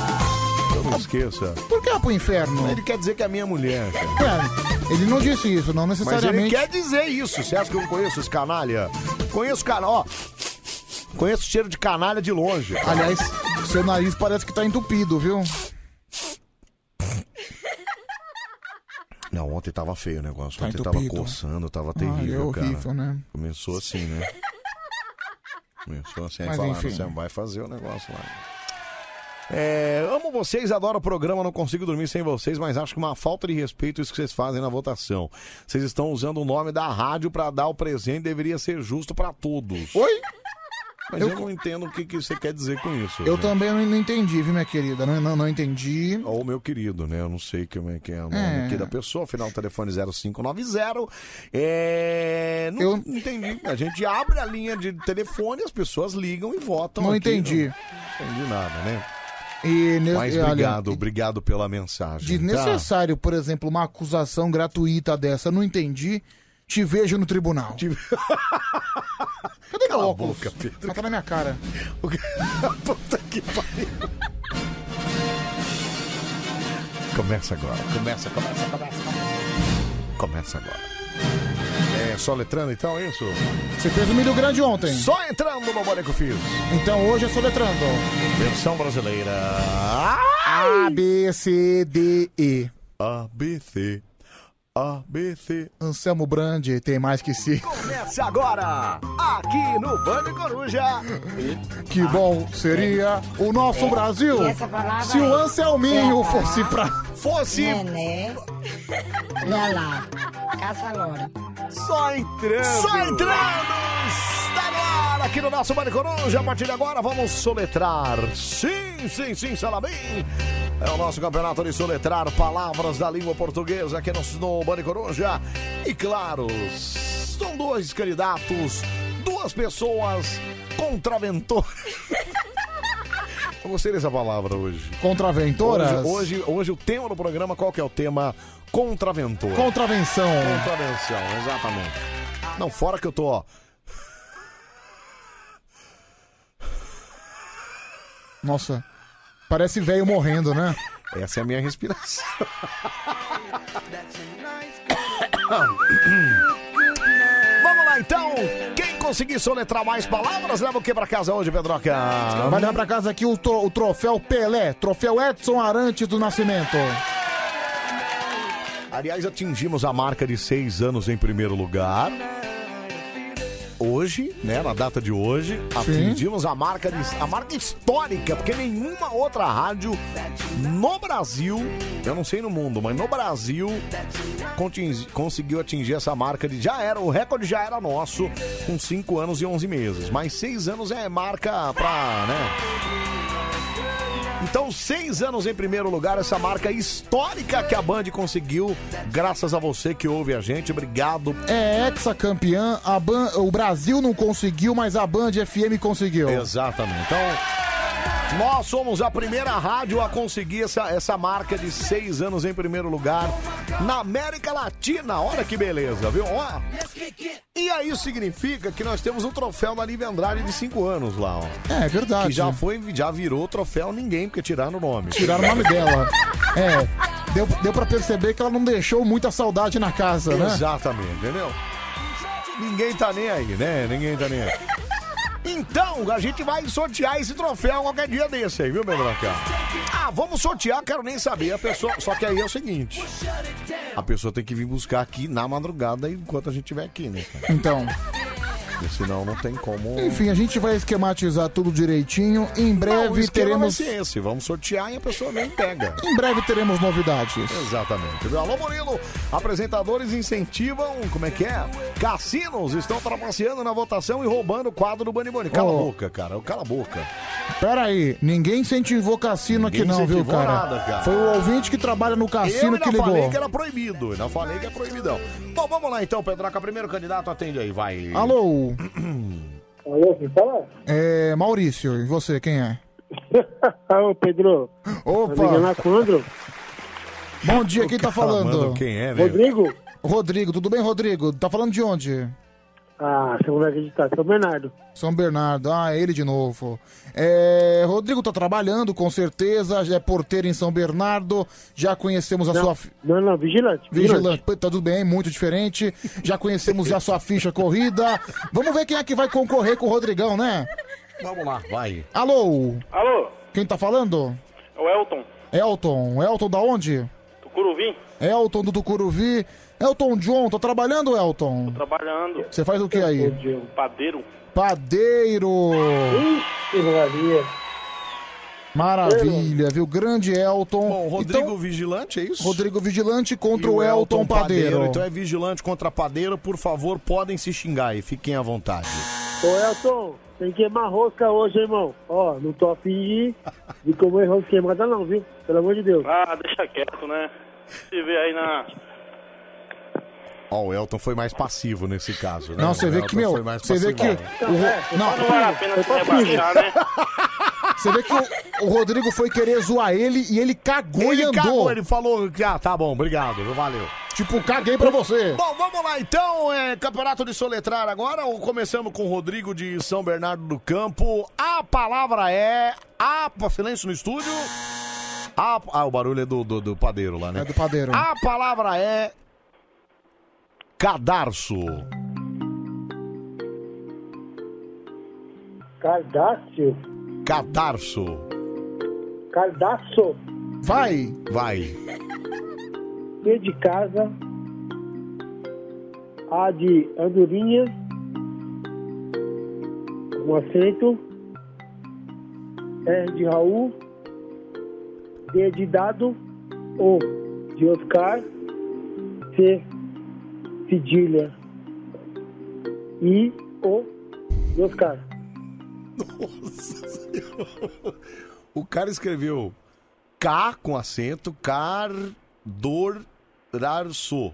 Speaker 1: Eu não esqueça.
Speaker 2: Por que é pro inferno?
Speaker 1: Ele quer dizer que é minha mulher, cara.
Speaker 2: É, ele não disse isso, não
Speaker 1: Mas ele
Speaker 2: necessariamente.
Speaker 1: quer dizer isso. Você acha que eu não conheço esse canalha? Conheço canal, ó. Conheço o cheiro de canalha de longe.
Speaker 2: Aliás, seu nariz parece que tá entupido, viu?
Speaker 1: Não, ontem tava feio o negócio.
Speaker 2: Tá
Speaker 1: ontem tava
Speaker 2: entupido.
Speaker 1: coçando, tava
Speaker 2: Ah,
Speaker 1: terrível,
Speaker 2: é horrível,
Speaker 1: cara.
Speaker 2: né?
Speaker 1: Começou assim, né? Começou assim, aí
Speaker 2: Mas
Speaker 1: falaram,
Speaker 2: enfim.
Speaker 1: você vai fazer o negócio lá. É, amo vocês, adoro o programa, não consigo dormir sem vocês, mas acho que uma falta de respeito isso que vocês fazem na votação. Vocês estão usando o nome da rádio pra dar o presente, deveria ser justo pra todos.
Speaker 2: Oi?
Speaker 1: Mas eu, não entendo o que, que você quer dizer com isso.
Speaker 2: Eu
Speaker 1: gente.
Speaker 2: também não não entendi, viu, minha querida? Não, não, não entendi.
Speaker 1: Ou meu querido, né? Eu não sei como é que é o nome
Speaker 2: É.
Speaker 1: aqui da pessoa, final do telefone é 0590. É... Não eu... entendi. A gente abre a linha de telefone, as pessoas ligam e votam.
Speaker 2: Não
Speaker 1: aqui.
Speaker 2: entendi.
Speaker 1: Não entendi nada, né?
Speaker 2: E ne-
Speaker 1: Mas
Speaker 2: e olha,
Speaker 1: obrigado, obrigado pela mensagem. Tá?
Speaker 2: Desnecessário, por exemplo, uma acusação gratuita dessa. Não entendi. Te vejo no tribunal. Cadê meu
Speaker 1: Cala a
Speaker 2: óculos?
Speaker 1: boca, Pedro.
Speaker 2: Mas tá na minha cara.
Speaker 1: Puta que pariu. Começa agora. Começa, começa, começa. Começa agora. É só letrando então, é isso?
Speaker 2: Você fez o milho grande ontem.
Speaker 1: Só entrando no Boneco Fios.
Speaker 2: Então hoje é soletrando.
Speaker 1: Versão brasileira.
Speaker 2: A, B, C, D, E.
Speaker 1: A, B, C. A, B, C.
Speaker 2: Anselmo Brandi tem mais que si.
Speaker 1: Começa agora, aqui no Bande Coruja.
Speaker 2: Que bom seria o nosso
Speaker 1: É,
Speaker 2: Brasil
Speaker 1: e essa palavra
Speaker 2: se o
Speaker 1: é-
Speaker 2: Anselminho
Speaker 1: é a
Speaker 2: fosse pra.
Speaker 1: Fosse.
Speaker 6: Nené. É, né? Olha lá. Caça Lora.
Speaker 1: Só entrando. Só entrando. Está no ar aqui no nosso Bande Coruja. A partir de agora vamos soletrar. Sim, sim, sim, Salabim. É o nosso campeonato de soletrar palavras da língua portuguesa aqui no, no Bande Coruja. E claro, são dois candidatos, duas pessoas contraventoras. Eu gostei dessa palavra hoje.
Speaker 2: Contraventoras?
Speaker 1: Hoje, hoje, hoje o tema do programa, qual que é o tema? Contraventor.
Speaker 2: Contravenção.
Speaker 1: Contravenção, exatamente. Não, fora que eu tô, ó.
Speaker 2: Nossa, parece velho morrendo, né?
Speaker 1: Essa é a minha respiração. Vamos lá então. Quem conseguir soletrar mais palavras, leva o que pra casa hoje, Pedroca?
Speaker 2: Vai dar pra casa aqui o, tro- o troféu Pelé, troféu Edson Arantes do Nascimento.
Speaker 1: Aliás, atingimos a marca de seis anos em primeiro lugar. Hoje, né, na data de hoje, atingimos a marca, de, a marca histórica, porque nenhuma outra rádio no Brasil, eu não sei no mundo, mas no Brasil, contin- conseguiu atingir essa marca de já era, o recorde já era nosso, com cinco anos e 11 meses. Mas seis anos é marca pra, né, então, seis anos em primeiro lugar, essa marca histórica que a Band conseguiu, graças a você que ouve a gente. Obrigado.
Speaker 2: É hexacampeã, a Ban- o Brasil não conseguiu, mas a Band FM conseguiu.
Speaker 1: Exatamente. Então, nós somos a primeira rádio a conseguir essa, essa marca de seis anos em primeiro lugar na América Latina. Olha que beleza, viu? Ó. E aí significa que nós temos o troféu da Lívia Andrade de cinco anos lá, ó.
Speaker 2: É verdade.
Speaker 1: Que já foi, já virou troféu ninguém, porque tiraram o nome.
Speaker 2: Tiraram o nome dela. É, deu, deu pra perceber que ela não deixou muita saudade na casa, né?
Speaker 1: Exatamente, entendeu? Ninguém tá nem aí, né? Ninguém tá nem aí. Então, a gente vai sortear esse troféu qualquer dia desse aí, viu, Pedroca? Ah, vamos sortear, quero nem saber. A pessoa. Só que aí é o seguinte: a pessoa tem que vir buscar aqui na madrugada enquanto a gente estiver aqui, né? cara?
Speaker 2: Então,
Speaker 1: Porque senão não tem como.
Speaker 2: Enfim, a gente vai esquematizar tudo direitinho. Em breve
Speaker 1: Não, o esquema
Speaker 2: teremos.
Speaker 1: Vai ser esse. Vamos sortear e a pessoa nem pega.
Speaker 2: Em breve teremos novidades.
Speaker 1: Exatamente. Alô, Murilo. Apresentadores incentivam, como é que é? Cassinos estão trapaceando na votação e roubando o quadro do Bani Boni. Cala
Speaker 2: Ô.
Speaker 1: a boca, cara. Cala a boca.
Speaker 2: Pera aí, ninguém incentivou cassino
Speaker 1: Ninguém
Speaker 2: aqui não, viu,
Speaker 1: incentivou
Speaker 2: cara?
Speaker 1: nada, cara.
Speaker 2: Foi o ouvinte que trabalha no cassino
Speaker 1: eu
Speaker 2: que
Speaker 1: ainda falei
Speaker 2: ligou.
Speaker 1: que era proibido. Ainda falei que é proibidão. Bom, vamos lá então, Pedroca. Primeiro candidato, atende aí, vai.
Speaker 2: Alô?
Speaker 8: Alô, quem fala?
Speaker 2: É, Maurício, e você, quem é?
Speaker 8: Ô, Pedro.
Speaker 2: Opa.
Speaker 8: Tá ligando lá com o Andro?
Speaker 2: Bom dia,
Speaker 8: O
Speaker 2: quem tá
Speaker 8: cara
Speaker 2: falando?
Speaker 8: manda quem é,
Speaker 2: velho?
Speaker 8: velho? Rodrigo?
Speaker 2: Rodrigo, tudo bem, Rodrigo? Tá falando de onde?
Speaker 8: Ah, você não vai acreditar. São Bernardo.
Speaker 2: São Bernardo, ah, ele de novo. É, Rodrigo tá trabalhando, com certeza, já é porteiro em São Bernardo, já conhecemos a
Speaker 8: Não,
Speaker 2: sua... fi-
Speaker 8: Não, não, vigilante.
Speaker 2: Vigilante, Pô, tá tudo bem, muito diferente. Já conhecemos já sua ficha corrida. Vamos ver quem é que vai concorrer com o Rodrigão, né?
Speaker 1: Vamos lá, vai.
Speaker 2: Alô?
Speaker 8: Alô?
Speaker 2: Quem tá falando?
Speaker 8: É o Elton,
Speaker 2: Elton. Elton da onde?
Speaker 8: do Curuvim,
Speaker 2: Elton do Tucuruvi. Elton John, tá trabalhando, Elton?
Speaker 8: trabalhando.
Speaker 2: Você faz o que aí?
Speaker 8: Padeiro.
Speaker 2: Padeiro!
Speaker 8: Ixi, Maria.
Speaker 2: Maravilha, viu? Grande Elton. Bom,
Speaker 1: Rodrigo Vigilante, é isso?
Speaker 2: Rodrigo Vigilante contra
Speaker 1: E
Speaker 2: É o Elton, Padeiro.
Speaker 1: Então é vigilante contra padeiro, por favor, podem se xingar aí, fiquem à vontade.
Speaker 8: Ô, Elton, tem que queimar rosca hoje, hein, irmão. Ó, não tô afim de, de comer rosca queimada não, viu? Pelo amor de Deus.
Speaker 19: Ah, deixa quieto, né? Se vê aí na.
Speaker 1: Ó, o Elton foi mais passivo nesse caso, né?
Speaker 2: Não, você
Speaker 1: O
Speaker 2: vê
Speaker 1: Elton
Speaker 2: que, meu,
Speaker 1: foi mais
Speaker 2: você vê que.
Speaker 1: passivão.
Speaker 2: o Ro- Não,
Speaker 8: É,
Speaker 2: É
Speaker 8: não vale a pena se rebaixar,
Speaker 19: né?
Speaker 2: Você vê que o, o Rodrigo foi querer zoar ele e ele cagou
Speaker 1: Ele
Speaker 2: e andou.
Speaker 1: cagou, ele falou que, ah, tá bom, obrigado, valeu.
Speaker 2: Tipo, caguei pra você.
Speaker 1: Bom, vamos lá então, é, campeonato de soletrar agora, ou começamos com o Rodrigo de São Bernardo do Campo. A palavra é... A... Silêncio no estúdio. A... Ah, o barulho é do, do, do padeiro lá, né?
Speaker 2: É do padeiro.
Speaker 1: A palavra é... Cadarço.
Speaker 8: Cardácio.
Speaker 1: Cadarço.
Speaker 8: Cardácio.
Speaker 2: Vai.
Speaker 1: Vai.
Speaker 8: B de casa. A de andorinha. Um acento. R de Raul. D de dado. O de Oscar. C. Cedilha. I. O. De Oscar.
Speaker 1: Nossa Senhora. O cara escreveu K com acento, cardorarso.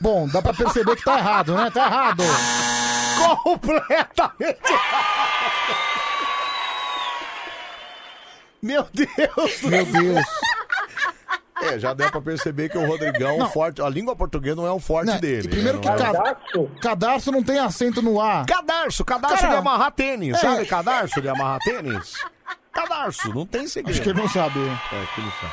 Speaker 2: Bom, dá pra perceber que tá errado, né? Tá errado.
Speaker 1: Completamente Meu Deus do
Speaker 2: Meu Deus.
Speaker 1: É, já deu pra perceber que o Rodrigão,
Speaker 2: Não.
Speaker 1: forte, a língua portuguesa não é o forte
Speaker 2: Não,
Speaker 1: dele.
Speaker 2: e primeiro que
Speaker 1: né? Não é-
Speaker 2: cadarço. cadarço não tem acento no ar.
Speaker 1: Cadarço, cadarço
Speaker 2: Cara,
Speaker 1: de amarrar tênis,
Speaker 2: é.
Speaker 1: sabe? Cadarço de amarrar tênis. Cadarço, não tem segredo.
Speaker 2: Acho que ele não sabe.
Speaker 1: É, que não sabe.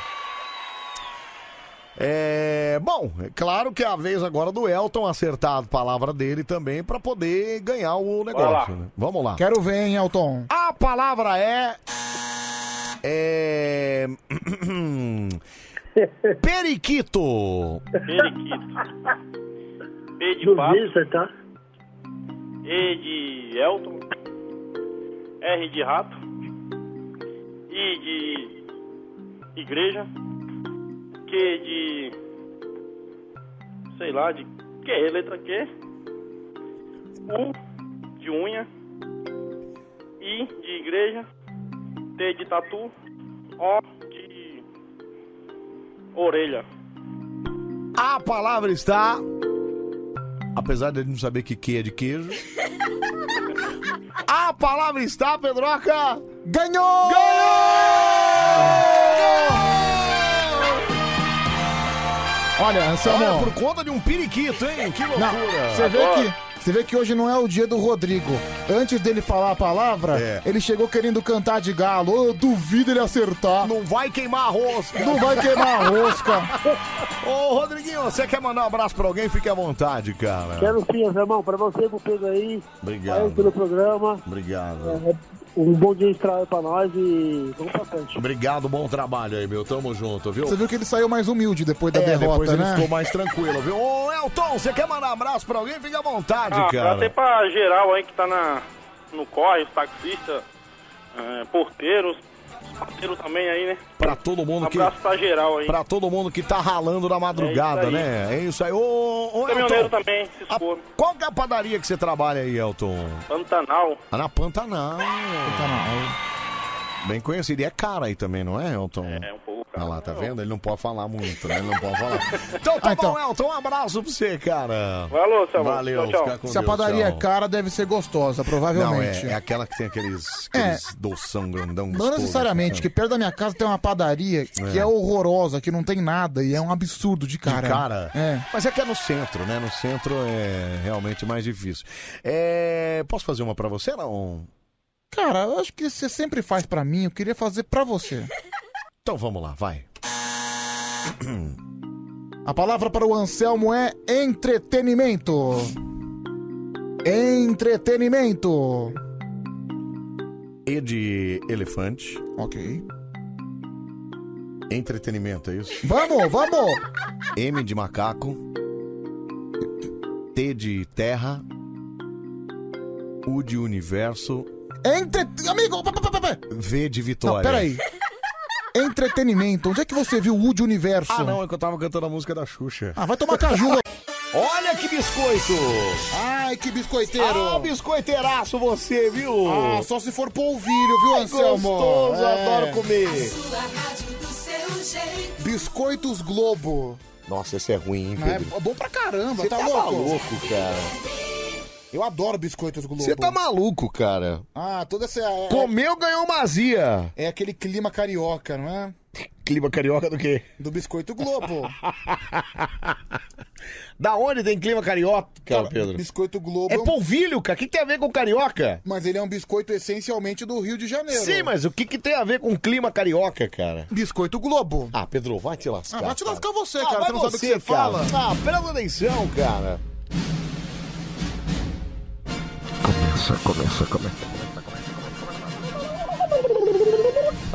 Speaker 1: É, bom, é claro que é a vez agora do Elton acertar a palavra dele também pra poder ganhar o negócio. né? Vamos lá.
Speaker 2: Quero ver, hein, Elton.
Speaker 1: A palavra é. É. Periquito.
Speaker 19: Periquito. B de pato.
Speaker 8: Dormir, tá?
Speaker 19: E de Elton. R de rato. I de igreja. Q de. Sei lá, de Q, letra Q. U de unha. I de igreja. T de tatu. O de orelha.
Speaker 1: A palavra está. Apesar de ele não saber que que é de queijo. A palavra está, Ah, Pedroca.
Speaker 2: Ganhou! Olha, Anselmo.
Speaker 1: Olha, por conta de um periquito, hein? Que loucura.
Speaker 2: É, Não, você vê que. Você vê que hoje não é o dia do Rodrigo. Antes dele falar a palavra,
Speaker 1: É.
Speaker 2: ele chegou querendo cantar de galo. Ô, Eu duvido ele acertar.
Speaker 1: Não vai queimar a rosca.
Speaker 2: Não vai queimar a rosca.
Speaker 1: Ô, Rodriguinho, você quer mandar um abraço pra alguém? Fique à vontade, cara.
Speaker 8: Quero sim, irmão, pra você e pro Pedro aí.
Speaker 1: Obrigado.
Speaker 8: Aí pelo programa.
Speaker 1: Obrigado.
Speaker 8: É, um bom dia de trabalho pra nós e vamos pra frente.
Speaker 1: Obrigado, bom trabalho aí, meu. Tamo junto, viu?
Speaker 2: Você viu que ele saiu mais humilde depois da
Speaker 1: É,
Speaker 2: derrota,
Speaker 1: depois ele
Speaker 2: né?
Speaker 1: ficou mais tranquilo, viu? Ô, Elton, você quer mandar um abraço pra alguém? Fica à vontade,
Speaker 14: Ah,
Speaker 1: cara.
Speaker 14: até pra geral aí que tá na, no corre, os taxistas, eh, porteiros, os porteiros também aí, né?
Speaker 1: Pra todo mundo que.
Speaker 14: Abraço pra geral aí.
Speaker 1: Pra todo mundo que tá ralando na madrugada, né? É isso aí. Ô, ô,
Speaker 14: Caminhoneiro
Speaker 1: Elton,
Speaker 14: também, se expor.
Speaker 1: qual que é a padaria que você trabalha aí, Elton?
Speaker 14: Pantanal.
Speaker 1: Ah, na Pantanal. Bem conhecido. E é cara aí também, não é, Elton? É,
Speaker 14: um pouco
Speaker 1: cara. Olha lá, tá vendo? Ele não pode falar muito, né? Ele não pode falar. Então
Speaker 2: Ah,
Speaker 1: tá bom, Elton. Um abraço pra você, cara.
Speaker 14: Valeu,
Speaker 1: seu Valeu, fica com
Speaker 2: Se a
Speaker 1: Deus,
Speaker 2: padaria
Speaker 1: tchau.
Speaker 2: é cara, deve ser gostosa,
Speaker 1: Não,
Speaker 2: provavelmente.
Speaker 1: é, é aquela que tem aqueles,
Speaker 2: É.
Speaker 1: aqueles doção grandão.
Speaker 2: Não
Speaker 1: gostoso,
Speaker 2: necessariamente,
Speaker 1: assim,
Speaker 2: que perto da minha casa tem uma padaria que
Speaker 1: É.
Speaker 2: é horrorosa, que não tem nada e é um absurdo de cara.
Speaker 1: De cara.
Speaker 2: É.
Speaker 1: Mas é que é no centro, né? No centro é realmente mais difícil. É, um Posso fazer uma pra você, não?
Speaker 2: Cara, eu acho que você sempre faz pra mim, eu queria fazer pra você.
Speaker 1: Então vamos lá, vai.
Speaker 2: A palavra para o Anselmo é entretenimento. Entretenimento.
Speaker 1: E de elefante.
Speaker 2: Ok.
Speaker 1: Entretenimento, é isso?
Speaker 2: Vamos, vamos!
Speaker 1: M de macaco. T de terra. U de universo.
Speaker 2: Entre... Amigo, pá, pá, pá, pá, pá.
Speaker 1: V de vitória.
Speaker 2: Não, peraí. Entretenimento. Onde é que você viu o Wood Universo?
Speaker 1: Ah, não, é que eu tava cantando a música da Xuxa.
Speaker 2: Ah, vai tomar cajuba.
Speaker 1: Olha que biscoito!
Speaker 2: Ai, que biscoiteiro!
Speaker 1: Ah, biscoiteiraço você, viu?
Speaker 2: Ah, só se for polvilho, viu,
Speaker 1: Ai,
Speaker 2: Anselmo?
Speaker 1: gostoso,
Speaker 2: É.
Speaker 1: adoro comer.
Speaker 2: Biscoitos Globo.
Speaker 1: Nossa, esse é ruim, hein,
Speaker 2: Não, É
Speaker 1: Pedro?
Speaker 2: bom pra caramba,
Speaker 1: Você
Speaker 2: tá,
Speaker 1: tá
Speaker 2: louco?
Speaker 1: maluco, cara.
Speaker 2: Eu adoro biscoitos Globo.
Speaker 1: Você tá maluco, cara.
Speaker 2: Ah, toda essa... é-
Speaker 1: Comeu, ganhou mazia.
Speaker 2: É aquele clima carioca, não é?
Speaker 1: Clima carioca do quê?
Speaker 2: Do Biscoito Globo.
Speaker 1: Da onde tem clima carioca, Pedro?
Speaker 2: Biscoito Globo.
Speaker 1: É
Speaker 2: um-
Speaker 1: polvilho, cara. O que tem a ver com carioca?
Speaker 2: Mas ele é um biscoito essencialmente do Rio de Janeiro. Ah,
Speaker 1: Sim, mas o que, que tem a ver com clima carioca, cara?
Speaker 2: Biscoito Globo.
Speaker 1: Ah, Pedro, vai te lascar.
Speaker 2: Ah, vai te
Speaker 1: cara.
Speaker 2: lascar você,
Speaker 1: Ah,
Speaker 2: cara.
Speaker 1: vai
Speaker 2: você não sabe o que você
Speaker 1: cara.
Speaker 2: fala.
Speaker 1: Ah, presta atenção, cara.
Speaker 22: Começa, começa, começa.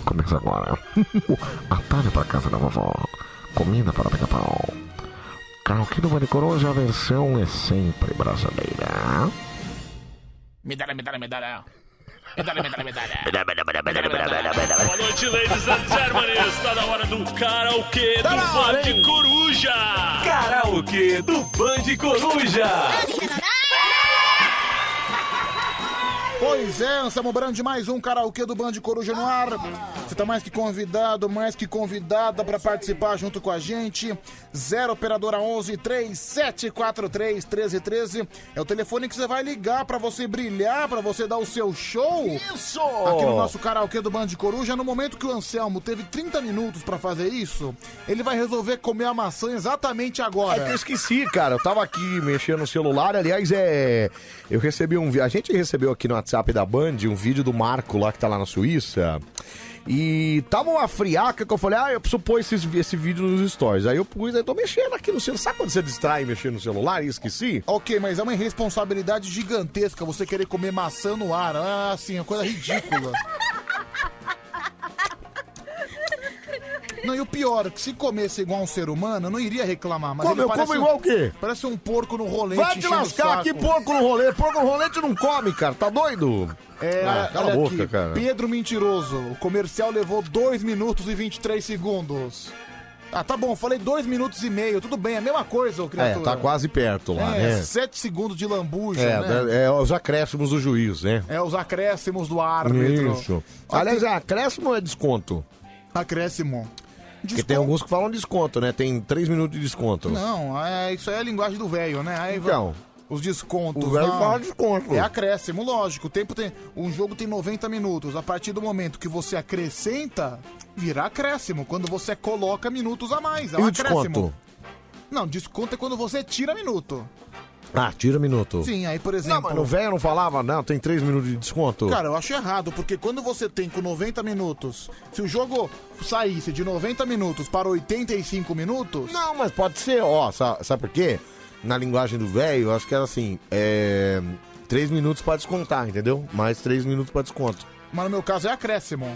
Speaker 22: Começa agora. Atalho para casa da vovó. Comida para pica-pau. Karaokê do Vale Coruja, a versão é sempre brasileira.
Speaker 25: Medalha, medalha, medalha. Medalha, medalha, medalha.
Speaker 22: Boa
Speaker 25: noite, ladies and gentlemen. Está na hora do karaokê do Band Coruja.
Speaker 27: Karaokê do Band Coruja.
Speaker 2: Pois é, Anselmo Brandi, mais um karaokê do Band Coruja no ar. Você tá mais que convidado, mais que convidada pra participar junto com a gente. 0 operadora 11 3743 1313 é o telefone que você vai ligar pra você brilhar, pra você dar o seu show.
Speaker 1: Isso!
Speaker 2: Aqui no nosso karaokê do Band Coruja, no momento que o Anselmo teve 30 minutos pra fazer isso, ele vai resolver comer a maçã exatamente
Speaker 1: É
Speaker 2: agora.
Speaker 1: que eu esqueci, cara. Eu tava aqui mexendo no celular. Aliás, é. Eu recebi um. vi- A gente recebeu aqui no WhatsApp da Band um vídeo do Marco lá que tá lá na Suíça. E tava uma friaca que eu falei, ah, eu preciso pôr esses- esse, vídeo nos stories. Aí eu pus, aí tô mexendo aqui no celular. Sabe quando você distrai mexendo no celular e esqueci?
Speaker 2: Ok, mas é uma irresponsabilidade gigantesca você querer comer maçã no ar. Ah, assim, é uma coisa ridícula. Não, e o pior, que se comesse igual um ser humano, eu não iria reclamar. Mas
Speaker 1: Como?
Speaker 2: ele
Speaker 1: Eu como
Speaker 2: parece um-
Speaker 1: igual o quê?
Speaker 2: Parece um porco no rolete.
Speaker 1: Vai te
Speaker 2: enchendo o
Speaker 1: lascar aqui,
Speaker 2: saco.
Speaker 1: porco no rolê. Porco no rolete não come, cara. Tá doido?
Speaker 2: É,
Speaker 1: Ah, cala
Speaker 2: olha
Speaker 1: a boca,
Speaker 2: aqui,
Speaker 1: cara.
Speaker 2: Pedro Mentiroso. O comercial levou 2 minutos e 23 segundos. Ah, tá bom, falei 2 minutos e meio. Tudo bem, é a mesma coisa, ô
Speaker 1: É,
Speaker 2: criatura.
Speaker 1: tá quase perto lá,
Speaker 2: É,
Speaker 1: né?
Speaker 2: 7 segundos de lambuja, né?
Speaker 1: É, é, é os acréscimos do juiz, né?
Speaker 2: É os acréscimos do árbitro.
Speaker 1: Isso. Aliás, é acréscimo ou é desconto?
Speaker 2: Acréscimo.
Speaker 1: Porque tem alguns que falam desconto, né? Tem três minutos de desconto.
Speaker 2: Não, é, isso aí é a linguagem do velho, né? Aí vai-
Speaker 1: Então.
Speaker 2: Os descontos.
Speaker 1: O velho
Speaker 2: não.
Speaker 1: fala desconto.
Speaker 2: É acréscimo, lógico. O tempo tem. Um jogo tem 90 minutos. A partir do momento que você acrescenta, virá acréscimo. Quando você coloca minutos a mais. É
Speaker 1: E
Speaker 2: um
Speaker 1: o
Speaker 2: acréscimo.
Speaker 1: desconto?
Speaker 2: Não, desconto é quando você tira minuto.
Speaker 1: Ah, tira um minuto.
Speaker 2: Sim, aí, por exemplo.
Speaker 1: Não, mas o velho não falava, não, tem três minutos de desconto.
Speaker 2: Cara, eu acho errado, porque quando você tem com 90 minutos, se o jogo saísse de 90 minutos para 85 minutos.
Speaker 1: Não, mas pode ser, ó, sa- sabe por quê? Na linguagem do velho, eu acho que era assim, é... Três minutos pra descontar, entendeu? Mais três minutos pra desconto.
Speaker 2: Mas no meu caso é acréscimo.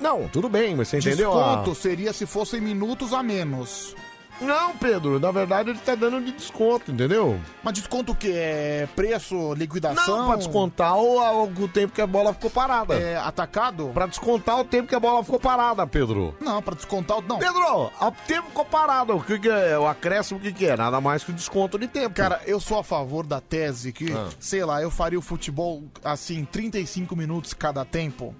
Speaker 1: Não, tudo bem, mas você entendeu? Ah.
Speaker 2: Desconto
Speaker 1: a-
Speaker 2: seria se fossem minutos a menos.
Speaker 1: Não, Pedro, na verdade ele tá dando de desconto, entendeu?
Speaker 2: Mas desconto o quê? É preço, liquidação?
Speaker 1: Não, pra descontar o, o tempo que a bola ficou parada.
Speaker 2: É, atacado?
Speaker 1: Pra descontar o tempo que a bola ficou parada, Pedro.
Speaker 2: Não, pra descontar o... Não.
Speaker 1: Pedro, o tempo ficou parado. O que, que é? O acréscimo, o que, que é? Nada mais que o desconto de tempo.
Speaker 2: Cara, eu sou a favor da tese que,
Speaker 1: Ah.
Speaker 2: sei lá, eu faria o futebol assim, 35 minutos cada tempo.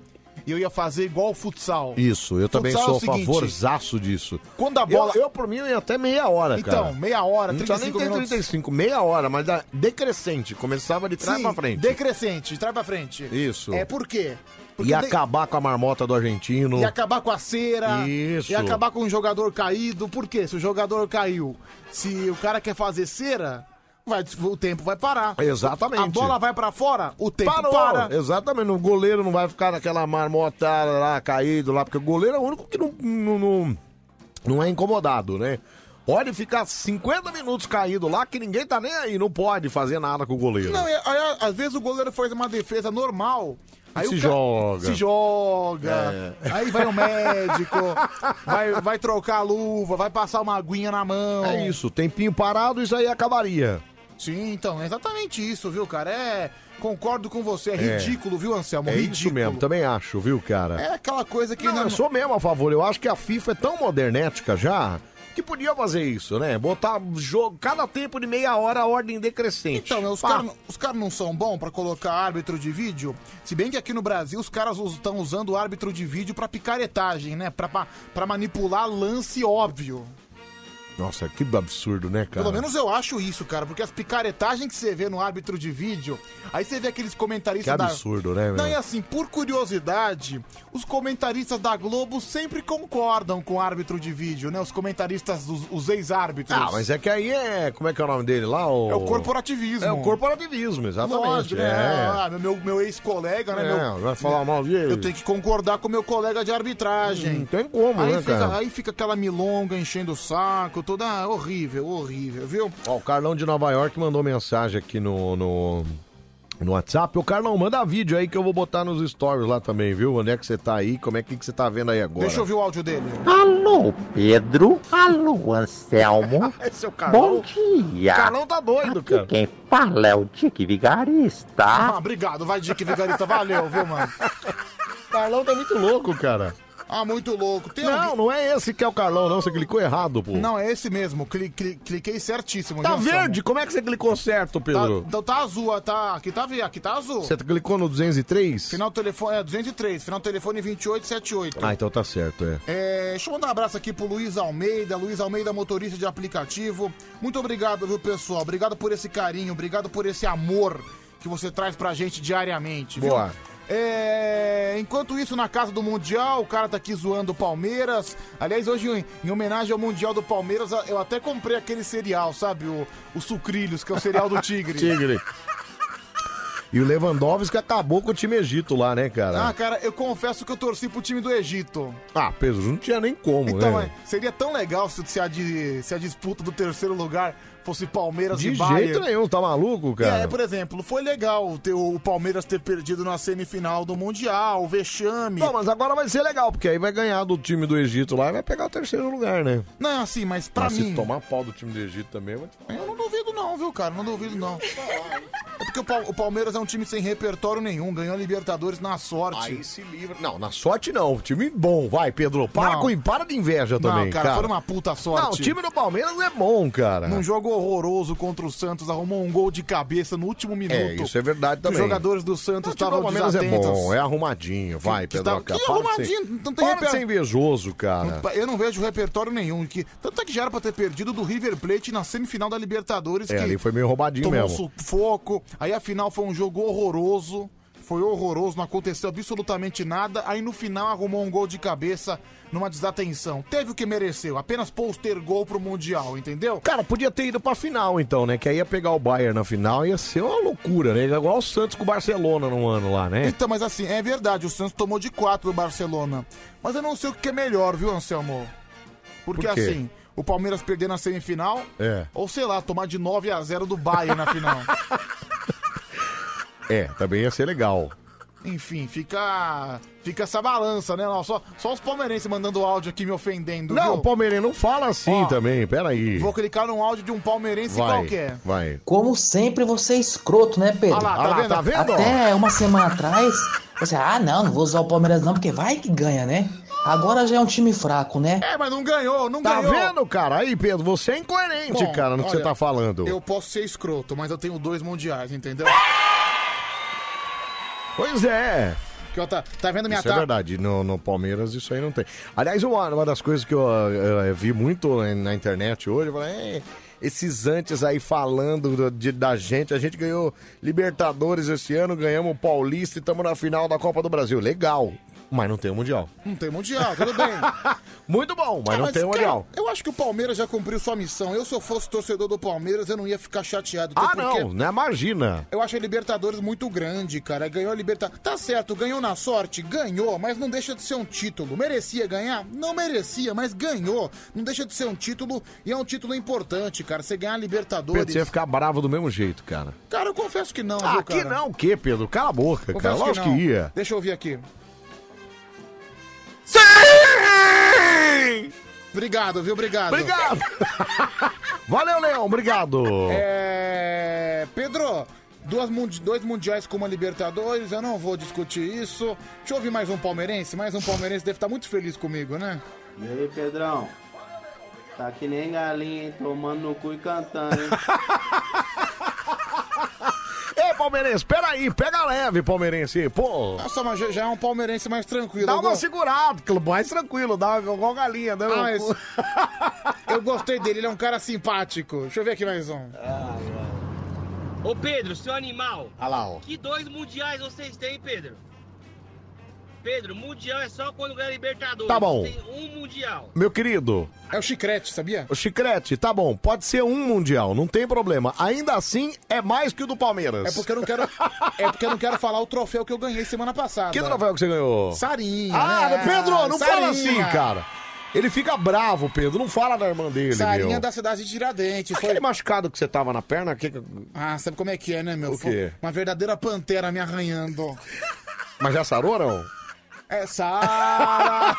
Speaker 2: E eu ia fazer igual o futsal.
Speaker 1: Isso, eu também
Speaker 2: Futsal é
Speaker 1: sou
Speaker 2: o
Speaker 1: a
Speaker 2: seguinte,
Speaker 1: favorzaço disso.
Speaker 2: Quando a bola-
Speaker 1: Eu, eu por mim, eu ia até meia hora,
Speaker 2: Então,
Speaker 1: cara.
Speaker 2: meia hora,
Speaker 1: Não precisa
Speaker 2: 35
Speaker 1: nem ter
Speaker 2: minutos.
Speaker 1: 35, meia hora, mas da- decrescente. Começava de trás
Speaker 2: Sim,
Speaker 1: pra frente.
Speaker 2: Decrescente, de trás pra frente.
Speaker 1: Isso.
Speaker 2: É por quê?
Speaker 1: E
Speaker 2: de-
Speaker 1: acabar com a marmota do argentino.
Speaker 2: E acabar com a cera.
Speaker 1: Isso.
Speaker 2: E acabar com um jogador caído. Por quê? Se o jogador caiu, se o cara quer fazer cera, vai, o tempo vai parar.
Speaker 1: Exatamente.
Speaker 2: A bola vai pra fora, o tempo
Speaker 1: Parou.
Speaker 2: para.
Speaker 1: Exatamente. O goleiro não vai ficar naquela marmota lá, caído lá, porque o goleiro é o único que não, não, não, não é incomodado, né? Pode ficar 50 minutos caído lá que ninguém tá nem aí, não pode fazer nada com o goleiro.
Speaker 2: Não, é- aí, às vezes o goleiro faz uma defesa normal. Aí
Speaker 1: Se
Speaker 2: o
Speaker 1: joga.
Speaker 2: Se joga.
Speaker 1: É.
Speaker 2: Aí vai o médico, vai, vai trocar a luva, vai passar uma aguinha na mão.
Speaker 1: É isso, tempinho parado, isso aí acabaria.
Speaker 2: Sim, então, é exatamente isso, viu, cara? É. Concordo com você, é
Speaker 1: É.
Speaker 2: ridículo, viu, Anselmo?
Speaker 1: É
Speaker 2: um ridículo.
Speaker 1: isso mesmo, também acho, viu, cara?
Speaker 2: É aquela coisa que.
Speaker 1: Não, eu sou mesmo a favor. Eu acho que a FIFA é tão modernética já que podia fazer isso, né? Botar jogo cada tempo de meia hora a ordem decrescente.
Speaker 2: Então, os
Speaker 1: Pá.
Speaker 2: caras cara não são bons pra colocar árbitro de vídeo? Se bem que aqui no Brasil os caras estão usando o árbitro de vídeo pra picaretagem, né? Pra, pra, pra manipular lance óbvio.
Speaker 1: Nossa, que absurdo, né, cara?
Speaker 2: Pelo menos eu acho isso, cara, porque as picaretagens que você vê no árbitro de vídeo, aí você vê aqueles comentaristas
Speaker 1: Que absurdo,
Speaker 2: da...
Speaker 1: né, meu?
Speaker 2: Não, e assim, por curiosidade, os comentaristas da Globo sempre concordam com o árbitro de vídeo, né? Os comentaristas, os, os ex-árbitros.
Speaker 1: Ah, mas é que aí é. Como é que é o nome dele lá? O...
Speaker 2: É o corporativismo.
Speaker 1: É o corporativismo, exatamente.
Speaker 2: Lógico, né?
Speaker 1: é.
Speaker 2: Ah, meu, meu ex-colega, né?
Speaker 1: É,
Speaker 2: meu-
Speaker 1: vai falar mal dele.
Speaker 2: Eu tenho que concordar com meu colega de arbitragem.
Speaker 1: Não tem como,
Speaker 2: aí
Speaker 1: né,
Speaker 2: fica,
Speaker 1: cara?
Speaker 2: Aí fica aquela milonga enchendo o saco, toda ah, horrível, horrível, viu?
Speaker 1: Ó, o Carlão de Nova York mandou mensagem aqui no, no, no WhatsApp. Ô, Carlão, manda vídeo aí que eu vou botar nos stories lá também, viu? Onde é que você tá aí? Como é que, que você tá vendo aí agora?
Speaker 2: Deixa eu ouvir o áudio dele.
Speaker 15: Alô, Pedro. Alô, Anselmo.
Speaker 1: Esse é o
Speaker 15: Bom
Speaker 1: Carlão.
Speaker 15: dia.
Speaker 1: Carlão tá doido,
Speaker 15: Aqui quem fala é o Dick Vigarista.
Speaker 16: É um
Speaker 2: Ah, obrigado, vai Dick Vigarista, valeu, viu, mano?
Speaker 1: Carlão tá muito louco, cara.
Speaker 2: Ah, muito louco. Tem
Speaker 1: Não, não é esse que é o Carlão, não. Você clicou errado, pô.
Speaker 2: Não, é esse mesmo. Cli- cli- cliquei certíssimo.
Speaker 1: Tá
Speaker 2: viu, Anselmo?
Speaker 1: verde? Como é que você clicou certo,
Speaker 2: Tá-
Speaker 1: Pedro?
Speaker 2: então tá azul, ah, tá. Aqui tá verde, aqui tá azul.
Speaker 1: Você clicou no 203?
Speaker 2: Final do telefone, é 203, final do telefone 2878.
Speaker 1: Ah, então tá certo, é.
Speaker 2: É, deixa eu mandar um abraço aqui pro Luiz Almeida, Luiz Almeida, motorista de aplicativo. Muito obrigado, viu, pessoal? Obrigado por esse carinho, obrigado por esse amor que você traz pra gente diariamente, viu?
Speaker 1: Boa.
Speaker 2: É, enquanto isso, na casa do Mundial, o cara tá aqui zoando o Palmeiras. Aliás, hoje, em- em homenagem ao Mundial do Palmeiras, eu até comprei aquele cereal, sabe? O, o Sucrilhos, que é o cereal do Tigre.
Speaker 1: Tigre. E o Lewandowski acabou com o time Egito lá, né, cara?
Speaker 2: Ah, cara, eu confesso que eu torci pro time do Egito.
Speaker 1: Ah, Pedro, não tinha nem como,
Speaker 2: Então,
Speaker 1: né?
Speaker 2: é, seria tão legal se, se a, di- se a disputa do terceiro lugar fosse Palmeiras
Speaker 1: De
Speaker 2: e
Speaker 1: jeito
Speaker 2: Bayern.
Speaker 1: nenhum, tá maluco,
Speaker 2: E
Speaker 1: cara?
Speaker 2: aí, por exemplo, foi legal ter o Palmeiras ter perdido na semifinal do Mundial, o vexame.
Speaker 1: Não, mas agora vai ser é legal, porque aí vai ganhar do time do Egito lá e vai pegar o terceiro lugar, né?
Speaker 2: Não, assim, mas pra
Speaker 1: Mas
Speaker 2: mim...
Speaker 1: se tomar pau do time do Egito também, eu vou te falar.
Speaker 2: Eu não duvido não, viu, cara? Não duvido não. É porque o, Pal- o Palmeiras é um time sem repertório nenhum, ganhou a Libertadores na sorte.
Speaker 1: Aí se livra. Não, na sorte não. Time bom, vai, Pedro. Para,
Speaker 2: Não.
Speaker 1: com, para de inveja também,
Speaker 2: não, cara,
Speaker 1: cara.
Speaker 2: foi uma puta sorte.
Speaker 1: Não, o time do Palmeiras é bom, cara.
Speaker 2: Num jogo horroroso contra o Santos, arrumou um gol de cabeça no último minuto.
Speaker 1: É, isso é verdade
Speaker 2: Que Os
Speaker 1: também.
Speaker 2: jogadores do Santos
Speaker 1: o time
Speaker 2: estavam
Speaker 1: do Palmeiras é
Speaker 2: desatentos.
Speaker 1: bom, é arrumadinho. Vai,
Speaker 2: que tá-
Speaker 1: Pedro.
Speaker 2: que
Speaker 1: para de ser-
Speaker 2: arrumadinho? Não tem
Speaker 1: Para de
Speaker 2: reper-
Speaker 1: ser invejoso, cara.
Speaker 2: Eu não vejo repertório nenhum. Que, tanto é que já era pra ter perdido do River Plate na semifinal da Libertadores.
Speaker 1: É,
Speaker 2: que
Speaker 1: ali foi meio roubadinho
Speaker 2: tomou
Speaker 1: mesmo.
Speaker 2: um sufoco. Aí a final foi um jogo horroroso. Foi horroroso, não aconteceu absolutamente nada. Aí no final arrumou um gol de cabeça numa desatenção. Teve o que mereceu, apenas postergou pro Mundial, entendeu?
Speaker 1: Cara, podia ter ido pra final, então, né? Que aí ia pegar o Bayern na final, ia ser uma loucura, né? Igual o Santos com o Barcelona no ano lá, né?
Speaker 2: Então, mas assim, é verdade, o Santos tomou de 4 do Barcelona. Mas eu não sei o que é melhor, viu, Anselmo? Porque
Speaker 1: Por quê?
Speaker 2: assim, o Palmeiras perder na semifinal,
Speaker 1: É,
Speaker 2: ou sei lá, tomar de 9 a 0 do Bayern na final.
Speaker 1: é, também ia ser legal.
Speaker 2: Enfim, fica fica essa balança, né? Não, só, só os palmeirenses mandando áudio aqui me ofendendo.
Speaker 1: Não,
Speaker 2: viu?
Speaker 1: o Palmeirense não fala assim também, peraí.
Speaker 2: Vou clicar num áudio de um palmeirense
Speaker 1: Vai,
Speaker 2: qualquer.
Speaker 1: vai.
Speaker 16: Como sempre, você é escroto, né, Pedro?
Speaker 2: Ah lá, tá vendo? Tá vendo?
Speaker 16: Até uma semana atrás, você, ah, não, não vou usar o Palmeiras não, porque vai que ganha, né? Agora já é um time fraco, né?
Speaker 2: É, mas não ganhou, não
Speaker 1: Tá
Speaker 2: ganhou.
Speaker 1: vendo, cara? Aí, Pedro, você é incoerente,
Speaker 2: Bom,
Speaker 1: cara, no que você
Speaker 2: olha,
Speaker 1: tá falando. É!
Speaker 2: Eu posso ser escroto, mas eu tenho dois mundiais, entendeu?
Speaker 1: Pois é.
Speaker 2: Que, ó, tá, tá vendo minha
Speaker 1: Isso é
Speaker 2: tábua?
Speaker 1: verdade, no, no Palmeiras isso aí não tem. Aliás, uma, uma das coisas que eu, eh, eh, vi muito na internet hoje, eu falei, "É, esses antes aí falando do- de- da gente, a gente ganhou Libertadores esse ano, ganhamos o Paulista e estamos na final da Copa do Brasil. Legal, mas não tem o Mundial.
Speaker 2: Não tem mundial, tudo bem.
Speaker 1: Muito bom, mas
Speaker 2: Ah,
Speaker 1: não tem o
Speaker 2: cara,
Speaker 1: Mundial.
Speaker 2: Eu acho que o Palmeiras já cumpriu sua missão. Eu, se eu fosse torcedor do Palmeiras, eu não ia ficar chateado. até
Speaker 1: Ah,
Speaker 2: porque
Speaker 1: não, né? Imagina.
Speaker 2: Eu acho a Libertadores muito grande, cara. Ganhou a Libertadores. Tá certo, ganhou na sorte, ganhou, mas não deixa de ser um título. Merecia ganhar? Não merecia, mas ganhou. Não deixa de ser um título e é um título importante, cara. Você ganhar a Libertadores.
Speaker 1: Pedro, você ia ficar bravo do mesmo jeito, cara.
Speaker 2: Cara, eu confesso que não,
Speaker 1: Ah,
Speaker 2: viu,
Speaker 1: que
Speaker 2: cara?
Speaker 1: não o quê, Pedro? Cala a boca, cara.
Speaker 2: Confesso
Speaker 1: Lógico que,
Speaker 2: não.
Speaker 1: ia.
Speaker 2: Deixa eu ouvir aqui. Obrigado, viu? Obrigado.
Speaker 1: Obrigado. Valeu, Leão, obrigado.
Speaker 2: É, Pedro, duas mundi- dois mundiais com uma Libertadores, eu não vou discutir isso. Deixa eu ouvir mais um palmeirense. Mais um palmeirense deve estar muito feliz comigo, né?
Speaker 17: E aí, Pedrão? Tá que nem galinha, hein? Tomando no cu e cantando, hein?
Speaker 1: Ei, palmeirense, peraí, pega leve, palmeirense. Pô,
Speaker 2: Nossa, mas já já é um palmeirense mais tranquilo.
Speaker 1: dá
Speaker 2: Eu
Speaker 1: uma
Speaker 2: go-
Speaker 1: segurada, que- mais tranquilo, dá uma igual galinha, né?
Speaker 2: Ah, mas- eu gostei dele, ele é um cara simpático. Deixa eu ver aqui mais um.
Speaker 18: Ô Pedro, seu animal.
Speaker 1: Ah lá, ó.
Speaker 18: Que dois mundiais vocês têm, Pedro? Pedro, mundial é só quando ganha Libertadores.
Speaker 1: Tá bom.
Speaker 18: Tem um mundial.
Speaker 1: Meu querido,
Speaker 2: É o Chicrete, sabia?
Speaker 1: o Chicrete, tá bom, pode ser um mundial, não tem problema. Ainda assim, é mais que o do Palmeiras.
Speaker 2: É porque eu não quero, é porque eu não quero falar o troféu que eu ganhei semana passada.
Speaker 1: Que troféu que você ganhou?
Speaker 2: Sarinha.
Speaker 1: Ah,
Speaker 2: né?
Speaker 1: Pedro, não fala assim,
Speaker 2: Sarinha.
Speaker 1: cara. Ele fica bravo, Pedro, não fala da irmã dele,
Speaker 2: Sarinha
Speaker 1: meu.
Speaker 2: da cidade de Tiradentes. Foi...
Speaker 1: Aquele machucado que você tava na perna, que...
Speaker 2: Ah, sabe como é que é, né, meu?
Speaker 1: O quê?
Speaker 2: Uma verdadeira pantera me arranhando.
Speaker 1: mas já sarou ou não?
Speaker 2: É Sara!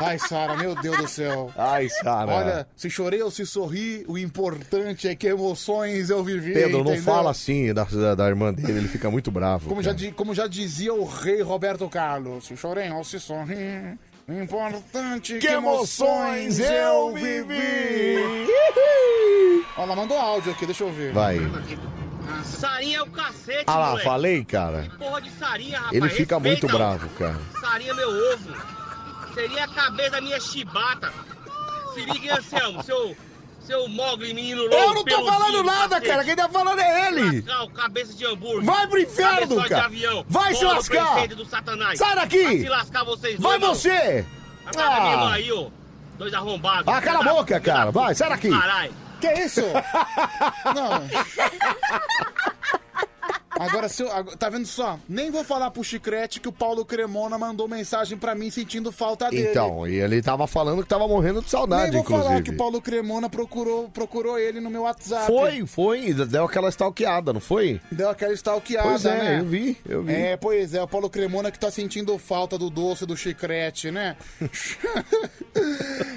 Speaker 2: Ai, Sara, meu Deus do céu.
Speaker 1: Ai, Sara.
Speaker 2: Olha, se chorei ou se sorri, o importante é que emoções eu vivi.
Speaker 1: Pedro, não
Speaker 2: entendeu?
Speaker 1: fala assim da, da, da irmã dele, ele fica muito bravo.
Speaker 2: Como já,
Speaker 1: cara.
Speaker 2: di- como já dizia o rei Roberto Carlos, se chorei ou se sorri, o importante é que emoções eu vivi. Olha, mandou áudio aqui, deixa eu ver.
Speaker 1: Vai.
Speaker 18: Sarinha é o cacete,
Speaker 1: Ah lá,
Speaker 18: moleque.
Speaker 1: falei, cara.
Speaker 18: Porra de sarinha, rapaz.
Speaker 1: Ele fica muito
Speaker 18: Respeita,
Speaker 1: bravo, cara.
Speaker 18: Sarinha é meu ovo. Seria a cabeça da minha chibata. Se liga, hein, Anselmo, seu, seu mogli, menino louco.
Speaker 1: Eu não tô
Speaker 18: peludinho,
Speaker 1: falando nada,
Speaker 18: cacete.
Speaker 1: cara, quem tá falando é ele.
Speaker 18: Lascar o cabeça de hambúrguer.
Speaker 1: Vai pro inferno,
Speaker 18: Cabeçote de
Speaker 1: cara.
Speaker 18: avião.
Speaker 1: Vai se
Speaker 18: Bola
Speaker 1: lascar.
Speaker 18: presente do satanás.
Speaker 1: Sai daqui.
Speaker 18: Vai se lascar vocês
Speaker 1: Vai
Speaker 18: dois, mano.
Speaker 1: você!
Speaker 18: Vai pra minha irmã
Speaker 1: Ah,
Speaker 18: aí, ó. Dois arrombados.
Speaker 1: ah cala a boca, cara. Vai, sai daqui.
Speaker 18: Caralho.
Speaker 2: Que isso? Não. Agora, se eu, ag- tá vendo só? Nem vou falar pro Chicrete que o Paulo Cremona mandou mensagem pra mim sentindo falta dele.
Speaker 1: Então, e ele tava falando que tava morrendo de
Speaker 2: Nem
Speaker 1: saudade,
Speaker 2: vou falar que
Speaker 1: inclusive.
Speaker 2: o Paulo Cremona procurou, procurou ele no meu WhatsApp.
Speaker 1: Foi, foi, deu aquela stalkeada, não foi?
Speaker 2: Deu aquela stalkeada,
Speaker 1: Pois é,
Speaker 2: né?
Speaker 1: eu vi, eu vi.
Speaker 2: É, pois é, o Paulo Cremona que tá sentindo falta do doce do chiclete, né?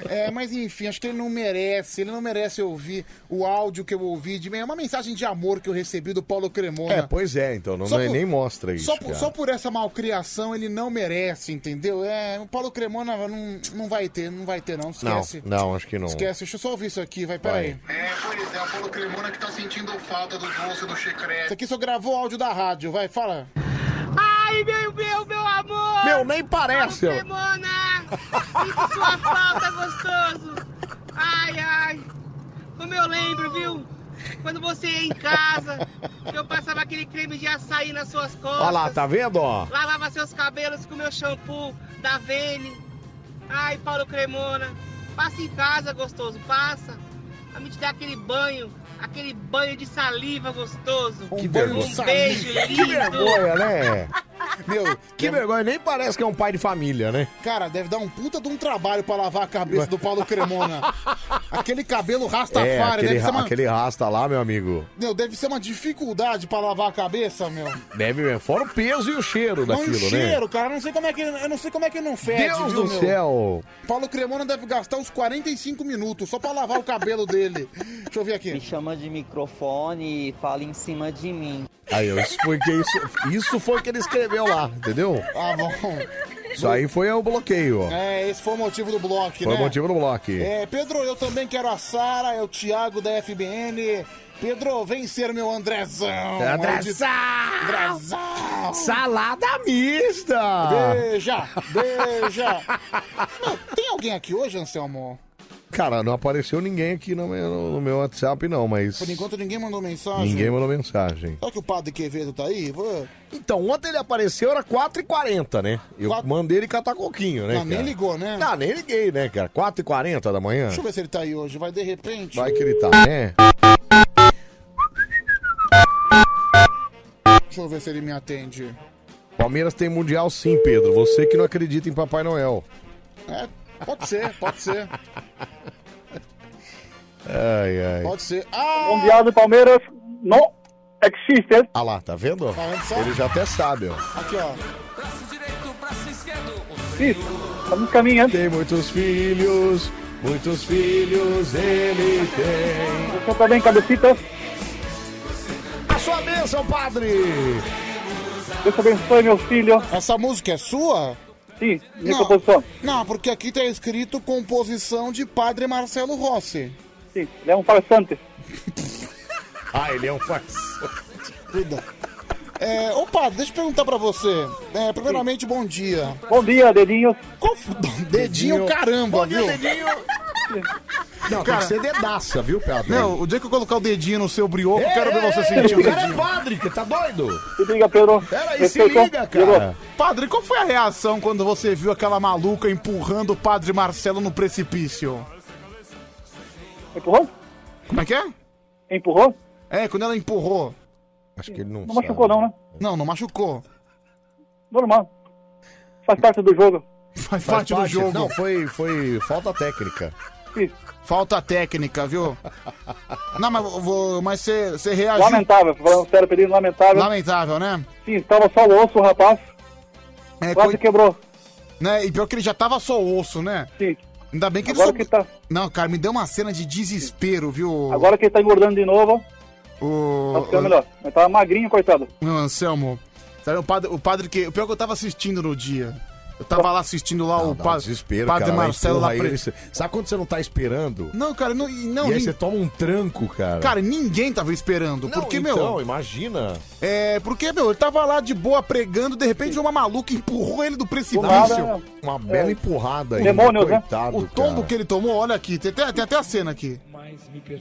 Speaker 2: é, mas enfim, acho que ele não merece, ele não merece ouvir o áudio que eu ouvi de é uma mensagem de amor que eu recebi do Paulo Cremona.
Speaker 1: É, pois é, então, não,
Speaker 2: Só
Speaker 1: não é-
Speaker 2: por-
Speaker 1: nem mostra isso.
Speaker 2: só, por,
Speaker 1: cara.
Speaker 2: só por essa malcriação ele não merece, entendeu? É, o Paulo Cremona não, não vai ter, não vai ter não,
Speaker 1: Não,
Speaker 2: esquece.
Speaker 1: não, acho que não.
Speaker 2: Esquece, deixa eu só ouvir isso aqui, vai, peraí.
Speaker 1: Vai.
Speaker 2: É, pois é, o Paulo Cremona que tá sentindo falta do doce do chiclete. Isso aqui só gravou o áudio da rádio, vai, fala.
Speaker 18: Ai, meu, meu, meu amor.
Speaker 1: Meu, nem parece, ó.
Speaker 18: Cremona! Sinto sua falta, gostoso! Ai, ai! Como eu lembro, viu? Quando você ia em casa, que eu passava aquele creme de açaí nas suas costas.
Speaker 1: Olha lá, tá vendo, ó?
Speaker 18: Lavava seus cabelos com meu shampoo da Vene. Ai, Paulo Cremona, passa em casa, gostoso, passa. Pra me te dar aquele banho, aquele banho de saliva gostoso.
Speaker 1: Que
Speaker 18: Um
Speaker 1: vergonha.
Speaker 18: beijo lindo.
Speaker 1: Que vergonha, né? Meu, que vergonha, nem parece que é um pai de família, né?
Speaker 2: Cara, deve dar um puta de um trabalho pra lavar a cabeça do Paulo Cremona. Aquele cabelo rastafari,
Speaker 1: é, aquele,
Speaker 2: deve, ser
Speaker 1: ra-
Speaker 2: uma,
Speaker 1: aquele rasta lá, meu amigo.
Speaker 2: meu, deve ser uma dificuldade pra lavar a cabeça, meu.
Speaker 1: Deve mesmo. Fora o peso e o cheiro
Speaker 2: Não, e o
Speaker 1: daquilo,
Speaker 2: cheiro, cara, eu não sei como é que eu não sei como é que não
Speaker 1: né?
Speaker 2: fede,
Speaker 1: Deus
Speaker 2: viu,
Speaker 1: do
Speaker 2: meu?
Speaker 1: céu.
Speaker 2: Paulo Cremona deve gastar uns 45 minutos só pra lavar o cabelo dele. Deixa eu ver aqui. Me
Speaker 5: chama de microfone e fala em cima de mim.
Speaker 1: Aí, eu expliquei isso. Isso foi o que ele escreveu lá, entendeu?
Speaker 2: Ah, bom.
Speaker 1: Isso aí foi o bloqueio. ó.
Speaker 2: É, esse foi o motivo do bloco,
Speaker 1: Foi
Speaker 2: né?
Speaker 1: o motivo do bloco.
Speaker 2: É, Pedro, eu também quero a Sara, é o Thiago da FBN. Pedro, vem ser meu Andrezão.
Speaker 1: É, Andrezão!
Speaker 2: Andrezão!
Speaker 1: Salada mista!
Speaker 2: Beija, beija. Meu, tem alguém aqui hoje, Anselmo?
Speaker 1: Cara, não apareceu ninguém aqui no meu, no meu WhatsApp, não, mas.
Speaker 2: Por enquanto ninguém mandou mensagem.
Speaker 1: Ninguém mandou mensagem.
Speaker 2: Será que o padre Quevedo tá aí? Vou...
Speaker 1: Então, ontem ele apareceu, era 4h40, né? Eu mandei ele catar coquinho, né?
Speaker 2: Ah, nem
Speaker 1: cara?
Speaker 2: ligou, né?
Speaker 1: Ah, nem liguei, né, cara? 4h40 da manhã.
Speaker 2: Deixa eu ver se ele tá aí hoje. Vai de repente.
Speaker 1: Vai que ele tá, né?
Speaker 2: Deixa eu ver se ele me atende.
Speaker 1: Palmeiras tem mundial sim, Pedro. Você que não acredita em Papai Noel.
Speaker 2: É, pode ser, pode ser.
Speaker 1: Ai, ai.
Speaker 2: Pode ser. Ah!
Speaker 9: Mundial do Palmeiras não existe.
Speaker 1: Ah lá, tá vendo?
Speaker 2: Tá vendo só?
Speaker 1: Ele já até sabe, ó.
Speaker 2: Aqui, ó.
Speaker 1: Isso, estamos caminhando. Tem muitos filhos, muitos filhos ele tem.
Speaker 9: Você tá bem, cabecita?
Speaker 1: A sua bênção, padre!
Speaker 9: Deus abençoe, meu filho.
Speaker 2: Essa música é sua?
Speaker 9: Sim, minha
Speaker 2: Não.
Speaker 9: composição.
Speaker 2: Não, porque aqui tá escrito composição de Padre Marcelo Rossi.
Speaker 9: Sim, ele é um farsante.
Speaker 1: Ah, ele é um farsante.
Speaker 2: Cuida. É, ô padre, deixa eu perguntar pra você. É, primeiramente, bom dia.
Speaker 9: Bom dia, dedinhos.
Speaker 2: Dedinho, caramba,
Speaker 1: Bom dia,
Speaker 2: viu?
Speaker 1: dedinho.
Speaker 2: Cara-
Speaker 1: Não, tem que ser dedaça, viu, Pedro?
Speaker 2: Meu, o dia que eu colocar o dedinho no seu brioco, eu quero ver você
Speaker 1: sentir
Speaker 2: sentir É, o
Speaker 1: O cara é
Speaker 2: dedinho.
Speaker 1: padre, que tá doido?
Speaker 9: Se liga, Pedro.
Speaker 1: Peraí, se
Speaker 9: Respeitou?
Speaker 1: liga, cara.
Speaker 2: Padre, qual foi a reação quando você viu aquela maluca empurrando o padre Marcelo no precipício?
Speaker 9: Empurrou?
Speaker 2: Como é que é?
Speaker 9: Empurrou?
Speaker 2: É, quando ela empurrou.
Speaker 1: Acho que ele
Speaker 9: Não machucou, não, né?
Speaker 2: Não, não machucou.
Speaker 9: Normal. Faz parte do jogo.
Speaker 2: Faz,
Speaker 1: Faz
Speaker 2: parte, do jogo.
Speaker 1: Não, foi, foi falta técnica.
Speaker 2: Falta técnica, viu? Não, mas vou, mas você você reagiu.
Speaker 9: Lamentável, falando sério, pedindo lamentável.
Speaker 2: Lamentável, né?
Speaker 9: Sim, estava só o osso, o rapaz.
Speaker 2: É,
Speaker 9: Quase
Speaker 2: coi-
Speaker 9: quebrou.
Speaker 2: né? E pior que ele já tava só osso, né?
Speaker 9: Sim.
Speaker 2: Ainda bem que
Speaker 9: Agora
Speaker 2: ele
Speaker 9: que tá-
Speaker 2: Não, cara, me deu uma cena de desespero, viu?
Speaker 9: Agora que ele tá engordando de novo,
Speaker 2: o...
Speaker 9: tá ficando melhor. Mas tava magrinho, coitado.
Speaker 2: Meu Anselmo, sabe, o padre, o padre que. O pior que eu tava assistindo no dia. Eu tava lá assistindo lá o
Speaker 1: Dá um
Speaker 2: pa-
Speaker 1: desespero,
Speaker 2: padre
Speaker 1: cara. Ela
Speaker 2: Marcelo
Speaker 1: empurra
Speaker 2: lá.
Speaker 1: ele,
Speaker 2: Pre...
Speaker 1: você- Sabe quando você não tá esperando?
Speaker 2: Não, cara, não. e não
Speaker 1: e aí
Speaker 2: nin-
Speaker 1: você toma um tranco, cara.
Speaker 2: Cara, ninguém tava esperando.
Speaker 1: Não,
Speaker 2: porque,
Speaker 1: então,
Speaker 2: meu.
Speaker 1: imagina.
Speaker 2: É, porque, meu, ele tava lá de boa pregando, de repente uma maluca empurrou ele do precipício.
Speaker 1: Nada, Uma bela empurrada aí.
Speaker 9: né? É. Demônios, né?
Speaker 1: coitado,
Speaker 2: O tombo
Speaker 1: cara.
Speaker 2: que ele tomou, olha aqui, tem até, tem até a cena aqui.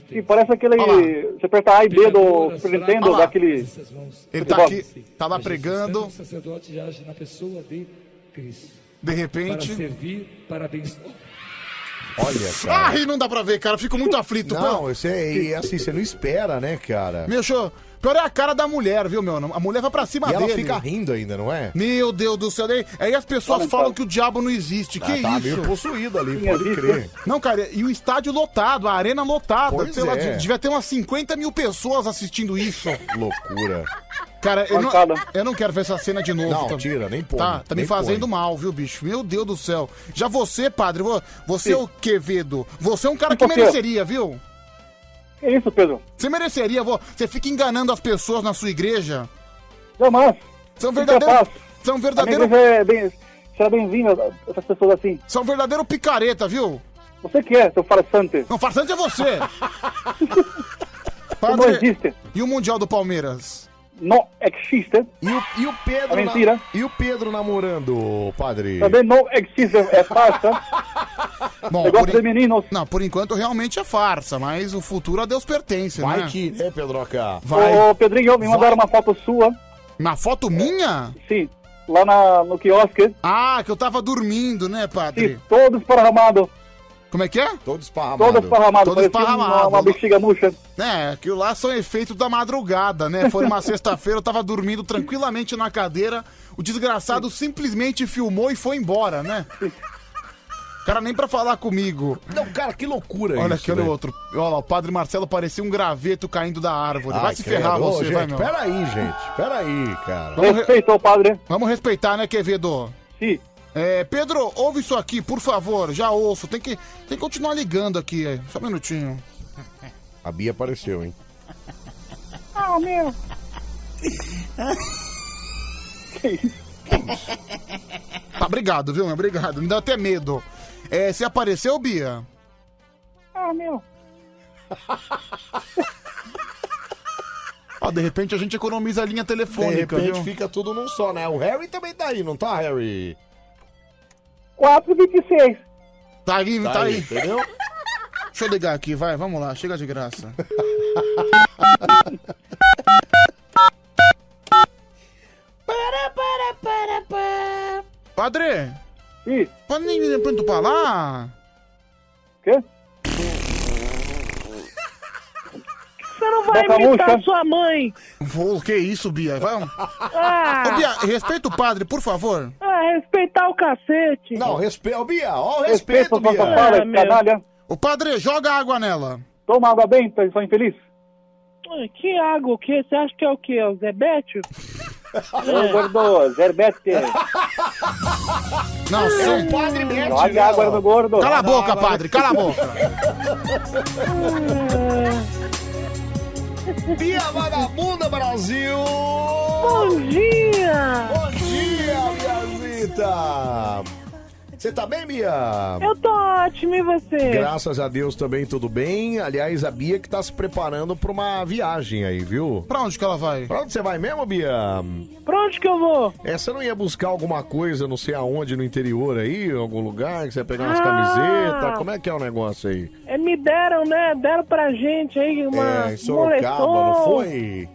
Speaker 9: Sim, parece aquele.
Speaker 2: Olha
Speaker 9: Você aperta A e B do Super Nintendo,
Speaker 2: Olha lá.
Speaker 9: daquele.
Speaker 2: Ele
Speaker 9: futebol.
Speaker 2: tá aqui, tá lá pregando,
Speaker 11: sacerdote já age na pessoa de Cristo.
Speaker 2: de repente.
Speaker 11: servir, parabéns.
Speaker 1: Olha, cara.
Speaker 2: Ai, Ah, não dá pra ver, cara, eu fico muito aflito.
Speaker 1: Não,
Speaker 2: pô.
Speaker 1: você é e assim, você não espera, né, cara?
Speaker 2: Meu, show. Pior é a cara da mulher, viu, meu? A mulher vai pra cima
Speaker 1: e ela
Speaker 2: dele.
Speaker 1: fica rindo ainda, não é?
Speaker 2: Meu Deus do céu. é Aí, aí as pessoas
Speaker 1: Olha,
Speaker 2: falam
Speaker 1: então.
Speaker 2: que o diabo não existe. que
Speaker 1: Ah, tá
Speaker 2: isso?
Speaker 1: meio possuído ali, pode crer.
Speaker 2: Não, cara, e o estádio lotado, a arena lotada.
Speaker 1: Pois
Speaker 2: sei lá,
Speaker 1: é.
Speaker 2: de- devia ter umas 50 mil pessoas assistindo isso.
Speaker 1: Loucura.
Speaker 2: Cara, eu não,
Speaker 1: Pancada.
Speaker 2: eu não quero ver essa cena de novo.
Speaker 1: Não, tira, nem põe,
Speaker 2: Tá, tá me
Speaker 1: nem
Speaker 2: fazendo
Speaker 1: põe.
Speaker 2: mal, viu, bicho? Meu Deus do céu. Já você, padre, vo- você é o Quevedo. Você é um cara
Speaker 9: E
Speaker 2: que
Speaker 9: por quê?
Speaker 2: mereceria, viu?
Speaker 9: Que isso, Pedro?
Speaker 2: Você mereceria, vô. Você fica enganando as pessoas na sua igreja.
Speaker 9: Jamais.
Speaker 2: São
Speaker 9: Isso é
Speaker 2: verdadeiros.
Speaker 9: fácil.
Speaker 2: São
Speaker 9: Verdadeiro...
Speaker 2: verdadeiros.
Speaker 9: É bem... Será bem-vindo essas pessoas assim.
Speaker 2: São verdadeiro picareta, viu?
Speaker 9: Você que é, seu farsante.
Speaker 2: Não, farsante é você.
Speaker 9: Não existe.
Speaker 2: E o Mundial do Palmeiras?
Speaker 9: Não existe.
Speaker 1: E o, e o Pedro.
Speaker 9: É mentira.
Speaker 1: na- E o Pedro namorando, padre?
Speaker 9: Também não existe, é farsa.
Speaker 2: Bom,
Speaker 9: Negócio
Speaker 2: por en-
Speaker 9: de meninos.
Speaker 2: Não, por enquanto realmente é farsa, mas o futuro a Deus pertence,
Speaker 1: Vai
Speaker 2: né?
Speaker 1: que, né, Pedroca?
Speaker 2: Vai.
Speaker 9: Ô, Pedrinho, me mandaram uma foto sua.
Speaker 2: Na foto minha?
Speaker 9: Sim. Lá na, no quiosque.
Speaker 2: Ah, que eu tava dormindo, né,
Speaker 9: Sim,
Speaker 2: padre?
Speaker 9: todo esparramado.
Speaker 2: Como é que é?
Speaker 1: Todo esparramado.
Speaker 9: Todo esparramado,
Speaker 2: Todo
Speaker 9: parecia uma-
Speaker 2: esparramado.
Speaker 9: uma bexiga murcha.
Speaker 2: É, aquilo lá são efeitos da madrugada, né? Foi uma sexta-feira, eu tava dormindo tranquilamente na cadeira, o desgraçado simplesmente filmou e foi embora, né? O cara nem pra falar comigo.
Speaker 1: Não, cara, que loucura
Speaker 2: Olha
Speaker 1: isso,
Speaker 2: aquele
Speaker 1: velho.
Speaker 2: outro. Olha lá, o padre Marcelo parecia um graveto caindo da árvore. Vai
Speaker 1: Ai,
Speaker 2: se ferrar
Speaker 1: credo. Ô,
Speaker 2: você,
Speaker 1: gente,
Speaker 2: vai, meu.
Speaker 1: Peraí, gente. Peraí, cara.
Speaker 2: Respeitou o padre. Vamos respeitar, né, Quevedo?
Speaker 9: Sim.
Speaker 2: É, Pedro, ouve isso aqui, por favor. Já ouço. Tem que, tem que continuar ligando aqui. é. Só um minutinho.
Speaker 1: A Bia apareceu, hein?
Speaker 4: Ah, meu.
Speaker 2: Tá, obrigado, viu? meu? Obrigado. Me dá até medo. É, você apareceu, Bia?
Speaker 4: Ah, meu.
Speaker 2: Ó, de repente a gente economiza a linha telefônica,
Speaker 1: De repente
Speaker 2: viu?
Speaker 1: fica tudo num só, né? O Harry também tá aí, não tá, Harry?
Speaker 9: 4,26.
Speaker 2: Tá aí,
Speaker 1: Tá
Speaker 2: tá,
Speaker 1: aí,
Speaker 2: aí.
Speaker 1: entendeu?
Speaker 2: Deixa eu ligar aqui, vai, vamos lá, chega de graça.
Speaker 4: Para, para, para, para.
Speaker 2: Padre!
Speaker 9: Sim?
Speaker 2: Pode nem me pra falar?
Speaker 9: Quê?
Speaker 4: Você não vai
Speaker 2: Boca
Speaker 4: imitar
Speaker 2: murcha?
Speaker 4: sua mãe.
Speaker 2: Vou, que isso, Bia? Vai.
Speaker 4: Ah.
Speaker 2: Ô, Bia, respeita o padre, por favor.
Speaker 4: Ah, respeitar o cacete.
Speaker 1: Não, respeita. Bia, ó o
Speaker 9: Respeita
Speaker 1: respeito,
Speaker 9: sua
Speaker 1: Bia.
Speaker 9: fala,
Speaker 4: meu.
Speaker 9: canalha.
Speaker 2: O padre, joga água nela.
Speaker 9: Toma água benta, só infeliz.
Speaker 4: Ah, Que água, o quê? Você acha que é o quê? É o Zebete?
Speaker 9: Ô, gordo, Zerbete.
Speaker 2: Não,
Speaker 1: É
Speaker 2: sim.
Speaker 1: o padre Bete, né,
Speaker 9: Joga água
Speaker 1: ó.
Speaker 9: no gordo.
Speaker 2: Cala a boca, padre, cala a boca.
Speaker 1: Bia Vagabunda Brasil!
Speaker 4: Bom dia!
Speaker 1: Bom dia, Biazita! Você tá bem, Bia?
Speaker 4: Eu tô ótimo, e você?
Speaker 1: Graças a Deus também tudo bem. Aliás, a Bia que tá se preparando pra uma viagem aí, viu?
Speaker 2: Pra onde que ela vai?
Speaker 1: Pra onde você vai mesmo, Bia?
Speaker 4: Pra onde que eu vou?
Speaker 1: É, você não ia buscar alguma coisa, não sei aonde, no interior aí, em algum lugar, que você ia pegar umas
Speaker 4: Ah!
Speaker 1: camisetas? Como é que é o negócio aí?
Speaker 4: É, me deram, né? Deram pra gente aí uma
Speaker 1: é, em Sorocaba, não
Speaker 4: moletom,
Speaker 1: foi?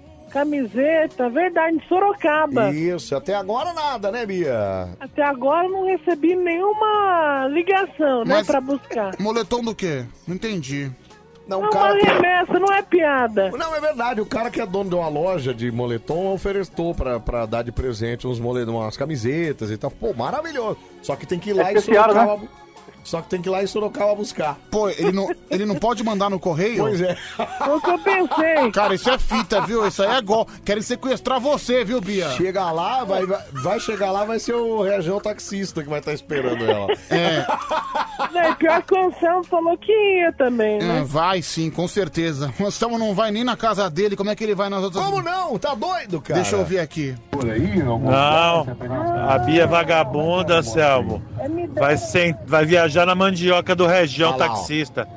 Speaker 4: Camiseta, verdade, em Sorocaba.
Speaker 1: Isso, até agora nada, né, Bia?
Speaker 4: Até agora eu não recebi nenhuma ligação, né?
Speaker 2: Mas-
Speaker 4: Pra buscar.
Speaker 2: Moletom do quê? Não entendi.
Speaker 1: Não,
Speaker 4: É uma remessa, não é piada.
Speaker 1: Não, é verdade. O cara que é dono de uma loja de moletom ofereceu pra, pra dar de presente uns moletom, umas camisetas e tal. Pô, maravilhoso. Só que tem que ir lá
Speaker 9: É
Speaker 1: e
Speaker 9: especial,
Speaker 1: Sorocaba. Só que tem que ir lá em Sorocaba buscar.
Speaker 2: Pô, ele não, ele não pode mandar no correio?
Speaker 1: Pois é.
Speaker 4: Foi o que eu pensei.
Speaker 2: Cara, isso é fita, viu? Isso aí é gol. Querem sequestrar você, viu, Bia?
Speaker 1: Chega lá, vai, vai, vai chegar lá, vai ser o região taxista que vai estar esperando ela.
Speaker 2: É,
Speaker 4: Né? Pior que o Anselmo falou que ia também,
Speaker 2: é,
Speaker 4: né?
Speaker 2: vai sim, com certeza. O Anselmo não vai nem na casa dele, como é que ele vai nas outras...
Speaker 1: Como não? Tá doido, cara?
Speaker 2: Deixa eu ouvir aqui.
Speaker 12: Não, a Bia é vagabunda,
Speaker 9: assim.
Speaker 12: Selmo.
Speaker 4: É, me deram.
Speaker 12: Vai, sem, vai viajar na mandioca do região
Speaker 1: Ah lá, ó.
Speaker 12: taxista.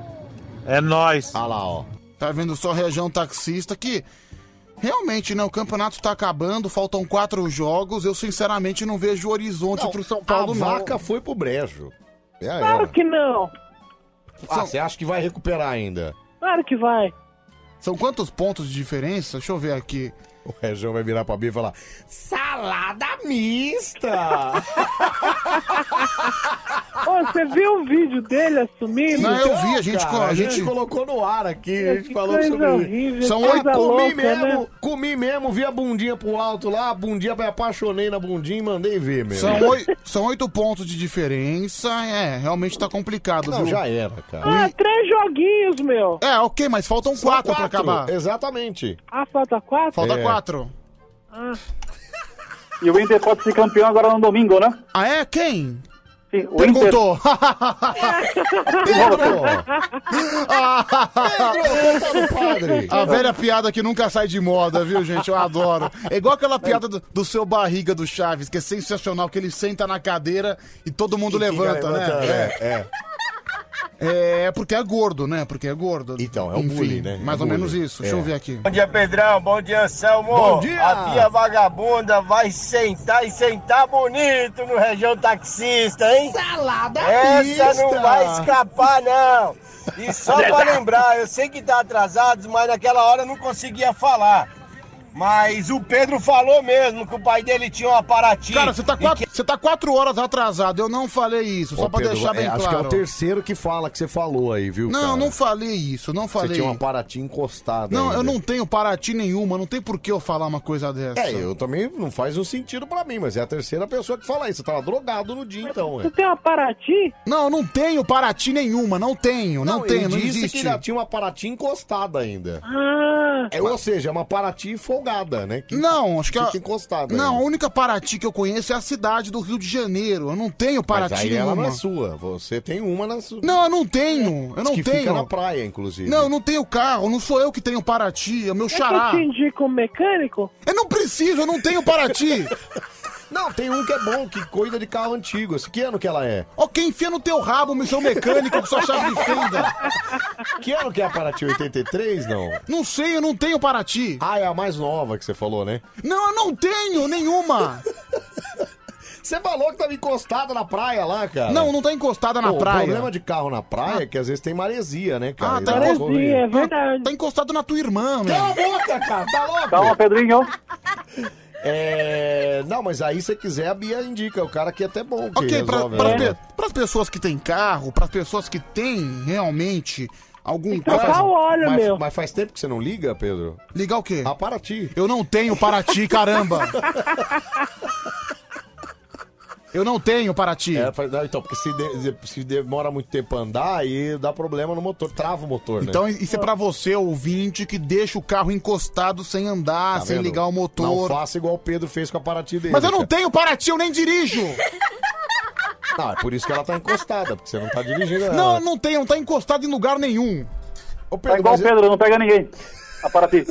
Speaker 12: É nóis.
Speaker 1: Ah lá, ó.
Speaker 2: Tá vendo só região taxista que... Realmente, né? O campeonato tá acabando, faltam quatro jogos. Eu, sinceramente, não vejo horizonte pro São Paulo,
Speaker 1: a
Speaker 2: não.
Speaker 1: vaca foi pro brejo. É,
Speaker 4: Claro
Speaker 1: é.
Speaker 4: que não.
Speaker 1: Ah, você acha que vai recuperar ainda?
Speaker 4: Claro que vai.
Speaker 2: São quantos pontos de diferença? Deixa eu ver aqui.
Speaker 1: O Região vai virar pra Bia e falar: Salada mista!
Speaker 4: Ô, você viu o vídeo dele assumindo?
Speaker 2: Não, eu vi, a gente... co-
Speaker 1: Cara,
Speaker 2: a gente...
Speaker 1: colocou no ar aqui, a gente
Speaker 4: Que
Speaker 1: falou
Speaker 4: coisa
Speaker 1: sobre
Speaker 4: horrível,
Speaker 1: isso.
Speaker 4: que coisa
Speaker 1: comi
Speaker 4: louca,
Speaker 1: mesmo,
Speaker 4: né?
Speaker 1: comi mesmo, vi a bundinha pro alto lá, a bundinha, me apaixonei na bundinha e mandei ver, meu.
Speaker 2: São oito, são oito pontos de diferença. É, realmente tá complicado,
Speaker 1: Não,
Speaker 2: viu?
Speaker 1: já era, cara.
Speaker 4: Ah, três joguinhos, meu.
Speaker 2: É, ok, mas faltam quatro, pra
Speaker 1: Quatro,
Speaker 2: acabar.
Speaker 1: Exatamente.
Speaker 4: Ah, falta quatro?
Speaker 2: Falta
Speaker 1: É.
Speaker 2: quatro.
Speaker 4: Ah,
Speaker 9: E o Inter pode ser campeão agora no domingo, né?
Speaker 2: Ah, é? Quem?
Speaker 9: Sim, o Inter.
Speaker 2: Perguntou.
Speaker 1: Pedro! Pedro, conta do padre.
Speaker 2: A velha piada que nunca sai de moda, viu, gente? Eu adoro. É igual aquela piada do, do seu barriga do Chaves, que é sensacional, que ele senta na cadeira e todo mundo levanta, né?
Speaker 1: É, é.
Speaker 2: É, porque é gordo, né? Porque é gordo.
Speaker 1: Então, é o bullying, né?
Speaker 2: Mais
Speaker 1: É
Speaker 2: ou
Speaker 1: bullying.
Speaker 2: menos isso. Deixa
Speaker 1: É.
Speaker 2: eu ver aqui.
Speaker 20: Bom dia, Pedrão. Bom dia, Anselmo.
Speaker 1: Bom dia.
Speaker 20: A Bia Vagabunda vai sentar e sentar bonito no região taxista, hein?
Speaker 4: Salada
Speaker 20: Essa não vai escapar, não. E só pra lembrar, eu sei que tá atrasado, mas naquela hora eu não conseguia falar. Mas o Pedro falou mesmo que o pai dele tinha um uma Paraty.
Speaker 2: Cara, você tá, quatro, você tá quatro horas atrasado. Eu não falei isso, só
Speaker 1: Ô,
Speaker 2: pra
Speaker 1: Pedro,
Speaker 2: deixar bem
Speaker 1: é, Acho que é
Speaker 2: claro.
Speaker 1: o terceiro que fala que você falou aí, viu?
Speaker 2: Não,
Speaker 1: cara?
Speaker 2: não falei isso, não falei.
Speaker 1: Você tinha uma Paraty encostada.
Speaker 2: Não,
Speaker 1: ainda.
Speaker 2: eu não tenho Paraty nenhuma, não tem por que eu falar uma coisa dessa.
Speaker 1: É, eu também não faz um sentido pra mim, mas é a terceira pessoa que fala isso. Você tava drogado no dia, então. ué.
Speaker 2: tem uma Paraty? Não, não tenho Paraty nenhuma, não tenho, não,
Speaker 1: ele
Speaker 2: tenho, não
Speaker 1: disse
Speaker 2: existe.
Speaker 1: que já tinha uma Paraty encostada ainda.
Speaker 2: Ah,
Speaker 1: É, ou seja, é uma Paraty folgada, né? Que
Speaker 2: Não, acho que a-
Speaker 1: fica encostada.
Speaker 2: Não, a
Speaker 1: ainda.
Speaker 2: única Paraty que eu conheço é a cidade do Rio de Janeiro. Eu não tenho Paraty
Speaker 1: Mas aí
Speaker 2: nenhuma.
Speaker 1: ela não é sua. Você tem uma na sua.
Speaker 2: Não, eu não tenho. Eu não
Speaker 1: que
Speaker 2: tenho.
Speaker 1: Fica na praia, inclusive.
Speaker 2: Não, eu não tenho carro, não sou eu que tenho Paraty, é o meu xará.
Speaker 1: que eu te
Speaker 2: indico um mecânico? Eu não preciso, eu não tenho Paraty.
Speaker 1: Não, tem um que é bom, que cuida de carro antigo. Esse- Que ano que ela é?
Speaker 2: Ó, quem enfia no teu rabo, meu seu mecânico, com sua chave de fenda.
Speaker 1: Que ano que é a Paraty? 83, não?
Speaker 2: Não sei, eu não tenho Paraty.
Speaker 1: Ah, é a mais nova que você falou, né?
Speaker 2: Não, eu não tenho nenhuma.
Speaker 1: Você falou que tava encostada na praia lá, cara.
Speaker 2: Não, não tá encostada na
Speaker 1: Pô,
Speaker 2: praia.
Speaker 1: O problema de carro na praia é que às vezes tem maresia, né, cara?
Speaker 2: Ah,
Speaker 1: E
Speaker 2: tá
Speaker 1: dá uma corrida.
Speaker 2: encostado. verdade. Tá encostado na tua irmã, meu.
Speaker 1: Cala a boca, cara, tá louco?
Speaker 2: Calma,
Speaker 1: Pedrinho. É... Não, mas aí se quiser, a Bia indica. O cara aqui é até bom. Que
Speaker 2: Ok, pra,
Speaker 1: resolve,
Speaker 2: pra
Speaker 1: né?
Speaker 2: pe- pras pessoas que têm carro, pras pessoas que têm realmente algum
Speaker 1: Mas faz-
Speaker 2: carro.
Speaker 1: mas, Mas faz tempo que você não liga, Pedro?
Speaker 2: Ligar o quê?
Speaker 1: A Paraty.
Speaker 2: Eu não tenho Paraty, caramba. Eu não tenho Paraty.
Speaker 1: É, faz- não, então, porque se, de- se demora muito tempo pra andar, aí dá problema no motor, trava o motor, né?
Speaker 2: Então isso é pra você, ouvinte, que deixa o carro encostado sem andar,
Speaker 1: Tá
Speaker 2: sem
Speaker 1: vendo?
Speaker 2: ligar o motor.
Speaker 1: Não faça igual o Pedro fez com a Paraty dele.
Speaker 2: Mas eu não
Speaker 1: cara.
Speaker 2: tenho Paraty, eu nem dirijo.
Speaker 1: Não, é por isso que ela tá encostada, porque você não tá dirigindo ela.
Speaker 2: Não, eu não tenho, não tá encostado em lugar nenhum.
Speaker 1: Ô,
Speaker 9: Tá igual o Pedro, não pega ninguém. A Paraty.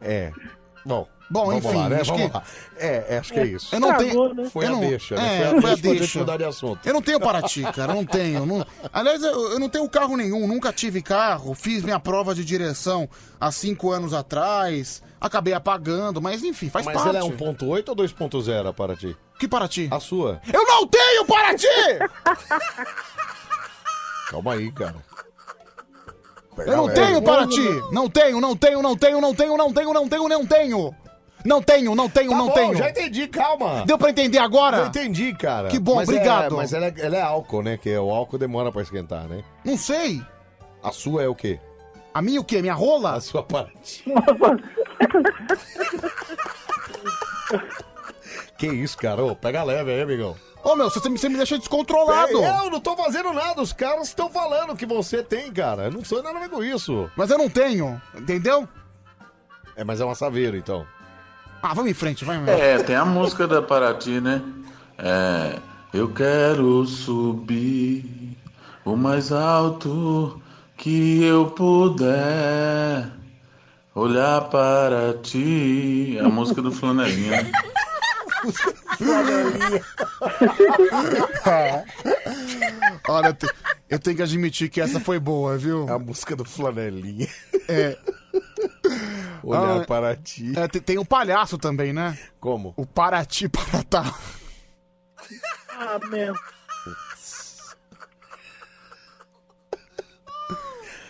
Speaker 1: É. Bom.
Speaker 2: Bom,
Speaker 1: vamos
Speaker 2: enfim,
Speaker 1: lá, né?
Speaker 2: acho
Speaker 1: Vamos
Speaker 2: que-
Speaker 1: lá. É, acho que é isso.
Speaker 2: Eu não tenho.
Speaker 1: Foi
Speaker 2: eu
Speaker 1: a
Speaker 2: não-
Speaker 1: deixa, né?
Speaker 2: É,
Speaker 1: foi a deixa. pra gente mudar de assunto.
Speaker 2: Eu não tenho Paraty, cara, eu não tenho. eu não- Aliás, eu, eu não tenho carro nenhum, nunca tive carro, fiz minha prova de direção há cinco anos atrás, acabei apagando, mas enfim, faz
Speaker 1: Mas
Speaker 2: parte.
Speaker 1: ela é 1.8 ou 2.0 a Paraty?
Speaker 2: Que Paraty?
Speaker 1: A sua.
Speaker 2: Eu não tenho Paraty!
Speaker 1: Calma aí, cara.
Speaker 2: Eu
Speaker 1: é
Speaker 2: não
Speaker 1: um
Speaker 2: tenho Paraty! Não tenho, não tenho, não tenho, não tenho, não tenho, não tenho, não tenho! Não tenho, não tenho,
Speaker 1: Tá
Speaker 2: não
Speaker 1: bom,
Speaker 2: tenho!
Speaker 1: já entendi, calma.
Speaker 2: Deu pra entender agora?
Speaker 1: Eu entendi, cara.
Speaker 2: Que bom,
Speaker 1: Mas é-
Speaker 2: obrigado.
Speaker 1: mas ela é, ela é álcool, né? Que o álcool demora pra esquentar, né?
Speaker 2: Não sei.
Speaker 1: A sua é o quê?
Speaker 2: A minha o quê? Minha rola?
Speaker 1: A sua Paraty. que isso, cara? Ô, pega leve aí, amigão.
Speaker 2: Ô meu, você me, você me deixa descontrolado!
Speaker 1: Eu não tô fazendo nada, os caras estão falando que você tem, cara. Eu não sou nada a ver com isso.
Speaker 2: Mas eu não tenho, entendeu?
Speaker 1: É, mas é uma saveira, então.
Speaker 2: Ah, vamos em frente, vai, meu.
Speaker 10: É, tem a música da Paraty, né? É, eu quero subir o mais alto que eu puder. Olhar para ti. É a música do Flanelinha. né?
Speaker 2: Olha, eu, te- eu tenho que admitir que essa foi boa, viu?
Speaker 1: a música do Flanelinha.
Speaker 2: É.
Speaker 1: Olhar
Speaker 2: Ah,
Speaker 1: para ti.
Speaker 2: é, te- tem o palhaço também, né?
Speaker 1: Como?
Speaker 2: O Paraty Paratá.
Speaker 18: Ah, meu.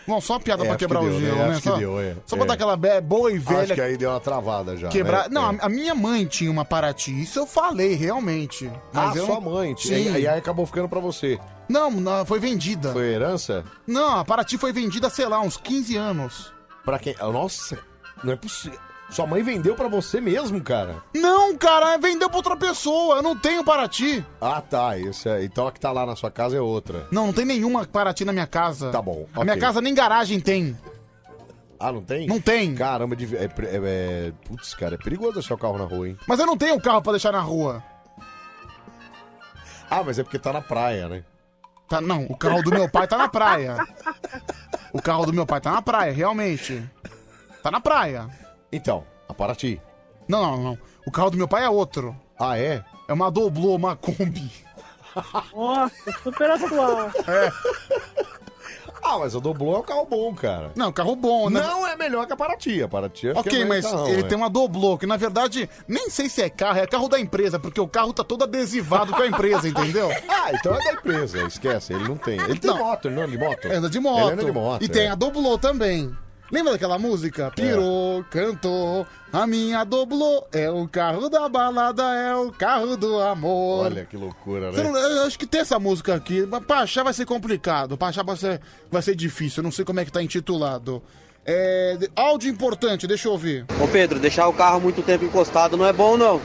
Speaker 2: Bom, só uma piada
Speaker 1: É,
Speaker 2: pra
Speaker 1: acho
Speaker 2: quebrar
Speaker 1: que
Speaker 2: o
Speaker 1: deu,
Speaker 2: gelo,
Speaker 1: né?
Speaker 2: né?
Speaker 1: Acho que
Speaker 2: só
Speaker 1: deu, é.
Speaker 2: só pra
Speaker 1: É.
Speaker 2: dar aquela be- boa e velha.
Speaker 1: Acho que aí deu uma travada já.
Speaker 2: Quebrar.
Speaker 1: né?
Speaker 2: Não,
Speaker 1: É.
Speaker 2: a- a minha mãe tinha uma Paraty. Isso eu falei, realmente. Mas
Speaker 1: ah,
Speaker 2: eu
Speaker 1: sua
Speaker 2: não-
Speaker 1: mãe.
Speaker 2: Sim.
Speaker 1: E aí acabou ficando pra você.
Speaker 2: Não, não, foi vendida.
Speaker 1: Foi herança?
Speaker 2: Não, a Paraty foi vendida, sei lá, uns 15 anos.
Speaker 1: Pra quem? Nossa, não é possível. Sua mãe vendeu pra você mesmo, cara.
Speaker 2: Não, cara, vendeu pra outra pessoa. Eu não tenho Paraty.
Speaker 1: Ah, tá. Isso é. Então a que tá lá na sua casa é outra.
Speaker 2: Não, não tem nenhuma Paraty na minha casa.
Speaker 1: Tá bom.
Speaker 2: A minha
Speaker 1: ok.
Speaker 2: casa nem garagem tem.
Speaker 1: Ah, não tem?
Speaker 2: Não tem.
Speaker 1: Caramba, de- é, pre- é- é- putz, cara, é perigoso deixar o carro na rua, hein?
Speaker 2: Mas eu não tenho carro pra deixar na rua.
Speaker 1: Ah, mas é porque tá na praia, né?
Speaker 2: Tá, não, o carro do meu pai tá na praia. O carro do meu pai tá na praia, realmente. Tá na praia.
Speaker 1: Então, a Paraty.
Speaker 2: Não, não, não. O carro do meu pai é outro.
Speaker 1: Ah, é?
Speaker 2: É uma doblô, uma Kombi.
Speaker 18: Nossa, super atual.
Speaker 1: É, Ah, mas a Doblô é um carro bom, cara.
Speaker 2: Não, carro bom, né?
Speaker 1: Não é melhor que a Paraty. A Paraty acho que
Speaker 2: Ok,
Speaker 1: é mais
Speaker 2: mas
Speaker 1: carrão,
Speaker 2: ele
Speaker 1: né?
Speaker 2: tem uma doblô, que na verdade nem sei se é carro, é carro da empresa, porque o carro tá todo adesivado com a empresa, entendeu?
Speaker 1: Ah, então é da empresa, esquece, ele não tem. Ele tem
Speaker 2: Não.
Speaker 1: moto, ele não anda de moto?
Speaker 2: Anda de moto.
Speaker 1: Ele anda de moto.
Speaker 2: E tem
Speaker 1: é.
Speaker 2: a doblô também. Lembra daquela música? Pirou, cantou, a minha doblou, é o carro da balada, é o carro do amor.
Speaker 1: Olha que loucura,
Speaker 2: Você não- é
Speaker 1: né?
Speaker 2: eu acho que ter essa música aqui, mas pra achar vai ser complicado, pra achar vai ser, vai ser difícil, eu não sei como é que tá intitulado. É, de- áudio importante, deixa eu ouvir.
Speaker 7: Ô Pedro, deixar o carro muito tempo encostado não é bom não.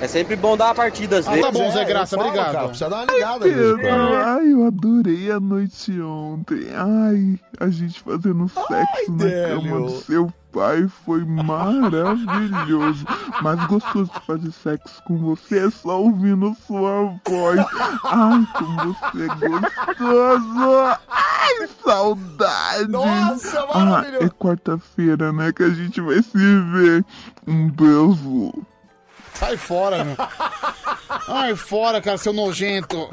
Speaker 7: É sempre bom dar a partida às
Speaker 2: Ah,
Speaker 7: vezes.
Speaker 2: tá bom,
Speaker 9: É,
Speaker 2: Zé Graça, obrigado.
Speaker 13: Ai, eu adorei a noite ontem. Ai, a gente fazendo sexo né? na cama do seu pai foi maravilhoso. Mais gostoso que fazer sexo com você é só ouvindo sua voz. Ai, como você é gostoso. Ai, saudade.
Speaker 4: Nossa,
Speaker 1: Tá
Speaker 4: maravilhoso.
Speaker 13: Ah, é quarta-feira, né, que a gente vai se ver. Um beijo.
Speaker 2: Sai fora, meu. Sai fora, cara, seu nojento.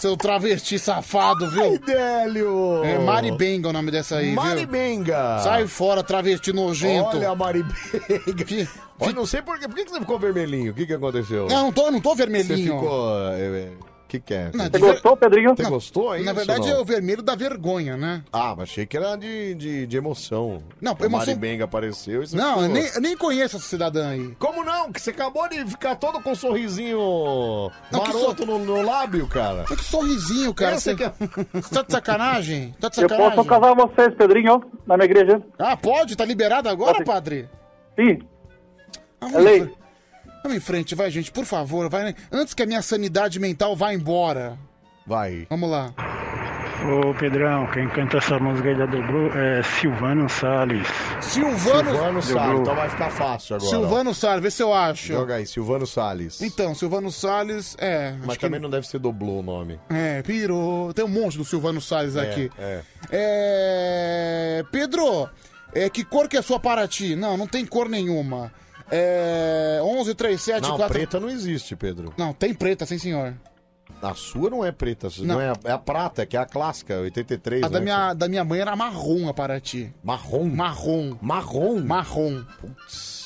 Speaker 2: Seu travesti safado, viu? Ai,
Speaker 1: Délio!
Speaker 2: É Maribenga o nome dessa aí,
Speaker 1: Maribenga.
Speaker 2: viu? Sai fora, travesti um nojento.
Speaker 1: Olha a Maribenga. Olha, não sei por quê. Por que que você ficou vermelhinho? O que, que aconteceu?
Speaker 2: Não, não tô, não tô
Speaker 1: Você
Speaker 2: vermelhinho.
Speaker 1: ficou... O que que é?
Speaker 2: Não,
Speaker 1: Você
Speaker 2: de ver-
Speaker 1: gostou, Pedrinho? Você gostou?
Speaker 2: Na verdade, é
Speaker 1: eu
Speaker 2: o vermelho da vergonha, né?
Speaker 1: Ah, mas achei que era de, de, de emoção.
Speaker 2: Não,
Speaker 1: a
Speaker 2: emoção-
Speaker 1: Maribenga apareceu e você
Speaker 2: Não,
Speaker 1: ficou-
Speaker 2: eu nem, eu nem conheço essa cidadã aí.
Speaker 1: Como não? Que você acabou de ficar todo com um sorrisinho
Speaker 2: Não, que
Speaker 1: maroto no, no lábio, cara.
Speaker 2: Que sorrisinho, cara.
Speaker 1: Essa
Speaker 2: Você
Speaker 1: que é-
Speaker 2: você tá de sacanagem? Tá de
Speaker 9: Eu
Speaker 2: sacanagem?
Speaker 9: posso casar vocês, Pedrinho, na minha igreja.
Speaker 2: Ah, pode? Tá liberado agora, padre?
Speaker 9: Sim.
Speaker 2: Ah,
Speaker 9: É
Speaker 2: vamos,
Speaker 9: lei.
Speaker 2: em fre- vamos em frente, vai, gente, por favor. Vai, né? Antes que a minha sanidade mental vá embora.
Speaker 1: Vai.
Speaker 2: Vamos lá.
Speaker 21: Ô Pedrão, quem canta essa música aí da Dobru é Silvano Salles.
Speaker 2: Silvano,
Speaker 1: Silvano Salles, então vai ficar fácil agora.
Speaker 2: Silvano Salles, vê se eu acho.
Speaker 1: Joga aí, Silvano Salles.
Speaker 2: Então, Silvano Salles, é.
Speaker 1: Mas
Speaker 2: acho
Speaker 1: também não deve ser doblô o nome.
Speaker 2: que... É, pirou. Tem um monte do Silvano Salles aqui.
Speaker 1: É.
Speaker 2: É. Pedro, é, que cor que é a sua Paraty? Não, não tem cor nenhuma. É. 11, 3, 7,
Speaker 1: Não,
Speaker 2: 4.
Speaker 1: preta não existe, Pedro.
Speaker 2: Não, tem preta, sim senhor.
Speaker 1: A sua não é preta, não.
Speaker 2: Não.
Speaker 1: é, é a prata, que é a clássica, 83,
Speaker 2: A
Speaker 1: né?
Speaker 2: da minha, da minha mãe era marrom a Paraty.
Speaker 1: Marrom?
Speaker 2: Marrom.
Speaker 1: Marrom?
Speaker 2: Marrom.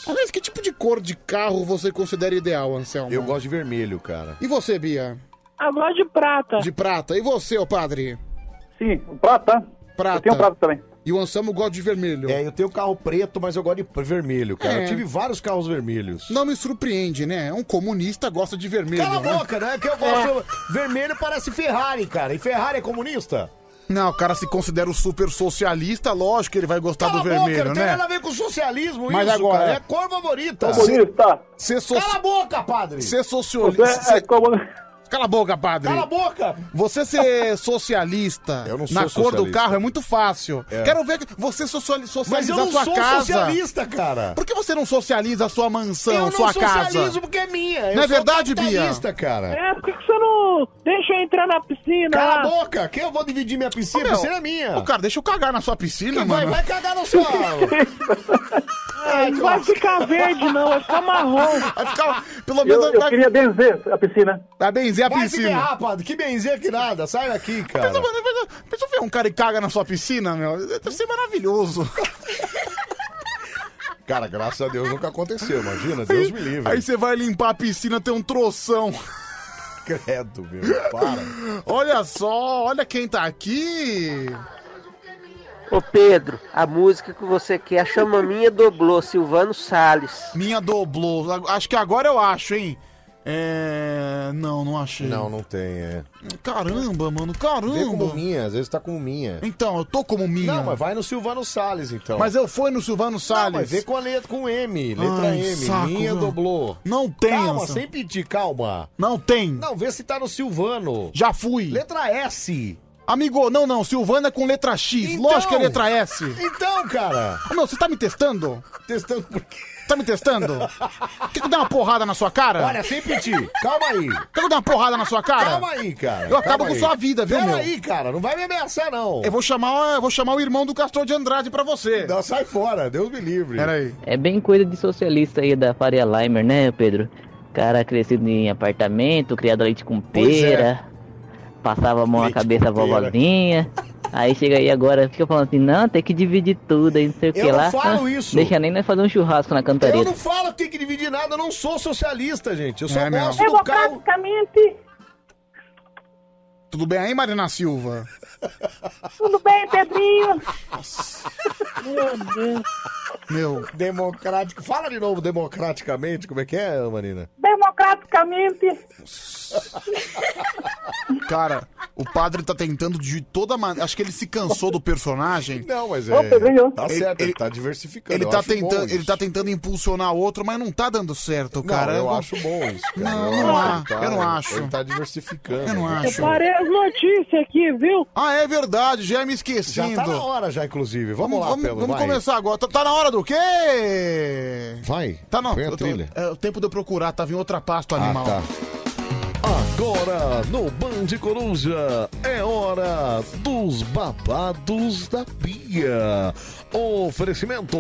Speaker 2: Aliás, que tipo de cor de carro você considera ideal, Anselmo?
Speaker 1: Eu gosto de vermelho, cara.
Speaker 2: E você, Bia?
Speaker 9: Eu gosto de prata.
Speaker 2: De prata. E você, ô padre?
Speaker 9: Sim, prata.
Speaker 2: Prata.
Speaker 1: Eu tenho prata
Speaker 9: também.
Speaker 2: E o Anselmo gosta de vermelho.
Speaker 1: É, eu tenho carro preto, mas eu gosto de p- vermelho, cara.
Speaker 2: É.
Speaker 1: Eu tive vários carros vermelhos.
Speaker 2: Não me surpreende, né? Um comunista gosta de vermelho.
Speaker 1: Cala a
Speaker 2: né?
Speaker 1: boca, né? Que eu gosto. Vermelho parece Ferrari, cara. E Ferrari é comunista?
Speaker 2: Não, o cara se considera o super socialista, lógico que ele vai gostar
Speaker 1: Cala
Speaker 2: do
Speaker 1: a boca,
Speaker 2: vermelho,
Speaker 1: não tem nada a
Speaker 2: né?
Speaker 1: ver com socialismo
Speaker 2: Mas
Speaker 1: isso,
Speaker 2: agora-
Speaker 1: cara. É cor favorita.
Speaker 2: Comunista.
Speaker 1: Ser soci- Cala a boca, padre!
Speaker 2: Ser socialista.
Speaker 1: Você é
Speaker 2: Cala a boca,
Speaker 13: é
Speaker 2: padre.
Speaker 1: Cala a boca!
Speaker 2: Você ser socialista
Speaker 1: não sou
Speaker 2: na cor do
Speaker 1: socialista.
Speaker 2: carro é muito fácil.
Speaker 1: É.
Speaker 2: Quero ver você sociali-
Speaker 1: Mas eu
Speaker 2: socializar
Speaker 1: não
Speaker 2: sua
Speaker 1: sou
Speaker 2: casa.
Speaker 1: socialista, cara.
Speaker 2: Por que você não socializa a sua mansão,
Speaker 1: Eu não
Speaker 2: sua
Speaker 1: socializo
Speaker 2: casa?
Speaker 1: porque é minha.
Speaker 2: Não
Speaker 1: Eu
Speaker 2: é
Speaker 1: sou
Speaker 2: verdade, Bia?
Speaker 1: capitalista, cara.
Speaker 2: É,
Speaker 9: por que que você não deixa eu entrar na piscina?
Speaker 1: Cala a boca! Quem eu vou dividir minha piscina?
Speaker 2: Ô, meu,
Speaker 1: a piscina é minha.
Speaker 2: Ô, cara, deixa eu cagar na sua piscina,
Speaker 1: vai,
Speaker 2: mano.
Speaker 1: vai cagar na sua.
Speaker 9: É, não vai ficar verde, não, vai ficar marrom.
Speaker 2: Vai ficar, pelo menos
Speaker 9: Eu, eu
Speaker 2: vai-
Speaker 9: queria benzer a piscina.
Speaker 1: Tá
Speaker 2: Vai benzer a
Speaker 1: né? Vai se
Speaker 2: piscina.
Speaker 1: ferrar, padre. Que benzer que nada. Sai daqui, cara.
Speaker 2: Pensa, mano, pensa- pensa ver um cara que caga na sua piscina, meu. Deve ser maravilhoso.
Speaker 1: Cara, graças a Deus nunca aconteceu. Imagina, Deus me livre.
Speaker 2: Aí você vai limpar a piscina, tem um troção.
Speaker 1: Credo, meu. Para.
Speaker 2: Olha só, olha quem tá aqui.
Speaker 26: Ô Pedro, a música que você quer chama Minha Doblô, Silvano Salles.
Speaker 2: Minha doblou. A- Acho que agora eu acho, hein? É. Não, não achei.
Speaker 1: Não, não tem, é.
Speaker 2: Caramba, mano,
Speaker 1: Vê como
Speaker 2: caramba.
Speaker 1: minha, às vezes tá como minha.
Speaker 2: Então, eu tô como minha.
Speaker 1: Não, mas vai no Silvano Salles, então.
Speaker 2: Mas eu fui no Silvano Salles.
Speaker 1: Não, mas vê com a letra com M, letra
Speaker 2: Ai,
Speaker 1: M.
Speaker 2: saco,
Speaker 1: minha
Speaker 2: viu?
Speaker 1: doblou.
Speaker 2: Não tem,
Speaker 1: Calma,
Speaker 2: Anselmo.
Speaker 1: sem pedir, calma.
Speaker 2: Não tem.
Speaker 1: Não, vê se tá no Silvano.
Speaker 2: Já fui.
Speaker 1: Letra S.
Speaker 2: Amigo, não, não. Silvana é com letra X. Lógico que é letra S.
Speaker 1: Então, cara.
Speaker 2: Ô, meu, você tá me testando?
Speaker 1: Testando por quê?
Speaker 2: Tá me testando? Quer que eu dê uma porrada na sua cara?
Speaker 1: Olha, sem pedir. Calma aí.
Speaker 2: Quer que eu dê uma porrada na sua cara?
Speaker 1: Calma aí, cara.
Speaker 2: Eu acabo
Speaker 1: Calma
Speaker 2: com
Speaker 1: aí.
Speaker 2: sua vida, viu,
Speaker 1: Pera
Speaker 2: meu?
Speaker 1: aí, cara. Não vai me ameaçar, não.
Speaker 2: Eu vou chamar, eu vou chamar o irmão do Castor de Andrade pra você.
Speaker 1: Não, sai fora. Deus me livre.
Speaker 2: Pera aí.
Speaker 28: É bem coisa de socialista aí da Faria Limer, né, Pedro? Cara crescido em apartamento, criado a leite com
Speaker 29: Pois é.
Speaker 28: pera, passava a mão na
Speaker 29: Leite
Speaker 28: cabeça da
Speaker 29: com pera.
Speaker 28: vovozinha. Aí chega aí agora, fica falando assim, não, tem que dividir tudo aí, não sei o que
Speaker 1: Eu não
Speaker 28: lá.
Speaker 1: falo
Speaker 28: Ah,
Speaker 1: isso.
Speaker 28: Deixa nem nós fazer um churrasco na
Speaker 1: Eu
Speaker 28: cantareira.
Speaker 1: não falo que tem que dividir nada. Eu não sou socialista, gente. Eu só
Speaker 28: É mesmo.
Speaker 1: gosto do carro.
Speaker 2: Tudo bem aí, Marina Silva?
Speaker 6: Tudo bem, Pedrinho?
Speaker 1: Meu Deus. Meu. Democrático. Fala de novo democraticamente, como é que é, Marina?
Speaker 6: Democraticamente.
Speaker 2: Cara, o padre tá tentando de toda maneira. Acho que ele se cansou do personagem.
Speaker 1: Não, mas é. Ô, Pedrinho. Tá certo, ele tá diversificando,
Speaker 2: Ele
Speaker 1: eu
Speaker 2: tá,
Speaker 1: acho bom
Speaker 2: tentando,
Speaker 1: isso.
Speaker 2: ele tá tentando impulsionar outro, mas não tá dando certo, cara.
Speaker 1: eu acho bom isso, cara.
Speaker 2: Não,
Speaker 1: Eu
Speaker 2: não,
Speaker 1: acho
Speaker 2: há.
Speaker 1: que tá-
Speaker 2: eu não acho.
Speaker 1: ele tá diversificando.
Speaker 2: Eu não
Speaker 1: né?
Speaker 2: acho.
Speaker 6: as notícias aqui, viu?
Speaker 2: Ah, é verdade, já me esquecindo.
Speaker 1: Já tá na hora já, inclusive. Vamos, lá,
Speaker 2: vamos,
Speaker 1: Pedro,
Speaker 2: vamos
Speaker 1: vai.
Speaker 2: começar agora. Tá, tá na hora do quê?
Speaker 1: Vai.
Speaker 2: Tá na
Speaker 1: Põe a
Speaker 2: eu tô-
Speaker 1: trilha.
Speaker 2: é o tempo de eu procurar, tava em outra pasta animal.
Speaker 1: tá. Agora, no Band Coruja, é hora dos babados da Bia. Oferecimento.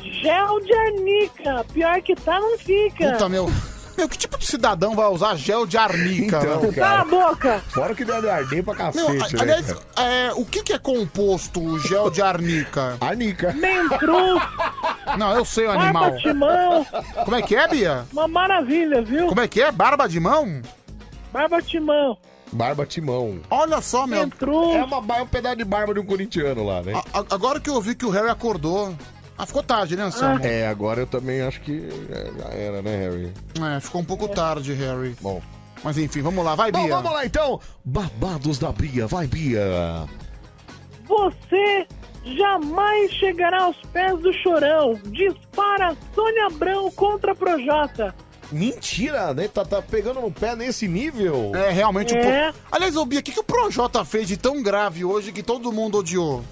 Speaker 6: Gel de anica. Pior que tá, não fica.
Speaker 2: Puta, meu. Meu, que tipo de cidadão vai usar gel de arnica?
Speaker 1: Então,
Speaker 2: meu?
Speaker 1: cara. Cala a
Speaker 6: boca!
Speaker 1: Fora que deve arder pra
Speaker 2: Meu,
Speaker 1: cacete,
Speaker 2: a-
Speaker 1: né,
Speaker 2: aliás,
Speaker 1: cara?
Speaker 2: é, o que, que é composto o gel de arnica?
Speaker 1: Arnica.
Speaker 6: Mentru.
Speaker 2: Não, eu sei o animal.
Speaker 6: Barba de mão.
Speaker 2: Como é que é, Bia?
Speaker 6: Uma maravilha, viu?
Speaker 2: Como é que é? Barba de mão?
Speaker 6: Barba de mão.
Speaker 1: Barba Timão.
Speaker 2: Olha só, meu.
Speaker 1: É uma, ba- um pedaço de barba de um corintiano lá, né?
Speaker 2: A- a- agora que eu vi que o Harry acordou. Ah, ficou tarde, né, Anselmo?
Speaker 1: É, agora eu também acho que é, já era, né, Harry?
Speaker 2: É, ficou um pouco tarde, Harry.
Speaker 1: Bom.
Speaker 2: Mas enfim, vamos lá, vai,
Speaker 1: Bom,
Speaker 2: Bia.
Speaker 1: vamos lá então. Babados da Bia, vai, Bia.
Speaker 6: Você jamais chegará aos pés do chorão. Dispara Sônia Abrão contra Projota.
Speaker 1: Mentira, né? Tá, tá pegando no pé nesse nível.
Speaker 2: É, realmente
Speaker 6: É.
Speaker 2: um pouco. Aliás, ô Bia, o que, que o Projota fez de tão grave hoje que todo mundo odiou?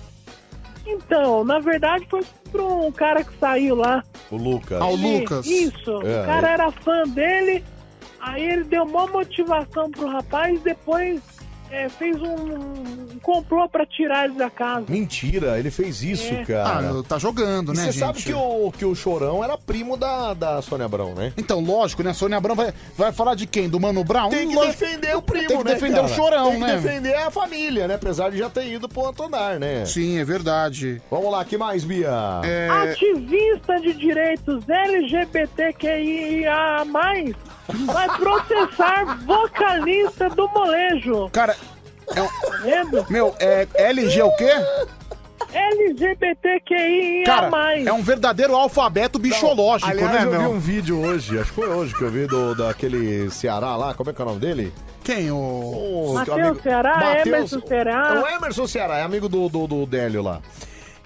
Speaker 6: Então, na verdade, foi pra um cara que saiu lá.
Speaker 1: O Lucas.
Speaker 2: Ah, o
Speaker 6: Ele-
Speaker 2: Lucas.
Speaker 6: Isso.
Speaker 1: É,
Speaker 6: o cara
Speaker 1: é.
Speaker 6: era fã dele. Aí ele deu uma motivação pro rapaz. Depois é, fez um, um complô pra tirar ele da casa.
Speaker 1: Mentira, ele fez isso,
Speaker 6: É.
Speaker 1: cara.
Speaker 2: Ah, tá jogando,
Speaker 1: E
Speaker 2: né,
Speaker 1: Você sabe
Speaker 2: gente?
Speaker 1: que o, que o Chorão Então era primo da, da Sônia Abrão, né?
Speaker 2: Então, lógico, né? A Sônia Abrão vai, vai falar de quem? Do Mano Brown?
Speaker 1: Tem que
Speaker 2: Lógico-
Speaker 1: defender o primo,
Speaker 2: Tem que
Speaker 1: né,
Speaker 2: defender
Speaker 1: cara?
Speaker 2: o chorão,
Speaker 1: Tem que
Speaker 2: né?
Speaker 1: defender a família, né? Apesar de já ter ido pro Antonar, né?
Speaker 2: Sim, é verdade. É,
Speaker 1: Vamos lá, que mais, Bia?
Speaker 6: Ah, Ativista de direitos LGBTQIA+, vai processar vocalista do molejo.
Speaker 2: Cara,
Speaker 1: é um-
Speaker 6: Lembra?
Speaker 2: Meu, é LG o quê?
Speaker 6: LGBTQIA+.
Speaker 2: Cara, é um verdadeiro alfabeto bichológico,
Speaker 1: Aliás,
Speaker 2: né,
Speaker 1: eu vi
Speaker 2: meu?
Speaker 1: um vídeo hoje, acho que foi hoje que eu vi do, daquele Ceará lá, como é que é o nome dele?
Speaker 2: Quem? O...
Speaker 1: o
Speaker 6: Mateus Ceará, Emerson Ceará. Ah,
Speaker 1: O
Speaker 2: Ah.
Speaker 1: Emerson Ceará, é amigo do, do, do Délio lá.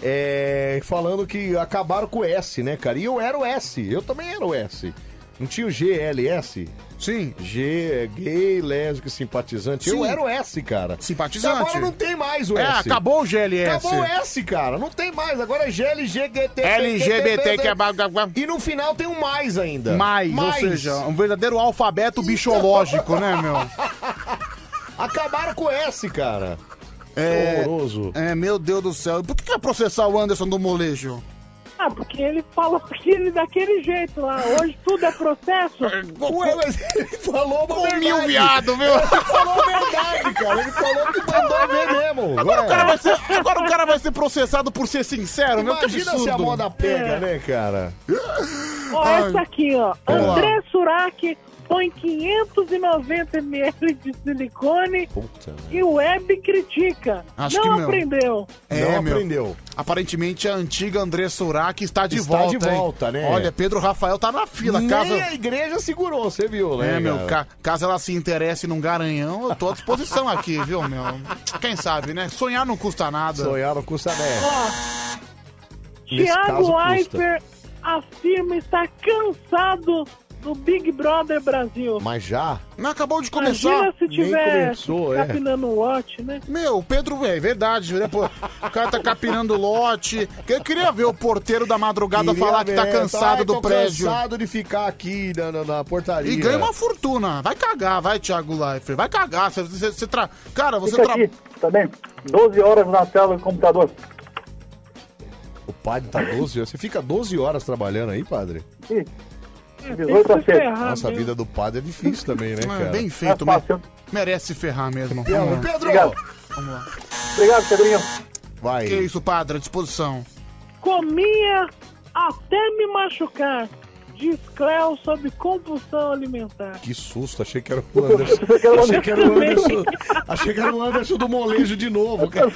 Speaker 1: É, falando que acabaram com o S, né, cara? E eu era o S, eu também era o S. Não tinha o GLS?
Speaker 2: Sim.
Speaker 1: G, é gay, lésbico, simpatizante. Eu
Speaker 2: Sim.
Speaker 1: era o S, cara.
Speaker 2: Simpatizante.
Speaker 1: Agora não tem mais o
Speaker 2: É,
Speaker 1: S.
Speaker 2: acabou o GLS.
Speaker 1: Acabou o S, cara. Não tem mais. Agora é GLGT.
Speaker 2: LGBT que é ba-
Speaker 1: E no final tem um mais Então. ainda.
Speaker 2: Mais, ou seja, um verdadeiro alfabeto bichológico, né, meu?
Speaker 1: Acabaram com o S, cara.
Speaker 2: É,
Speaker 1: Horroroso.
Speaker 2: é, meu Deus do céu. Por que que vai processar o Anderson do molejo?
Speaker 6: Ah, porque ele fala que ele daquele jeito lá. Hoje tudo é processo.
Speaker 1: Ué, mas ele falou uma
Speaker 2: Comi
Speaker 1: verdade.
Speaker 2: o é um viado, meu.
Speaker 1: Ele falou a verdade, cara. Ele falou que mandou ver mesmo. É.
Speaker 2: Agora
Speaker 1: Ué.
Speaker 2: o, cara vai ser, agora o cara vai ser processado por ser sincero, meu. Que
Speaker 1: Imagina
Speaker 2: absurdo.
Speaker 1: se a moda pega, né, cara?
Speaker 6: Ó,
Speaker 2: Ai.
Speaker 6: essa aqui, ó.
Speaker 1: Vamos lá.
Speaker 6: André Surak põe 590 ml de silicone
Speaker 1: Puta,
Speaker 6: e o Web critica.
Speaker 2: É. Acho
Speaker 6: Não
Speaker 2: que, meu,
Speaker 6: aprendeu.
Speaker 2: É,
Speaker 1: Não
Speaker 2: meu.
Speaker 1: aprendeu.
Speaker 2: Aparentemente a antiga André Surak está de
Speaker 1: Está
Speaker 2: volta.
Speaker 1: de
Speaker 2: hein?
Speaker 1: volta, né?
Speaker 2: Olha, Pedro Rafael tá na fila.
Speaker 1: Nem
Speaker 2: caso...
Speaker 1: a igreja segurou, você viu, né?
Speaker 2: É, meu,
Speaker 1: cara?
Speaker 2: ca- caso ela se interesse num garanhão, eu tô à disposição aqui, viu, meu? Quem sabe, né? Sonhar não custa nada.
Speaker 1: Sonhar não custa nada. Nesse caso,
Speaker 6: Tiago
Speaker 1: custa.
Speaker 6: Eifert afirma estar cansado do Big Brother Brasil.
Speaker 1: Mas já?
Speaker 2: Não acabou de começar.
Speaker 6: Imagina se tiver
Speaker 1: começou, é.
Speaker 6: capinando o watch, né?
Speaker 2: Meu, o Pedro, é verdade, né? Pô, o cara tá capinando o lote. Eu queria ver o porteiro da madrugada
Speaker 1: Queria
Speaker 2: falar que tá
Speaker 1: ver,
Speaker 2: cansado
Speaker 1: ai,
Speaker 2: do
Speaker 1: tô
Speaker 2: prédio.
Speaker 1: cansado de ficar aqui na, na- na portaria.
Speaker 2: E ganha uma fortuna. Vai cagar, vai, Thiago Leifert. Vai cagar. Você, você, você tra... Cara, você
Speaker 9: Fica aqui,
Speaker 2: trabalha.
Speaker 9: tá bem? 12 horas na tela do computador.
Speaker 1: O padre tá 12 horas. Você fica 12 horas trabalhando aí, padre?
Speaker 9: Ih, 18 a cedo.
Speaker 1: Nossa, a vida do padre é difícil também, né,
Speaker 2: É,
Speaker 1: cara?
Speaker 2: bem feito, mas merece ferrar mesmo. Vamos lá.
Speaker 1: Pedro!
Speaker 9: Obrigado.
Speaker 2: Vamos lá.
Speaker 9: Obrigado, Pedrinho.
Speaker 1: Vai.
Speaker 2: Que isso, padre, à disposição.
Speaker 6: Comia até me machucar. diz Cléo sobre compulsão alimentar.
Speaker 1: Que susto, achei que era o Anderson. achei, que era o Anderson achei que era o Anderson do molejo de novo, cara.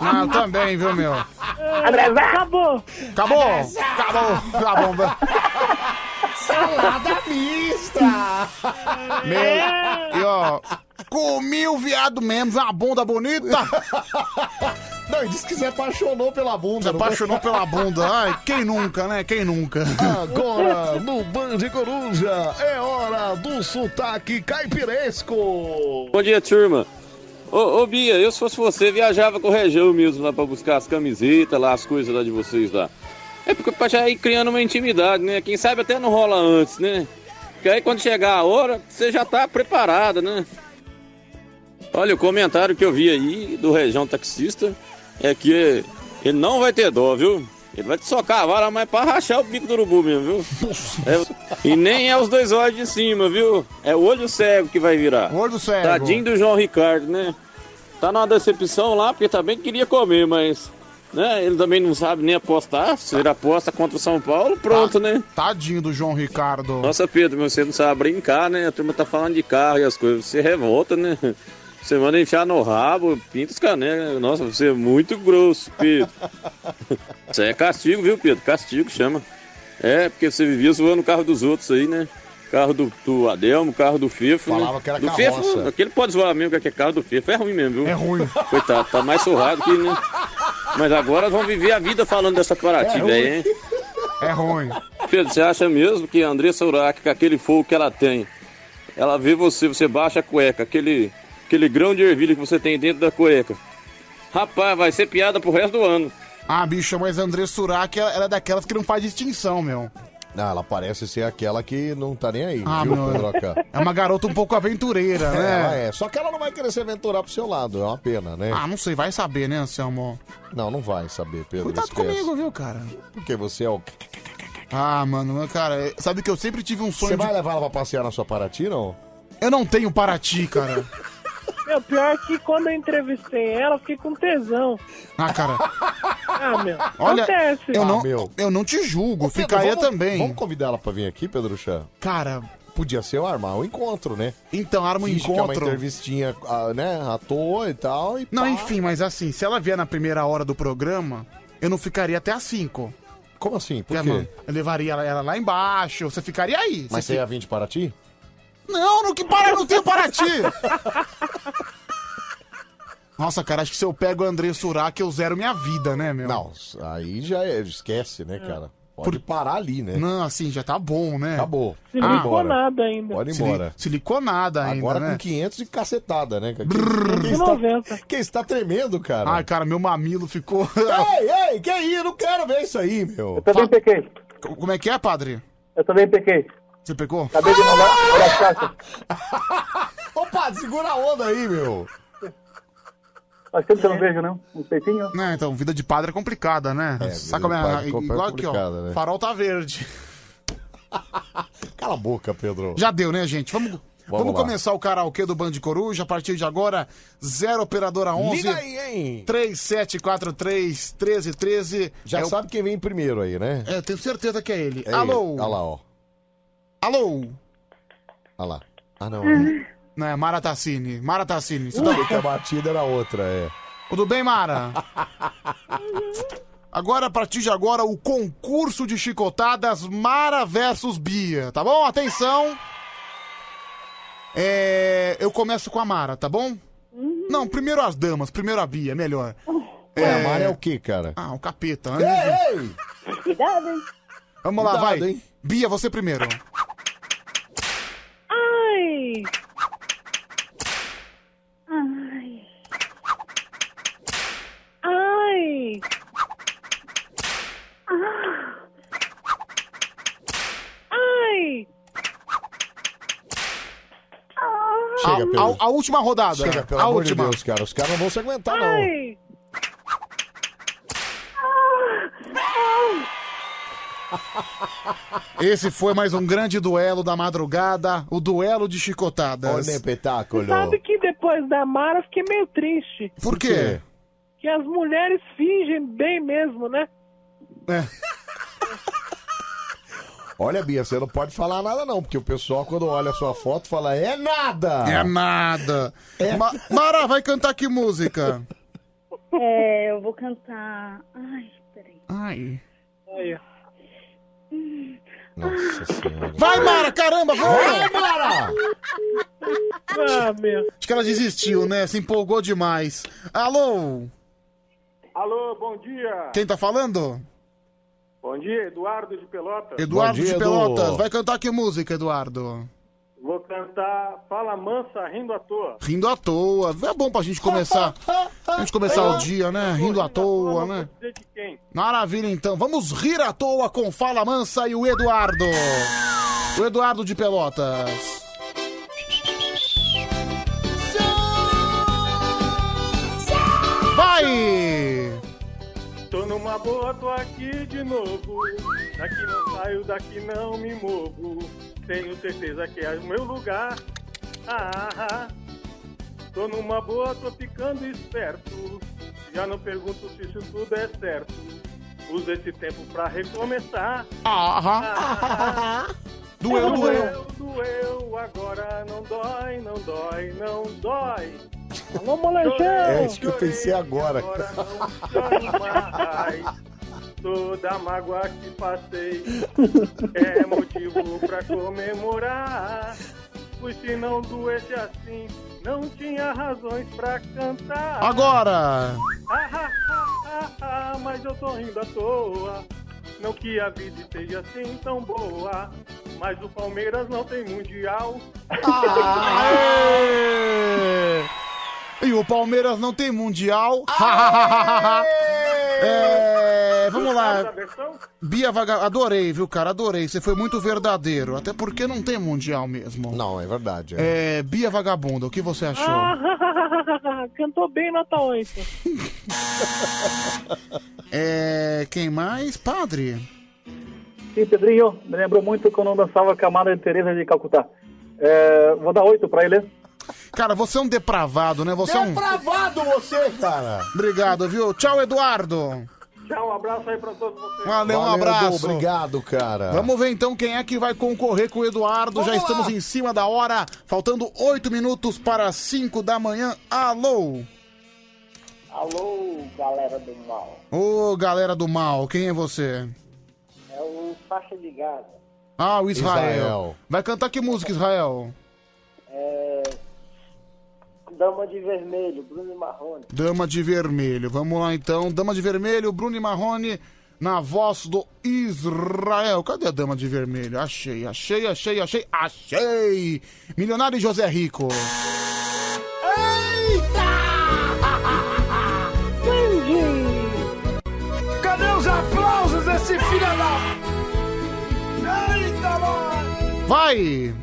Speaker 2: Não, também, viu, meu?
Speaker 6: Acabou.
Speaker 2: Acabou! Acabou! Tá bom, vai.
Speaker 1: Salada mista!
Speaker 2: Meu, e ó, comi o viado mesmo, uma bunda bonita!
Speaker 1: Não, e disse que se apaixonou pela
Speaker 2: Se
Speaker 1: bunda.
Speaker 2: apaixonou pela bunda. Ai, quem nunca, né? Quem nunca?
Speaker 1: Agora, no Band Coruja, é hora do sotaque caipiresco.
Speaker 7: Bom dia, turma. Ô, ô, Bia, eu se fosse você, viajava com o Região mesmo lá pra buscar as camisetas, lá, as coisas lá de vocês lá. É porque pra já ir criando uma intimidade, né? Quem sabe até não rola antes, né? Porque aí quando chegar a hora, você já tá preparada, né? Olha, o comentário que eu vi aí do Região Taxista é que ele não vai ter dó, viu? Ele vai te socar a vara, mas é pra rachar o bico do urubu mesmo, viu? É- e nem é os dois olhos de cima, viu? É o olho cego que vai virar.
Speaker 2: Olho cego.
Speaker 7: Tadinho do João Ricardo, né? Tá numa decepção lá, porque também queria comer, mas... Né? Ele também não sabe nem apostar. Se ele aposta contra o São Paulo, pronto, né?
Speaker 2: Tadinho do João Ricardo.
Speaker 7: Nossa, Pedro, mas você não sabe brincar, né? A turma tá falando de carro e as coisas. Você revolta, né? Você manda enfiar no rabo, pinta os canecas. Nossa, você é muito grosso, Pedro. Isso aí é castigo, viu, Pedro? Castigo chama. É, porque você vivia zoando o carro dos outros aí, né? Carro do, do Adelmo, carro do Fefo. né?
Speaker 1: Falava que era
Speaker 7: do
Speaker 1: carroça.
Speaker 7: Fefo, aquele pode zoar mesmo, que é carro do Fefo. É ruim mesmo, viu?
Speaker 1: É ruim.
Speaker 7: Coitado, tá mais surrado que, né? Mas agora vão viver a vida falando dessa Paraty,
Speaker 2: É ruim.
Speaker 7: velho, Ah, hein?
Speaker 2: É ruim.
Speaker 7: Pedro, você acha mesmo que a Andressa Urach, com aquele fogo que ela tem, ela vê você, você baixa a cueca, aquele, aquele grão de ervilha que você tem dentro da cueca. Rapaz, vai ser piada pro resto do ano.
Speaker 2: Ah, bicho, mas a André Surak, ela ela é daquelas que não faz distinção, meu.
Speaker 1: Ah, ela parece ser aquela que não tá nem aí,
Speaker 2: Ah,
Speaker 1: viu,
Speaker 2: meu.
Speaker 1: Pedroca?
Speaker 2: É uma garota um pouco aventureira, né?
Speaker 1: Ela é, só que ela não vai querer se aventurar pro seu lado, é uma pena, né?
Speaker 2: Ah, não sei, vai saber, né, Anselmo?
Speaker 1: Não, não vai saber, Pedro.
Speaker 2: Cuidado
Speaker 1: esquece.
Speaker 2: comigo, viu, cara?
Speaker 1: Porque você é o.
Speaker 2: Ah, mano, cara, sabe que eu sempre tive um sonho
Speaker 1: Você
Speaker 2: de...
Speaker 1: vai levar ela pra passear na sua Paraty, não?
Speaker 2: Eu não tenho Paraty, cara.
Speaker 6: Meu, É pior que quando eu entrevistei ela, eu fiquei com tesão.
Speaker 2: Ah, cara,
Speaker 6: Ah, meu.
Speaker 2: olha,
Speaker 6: acontece.
Speaker 2: eu, não,
Speaker 1: Ah, meu.
Speaker 2: eu não te julgo,
Speaker 1: Ô, Pedro,
Speaker 2: ficaria
Speaker 1: vamos-
Speaker 2: também.
Speaker 1: Vamos convidar ela pra vir aqui, Pedro Chá?
Speaker 2: Cara,
Speaker 1: Podia ser o armar um encontro, né?
Speaker 2: Então, arma um
Speaker 1: Finge que é
Speaker 2: encontro.
Speaker 1: uma entrevistinha, ah, né, à toa e tal. E
Speaker 2: não,
Speaker 1: pá.
Speaker 2: enfim, mas assim, se ela vier na primeira hora do programa, eu não ficaria até às 5.
Speaker 1: Como assim? Por
Speaker 2: Eu
Speaker 1: quê?
Speaker 2: levaria ela, ela lá embaixo, você ficaria aí.
Speaker 1: Mas você
Speaker 2: fica-
Speaker 1: ia vir de Paraty?
Speaker 2: Não, não que para, não tenho Paraty! Nossa, cara, acho que se eu pego o André Surak, eu zero minha vida, né, meu?
Speaker 1: Não, aí já é, esquece, né, cara? Pode parar ali, né?
Speaker 2: Não, assim, já tá bom, né?
Speaker 1: Acabou.
Speaker 6: Se
Speaker 1: Pode ir
Speaker 6: ligou
Speaker 1: embora.
Speaker 6: nada ainda.
Speaker 1: Pode ir
Speaker 2: Sili-
Speaker 1: embora.
Speaker 2: Siliconada ainda,
Speaker 1: Agora
Speaker 2: né?
Speaker 1: com 500 de cacetada, né? cara?
Speaker 6: De
Speaker 1: Quem, está,
Speaker 6: 90.
Speaker 1: quem está tremendo, cara?
Speaker 2: Ai, cara, meu mamilo ficou...
Speaker 1: Ei, ei, que aí? Eu não quero ver isso aí, meu.
Speaker 9: também pequei.
Speaker 2: Co- Como é que é, padre?
Speaker 9: Eu também pequei.
Speaker 2: Você Ah! pegou?
Speaker 9: Acabei de mandar um uma caixa.
Speaker 1: Ô, padre, segura a onda aí, meu.
Speaker 9: Faz tempo que eu não vejo, não. Um peitinho.
Speaker 2: Né, então, vida de padre é complicada, né?
Speaker 1: É,
Speaker 2: Sabe
Speaker 1: vida
Speaker 2: como é?
Speaker 1: de padre
Speaker 2: Igual
Speaker 1: é
Speaker 2: aqui, ó.
Speaker 1: complicada, né?
Speaker 2: Farol tá verde.
Speaker 1: Cala a boca, Pedro.
Speaker 2: Já deu, né, gente? Vamos, vamos,
Speaker 1: lá.
Speaker 2: começar o karaokê do Band Coruja. A partir de agora, 0 Operadora 11.
Speaker 1: Liga aí, hein?
Speaker 2: 3743 1313.
Speaker 1: Já
Speaker 2: é o-
Speaker 1: sabe quem vem primeiro aí, né?
Speaker 2: É, eu tenho certeza que é ele.
Speaker 1: É
Speaker 2: Alô?
Speaker 1: ele. Olha lá, ó.
Speaker 2: Alô?
Speaker 1: Olha lá. Ah, não. né?
Speaker 2: Não, é Mara Tassini. Mara Tassini, você tá
Speaker 1: Sabia que é a batida era outra, é.
Speaker 2: Tudo bem, Mara? Agora, a partir de agora, o concurso de chicotadas Mara versus Bia, tá bom? Atenção! É, eu começo com a Mara, tá bom? Não, primeiro as damas, primeiro a Bia, melhor.
Speaker 1: Uhum. Ué, a Mara é o quê, cara?
Speaker 2: Ah, o capeta. né?
Speaker 1: Ei, ei!
Speaker 8: Cuidado, hein?
Speaker 2: Vamos lá,
Speaker 1: cuidado,
Speaker 2: vai.
Speaker 1: hein?
Speaker 2: Bia, você primeiro.
Speaker 8: Ai! Ai! Ai! Ah. Ai!
Speaker 1: Chega,
Speaker 2: a,
Speaker 1: Pedro.
Speaker 2: a- a última rodada.
Speaker 1: Chega, pelo
Speaker 2: a
Speaker 1: amor
Speaker 2: última.
Speaker 1: de Deus, cara. Os caras não vão se aguentar, não.
Speaker 8: Ai!
Speaker 2: Esse foi mais um grande duelo da madrugada, o duelo de chicotadas.
Speaker 1: Olha o espetáculo.
Speaker 6: Sabe que depois da Mara eu fiquei meio triste.
Speaker 2: Por quê?
Speaker 6: Que
Speaker 2: É.
Speaker 6: as mulheres fingem bem mesmo, né?
Speaker 1: Olha, Bia, você não pode falar nada, não, porque o pessoal, quando olha a sua foto, fala: é nada!
Speaker 2: É nada! É. Ma- Mara, vai cantar que música?
Speaker 8: É, eu vou cantar. Ai, peraí.
Speaker 2: Ai.
Speaker 6: Olha.
Speaker 8: Hum.
Speaker 2: Vai, Mara, caramba,
Speaker 8: Vai,
Speaker 2: vai!
Speaker 8: Mara!
Speaker 2: Ah, meu. Acho que ela desistiu, né? Se empolgou demais. Alô,
Speaker 14: Alô, bom dia.
Speaker 2: quem tá falando?
Speaker 14: Bom dia, Eduardo de Pelotas.
Speaker 2: Eduardo de Pelotas. Vai cantar que música, Eduardo?
Speaker 14: Vou cantar Fala Mansa Rindo à Toa.
Speaker 2: Rindo à toa. É bom pra gente começar. Pra gente começar o dia, né? Rindo à toa, né?
Speaker 14: Dizer de quem?
Speaker 2: Maravilha, então. Vamos rir à toa com Fala Mansa e o Eduardo. O Eduardo de Pelotas. Vai!
Speaker 14: Tô numa boa, tô aqui de novo. Daqui não saio, daqui não me movo. Tenho certeza que é o meu lugar. Ah, ah, ah. Tô numa boa, tô ficando esperto. Já não pergunto se isso tudo é certo. Uso esse tempo pra recomeçar.
Speaker 2: Aham.
Speaker 14: Ah, ah.
Speaker 2: Doeu, doeu.
Speaker 14: Doeu, agora não dói, não dói, não dói.
Speaker 6: Alô, molejão!
Speaker 1: É isso que eu pensei agora.
Speaker 14: Jamais. Toda mágoa que passei é motivo pra comemorar. Pois se não doesse assim, não tinha razões pra cantar.
Speaker 2: Agora!
Speaker 14: Ah, ah, ah, ah, ah, mas eu tô rindo à toa. Não que a vida esteja assim tão boa, mas o Palmeiras não tem mundial.
Speaker 2: E o Palmeiras não tem mundial. É, vamos lá. Bia Vaga, adorei, viu, cara? Adorei. Você foi muito verdadeiro. Até porque não tem mundial mesmo.
Speaker 1: Não, é verdade.
Speaker 2: É, Bia Vagabunda, o que você achou?
Speaker 6: Ah, cantou bem nota 8.
Speaker 2: É, quem mais? Padre?
Speaker 9: Sim, Pedrinho, me lembrou muito quando eu dançava com a Madre Teresa de Calcutá. É, vou dar oito pra ele.
Speaker 2: Cara, você é um depravado, né? Você é um.
Speaker 1: Depravado você, cara!
Speaker 2: Obrigado, viu? Tchau, Eduardo.
Speaker 14: Tchau, um abraço aí pra todos vocês.
Speaker 2: Valeu, um
Speaker 1: Valeu,
Speaker 2: abraço.
Speaker 1: Edu, obrigado, cara.
Speaker 2: Vamos ver então quem é que vai concorrer com o Eduardo. Já estamos em cima da hora, faltando oito minutos para cinco da manhã. Alô!
Speaker 19: Alô, galera do mal.
Speaker 2: Ô, galera do mal, quem é você?
Speaker 19: É o Faixa de Gaza.
Speaker 2: Ah, o Israel.
Speaker 1: Israel.
Speaker 2: Vai cantar que música, Israel?
Speaker 19: É... Dama de Vermelho, Bruno e Marrone.
Speaker 2: Dama de Vermelho. Vamos lá então. Dama de Vermelho, Bruno e Marrone na voz do Israel. Cadê a Dama de Vermelho? Achei, achei, achei, achei, achei! Milionário José Rico.
Speaker 4: Cadê os aplausos desse filho da... Eita, nós!
Speaker 2: Vai!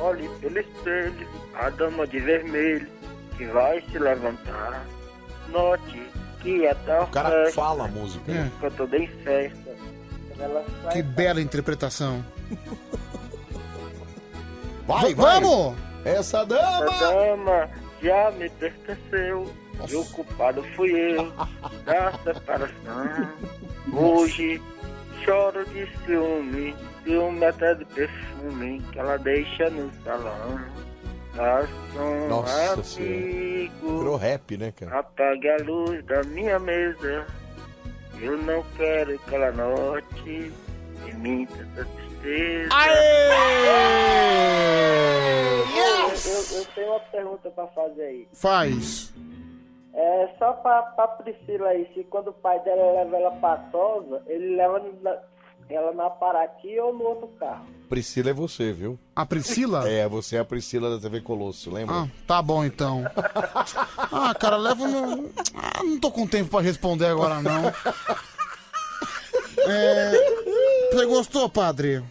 Speaker 19: Olhe pelo espelho, a dama de vermelho que vai se levantar. Note que é tal
Speaker 1: O cara fala a música. né?
Speaker 19: Fica toda em festa. Quando ela sai
Speaker 2: Que bela interpretação.
Speaker 1: Vai,
Speaker 2: V-
Speaker 1: vai.
Speaker 2: Vamos!
Speaker 1: Essa
Speaker 19: Essa
Speaker 1: dama!
Speaker 19: dama já me pertenceu. E o culpado fui eu da separação. Hoje choro de ciúme, ciúme até de perfume que ela deixa no salão. Garçom,
Speaker 1: Nossa
Speaker 19: amigo,
Speaker 1: Virou rap, né, cara?
Speaker 19: é apague a luz da minha mesa. Eu não quero que ela note em mim tanta tristeza. Eu, eu- eu tenho uma pergunta pra fazer aí.
Speaker 2: Faz.
Speaker 19: É só pra, pra Priscila aí, se quando o pai dela leva ela pra Tosa, ele leva na- ela na Paraty ou no outro carro.
Speaker 1: Priscila é você, viu?
Speaker 2: A Priscila?
Speaker 1: É, você é a Priscila da TV Colosso, lembra?
Speaker 2: Ah, tá bom então. Ah, cara, leva no. Ah, não tô com tempo pra responder agora, não. É... Você gostou, padre?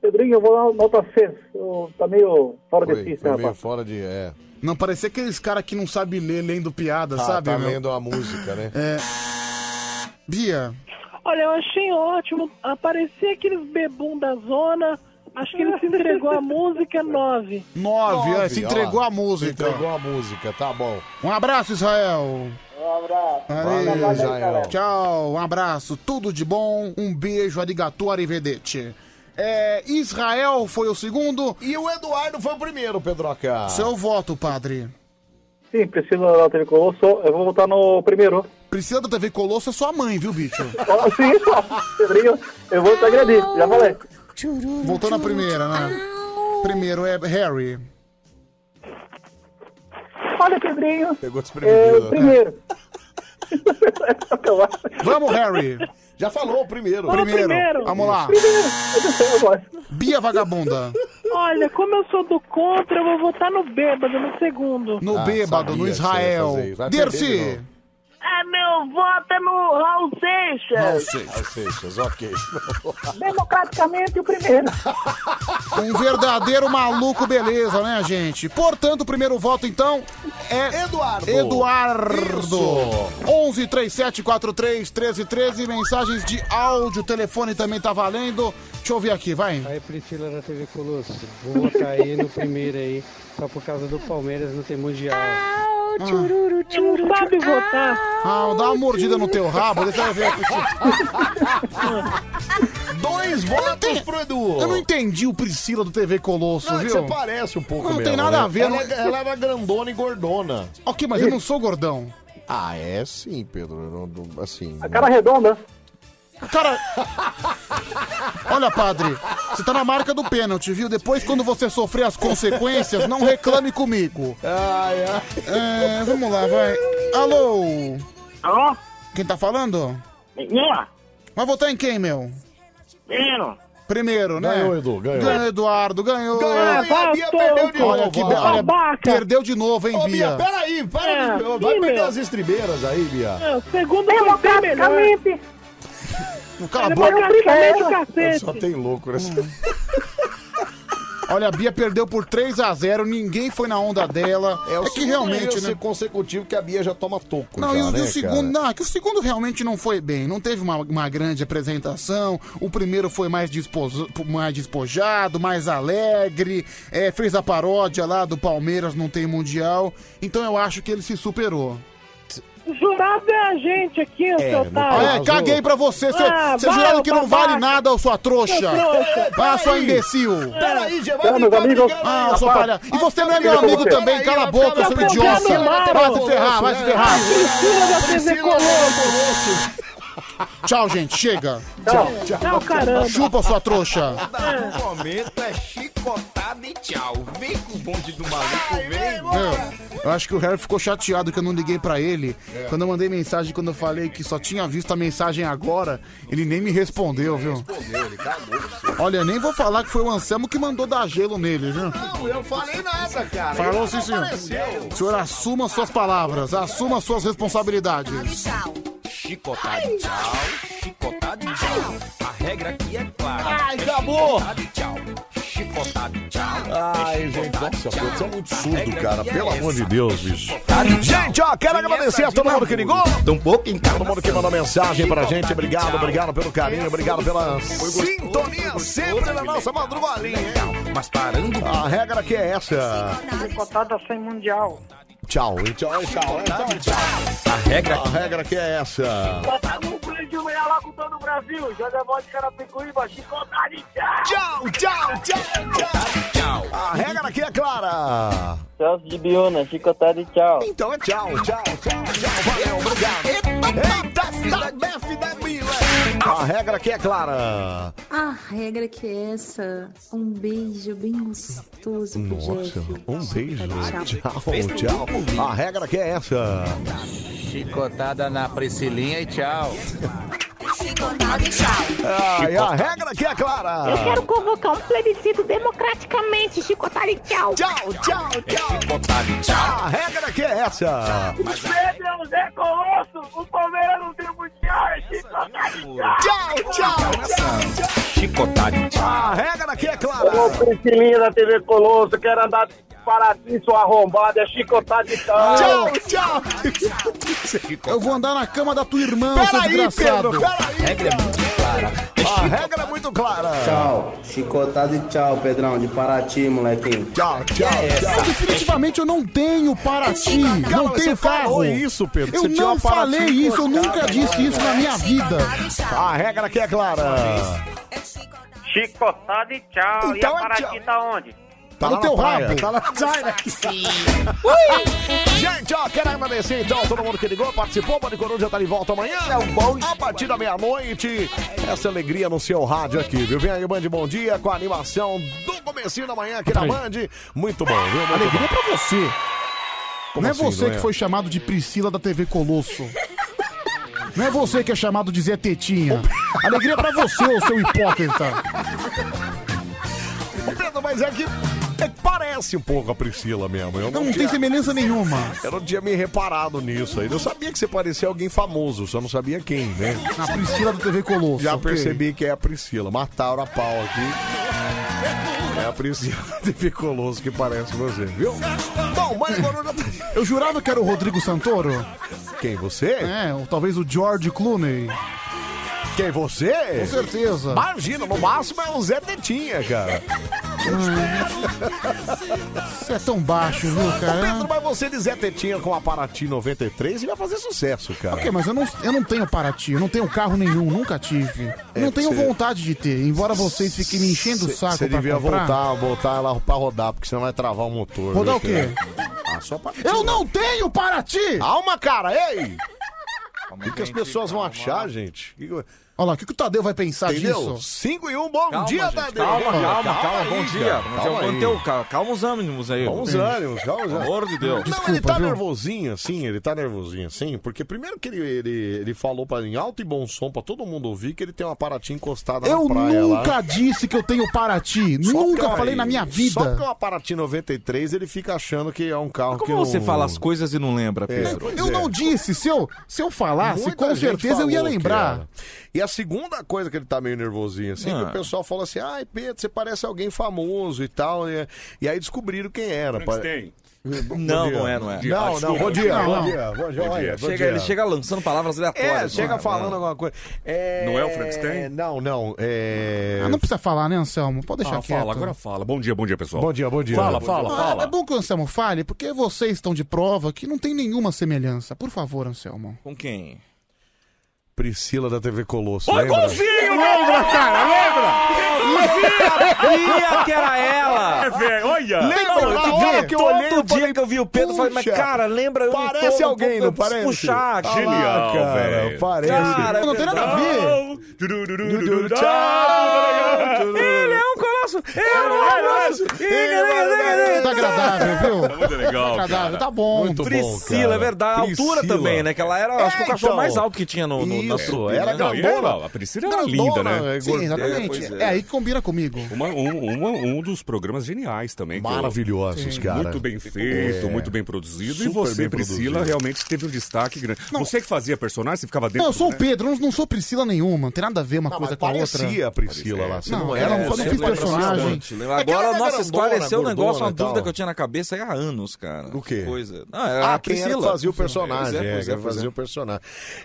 Speaker 9: Pedrinho, eu vou dar nota 6. Eu, tá meio fora de
Speaker 1: Foi,
Speaker 9: pista,
Speaker 1: foi tá meio
Speaker 9: rapaz.
Speaker 1: fora de. É.
Speaker 2: Não, parecia aqueles cara que não sabe ler lendo piada,
Speaker 1: Tá,
Speaker 2: sabe?
Speaker 1: tá
Speaker 2: meu?
Speaker 1: lendo a música, né?
Speaker 2: É. Bia,
Speaker 6: Olha, eu achei ótimo. Aparecia aqueles bebum da zona. Acho que ele se entregou à música 9.
Speaker 2: nove,
Speaker 1: Nove,
Speaker 2: é, se entregou
Speaker 1: ó lá.
Speaker 2: a música.
Speaker 1: Se entregou a música, tá bom.
Speaker 2: Um abraço, Israel.
Speaker 19: Um
Speaker 15: Um abraço.
Speaker 2: Valeu,
Speaker 15: Valeu,
Speaker 2: Israel.
Speaker 15: galera.
Speaker 2: Tchau, um abraço, tudo de bom, um beijo, arigatou, arrivedete. É, Israel foi o segundo.
Speaker 1: E o Eduardo foi o primeiro, Pedroca.
Speaker 2: Seu voto, padre.
Speaker 9: Sim, Priscila da TV Colosso, eu vou votar no primeiro.
Speaker 2: Priscila da TV Colosso é sua mãe, viu, bicho?
Speaker 9: Ah, sim, Pedrinho, eu vou te agredir, já falei.
Speaker 2: Voltou na primeira, né? Primeiro é Harry.
Speaker 9: Olha, Pedrinho.
Speaker 1: Pegou
Speaker 9: É,
Speaker 2: né?
Speaker 9: o primeiro.
Speaker 2: Vamos, Harry.
Speaker 1: Já falou o primeiro.
Speaker 2: Primeiro. Vamos lá. Bia Vagabunda.
Speaker 6: Ah, Olha, como eu sou do contra, eu vou votar no bêbado, no segundo.
Speaker 1: Ah,
Speaker 2: No bêbado, no Israel. Dercy.
Speaker 4: Ah, meu, vota no Raul
Speaker 1: Não
Speaker 4: Seixas.
Speaker 1: sei. Não Seixas, ok.
Speaker 2: Democraticamente o primeiro. Um verdadeiro maluco, beleza, né, gente? Portanto, o primeiro voto, então, é
Speaker 1: Eduardo.
Speaker 2: Eduardo.
Speaker 1: Isso.
Speaker 2: 11 3743 1313, mensagens de áudio, telefone também tá valendo. Deixa eu ouvir aqui, vai.
Speaker 16: Aí, Priscila da TV Colosso, vou votar aí no primeiro aí, só por causa do Palmeiras não ter mundial.
Speaker 2: Tchururu, tchururu, não sabe votar. Ah, dá uma mordida no teu rabo, deixa eu ver aqui.
Speaker 1: Dois votos pro Edu.
Speaker 2: Eu não entendi o Priscila do TV Colosso,
Speaker 1: Não, é que
Speaker 2: viu?
Speaker 1: você parece um pouco
Speaker 2: Não
Speaker 1: mesmo,
Speaker 2: tem nada
Speaker 1: né?
Speaker 2: a ver.
Speaker 1: Ela, é- ela era grandona e gordona.
Speaker 2: Ah. Ok, mas eu não sou gordão.
Speaker 1: Ah, é sim, Pedro. eu não- não- assim. A
Speaker 2: cara redonda. Cara. Olha, padre, você tá na marca do pênalti, viu? Depois, quando você sofrer as consequências, não reclame comigo.
Speaker 1: Ai, ai.
Speaker 2: É, vamos lá, vai. Alô? Alô? Quem tá falando? Minha. Vai votar em quem, meu?
Speaker 4: Primeiro.
Speaker 2: Primeiro, né?
Speaker 1: Ganhou, Edu, ganhou.
Speaker 2: Eduardo, ganhou.
Speaker 1: Ganhou, e a Bia perdeu de
Speaker 2: Olha
Speaker 1: novo,
Speaker 2: que
Speaker 1: ó.
Speaker 2: be- olha,
Speaker 1: Babaca.
Speaker 2: Perdeu de novo, hein,
Speaker 1: Ô,
Speaker 2: Bia?
Speaker 1: Bia, peraí, peraí.
Speaker 2: É,
Speaker 1: vai
Speaker 2: sim,
Speaker 1: perder
Speaker 2: meu.
Speaker 1: as estribeiras aí, Bia.
Speaker 6: Não, o segundo foi bem melhor.
Speaker 2: Cala a
Speaker 1: Ele
Speaker 2: boca.
Speaker 1: vai
Speaker 2: Eu
Speaker 1: cair no
Speaker 2: quero.
Speaker 1: cacete. Só tem louco né? nessa-
Speaker 2: Olha, a Bia perdeu por 3 a 0 ninguém foi na onda dela. É,
Speaker 1: o
Speaker 2: que
Speaker 1: segundo
Speaker 2: realmente,
Speaker 1: erro
Speaker 2: né?
Speaker 1: consecutivo que a Bia já toma toco.
Speaker 2: Não,
Speaker 1: já,
Speaker 2: e o, e
Speaker 1: né,
Speaker 2: o segundo,
Speaker 1: cara?
Speaker 2: não, é que o segundo realmente não foi bem. Não teve uma, uma grande apresentação. O primeiro foi mais, desposo- mais despojado, mais alegre. é, fez a paródia lá do Palmeiras não tem mundial. Então eu acho que ele se superou.
Speaker 6: O jurado é a gente aqui, é, seu
Speaker 2: Ah,
Speaker 6: otário.
Speaker 2: é, caguei pra você, seu,
Speaker 6: Ah,
Speaker 2: seu
Speaker 6: vai,
Speaker 2: jurado que não
Speaker 6: babaca.
Speaker 2: vale nada, ô sua trouxa.
Speaker 6: Seu trouxa.
Speaker 2: Ah, sua
Speaker 6: Peraí.
Speaker 2: imbecil.
Speaker 4: É.
Speaker 1: Peraí, Gê, vai
Speaker 2: Pera,
Speaker 1: brincar
Speaker 2: meus amigos.
Speaker 1: de cara
Speaker 2: Ah,
Speaker 1: aí,
Speaker 2: eu sou
Speaker 1: rapaz.
Speaker 2: palha. E você não é
Speaker 1: Peraí,
Speaker 2: meu amigo
Speaker 1: peraí,
Speaker 2: também, cala a
Speaker 1: rapaz,
Speaker 2: boca, seu
Speaker 1: peraí,
Speaker 2: idiota.
Speaker 1: Bolsonaro.
Speaker 2: Vai se ferrar, vai se ferrar.
Speaker 1: Priscila da TV Colosso.
Speaker 2: Tchau, gente, chega.
Speaker 1: Tchau. Tchau, caramba.
Speaker 2: Chupa, sua trouxa.
Speaker 22: No momento é chicotada e tchau. Vem com o bonde do maluco, vem.
Speaker 2: Meu, É, eu acho que o Harry ficou chateado que eu não liguei pra ele.
Speaker 1: É.
Speaker 2: Quando eu mandei mensagem, quando eu falei que só tinha visto a mensagem agora, ele nem me respondeu, viu?
Speaker 22: Respondeu, ele tá louco.
Speaker 2: Olha, eu nem vou falar que foi o Anselmo que mandou dar gelo nele, viu?
Speaker 1: Não, eu falei nada, cara.
Speaker 2: Falou
Speaker 1: Ele
Speaker 2: sim,
Speaker 1: não
Speaker 2: senhor.
Speaker 1: apareceu.
Speaker 2: O senhor assuma suas palavras, assuma suas responsabilidades.
Speaker 22: Chicotada e tchau. Chicotada e tchau. A regra aqui é clara.
Speaker 1: Ai, acabou.
Speaker 22: Chicotada e tchau. Chicotada e tchau.
Speaker 25: Ah,
Speaker 1: Ai, gente, nossa, você é um absurdo, cara. Pelo amor de Deus, bicho.
Speaker 22: Gente,
Speaker 1: ó, quero agradecer a todo mundo que ligou.
Speaker 22: Tampouco em
Speaker 1: Todo mundo que mandou mensagem pra gente, obrigado, obrigado pelo carinho, obrigado pela sintonia sempre na nossa madrugalinha, hein?
Speaker 22: Mas parando.
Speaker 1: A regra que é essa.
Speaker 25: Chicotada sem mundial.
Speaker 1: Tchau, e tchau, e tchau, e tchau, e tchau.
Speaker 22: A regra,
Speaker 1: a regra que é essa.
Speaker 25: Um grande de meia lá com todo o Brasil. Joga bola de Carapicuíba. Chicotada e
Speaker 1: Tchau, tchau, tchau,
Speaker 22: tchau.
Speaker 1: A regra aqui é clara.
Speaker 5: Celso de Biona, chicotada e tchau.
Speaker 1: Então é tchau, tchau, tchau, tchau. Valeu, obrigado. Eita, tá Bef da Bila. A regra aqui é clara.
Speaker 27: A regra que é essa. Um beijo bem gostoso pro
Speaker 1: Nossa,
Speaker 27: Jeff.
Speaker 1: um beijo. Tchau, tchau. A regra que é essa.
Speaker 22: Chicotada na Priscilinha e tchau.
Speaker 4: Chicotada e tchau.
Speaker 1: Ai, a regra aqui é clara.
Speaker 4: Eu quero convocar um plebiscito democraticamente, chicotada e tchau.
Speaker 1: Tchau, tchau, tchau.
Speaker 22: Chicotada e
Speaker 1: A
Speaker 22: tchau.
Speaker 1: regra que é essa.
Speaker 25: Pedro é o Zé Colosso. O Palmeiras não tem mundial. É chicotada e
Speaker 1: Tchau, tchau.
Speaker 22: Chicotada e tchau.
Speaker 1: A regra que é clara.
Speaker 25: Ô, Priscilinha da TV Colosso. Quero andar para ti, sua arrombada. É chicotada e tchau.
Speaker 2: Tchau,
Speaker 1: tchau.
Speaker 2: Eu vou andar na cama da tua irmã, seu
Speaker 1: Peraí,
Speaker 2: desgraçado.
Speaker 1: Pedro, peraí.
Speaker 22: regra é muito clara.
Speaker 1: clara. A regra é muito clara.
Speaker 30: Tchau, chicotada e tchau, Pedrão, de Paraty, molequinho.
Speaker 1: Tchau,
Speaker 2: é
Speaker 1: tchau,
Speaker 2: Mas definitivamente eu não tenho Paraty. Não
Speaker 1: Cara, você
Speaker 2: tenho carro.
Speaker 1: falou isso, Pedro.
Speaker 2: Eu
Speaker 1: Você né? tinha um
Speaker 2: não
Speaker 1: uma Paraty
Speaker 2: falei isso, eu
Speaker 1: encostada.
Speaker 2: nunca disse isso na minha vida.
Speaker 1: A regra aqui é clara.
Speaker 31: Chicotada e tchau.
Speaker 1: Então
Speaker 31: e
Speaker 1: é
Speaker 31: a Paraty tá onde?
Speaker 1: Tá
Speaker 2: no
Speaker 1: lá
Speaker 2: teu
Speaker 1: na praia,
Speaker 2: rabo.
Speaker 1: Tá lá Gente, ó, quero agradecer então a todo mundo que ligou, participou. Bande Coruja tá de volta amanhã. A partir da meia-noite. Essa alegria no seu rádio aqui, viu? Vem aí, Band Bom Dia, com a animação do comecinho da manhã aqui na Band. Muito bom, viu? Muito
Speaker 2: Alegria
Speaker 1: bom.
Speaker 2: pra você.
Speaker 1: Como
Speaker 2: não é
Speaker 1: assim,
Speaker 2: você
Speaker 1: não
Speaker 2: que
Speaker 1: é?
Speaker 2: foi chamado de Priscila da TV Colosso. Não é você que é chamado de Zé Tetinha. Alegria pra você, ô seu hipócrita.
Speaker 1: Ô, Pedro, mas é que é que parece um pouco a Priscila mesmo. Eu não,
Speaker 2: Não tem
Speaker 1: tinha-
Speaker 2: semelhança nenhuma.
Speaker 1: Eu não tinha me reparado nisso ainda. Eu sabia que você parecia alguém famoso, só não sabia quem, né?
Speaker 2: A Priscila da TV Colosso.
Speaker 1: Já
Speaker 2: ok?
Speaker 1: percebi que é a Priscila. Mataram a pau aqui. É a Priscila de Ficoloso que parece você, viu? Bom, Mário Coruja tá...
Speaker 2: Eu jurava que era o Rodrigo Santoro.
Speaker 1: Quem, você?
Speaker 2: É, ou talvez o George Clooney.
Speaker 1: Quem, você?
Speaker 2: Com certeza.
Speaker 1: Imagina, no máximo é o Zé Tetinha, cara.
Speaker 2: Você é tão baixo, viu,
Speaker 1: Ô,
Speaker 2: cara?
Speaker 1: Pedro, mas você de Zé Tetinha com a Paraty 93 e vai fazer sucesso, cara.
Speaker 2: Ok, mas eu não, eu não tenho Paraty, eu não tenho carro nenhum, nunca tive. Eu não tenho
Speaker 1: É você-
Speaker 2: vontade de ter, embora vocês fiquem me enchendo o saco
Speaker 1: Você
Speaker 2: pra
Speaker 1: devia
Speaker 2: comprar.
Speaker 1: voltar, voltar lá pra rodar, porque senão vai travar o motor.
Speaker 2: Rodar
Speaker 1: viu,
Speaker 2: o quê?
Speaker 1: cara? Ah, só pra...
Speaker 2: Eu não tenho Paraty!
Speaker 1: Calma, cara, ei! O que, que as pessoas vão achar, gente? Que que-
Speaker 2: Olha lá, o que, que o Tadeu vai
Speaker 4: Tá
Speaker 2: pensar
Speaker 1: Entendeu?
Speaker 2: disso?
Speaker 1: 5 e 1, bom
Speaker 2: Calma,
Speaker 1: dia,
Speaker 2: gente,
Speaker 1: Tadeu!
Speaker 2: calma,
Speaker 1: Bom dia.
Speaker 2: calma, calma,
Speaker 1: aí,
Speaker 2: bom dia.
Speaker 1: cara,
Speaker 2: Bom
Speaker 1: calma
Speaker 2: dia,
Speaker 1: aí.
Speaker 2: manter o
Speaker 4: Calma, calma os ânimos aí.
Speaker 1: Calma os ânimos, calma os
Speaker 4: Pelo
Speaker 1: ânimos.
Speaker 4: amor de Deus.
Speaker 1: Não, ele tá nervosinho, assim, ele tá nervosinho, assim, porque primeiro que ele, ele, ele falou pra, em alto e bom som pra todo mundo ouvir que ele tem uma paratinha encostada
Speaker 2: Eu
Speaker 1: na praia
Speaker 2: nunca
Speaker 1: lá.
Speaker 2: disse que eu tenho Paraty,
Speaker 1: Só
Speaker 2: nunca
Speaker 1: porque-
Speaker 2: falei na minha
Speaker 1: Só porque é
Speaker 2: vida.
Speaker 1: uma Paraty 93, ele fica achando que é um carro que
Speaker 4: Como você
Speaker 1: não- É,
Speaker 4: fala as coisas e não lembra, Pedro?
Speaker 1: pois
Speaker 2: Eu não disse, se eu, se eu falasse,
Speaker 1: Muita
Speaker 2: com
Speaker 1: gente
Speaker 2: certeza eu ia
Speaker 1: falou que
Speaker 2: lembrar.
Speaker 1: era. E a segunda coisa que ele tá meio nervosinho, assim, que
Speaker 4: Ah.
Speaker 1: o pessoal fala assim, ai, Pedro, você parece alguém famoso e tal. E, e aí descobriram quem era.
Speaker 4: Frankenstein.
Speaker 1: Bom
Speaker 4: Não,
Speaker 1: dia.
Speaker 4: não é, não é.
Speaker 1: Não,
Speaker 4: Ah,
Speaker 1: não,
Speaker 4: desculpa.
Speaker 1: bom dia,
Speaker 4: Não,
Speaker 1: bom
Speaker 4: não.
Speaker 1: dia, bom dia,
Speaker 4: Bom
Speaker 1: olha,
Speaker 4: dia.
Speaker 1: bom
Speaker 4: Chega-
Speaker 1: dia.
Speaker 4: Ele chega lançando palavras aleatórias. né?
Speaker 1: É, chega
Speaker 4: não
Speaker 1: falando
Speaker 4: Não.
Speaker 1: alguma coisa. É...
Speaker 4: Não é o Frankenstein?
Speaker 1: Não, não, é...
Speaker 2: Ah, não precisa falar, né, Anselmo? Pode deixar
Speaker 4: Ah,
Speaker 2: quieto.
Speaker 4: fala, agora fala. Bom dia, bom dia, pessoal.
Speaker 1: Bom dia, bom dia.
Speaker 4: Fala,
Speaker 1: Bom
Speaker 4: fala,
Speaker 1: dia.
Speaker 2: Ah,
Speaker 4: fala.
Speaker 2: É bom que o Anselmo fale, porque vocês estão de prova que não tem nenhuma semelhança. Por favor, Anselmo.
Speaker 4: Com quem?
Speaker 1: Priscila da TV Colosso,
Speaker 4: Ô,
Speaker 1: lembra?
Speaker 4: golzinho, lembra, cara, lembra? Ia que era ela.
Speaker 1: É, velho, olha.
Speaker 4: Lembra
Speaker 1: Todo
Speaker 4: na hora
Speaker 1: dia-
Speaker 4: que eu olhei,
Speaker 1: todo
Speaker 4: todo dia que eu vi o Pedro, eu falei, mas
Speaker 1: "Puxa,
Speaker 4: cara, lembra? Eu não
Speaker 1: parece
Speaker 4: tô,
Speaker 1: alguém, não
Speaker 4: eu preciso
Speaker 1: parece?
Speaker 4: Puxar.
Speaker 1: Tá lá, Genial, cara, velho. parece.
Speaker 4: Cara,
Speaker 1: Não tem nada a
Speaker 4: ver. Ele é um colosso. Ele é um colosso. Ele é um
Speaker 2: Tá agradável, viu?
Speaker 4: Muito legal,
Speaker 2: Tá agradável, tá bom.
Speaker 1: Muito
Speaker 4: Priscila, é verdade. A altura
Speaker 1: Priscila.
Speaker 4: também, né? Que ela era, acho que o
Speaker 1: É,
Speaker 4: cachorro
Speaker 1: então.
Speaker 4: mais alto que tinha no, no, na
Speaker 1: Isso,
Speaker 4: sua.
Speaker 1: era
Speaker 19: é
Speaker 4: né?
Speaker 1: grandona. Não, e ela- a
Speaker 19: Priscila era linda, né?
Speaker 2: Sim, exatamente. É. aí que combina comigo.
Speaker 19: Uma- um, uma- um dos programas geniais também. que eu-
Speaker 1: Maravilhosos, cara.
Speaker 19: Muito bem feito,
Speaker 1: É.
Speaker 19: muito bem produzido. e
Speaker 1: Super
Speaker 19: você,
Speaker 1: bem
Speaker 19: Priscila,
Speaker 1: produzido.
Speaker 19: realmente teve um destaque grande. Você que fazia personagem, você ficava dentro.
Speaker 2: Não, eu sou o
Speaker 19: né?
Speaker 2: Pedro, eu não sou Priscila nenhuma. Não tem nada a ver uma
Speaker 1: Não,
Speaker 2: coisa
Speaker 1: mas
Speaker 2: com a outra.
Speaker 1: parecia a Priscila lá. Você
Speaker 2: Não,
Speaker 1: não,
Speaker 2: ela
Speaker 1: era.
Speaker 4: é,
Speaker 2: não- eu não
Speaker 1: você
Speaker 2: fiz
Speaker 1: parecia
Speaker 2: personagem.
Speaker 1: muito.
Speaker 4: Lembra? né? Agora,
Speaker 1: Aquela é
Speaker 4: nossa,
Speaker 1: grandona,
Speaker 4: esclareceu um
Speaker 1: gordona
Speaker 4: negócio,
Speaker 1: e
Speaker 4: uma
Speaker 1: tal.
Speaker 4: dúvida que eu tinha na cabeça há anos, cara. O quê? Coisa. Não, era
Speaker 1: Ah,
Speaker 4: a
Speaker 1: quem era que
Speaker 4: Priscila.
Speaker 1: fazia o
Speaker 4: Pois
Speaker 1: personagem.
Speaker 4: é,
Speaker 1: É,
Speaker 4: pois é,
Speaker 1: quem
Speaker 4: pois é.
Speaker 1: fazia o personagem.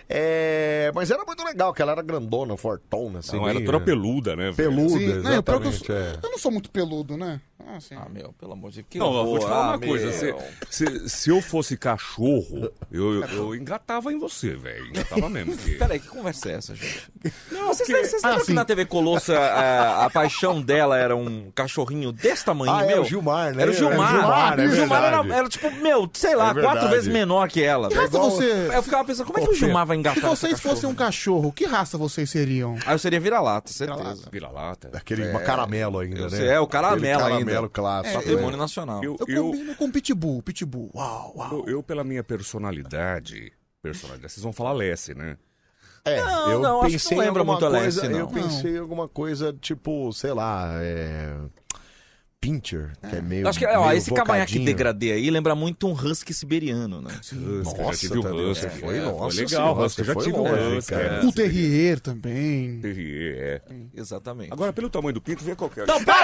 Speaker 1: É, mas era muito legal, que ela era grandona, fortona, assim.
Speaker 19: Não, era
Speaker 1: bem-
Speaker 19: toda peluda, né? velho?
Speaker 1: Peluda,
Speaker 2: Sim,
Speaker 1: exatamente.
Speaker 2: não, eu próprio-
Speaker 1: é.
Speaker 2: Eu não sou muito peludo, né? Ah, sim.
Speaker 4: Meu, pelo amor de Deus. que
Speaker 19: Não, eu vou te
Speaker 4: horror,
Speaker 19: falar
Speaker 4: ah,
Speaker 19: uma coisa.
Speaker 4: meu.
Speaker 19: Se, se, se eu fosse cachorro, eu, eu, eu engatava em você, velho. Engatava mesmo. porque-
Speaker 4: Peraí, que conversa é essa, gente? Não, vocês, vocês
Speaker 19: Ah,
Speaker 4: lembram que
Speaker 19: sim.
Speaker 4: na TV Colosso a, a paixão dela era um cachorrinho desse tamanho,
Speaker 1: Ah,
Speaker 4: meu?
Speaker 1: é o Gilmar, né?
Speaker 4: Era o Gilmar.
Speaker 1: É o Gilmar, é
Speaker 4: e o Gilmar
Speaker 1: verdade.
Speaker 4: era, era tipo, meu, sei lá,
Speaker 1: É
Speaker 4: quatro
Speaker 1: verdade. É
Speaker 4: vezes menor que ela.
Speaker 2: Que
Speaker 4: velho.
Speaker 2: raça você-
Speaker 4: Eu ficava pensando, como é que o Gilmar vai
Speaker 2: Se
Speaker 4: engatar
Speaker 2: vocês
Speaker 4: essa cachorra?
Speaker 2: fossem um cachorro, que raça vocês seriam?
Speaker 4: Aí eu seria vira-lata, certeza. É.
Speaker 19: Vira-lata.
Speaker 1: Aquele caramelo ainda,
Speaker 4: Eu
Speaker 1: né?
Speaker 4: sei, é, o caramelo
Speaker 1: Aquele
Speaker 4: ainda.
Speaker 1: caramelo clássico. né?
Speaker 4: É, Patrimônio nacional.
Speaker 19: Eu,
Speaker 2: Eu,
Speaker 19: eu,
Speaker 2: combino com pitbull, pitbull. Uau, uau.
Speaker 19: eu, eu, pela minha personalidade. Personalidade. Vocês vão falar Lessie, né?
Speaker 1: É,
Speaker 4: Não,
Speaker 1: eu
Speaker 4: não, acho que
Speaker 1: pensei
Speaker 4: não
Speaker 1: em
Speaker 4: lembra
Speaker 1: alguma
Speaker 4: muito a
Speaker 1: coisa,
Speaker 4: Lessie,
Speaker 1: Eu
Speaker 4: não.
Speaker 1: pensei em alguma coisa tipo, sei lá, é... Pincher, que é meio.
Speaker 4: Acho que ó,
Speaker 1: meio
Speaker 4: esse cavanhaque
Speaker 1: bocadinho.
Speaker 4: degradê aí lembra muito um husky siberiano, né?
Speaker 19: Husky,
Speaker 1: Nossa,
Speaker 19: já tive
Speaker 1: Tadeu,
Speaker 19: o Husky.
Speaker 1: você tá foi
Speaker 19: é,
Speaker 1: longe,
Speaker 19: foi legal,
Speaker 1: senhora,
Speaker 19: Husky.
Speaker 1: você
Speaker 19: Já
Speaker 1: foi
Speaker 19: tive
Speaker 1: longe,
Speaker 19: o Husky.
Speaker 1: cara.
Speaker 19: é.
Speaker 2: O terrier também.
Speaker 19: Terrier, é.
Speaker 4: Exatamente.
Speaker 19: Agora, pelo tamanho do pinto, vê é. qualquer.
Speaker 4: Então, para!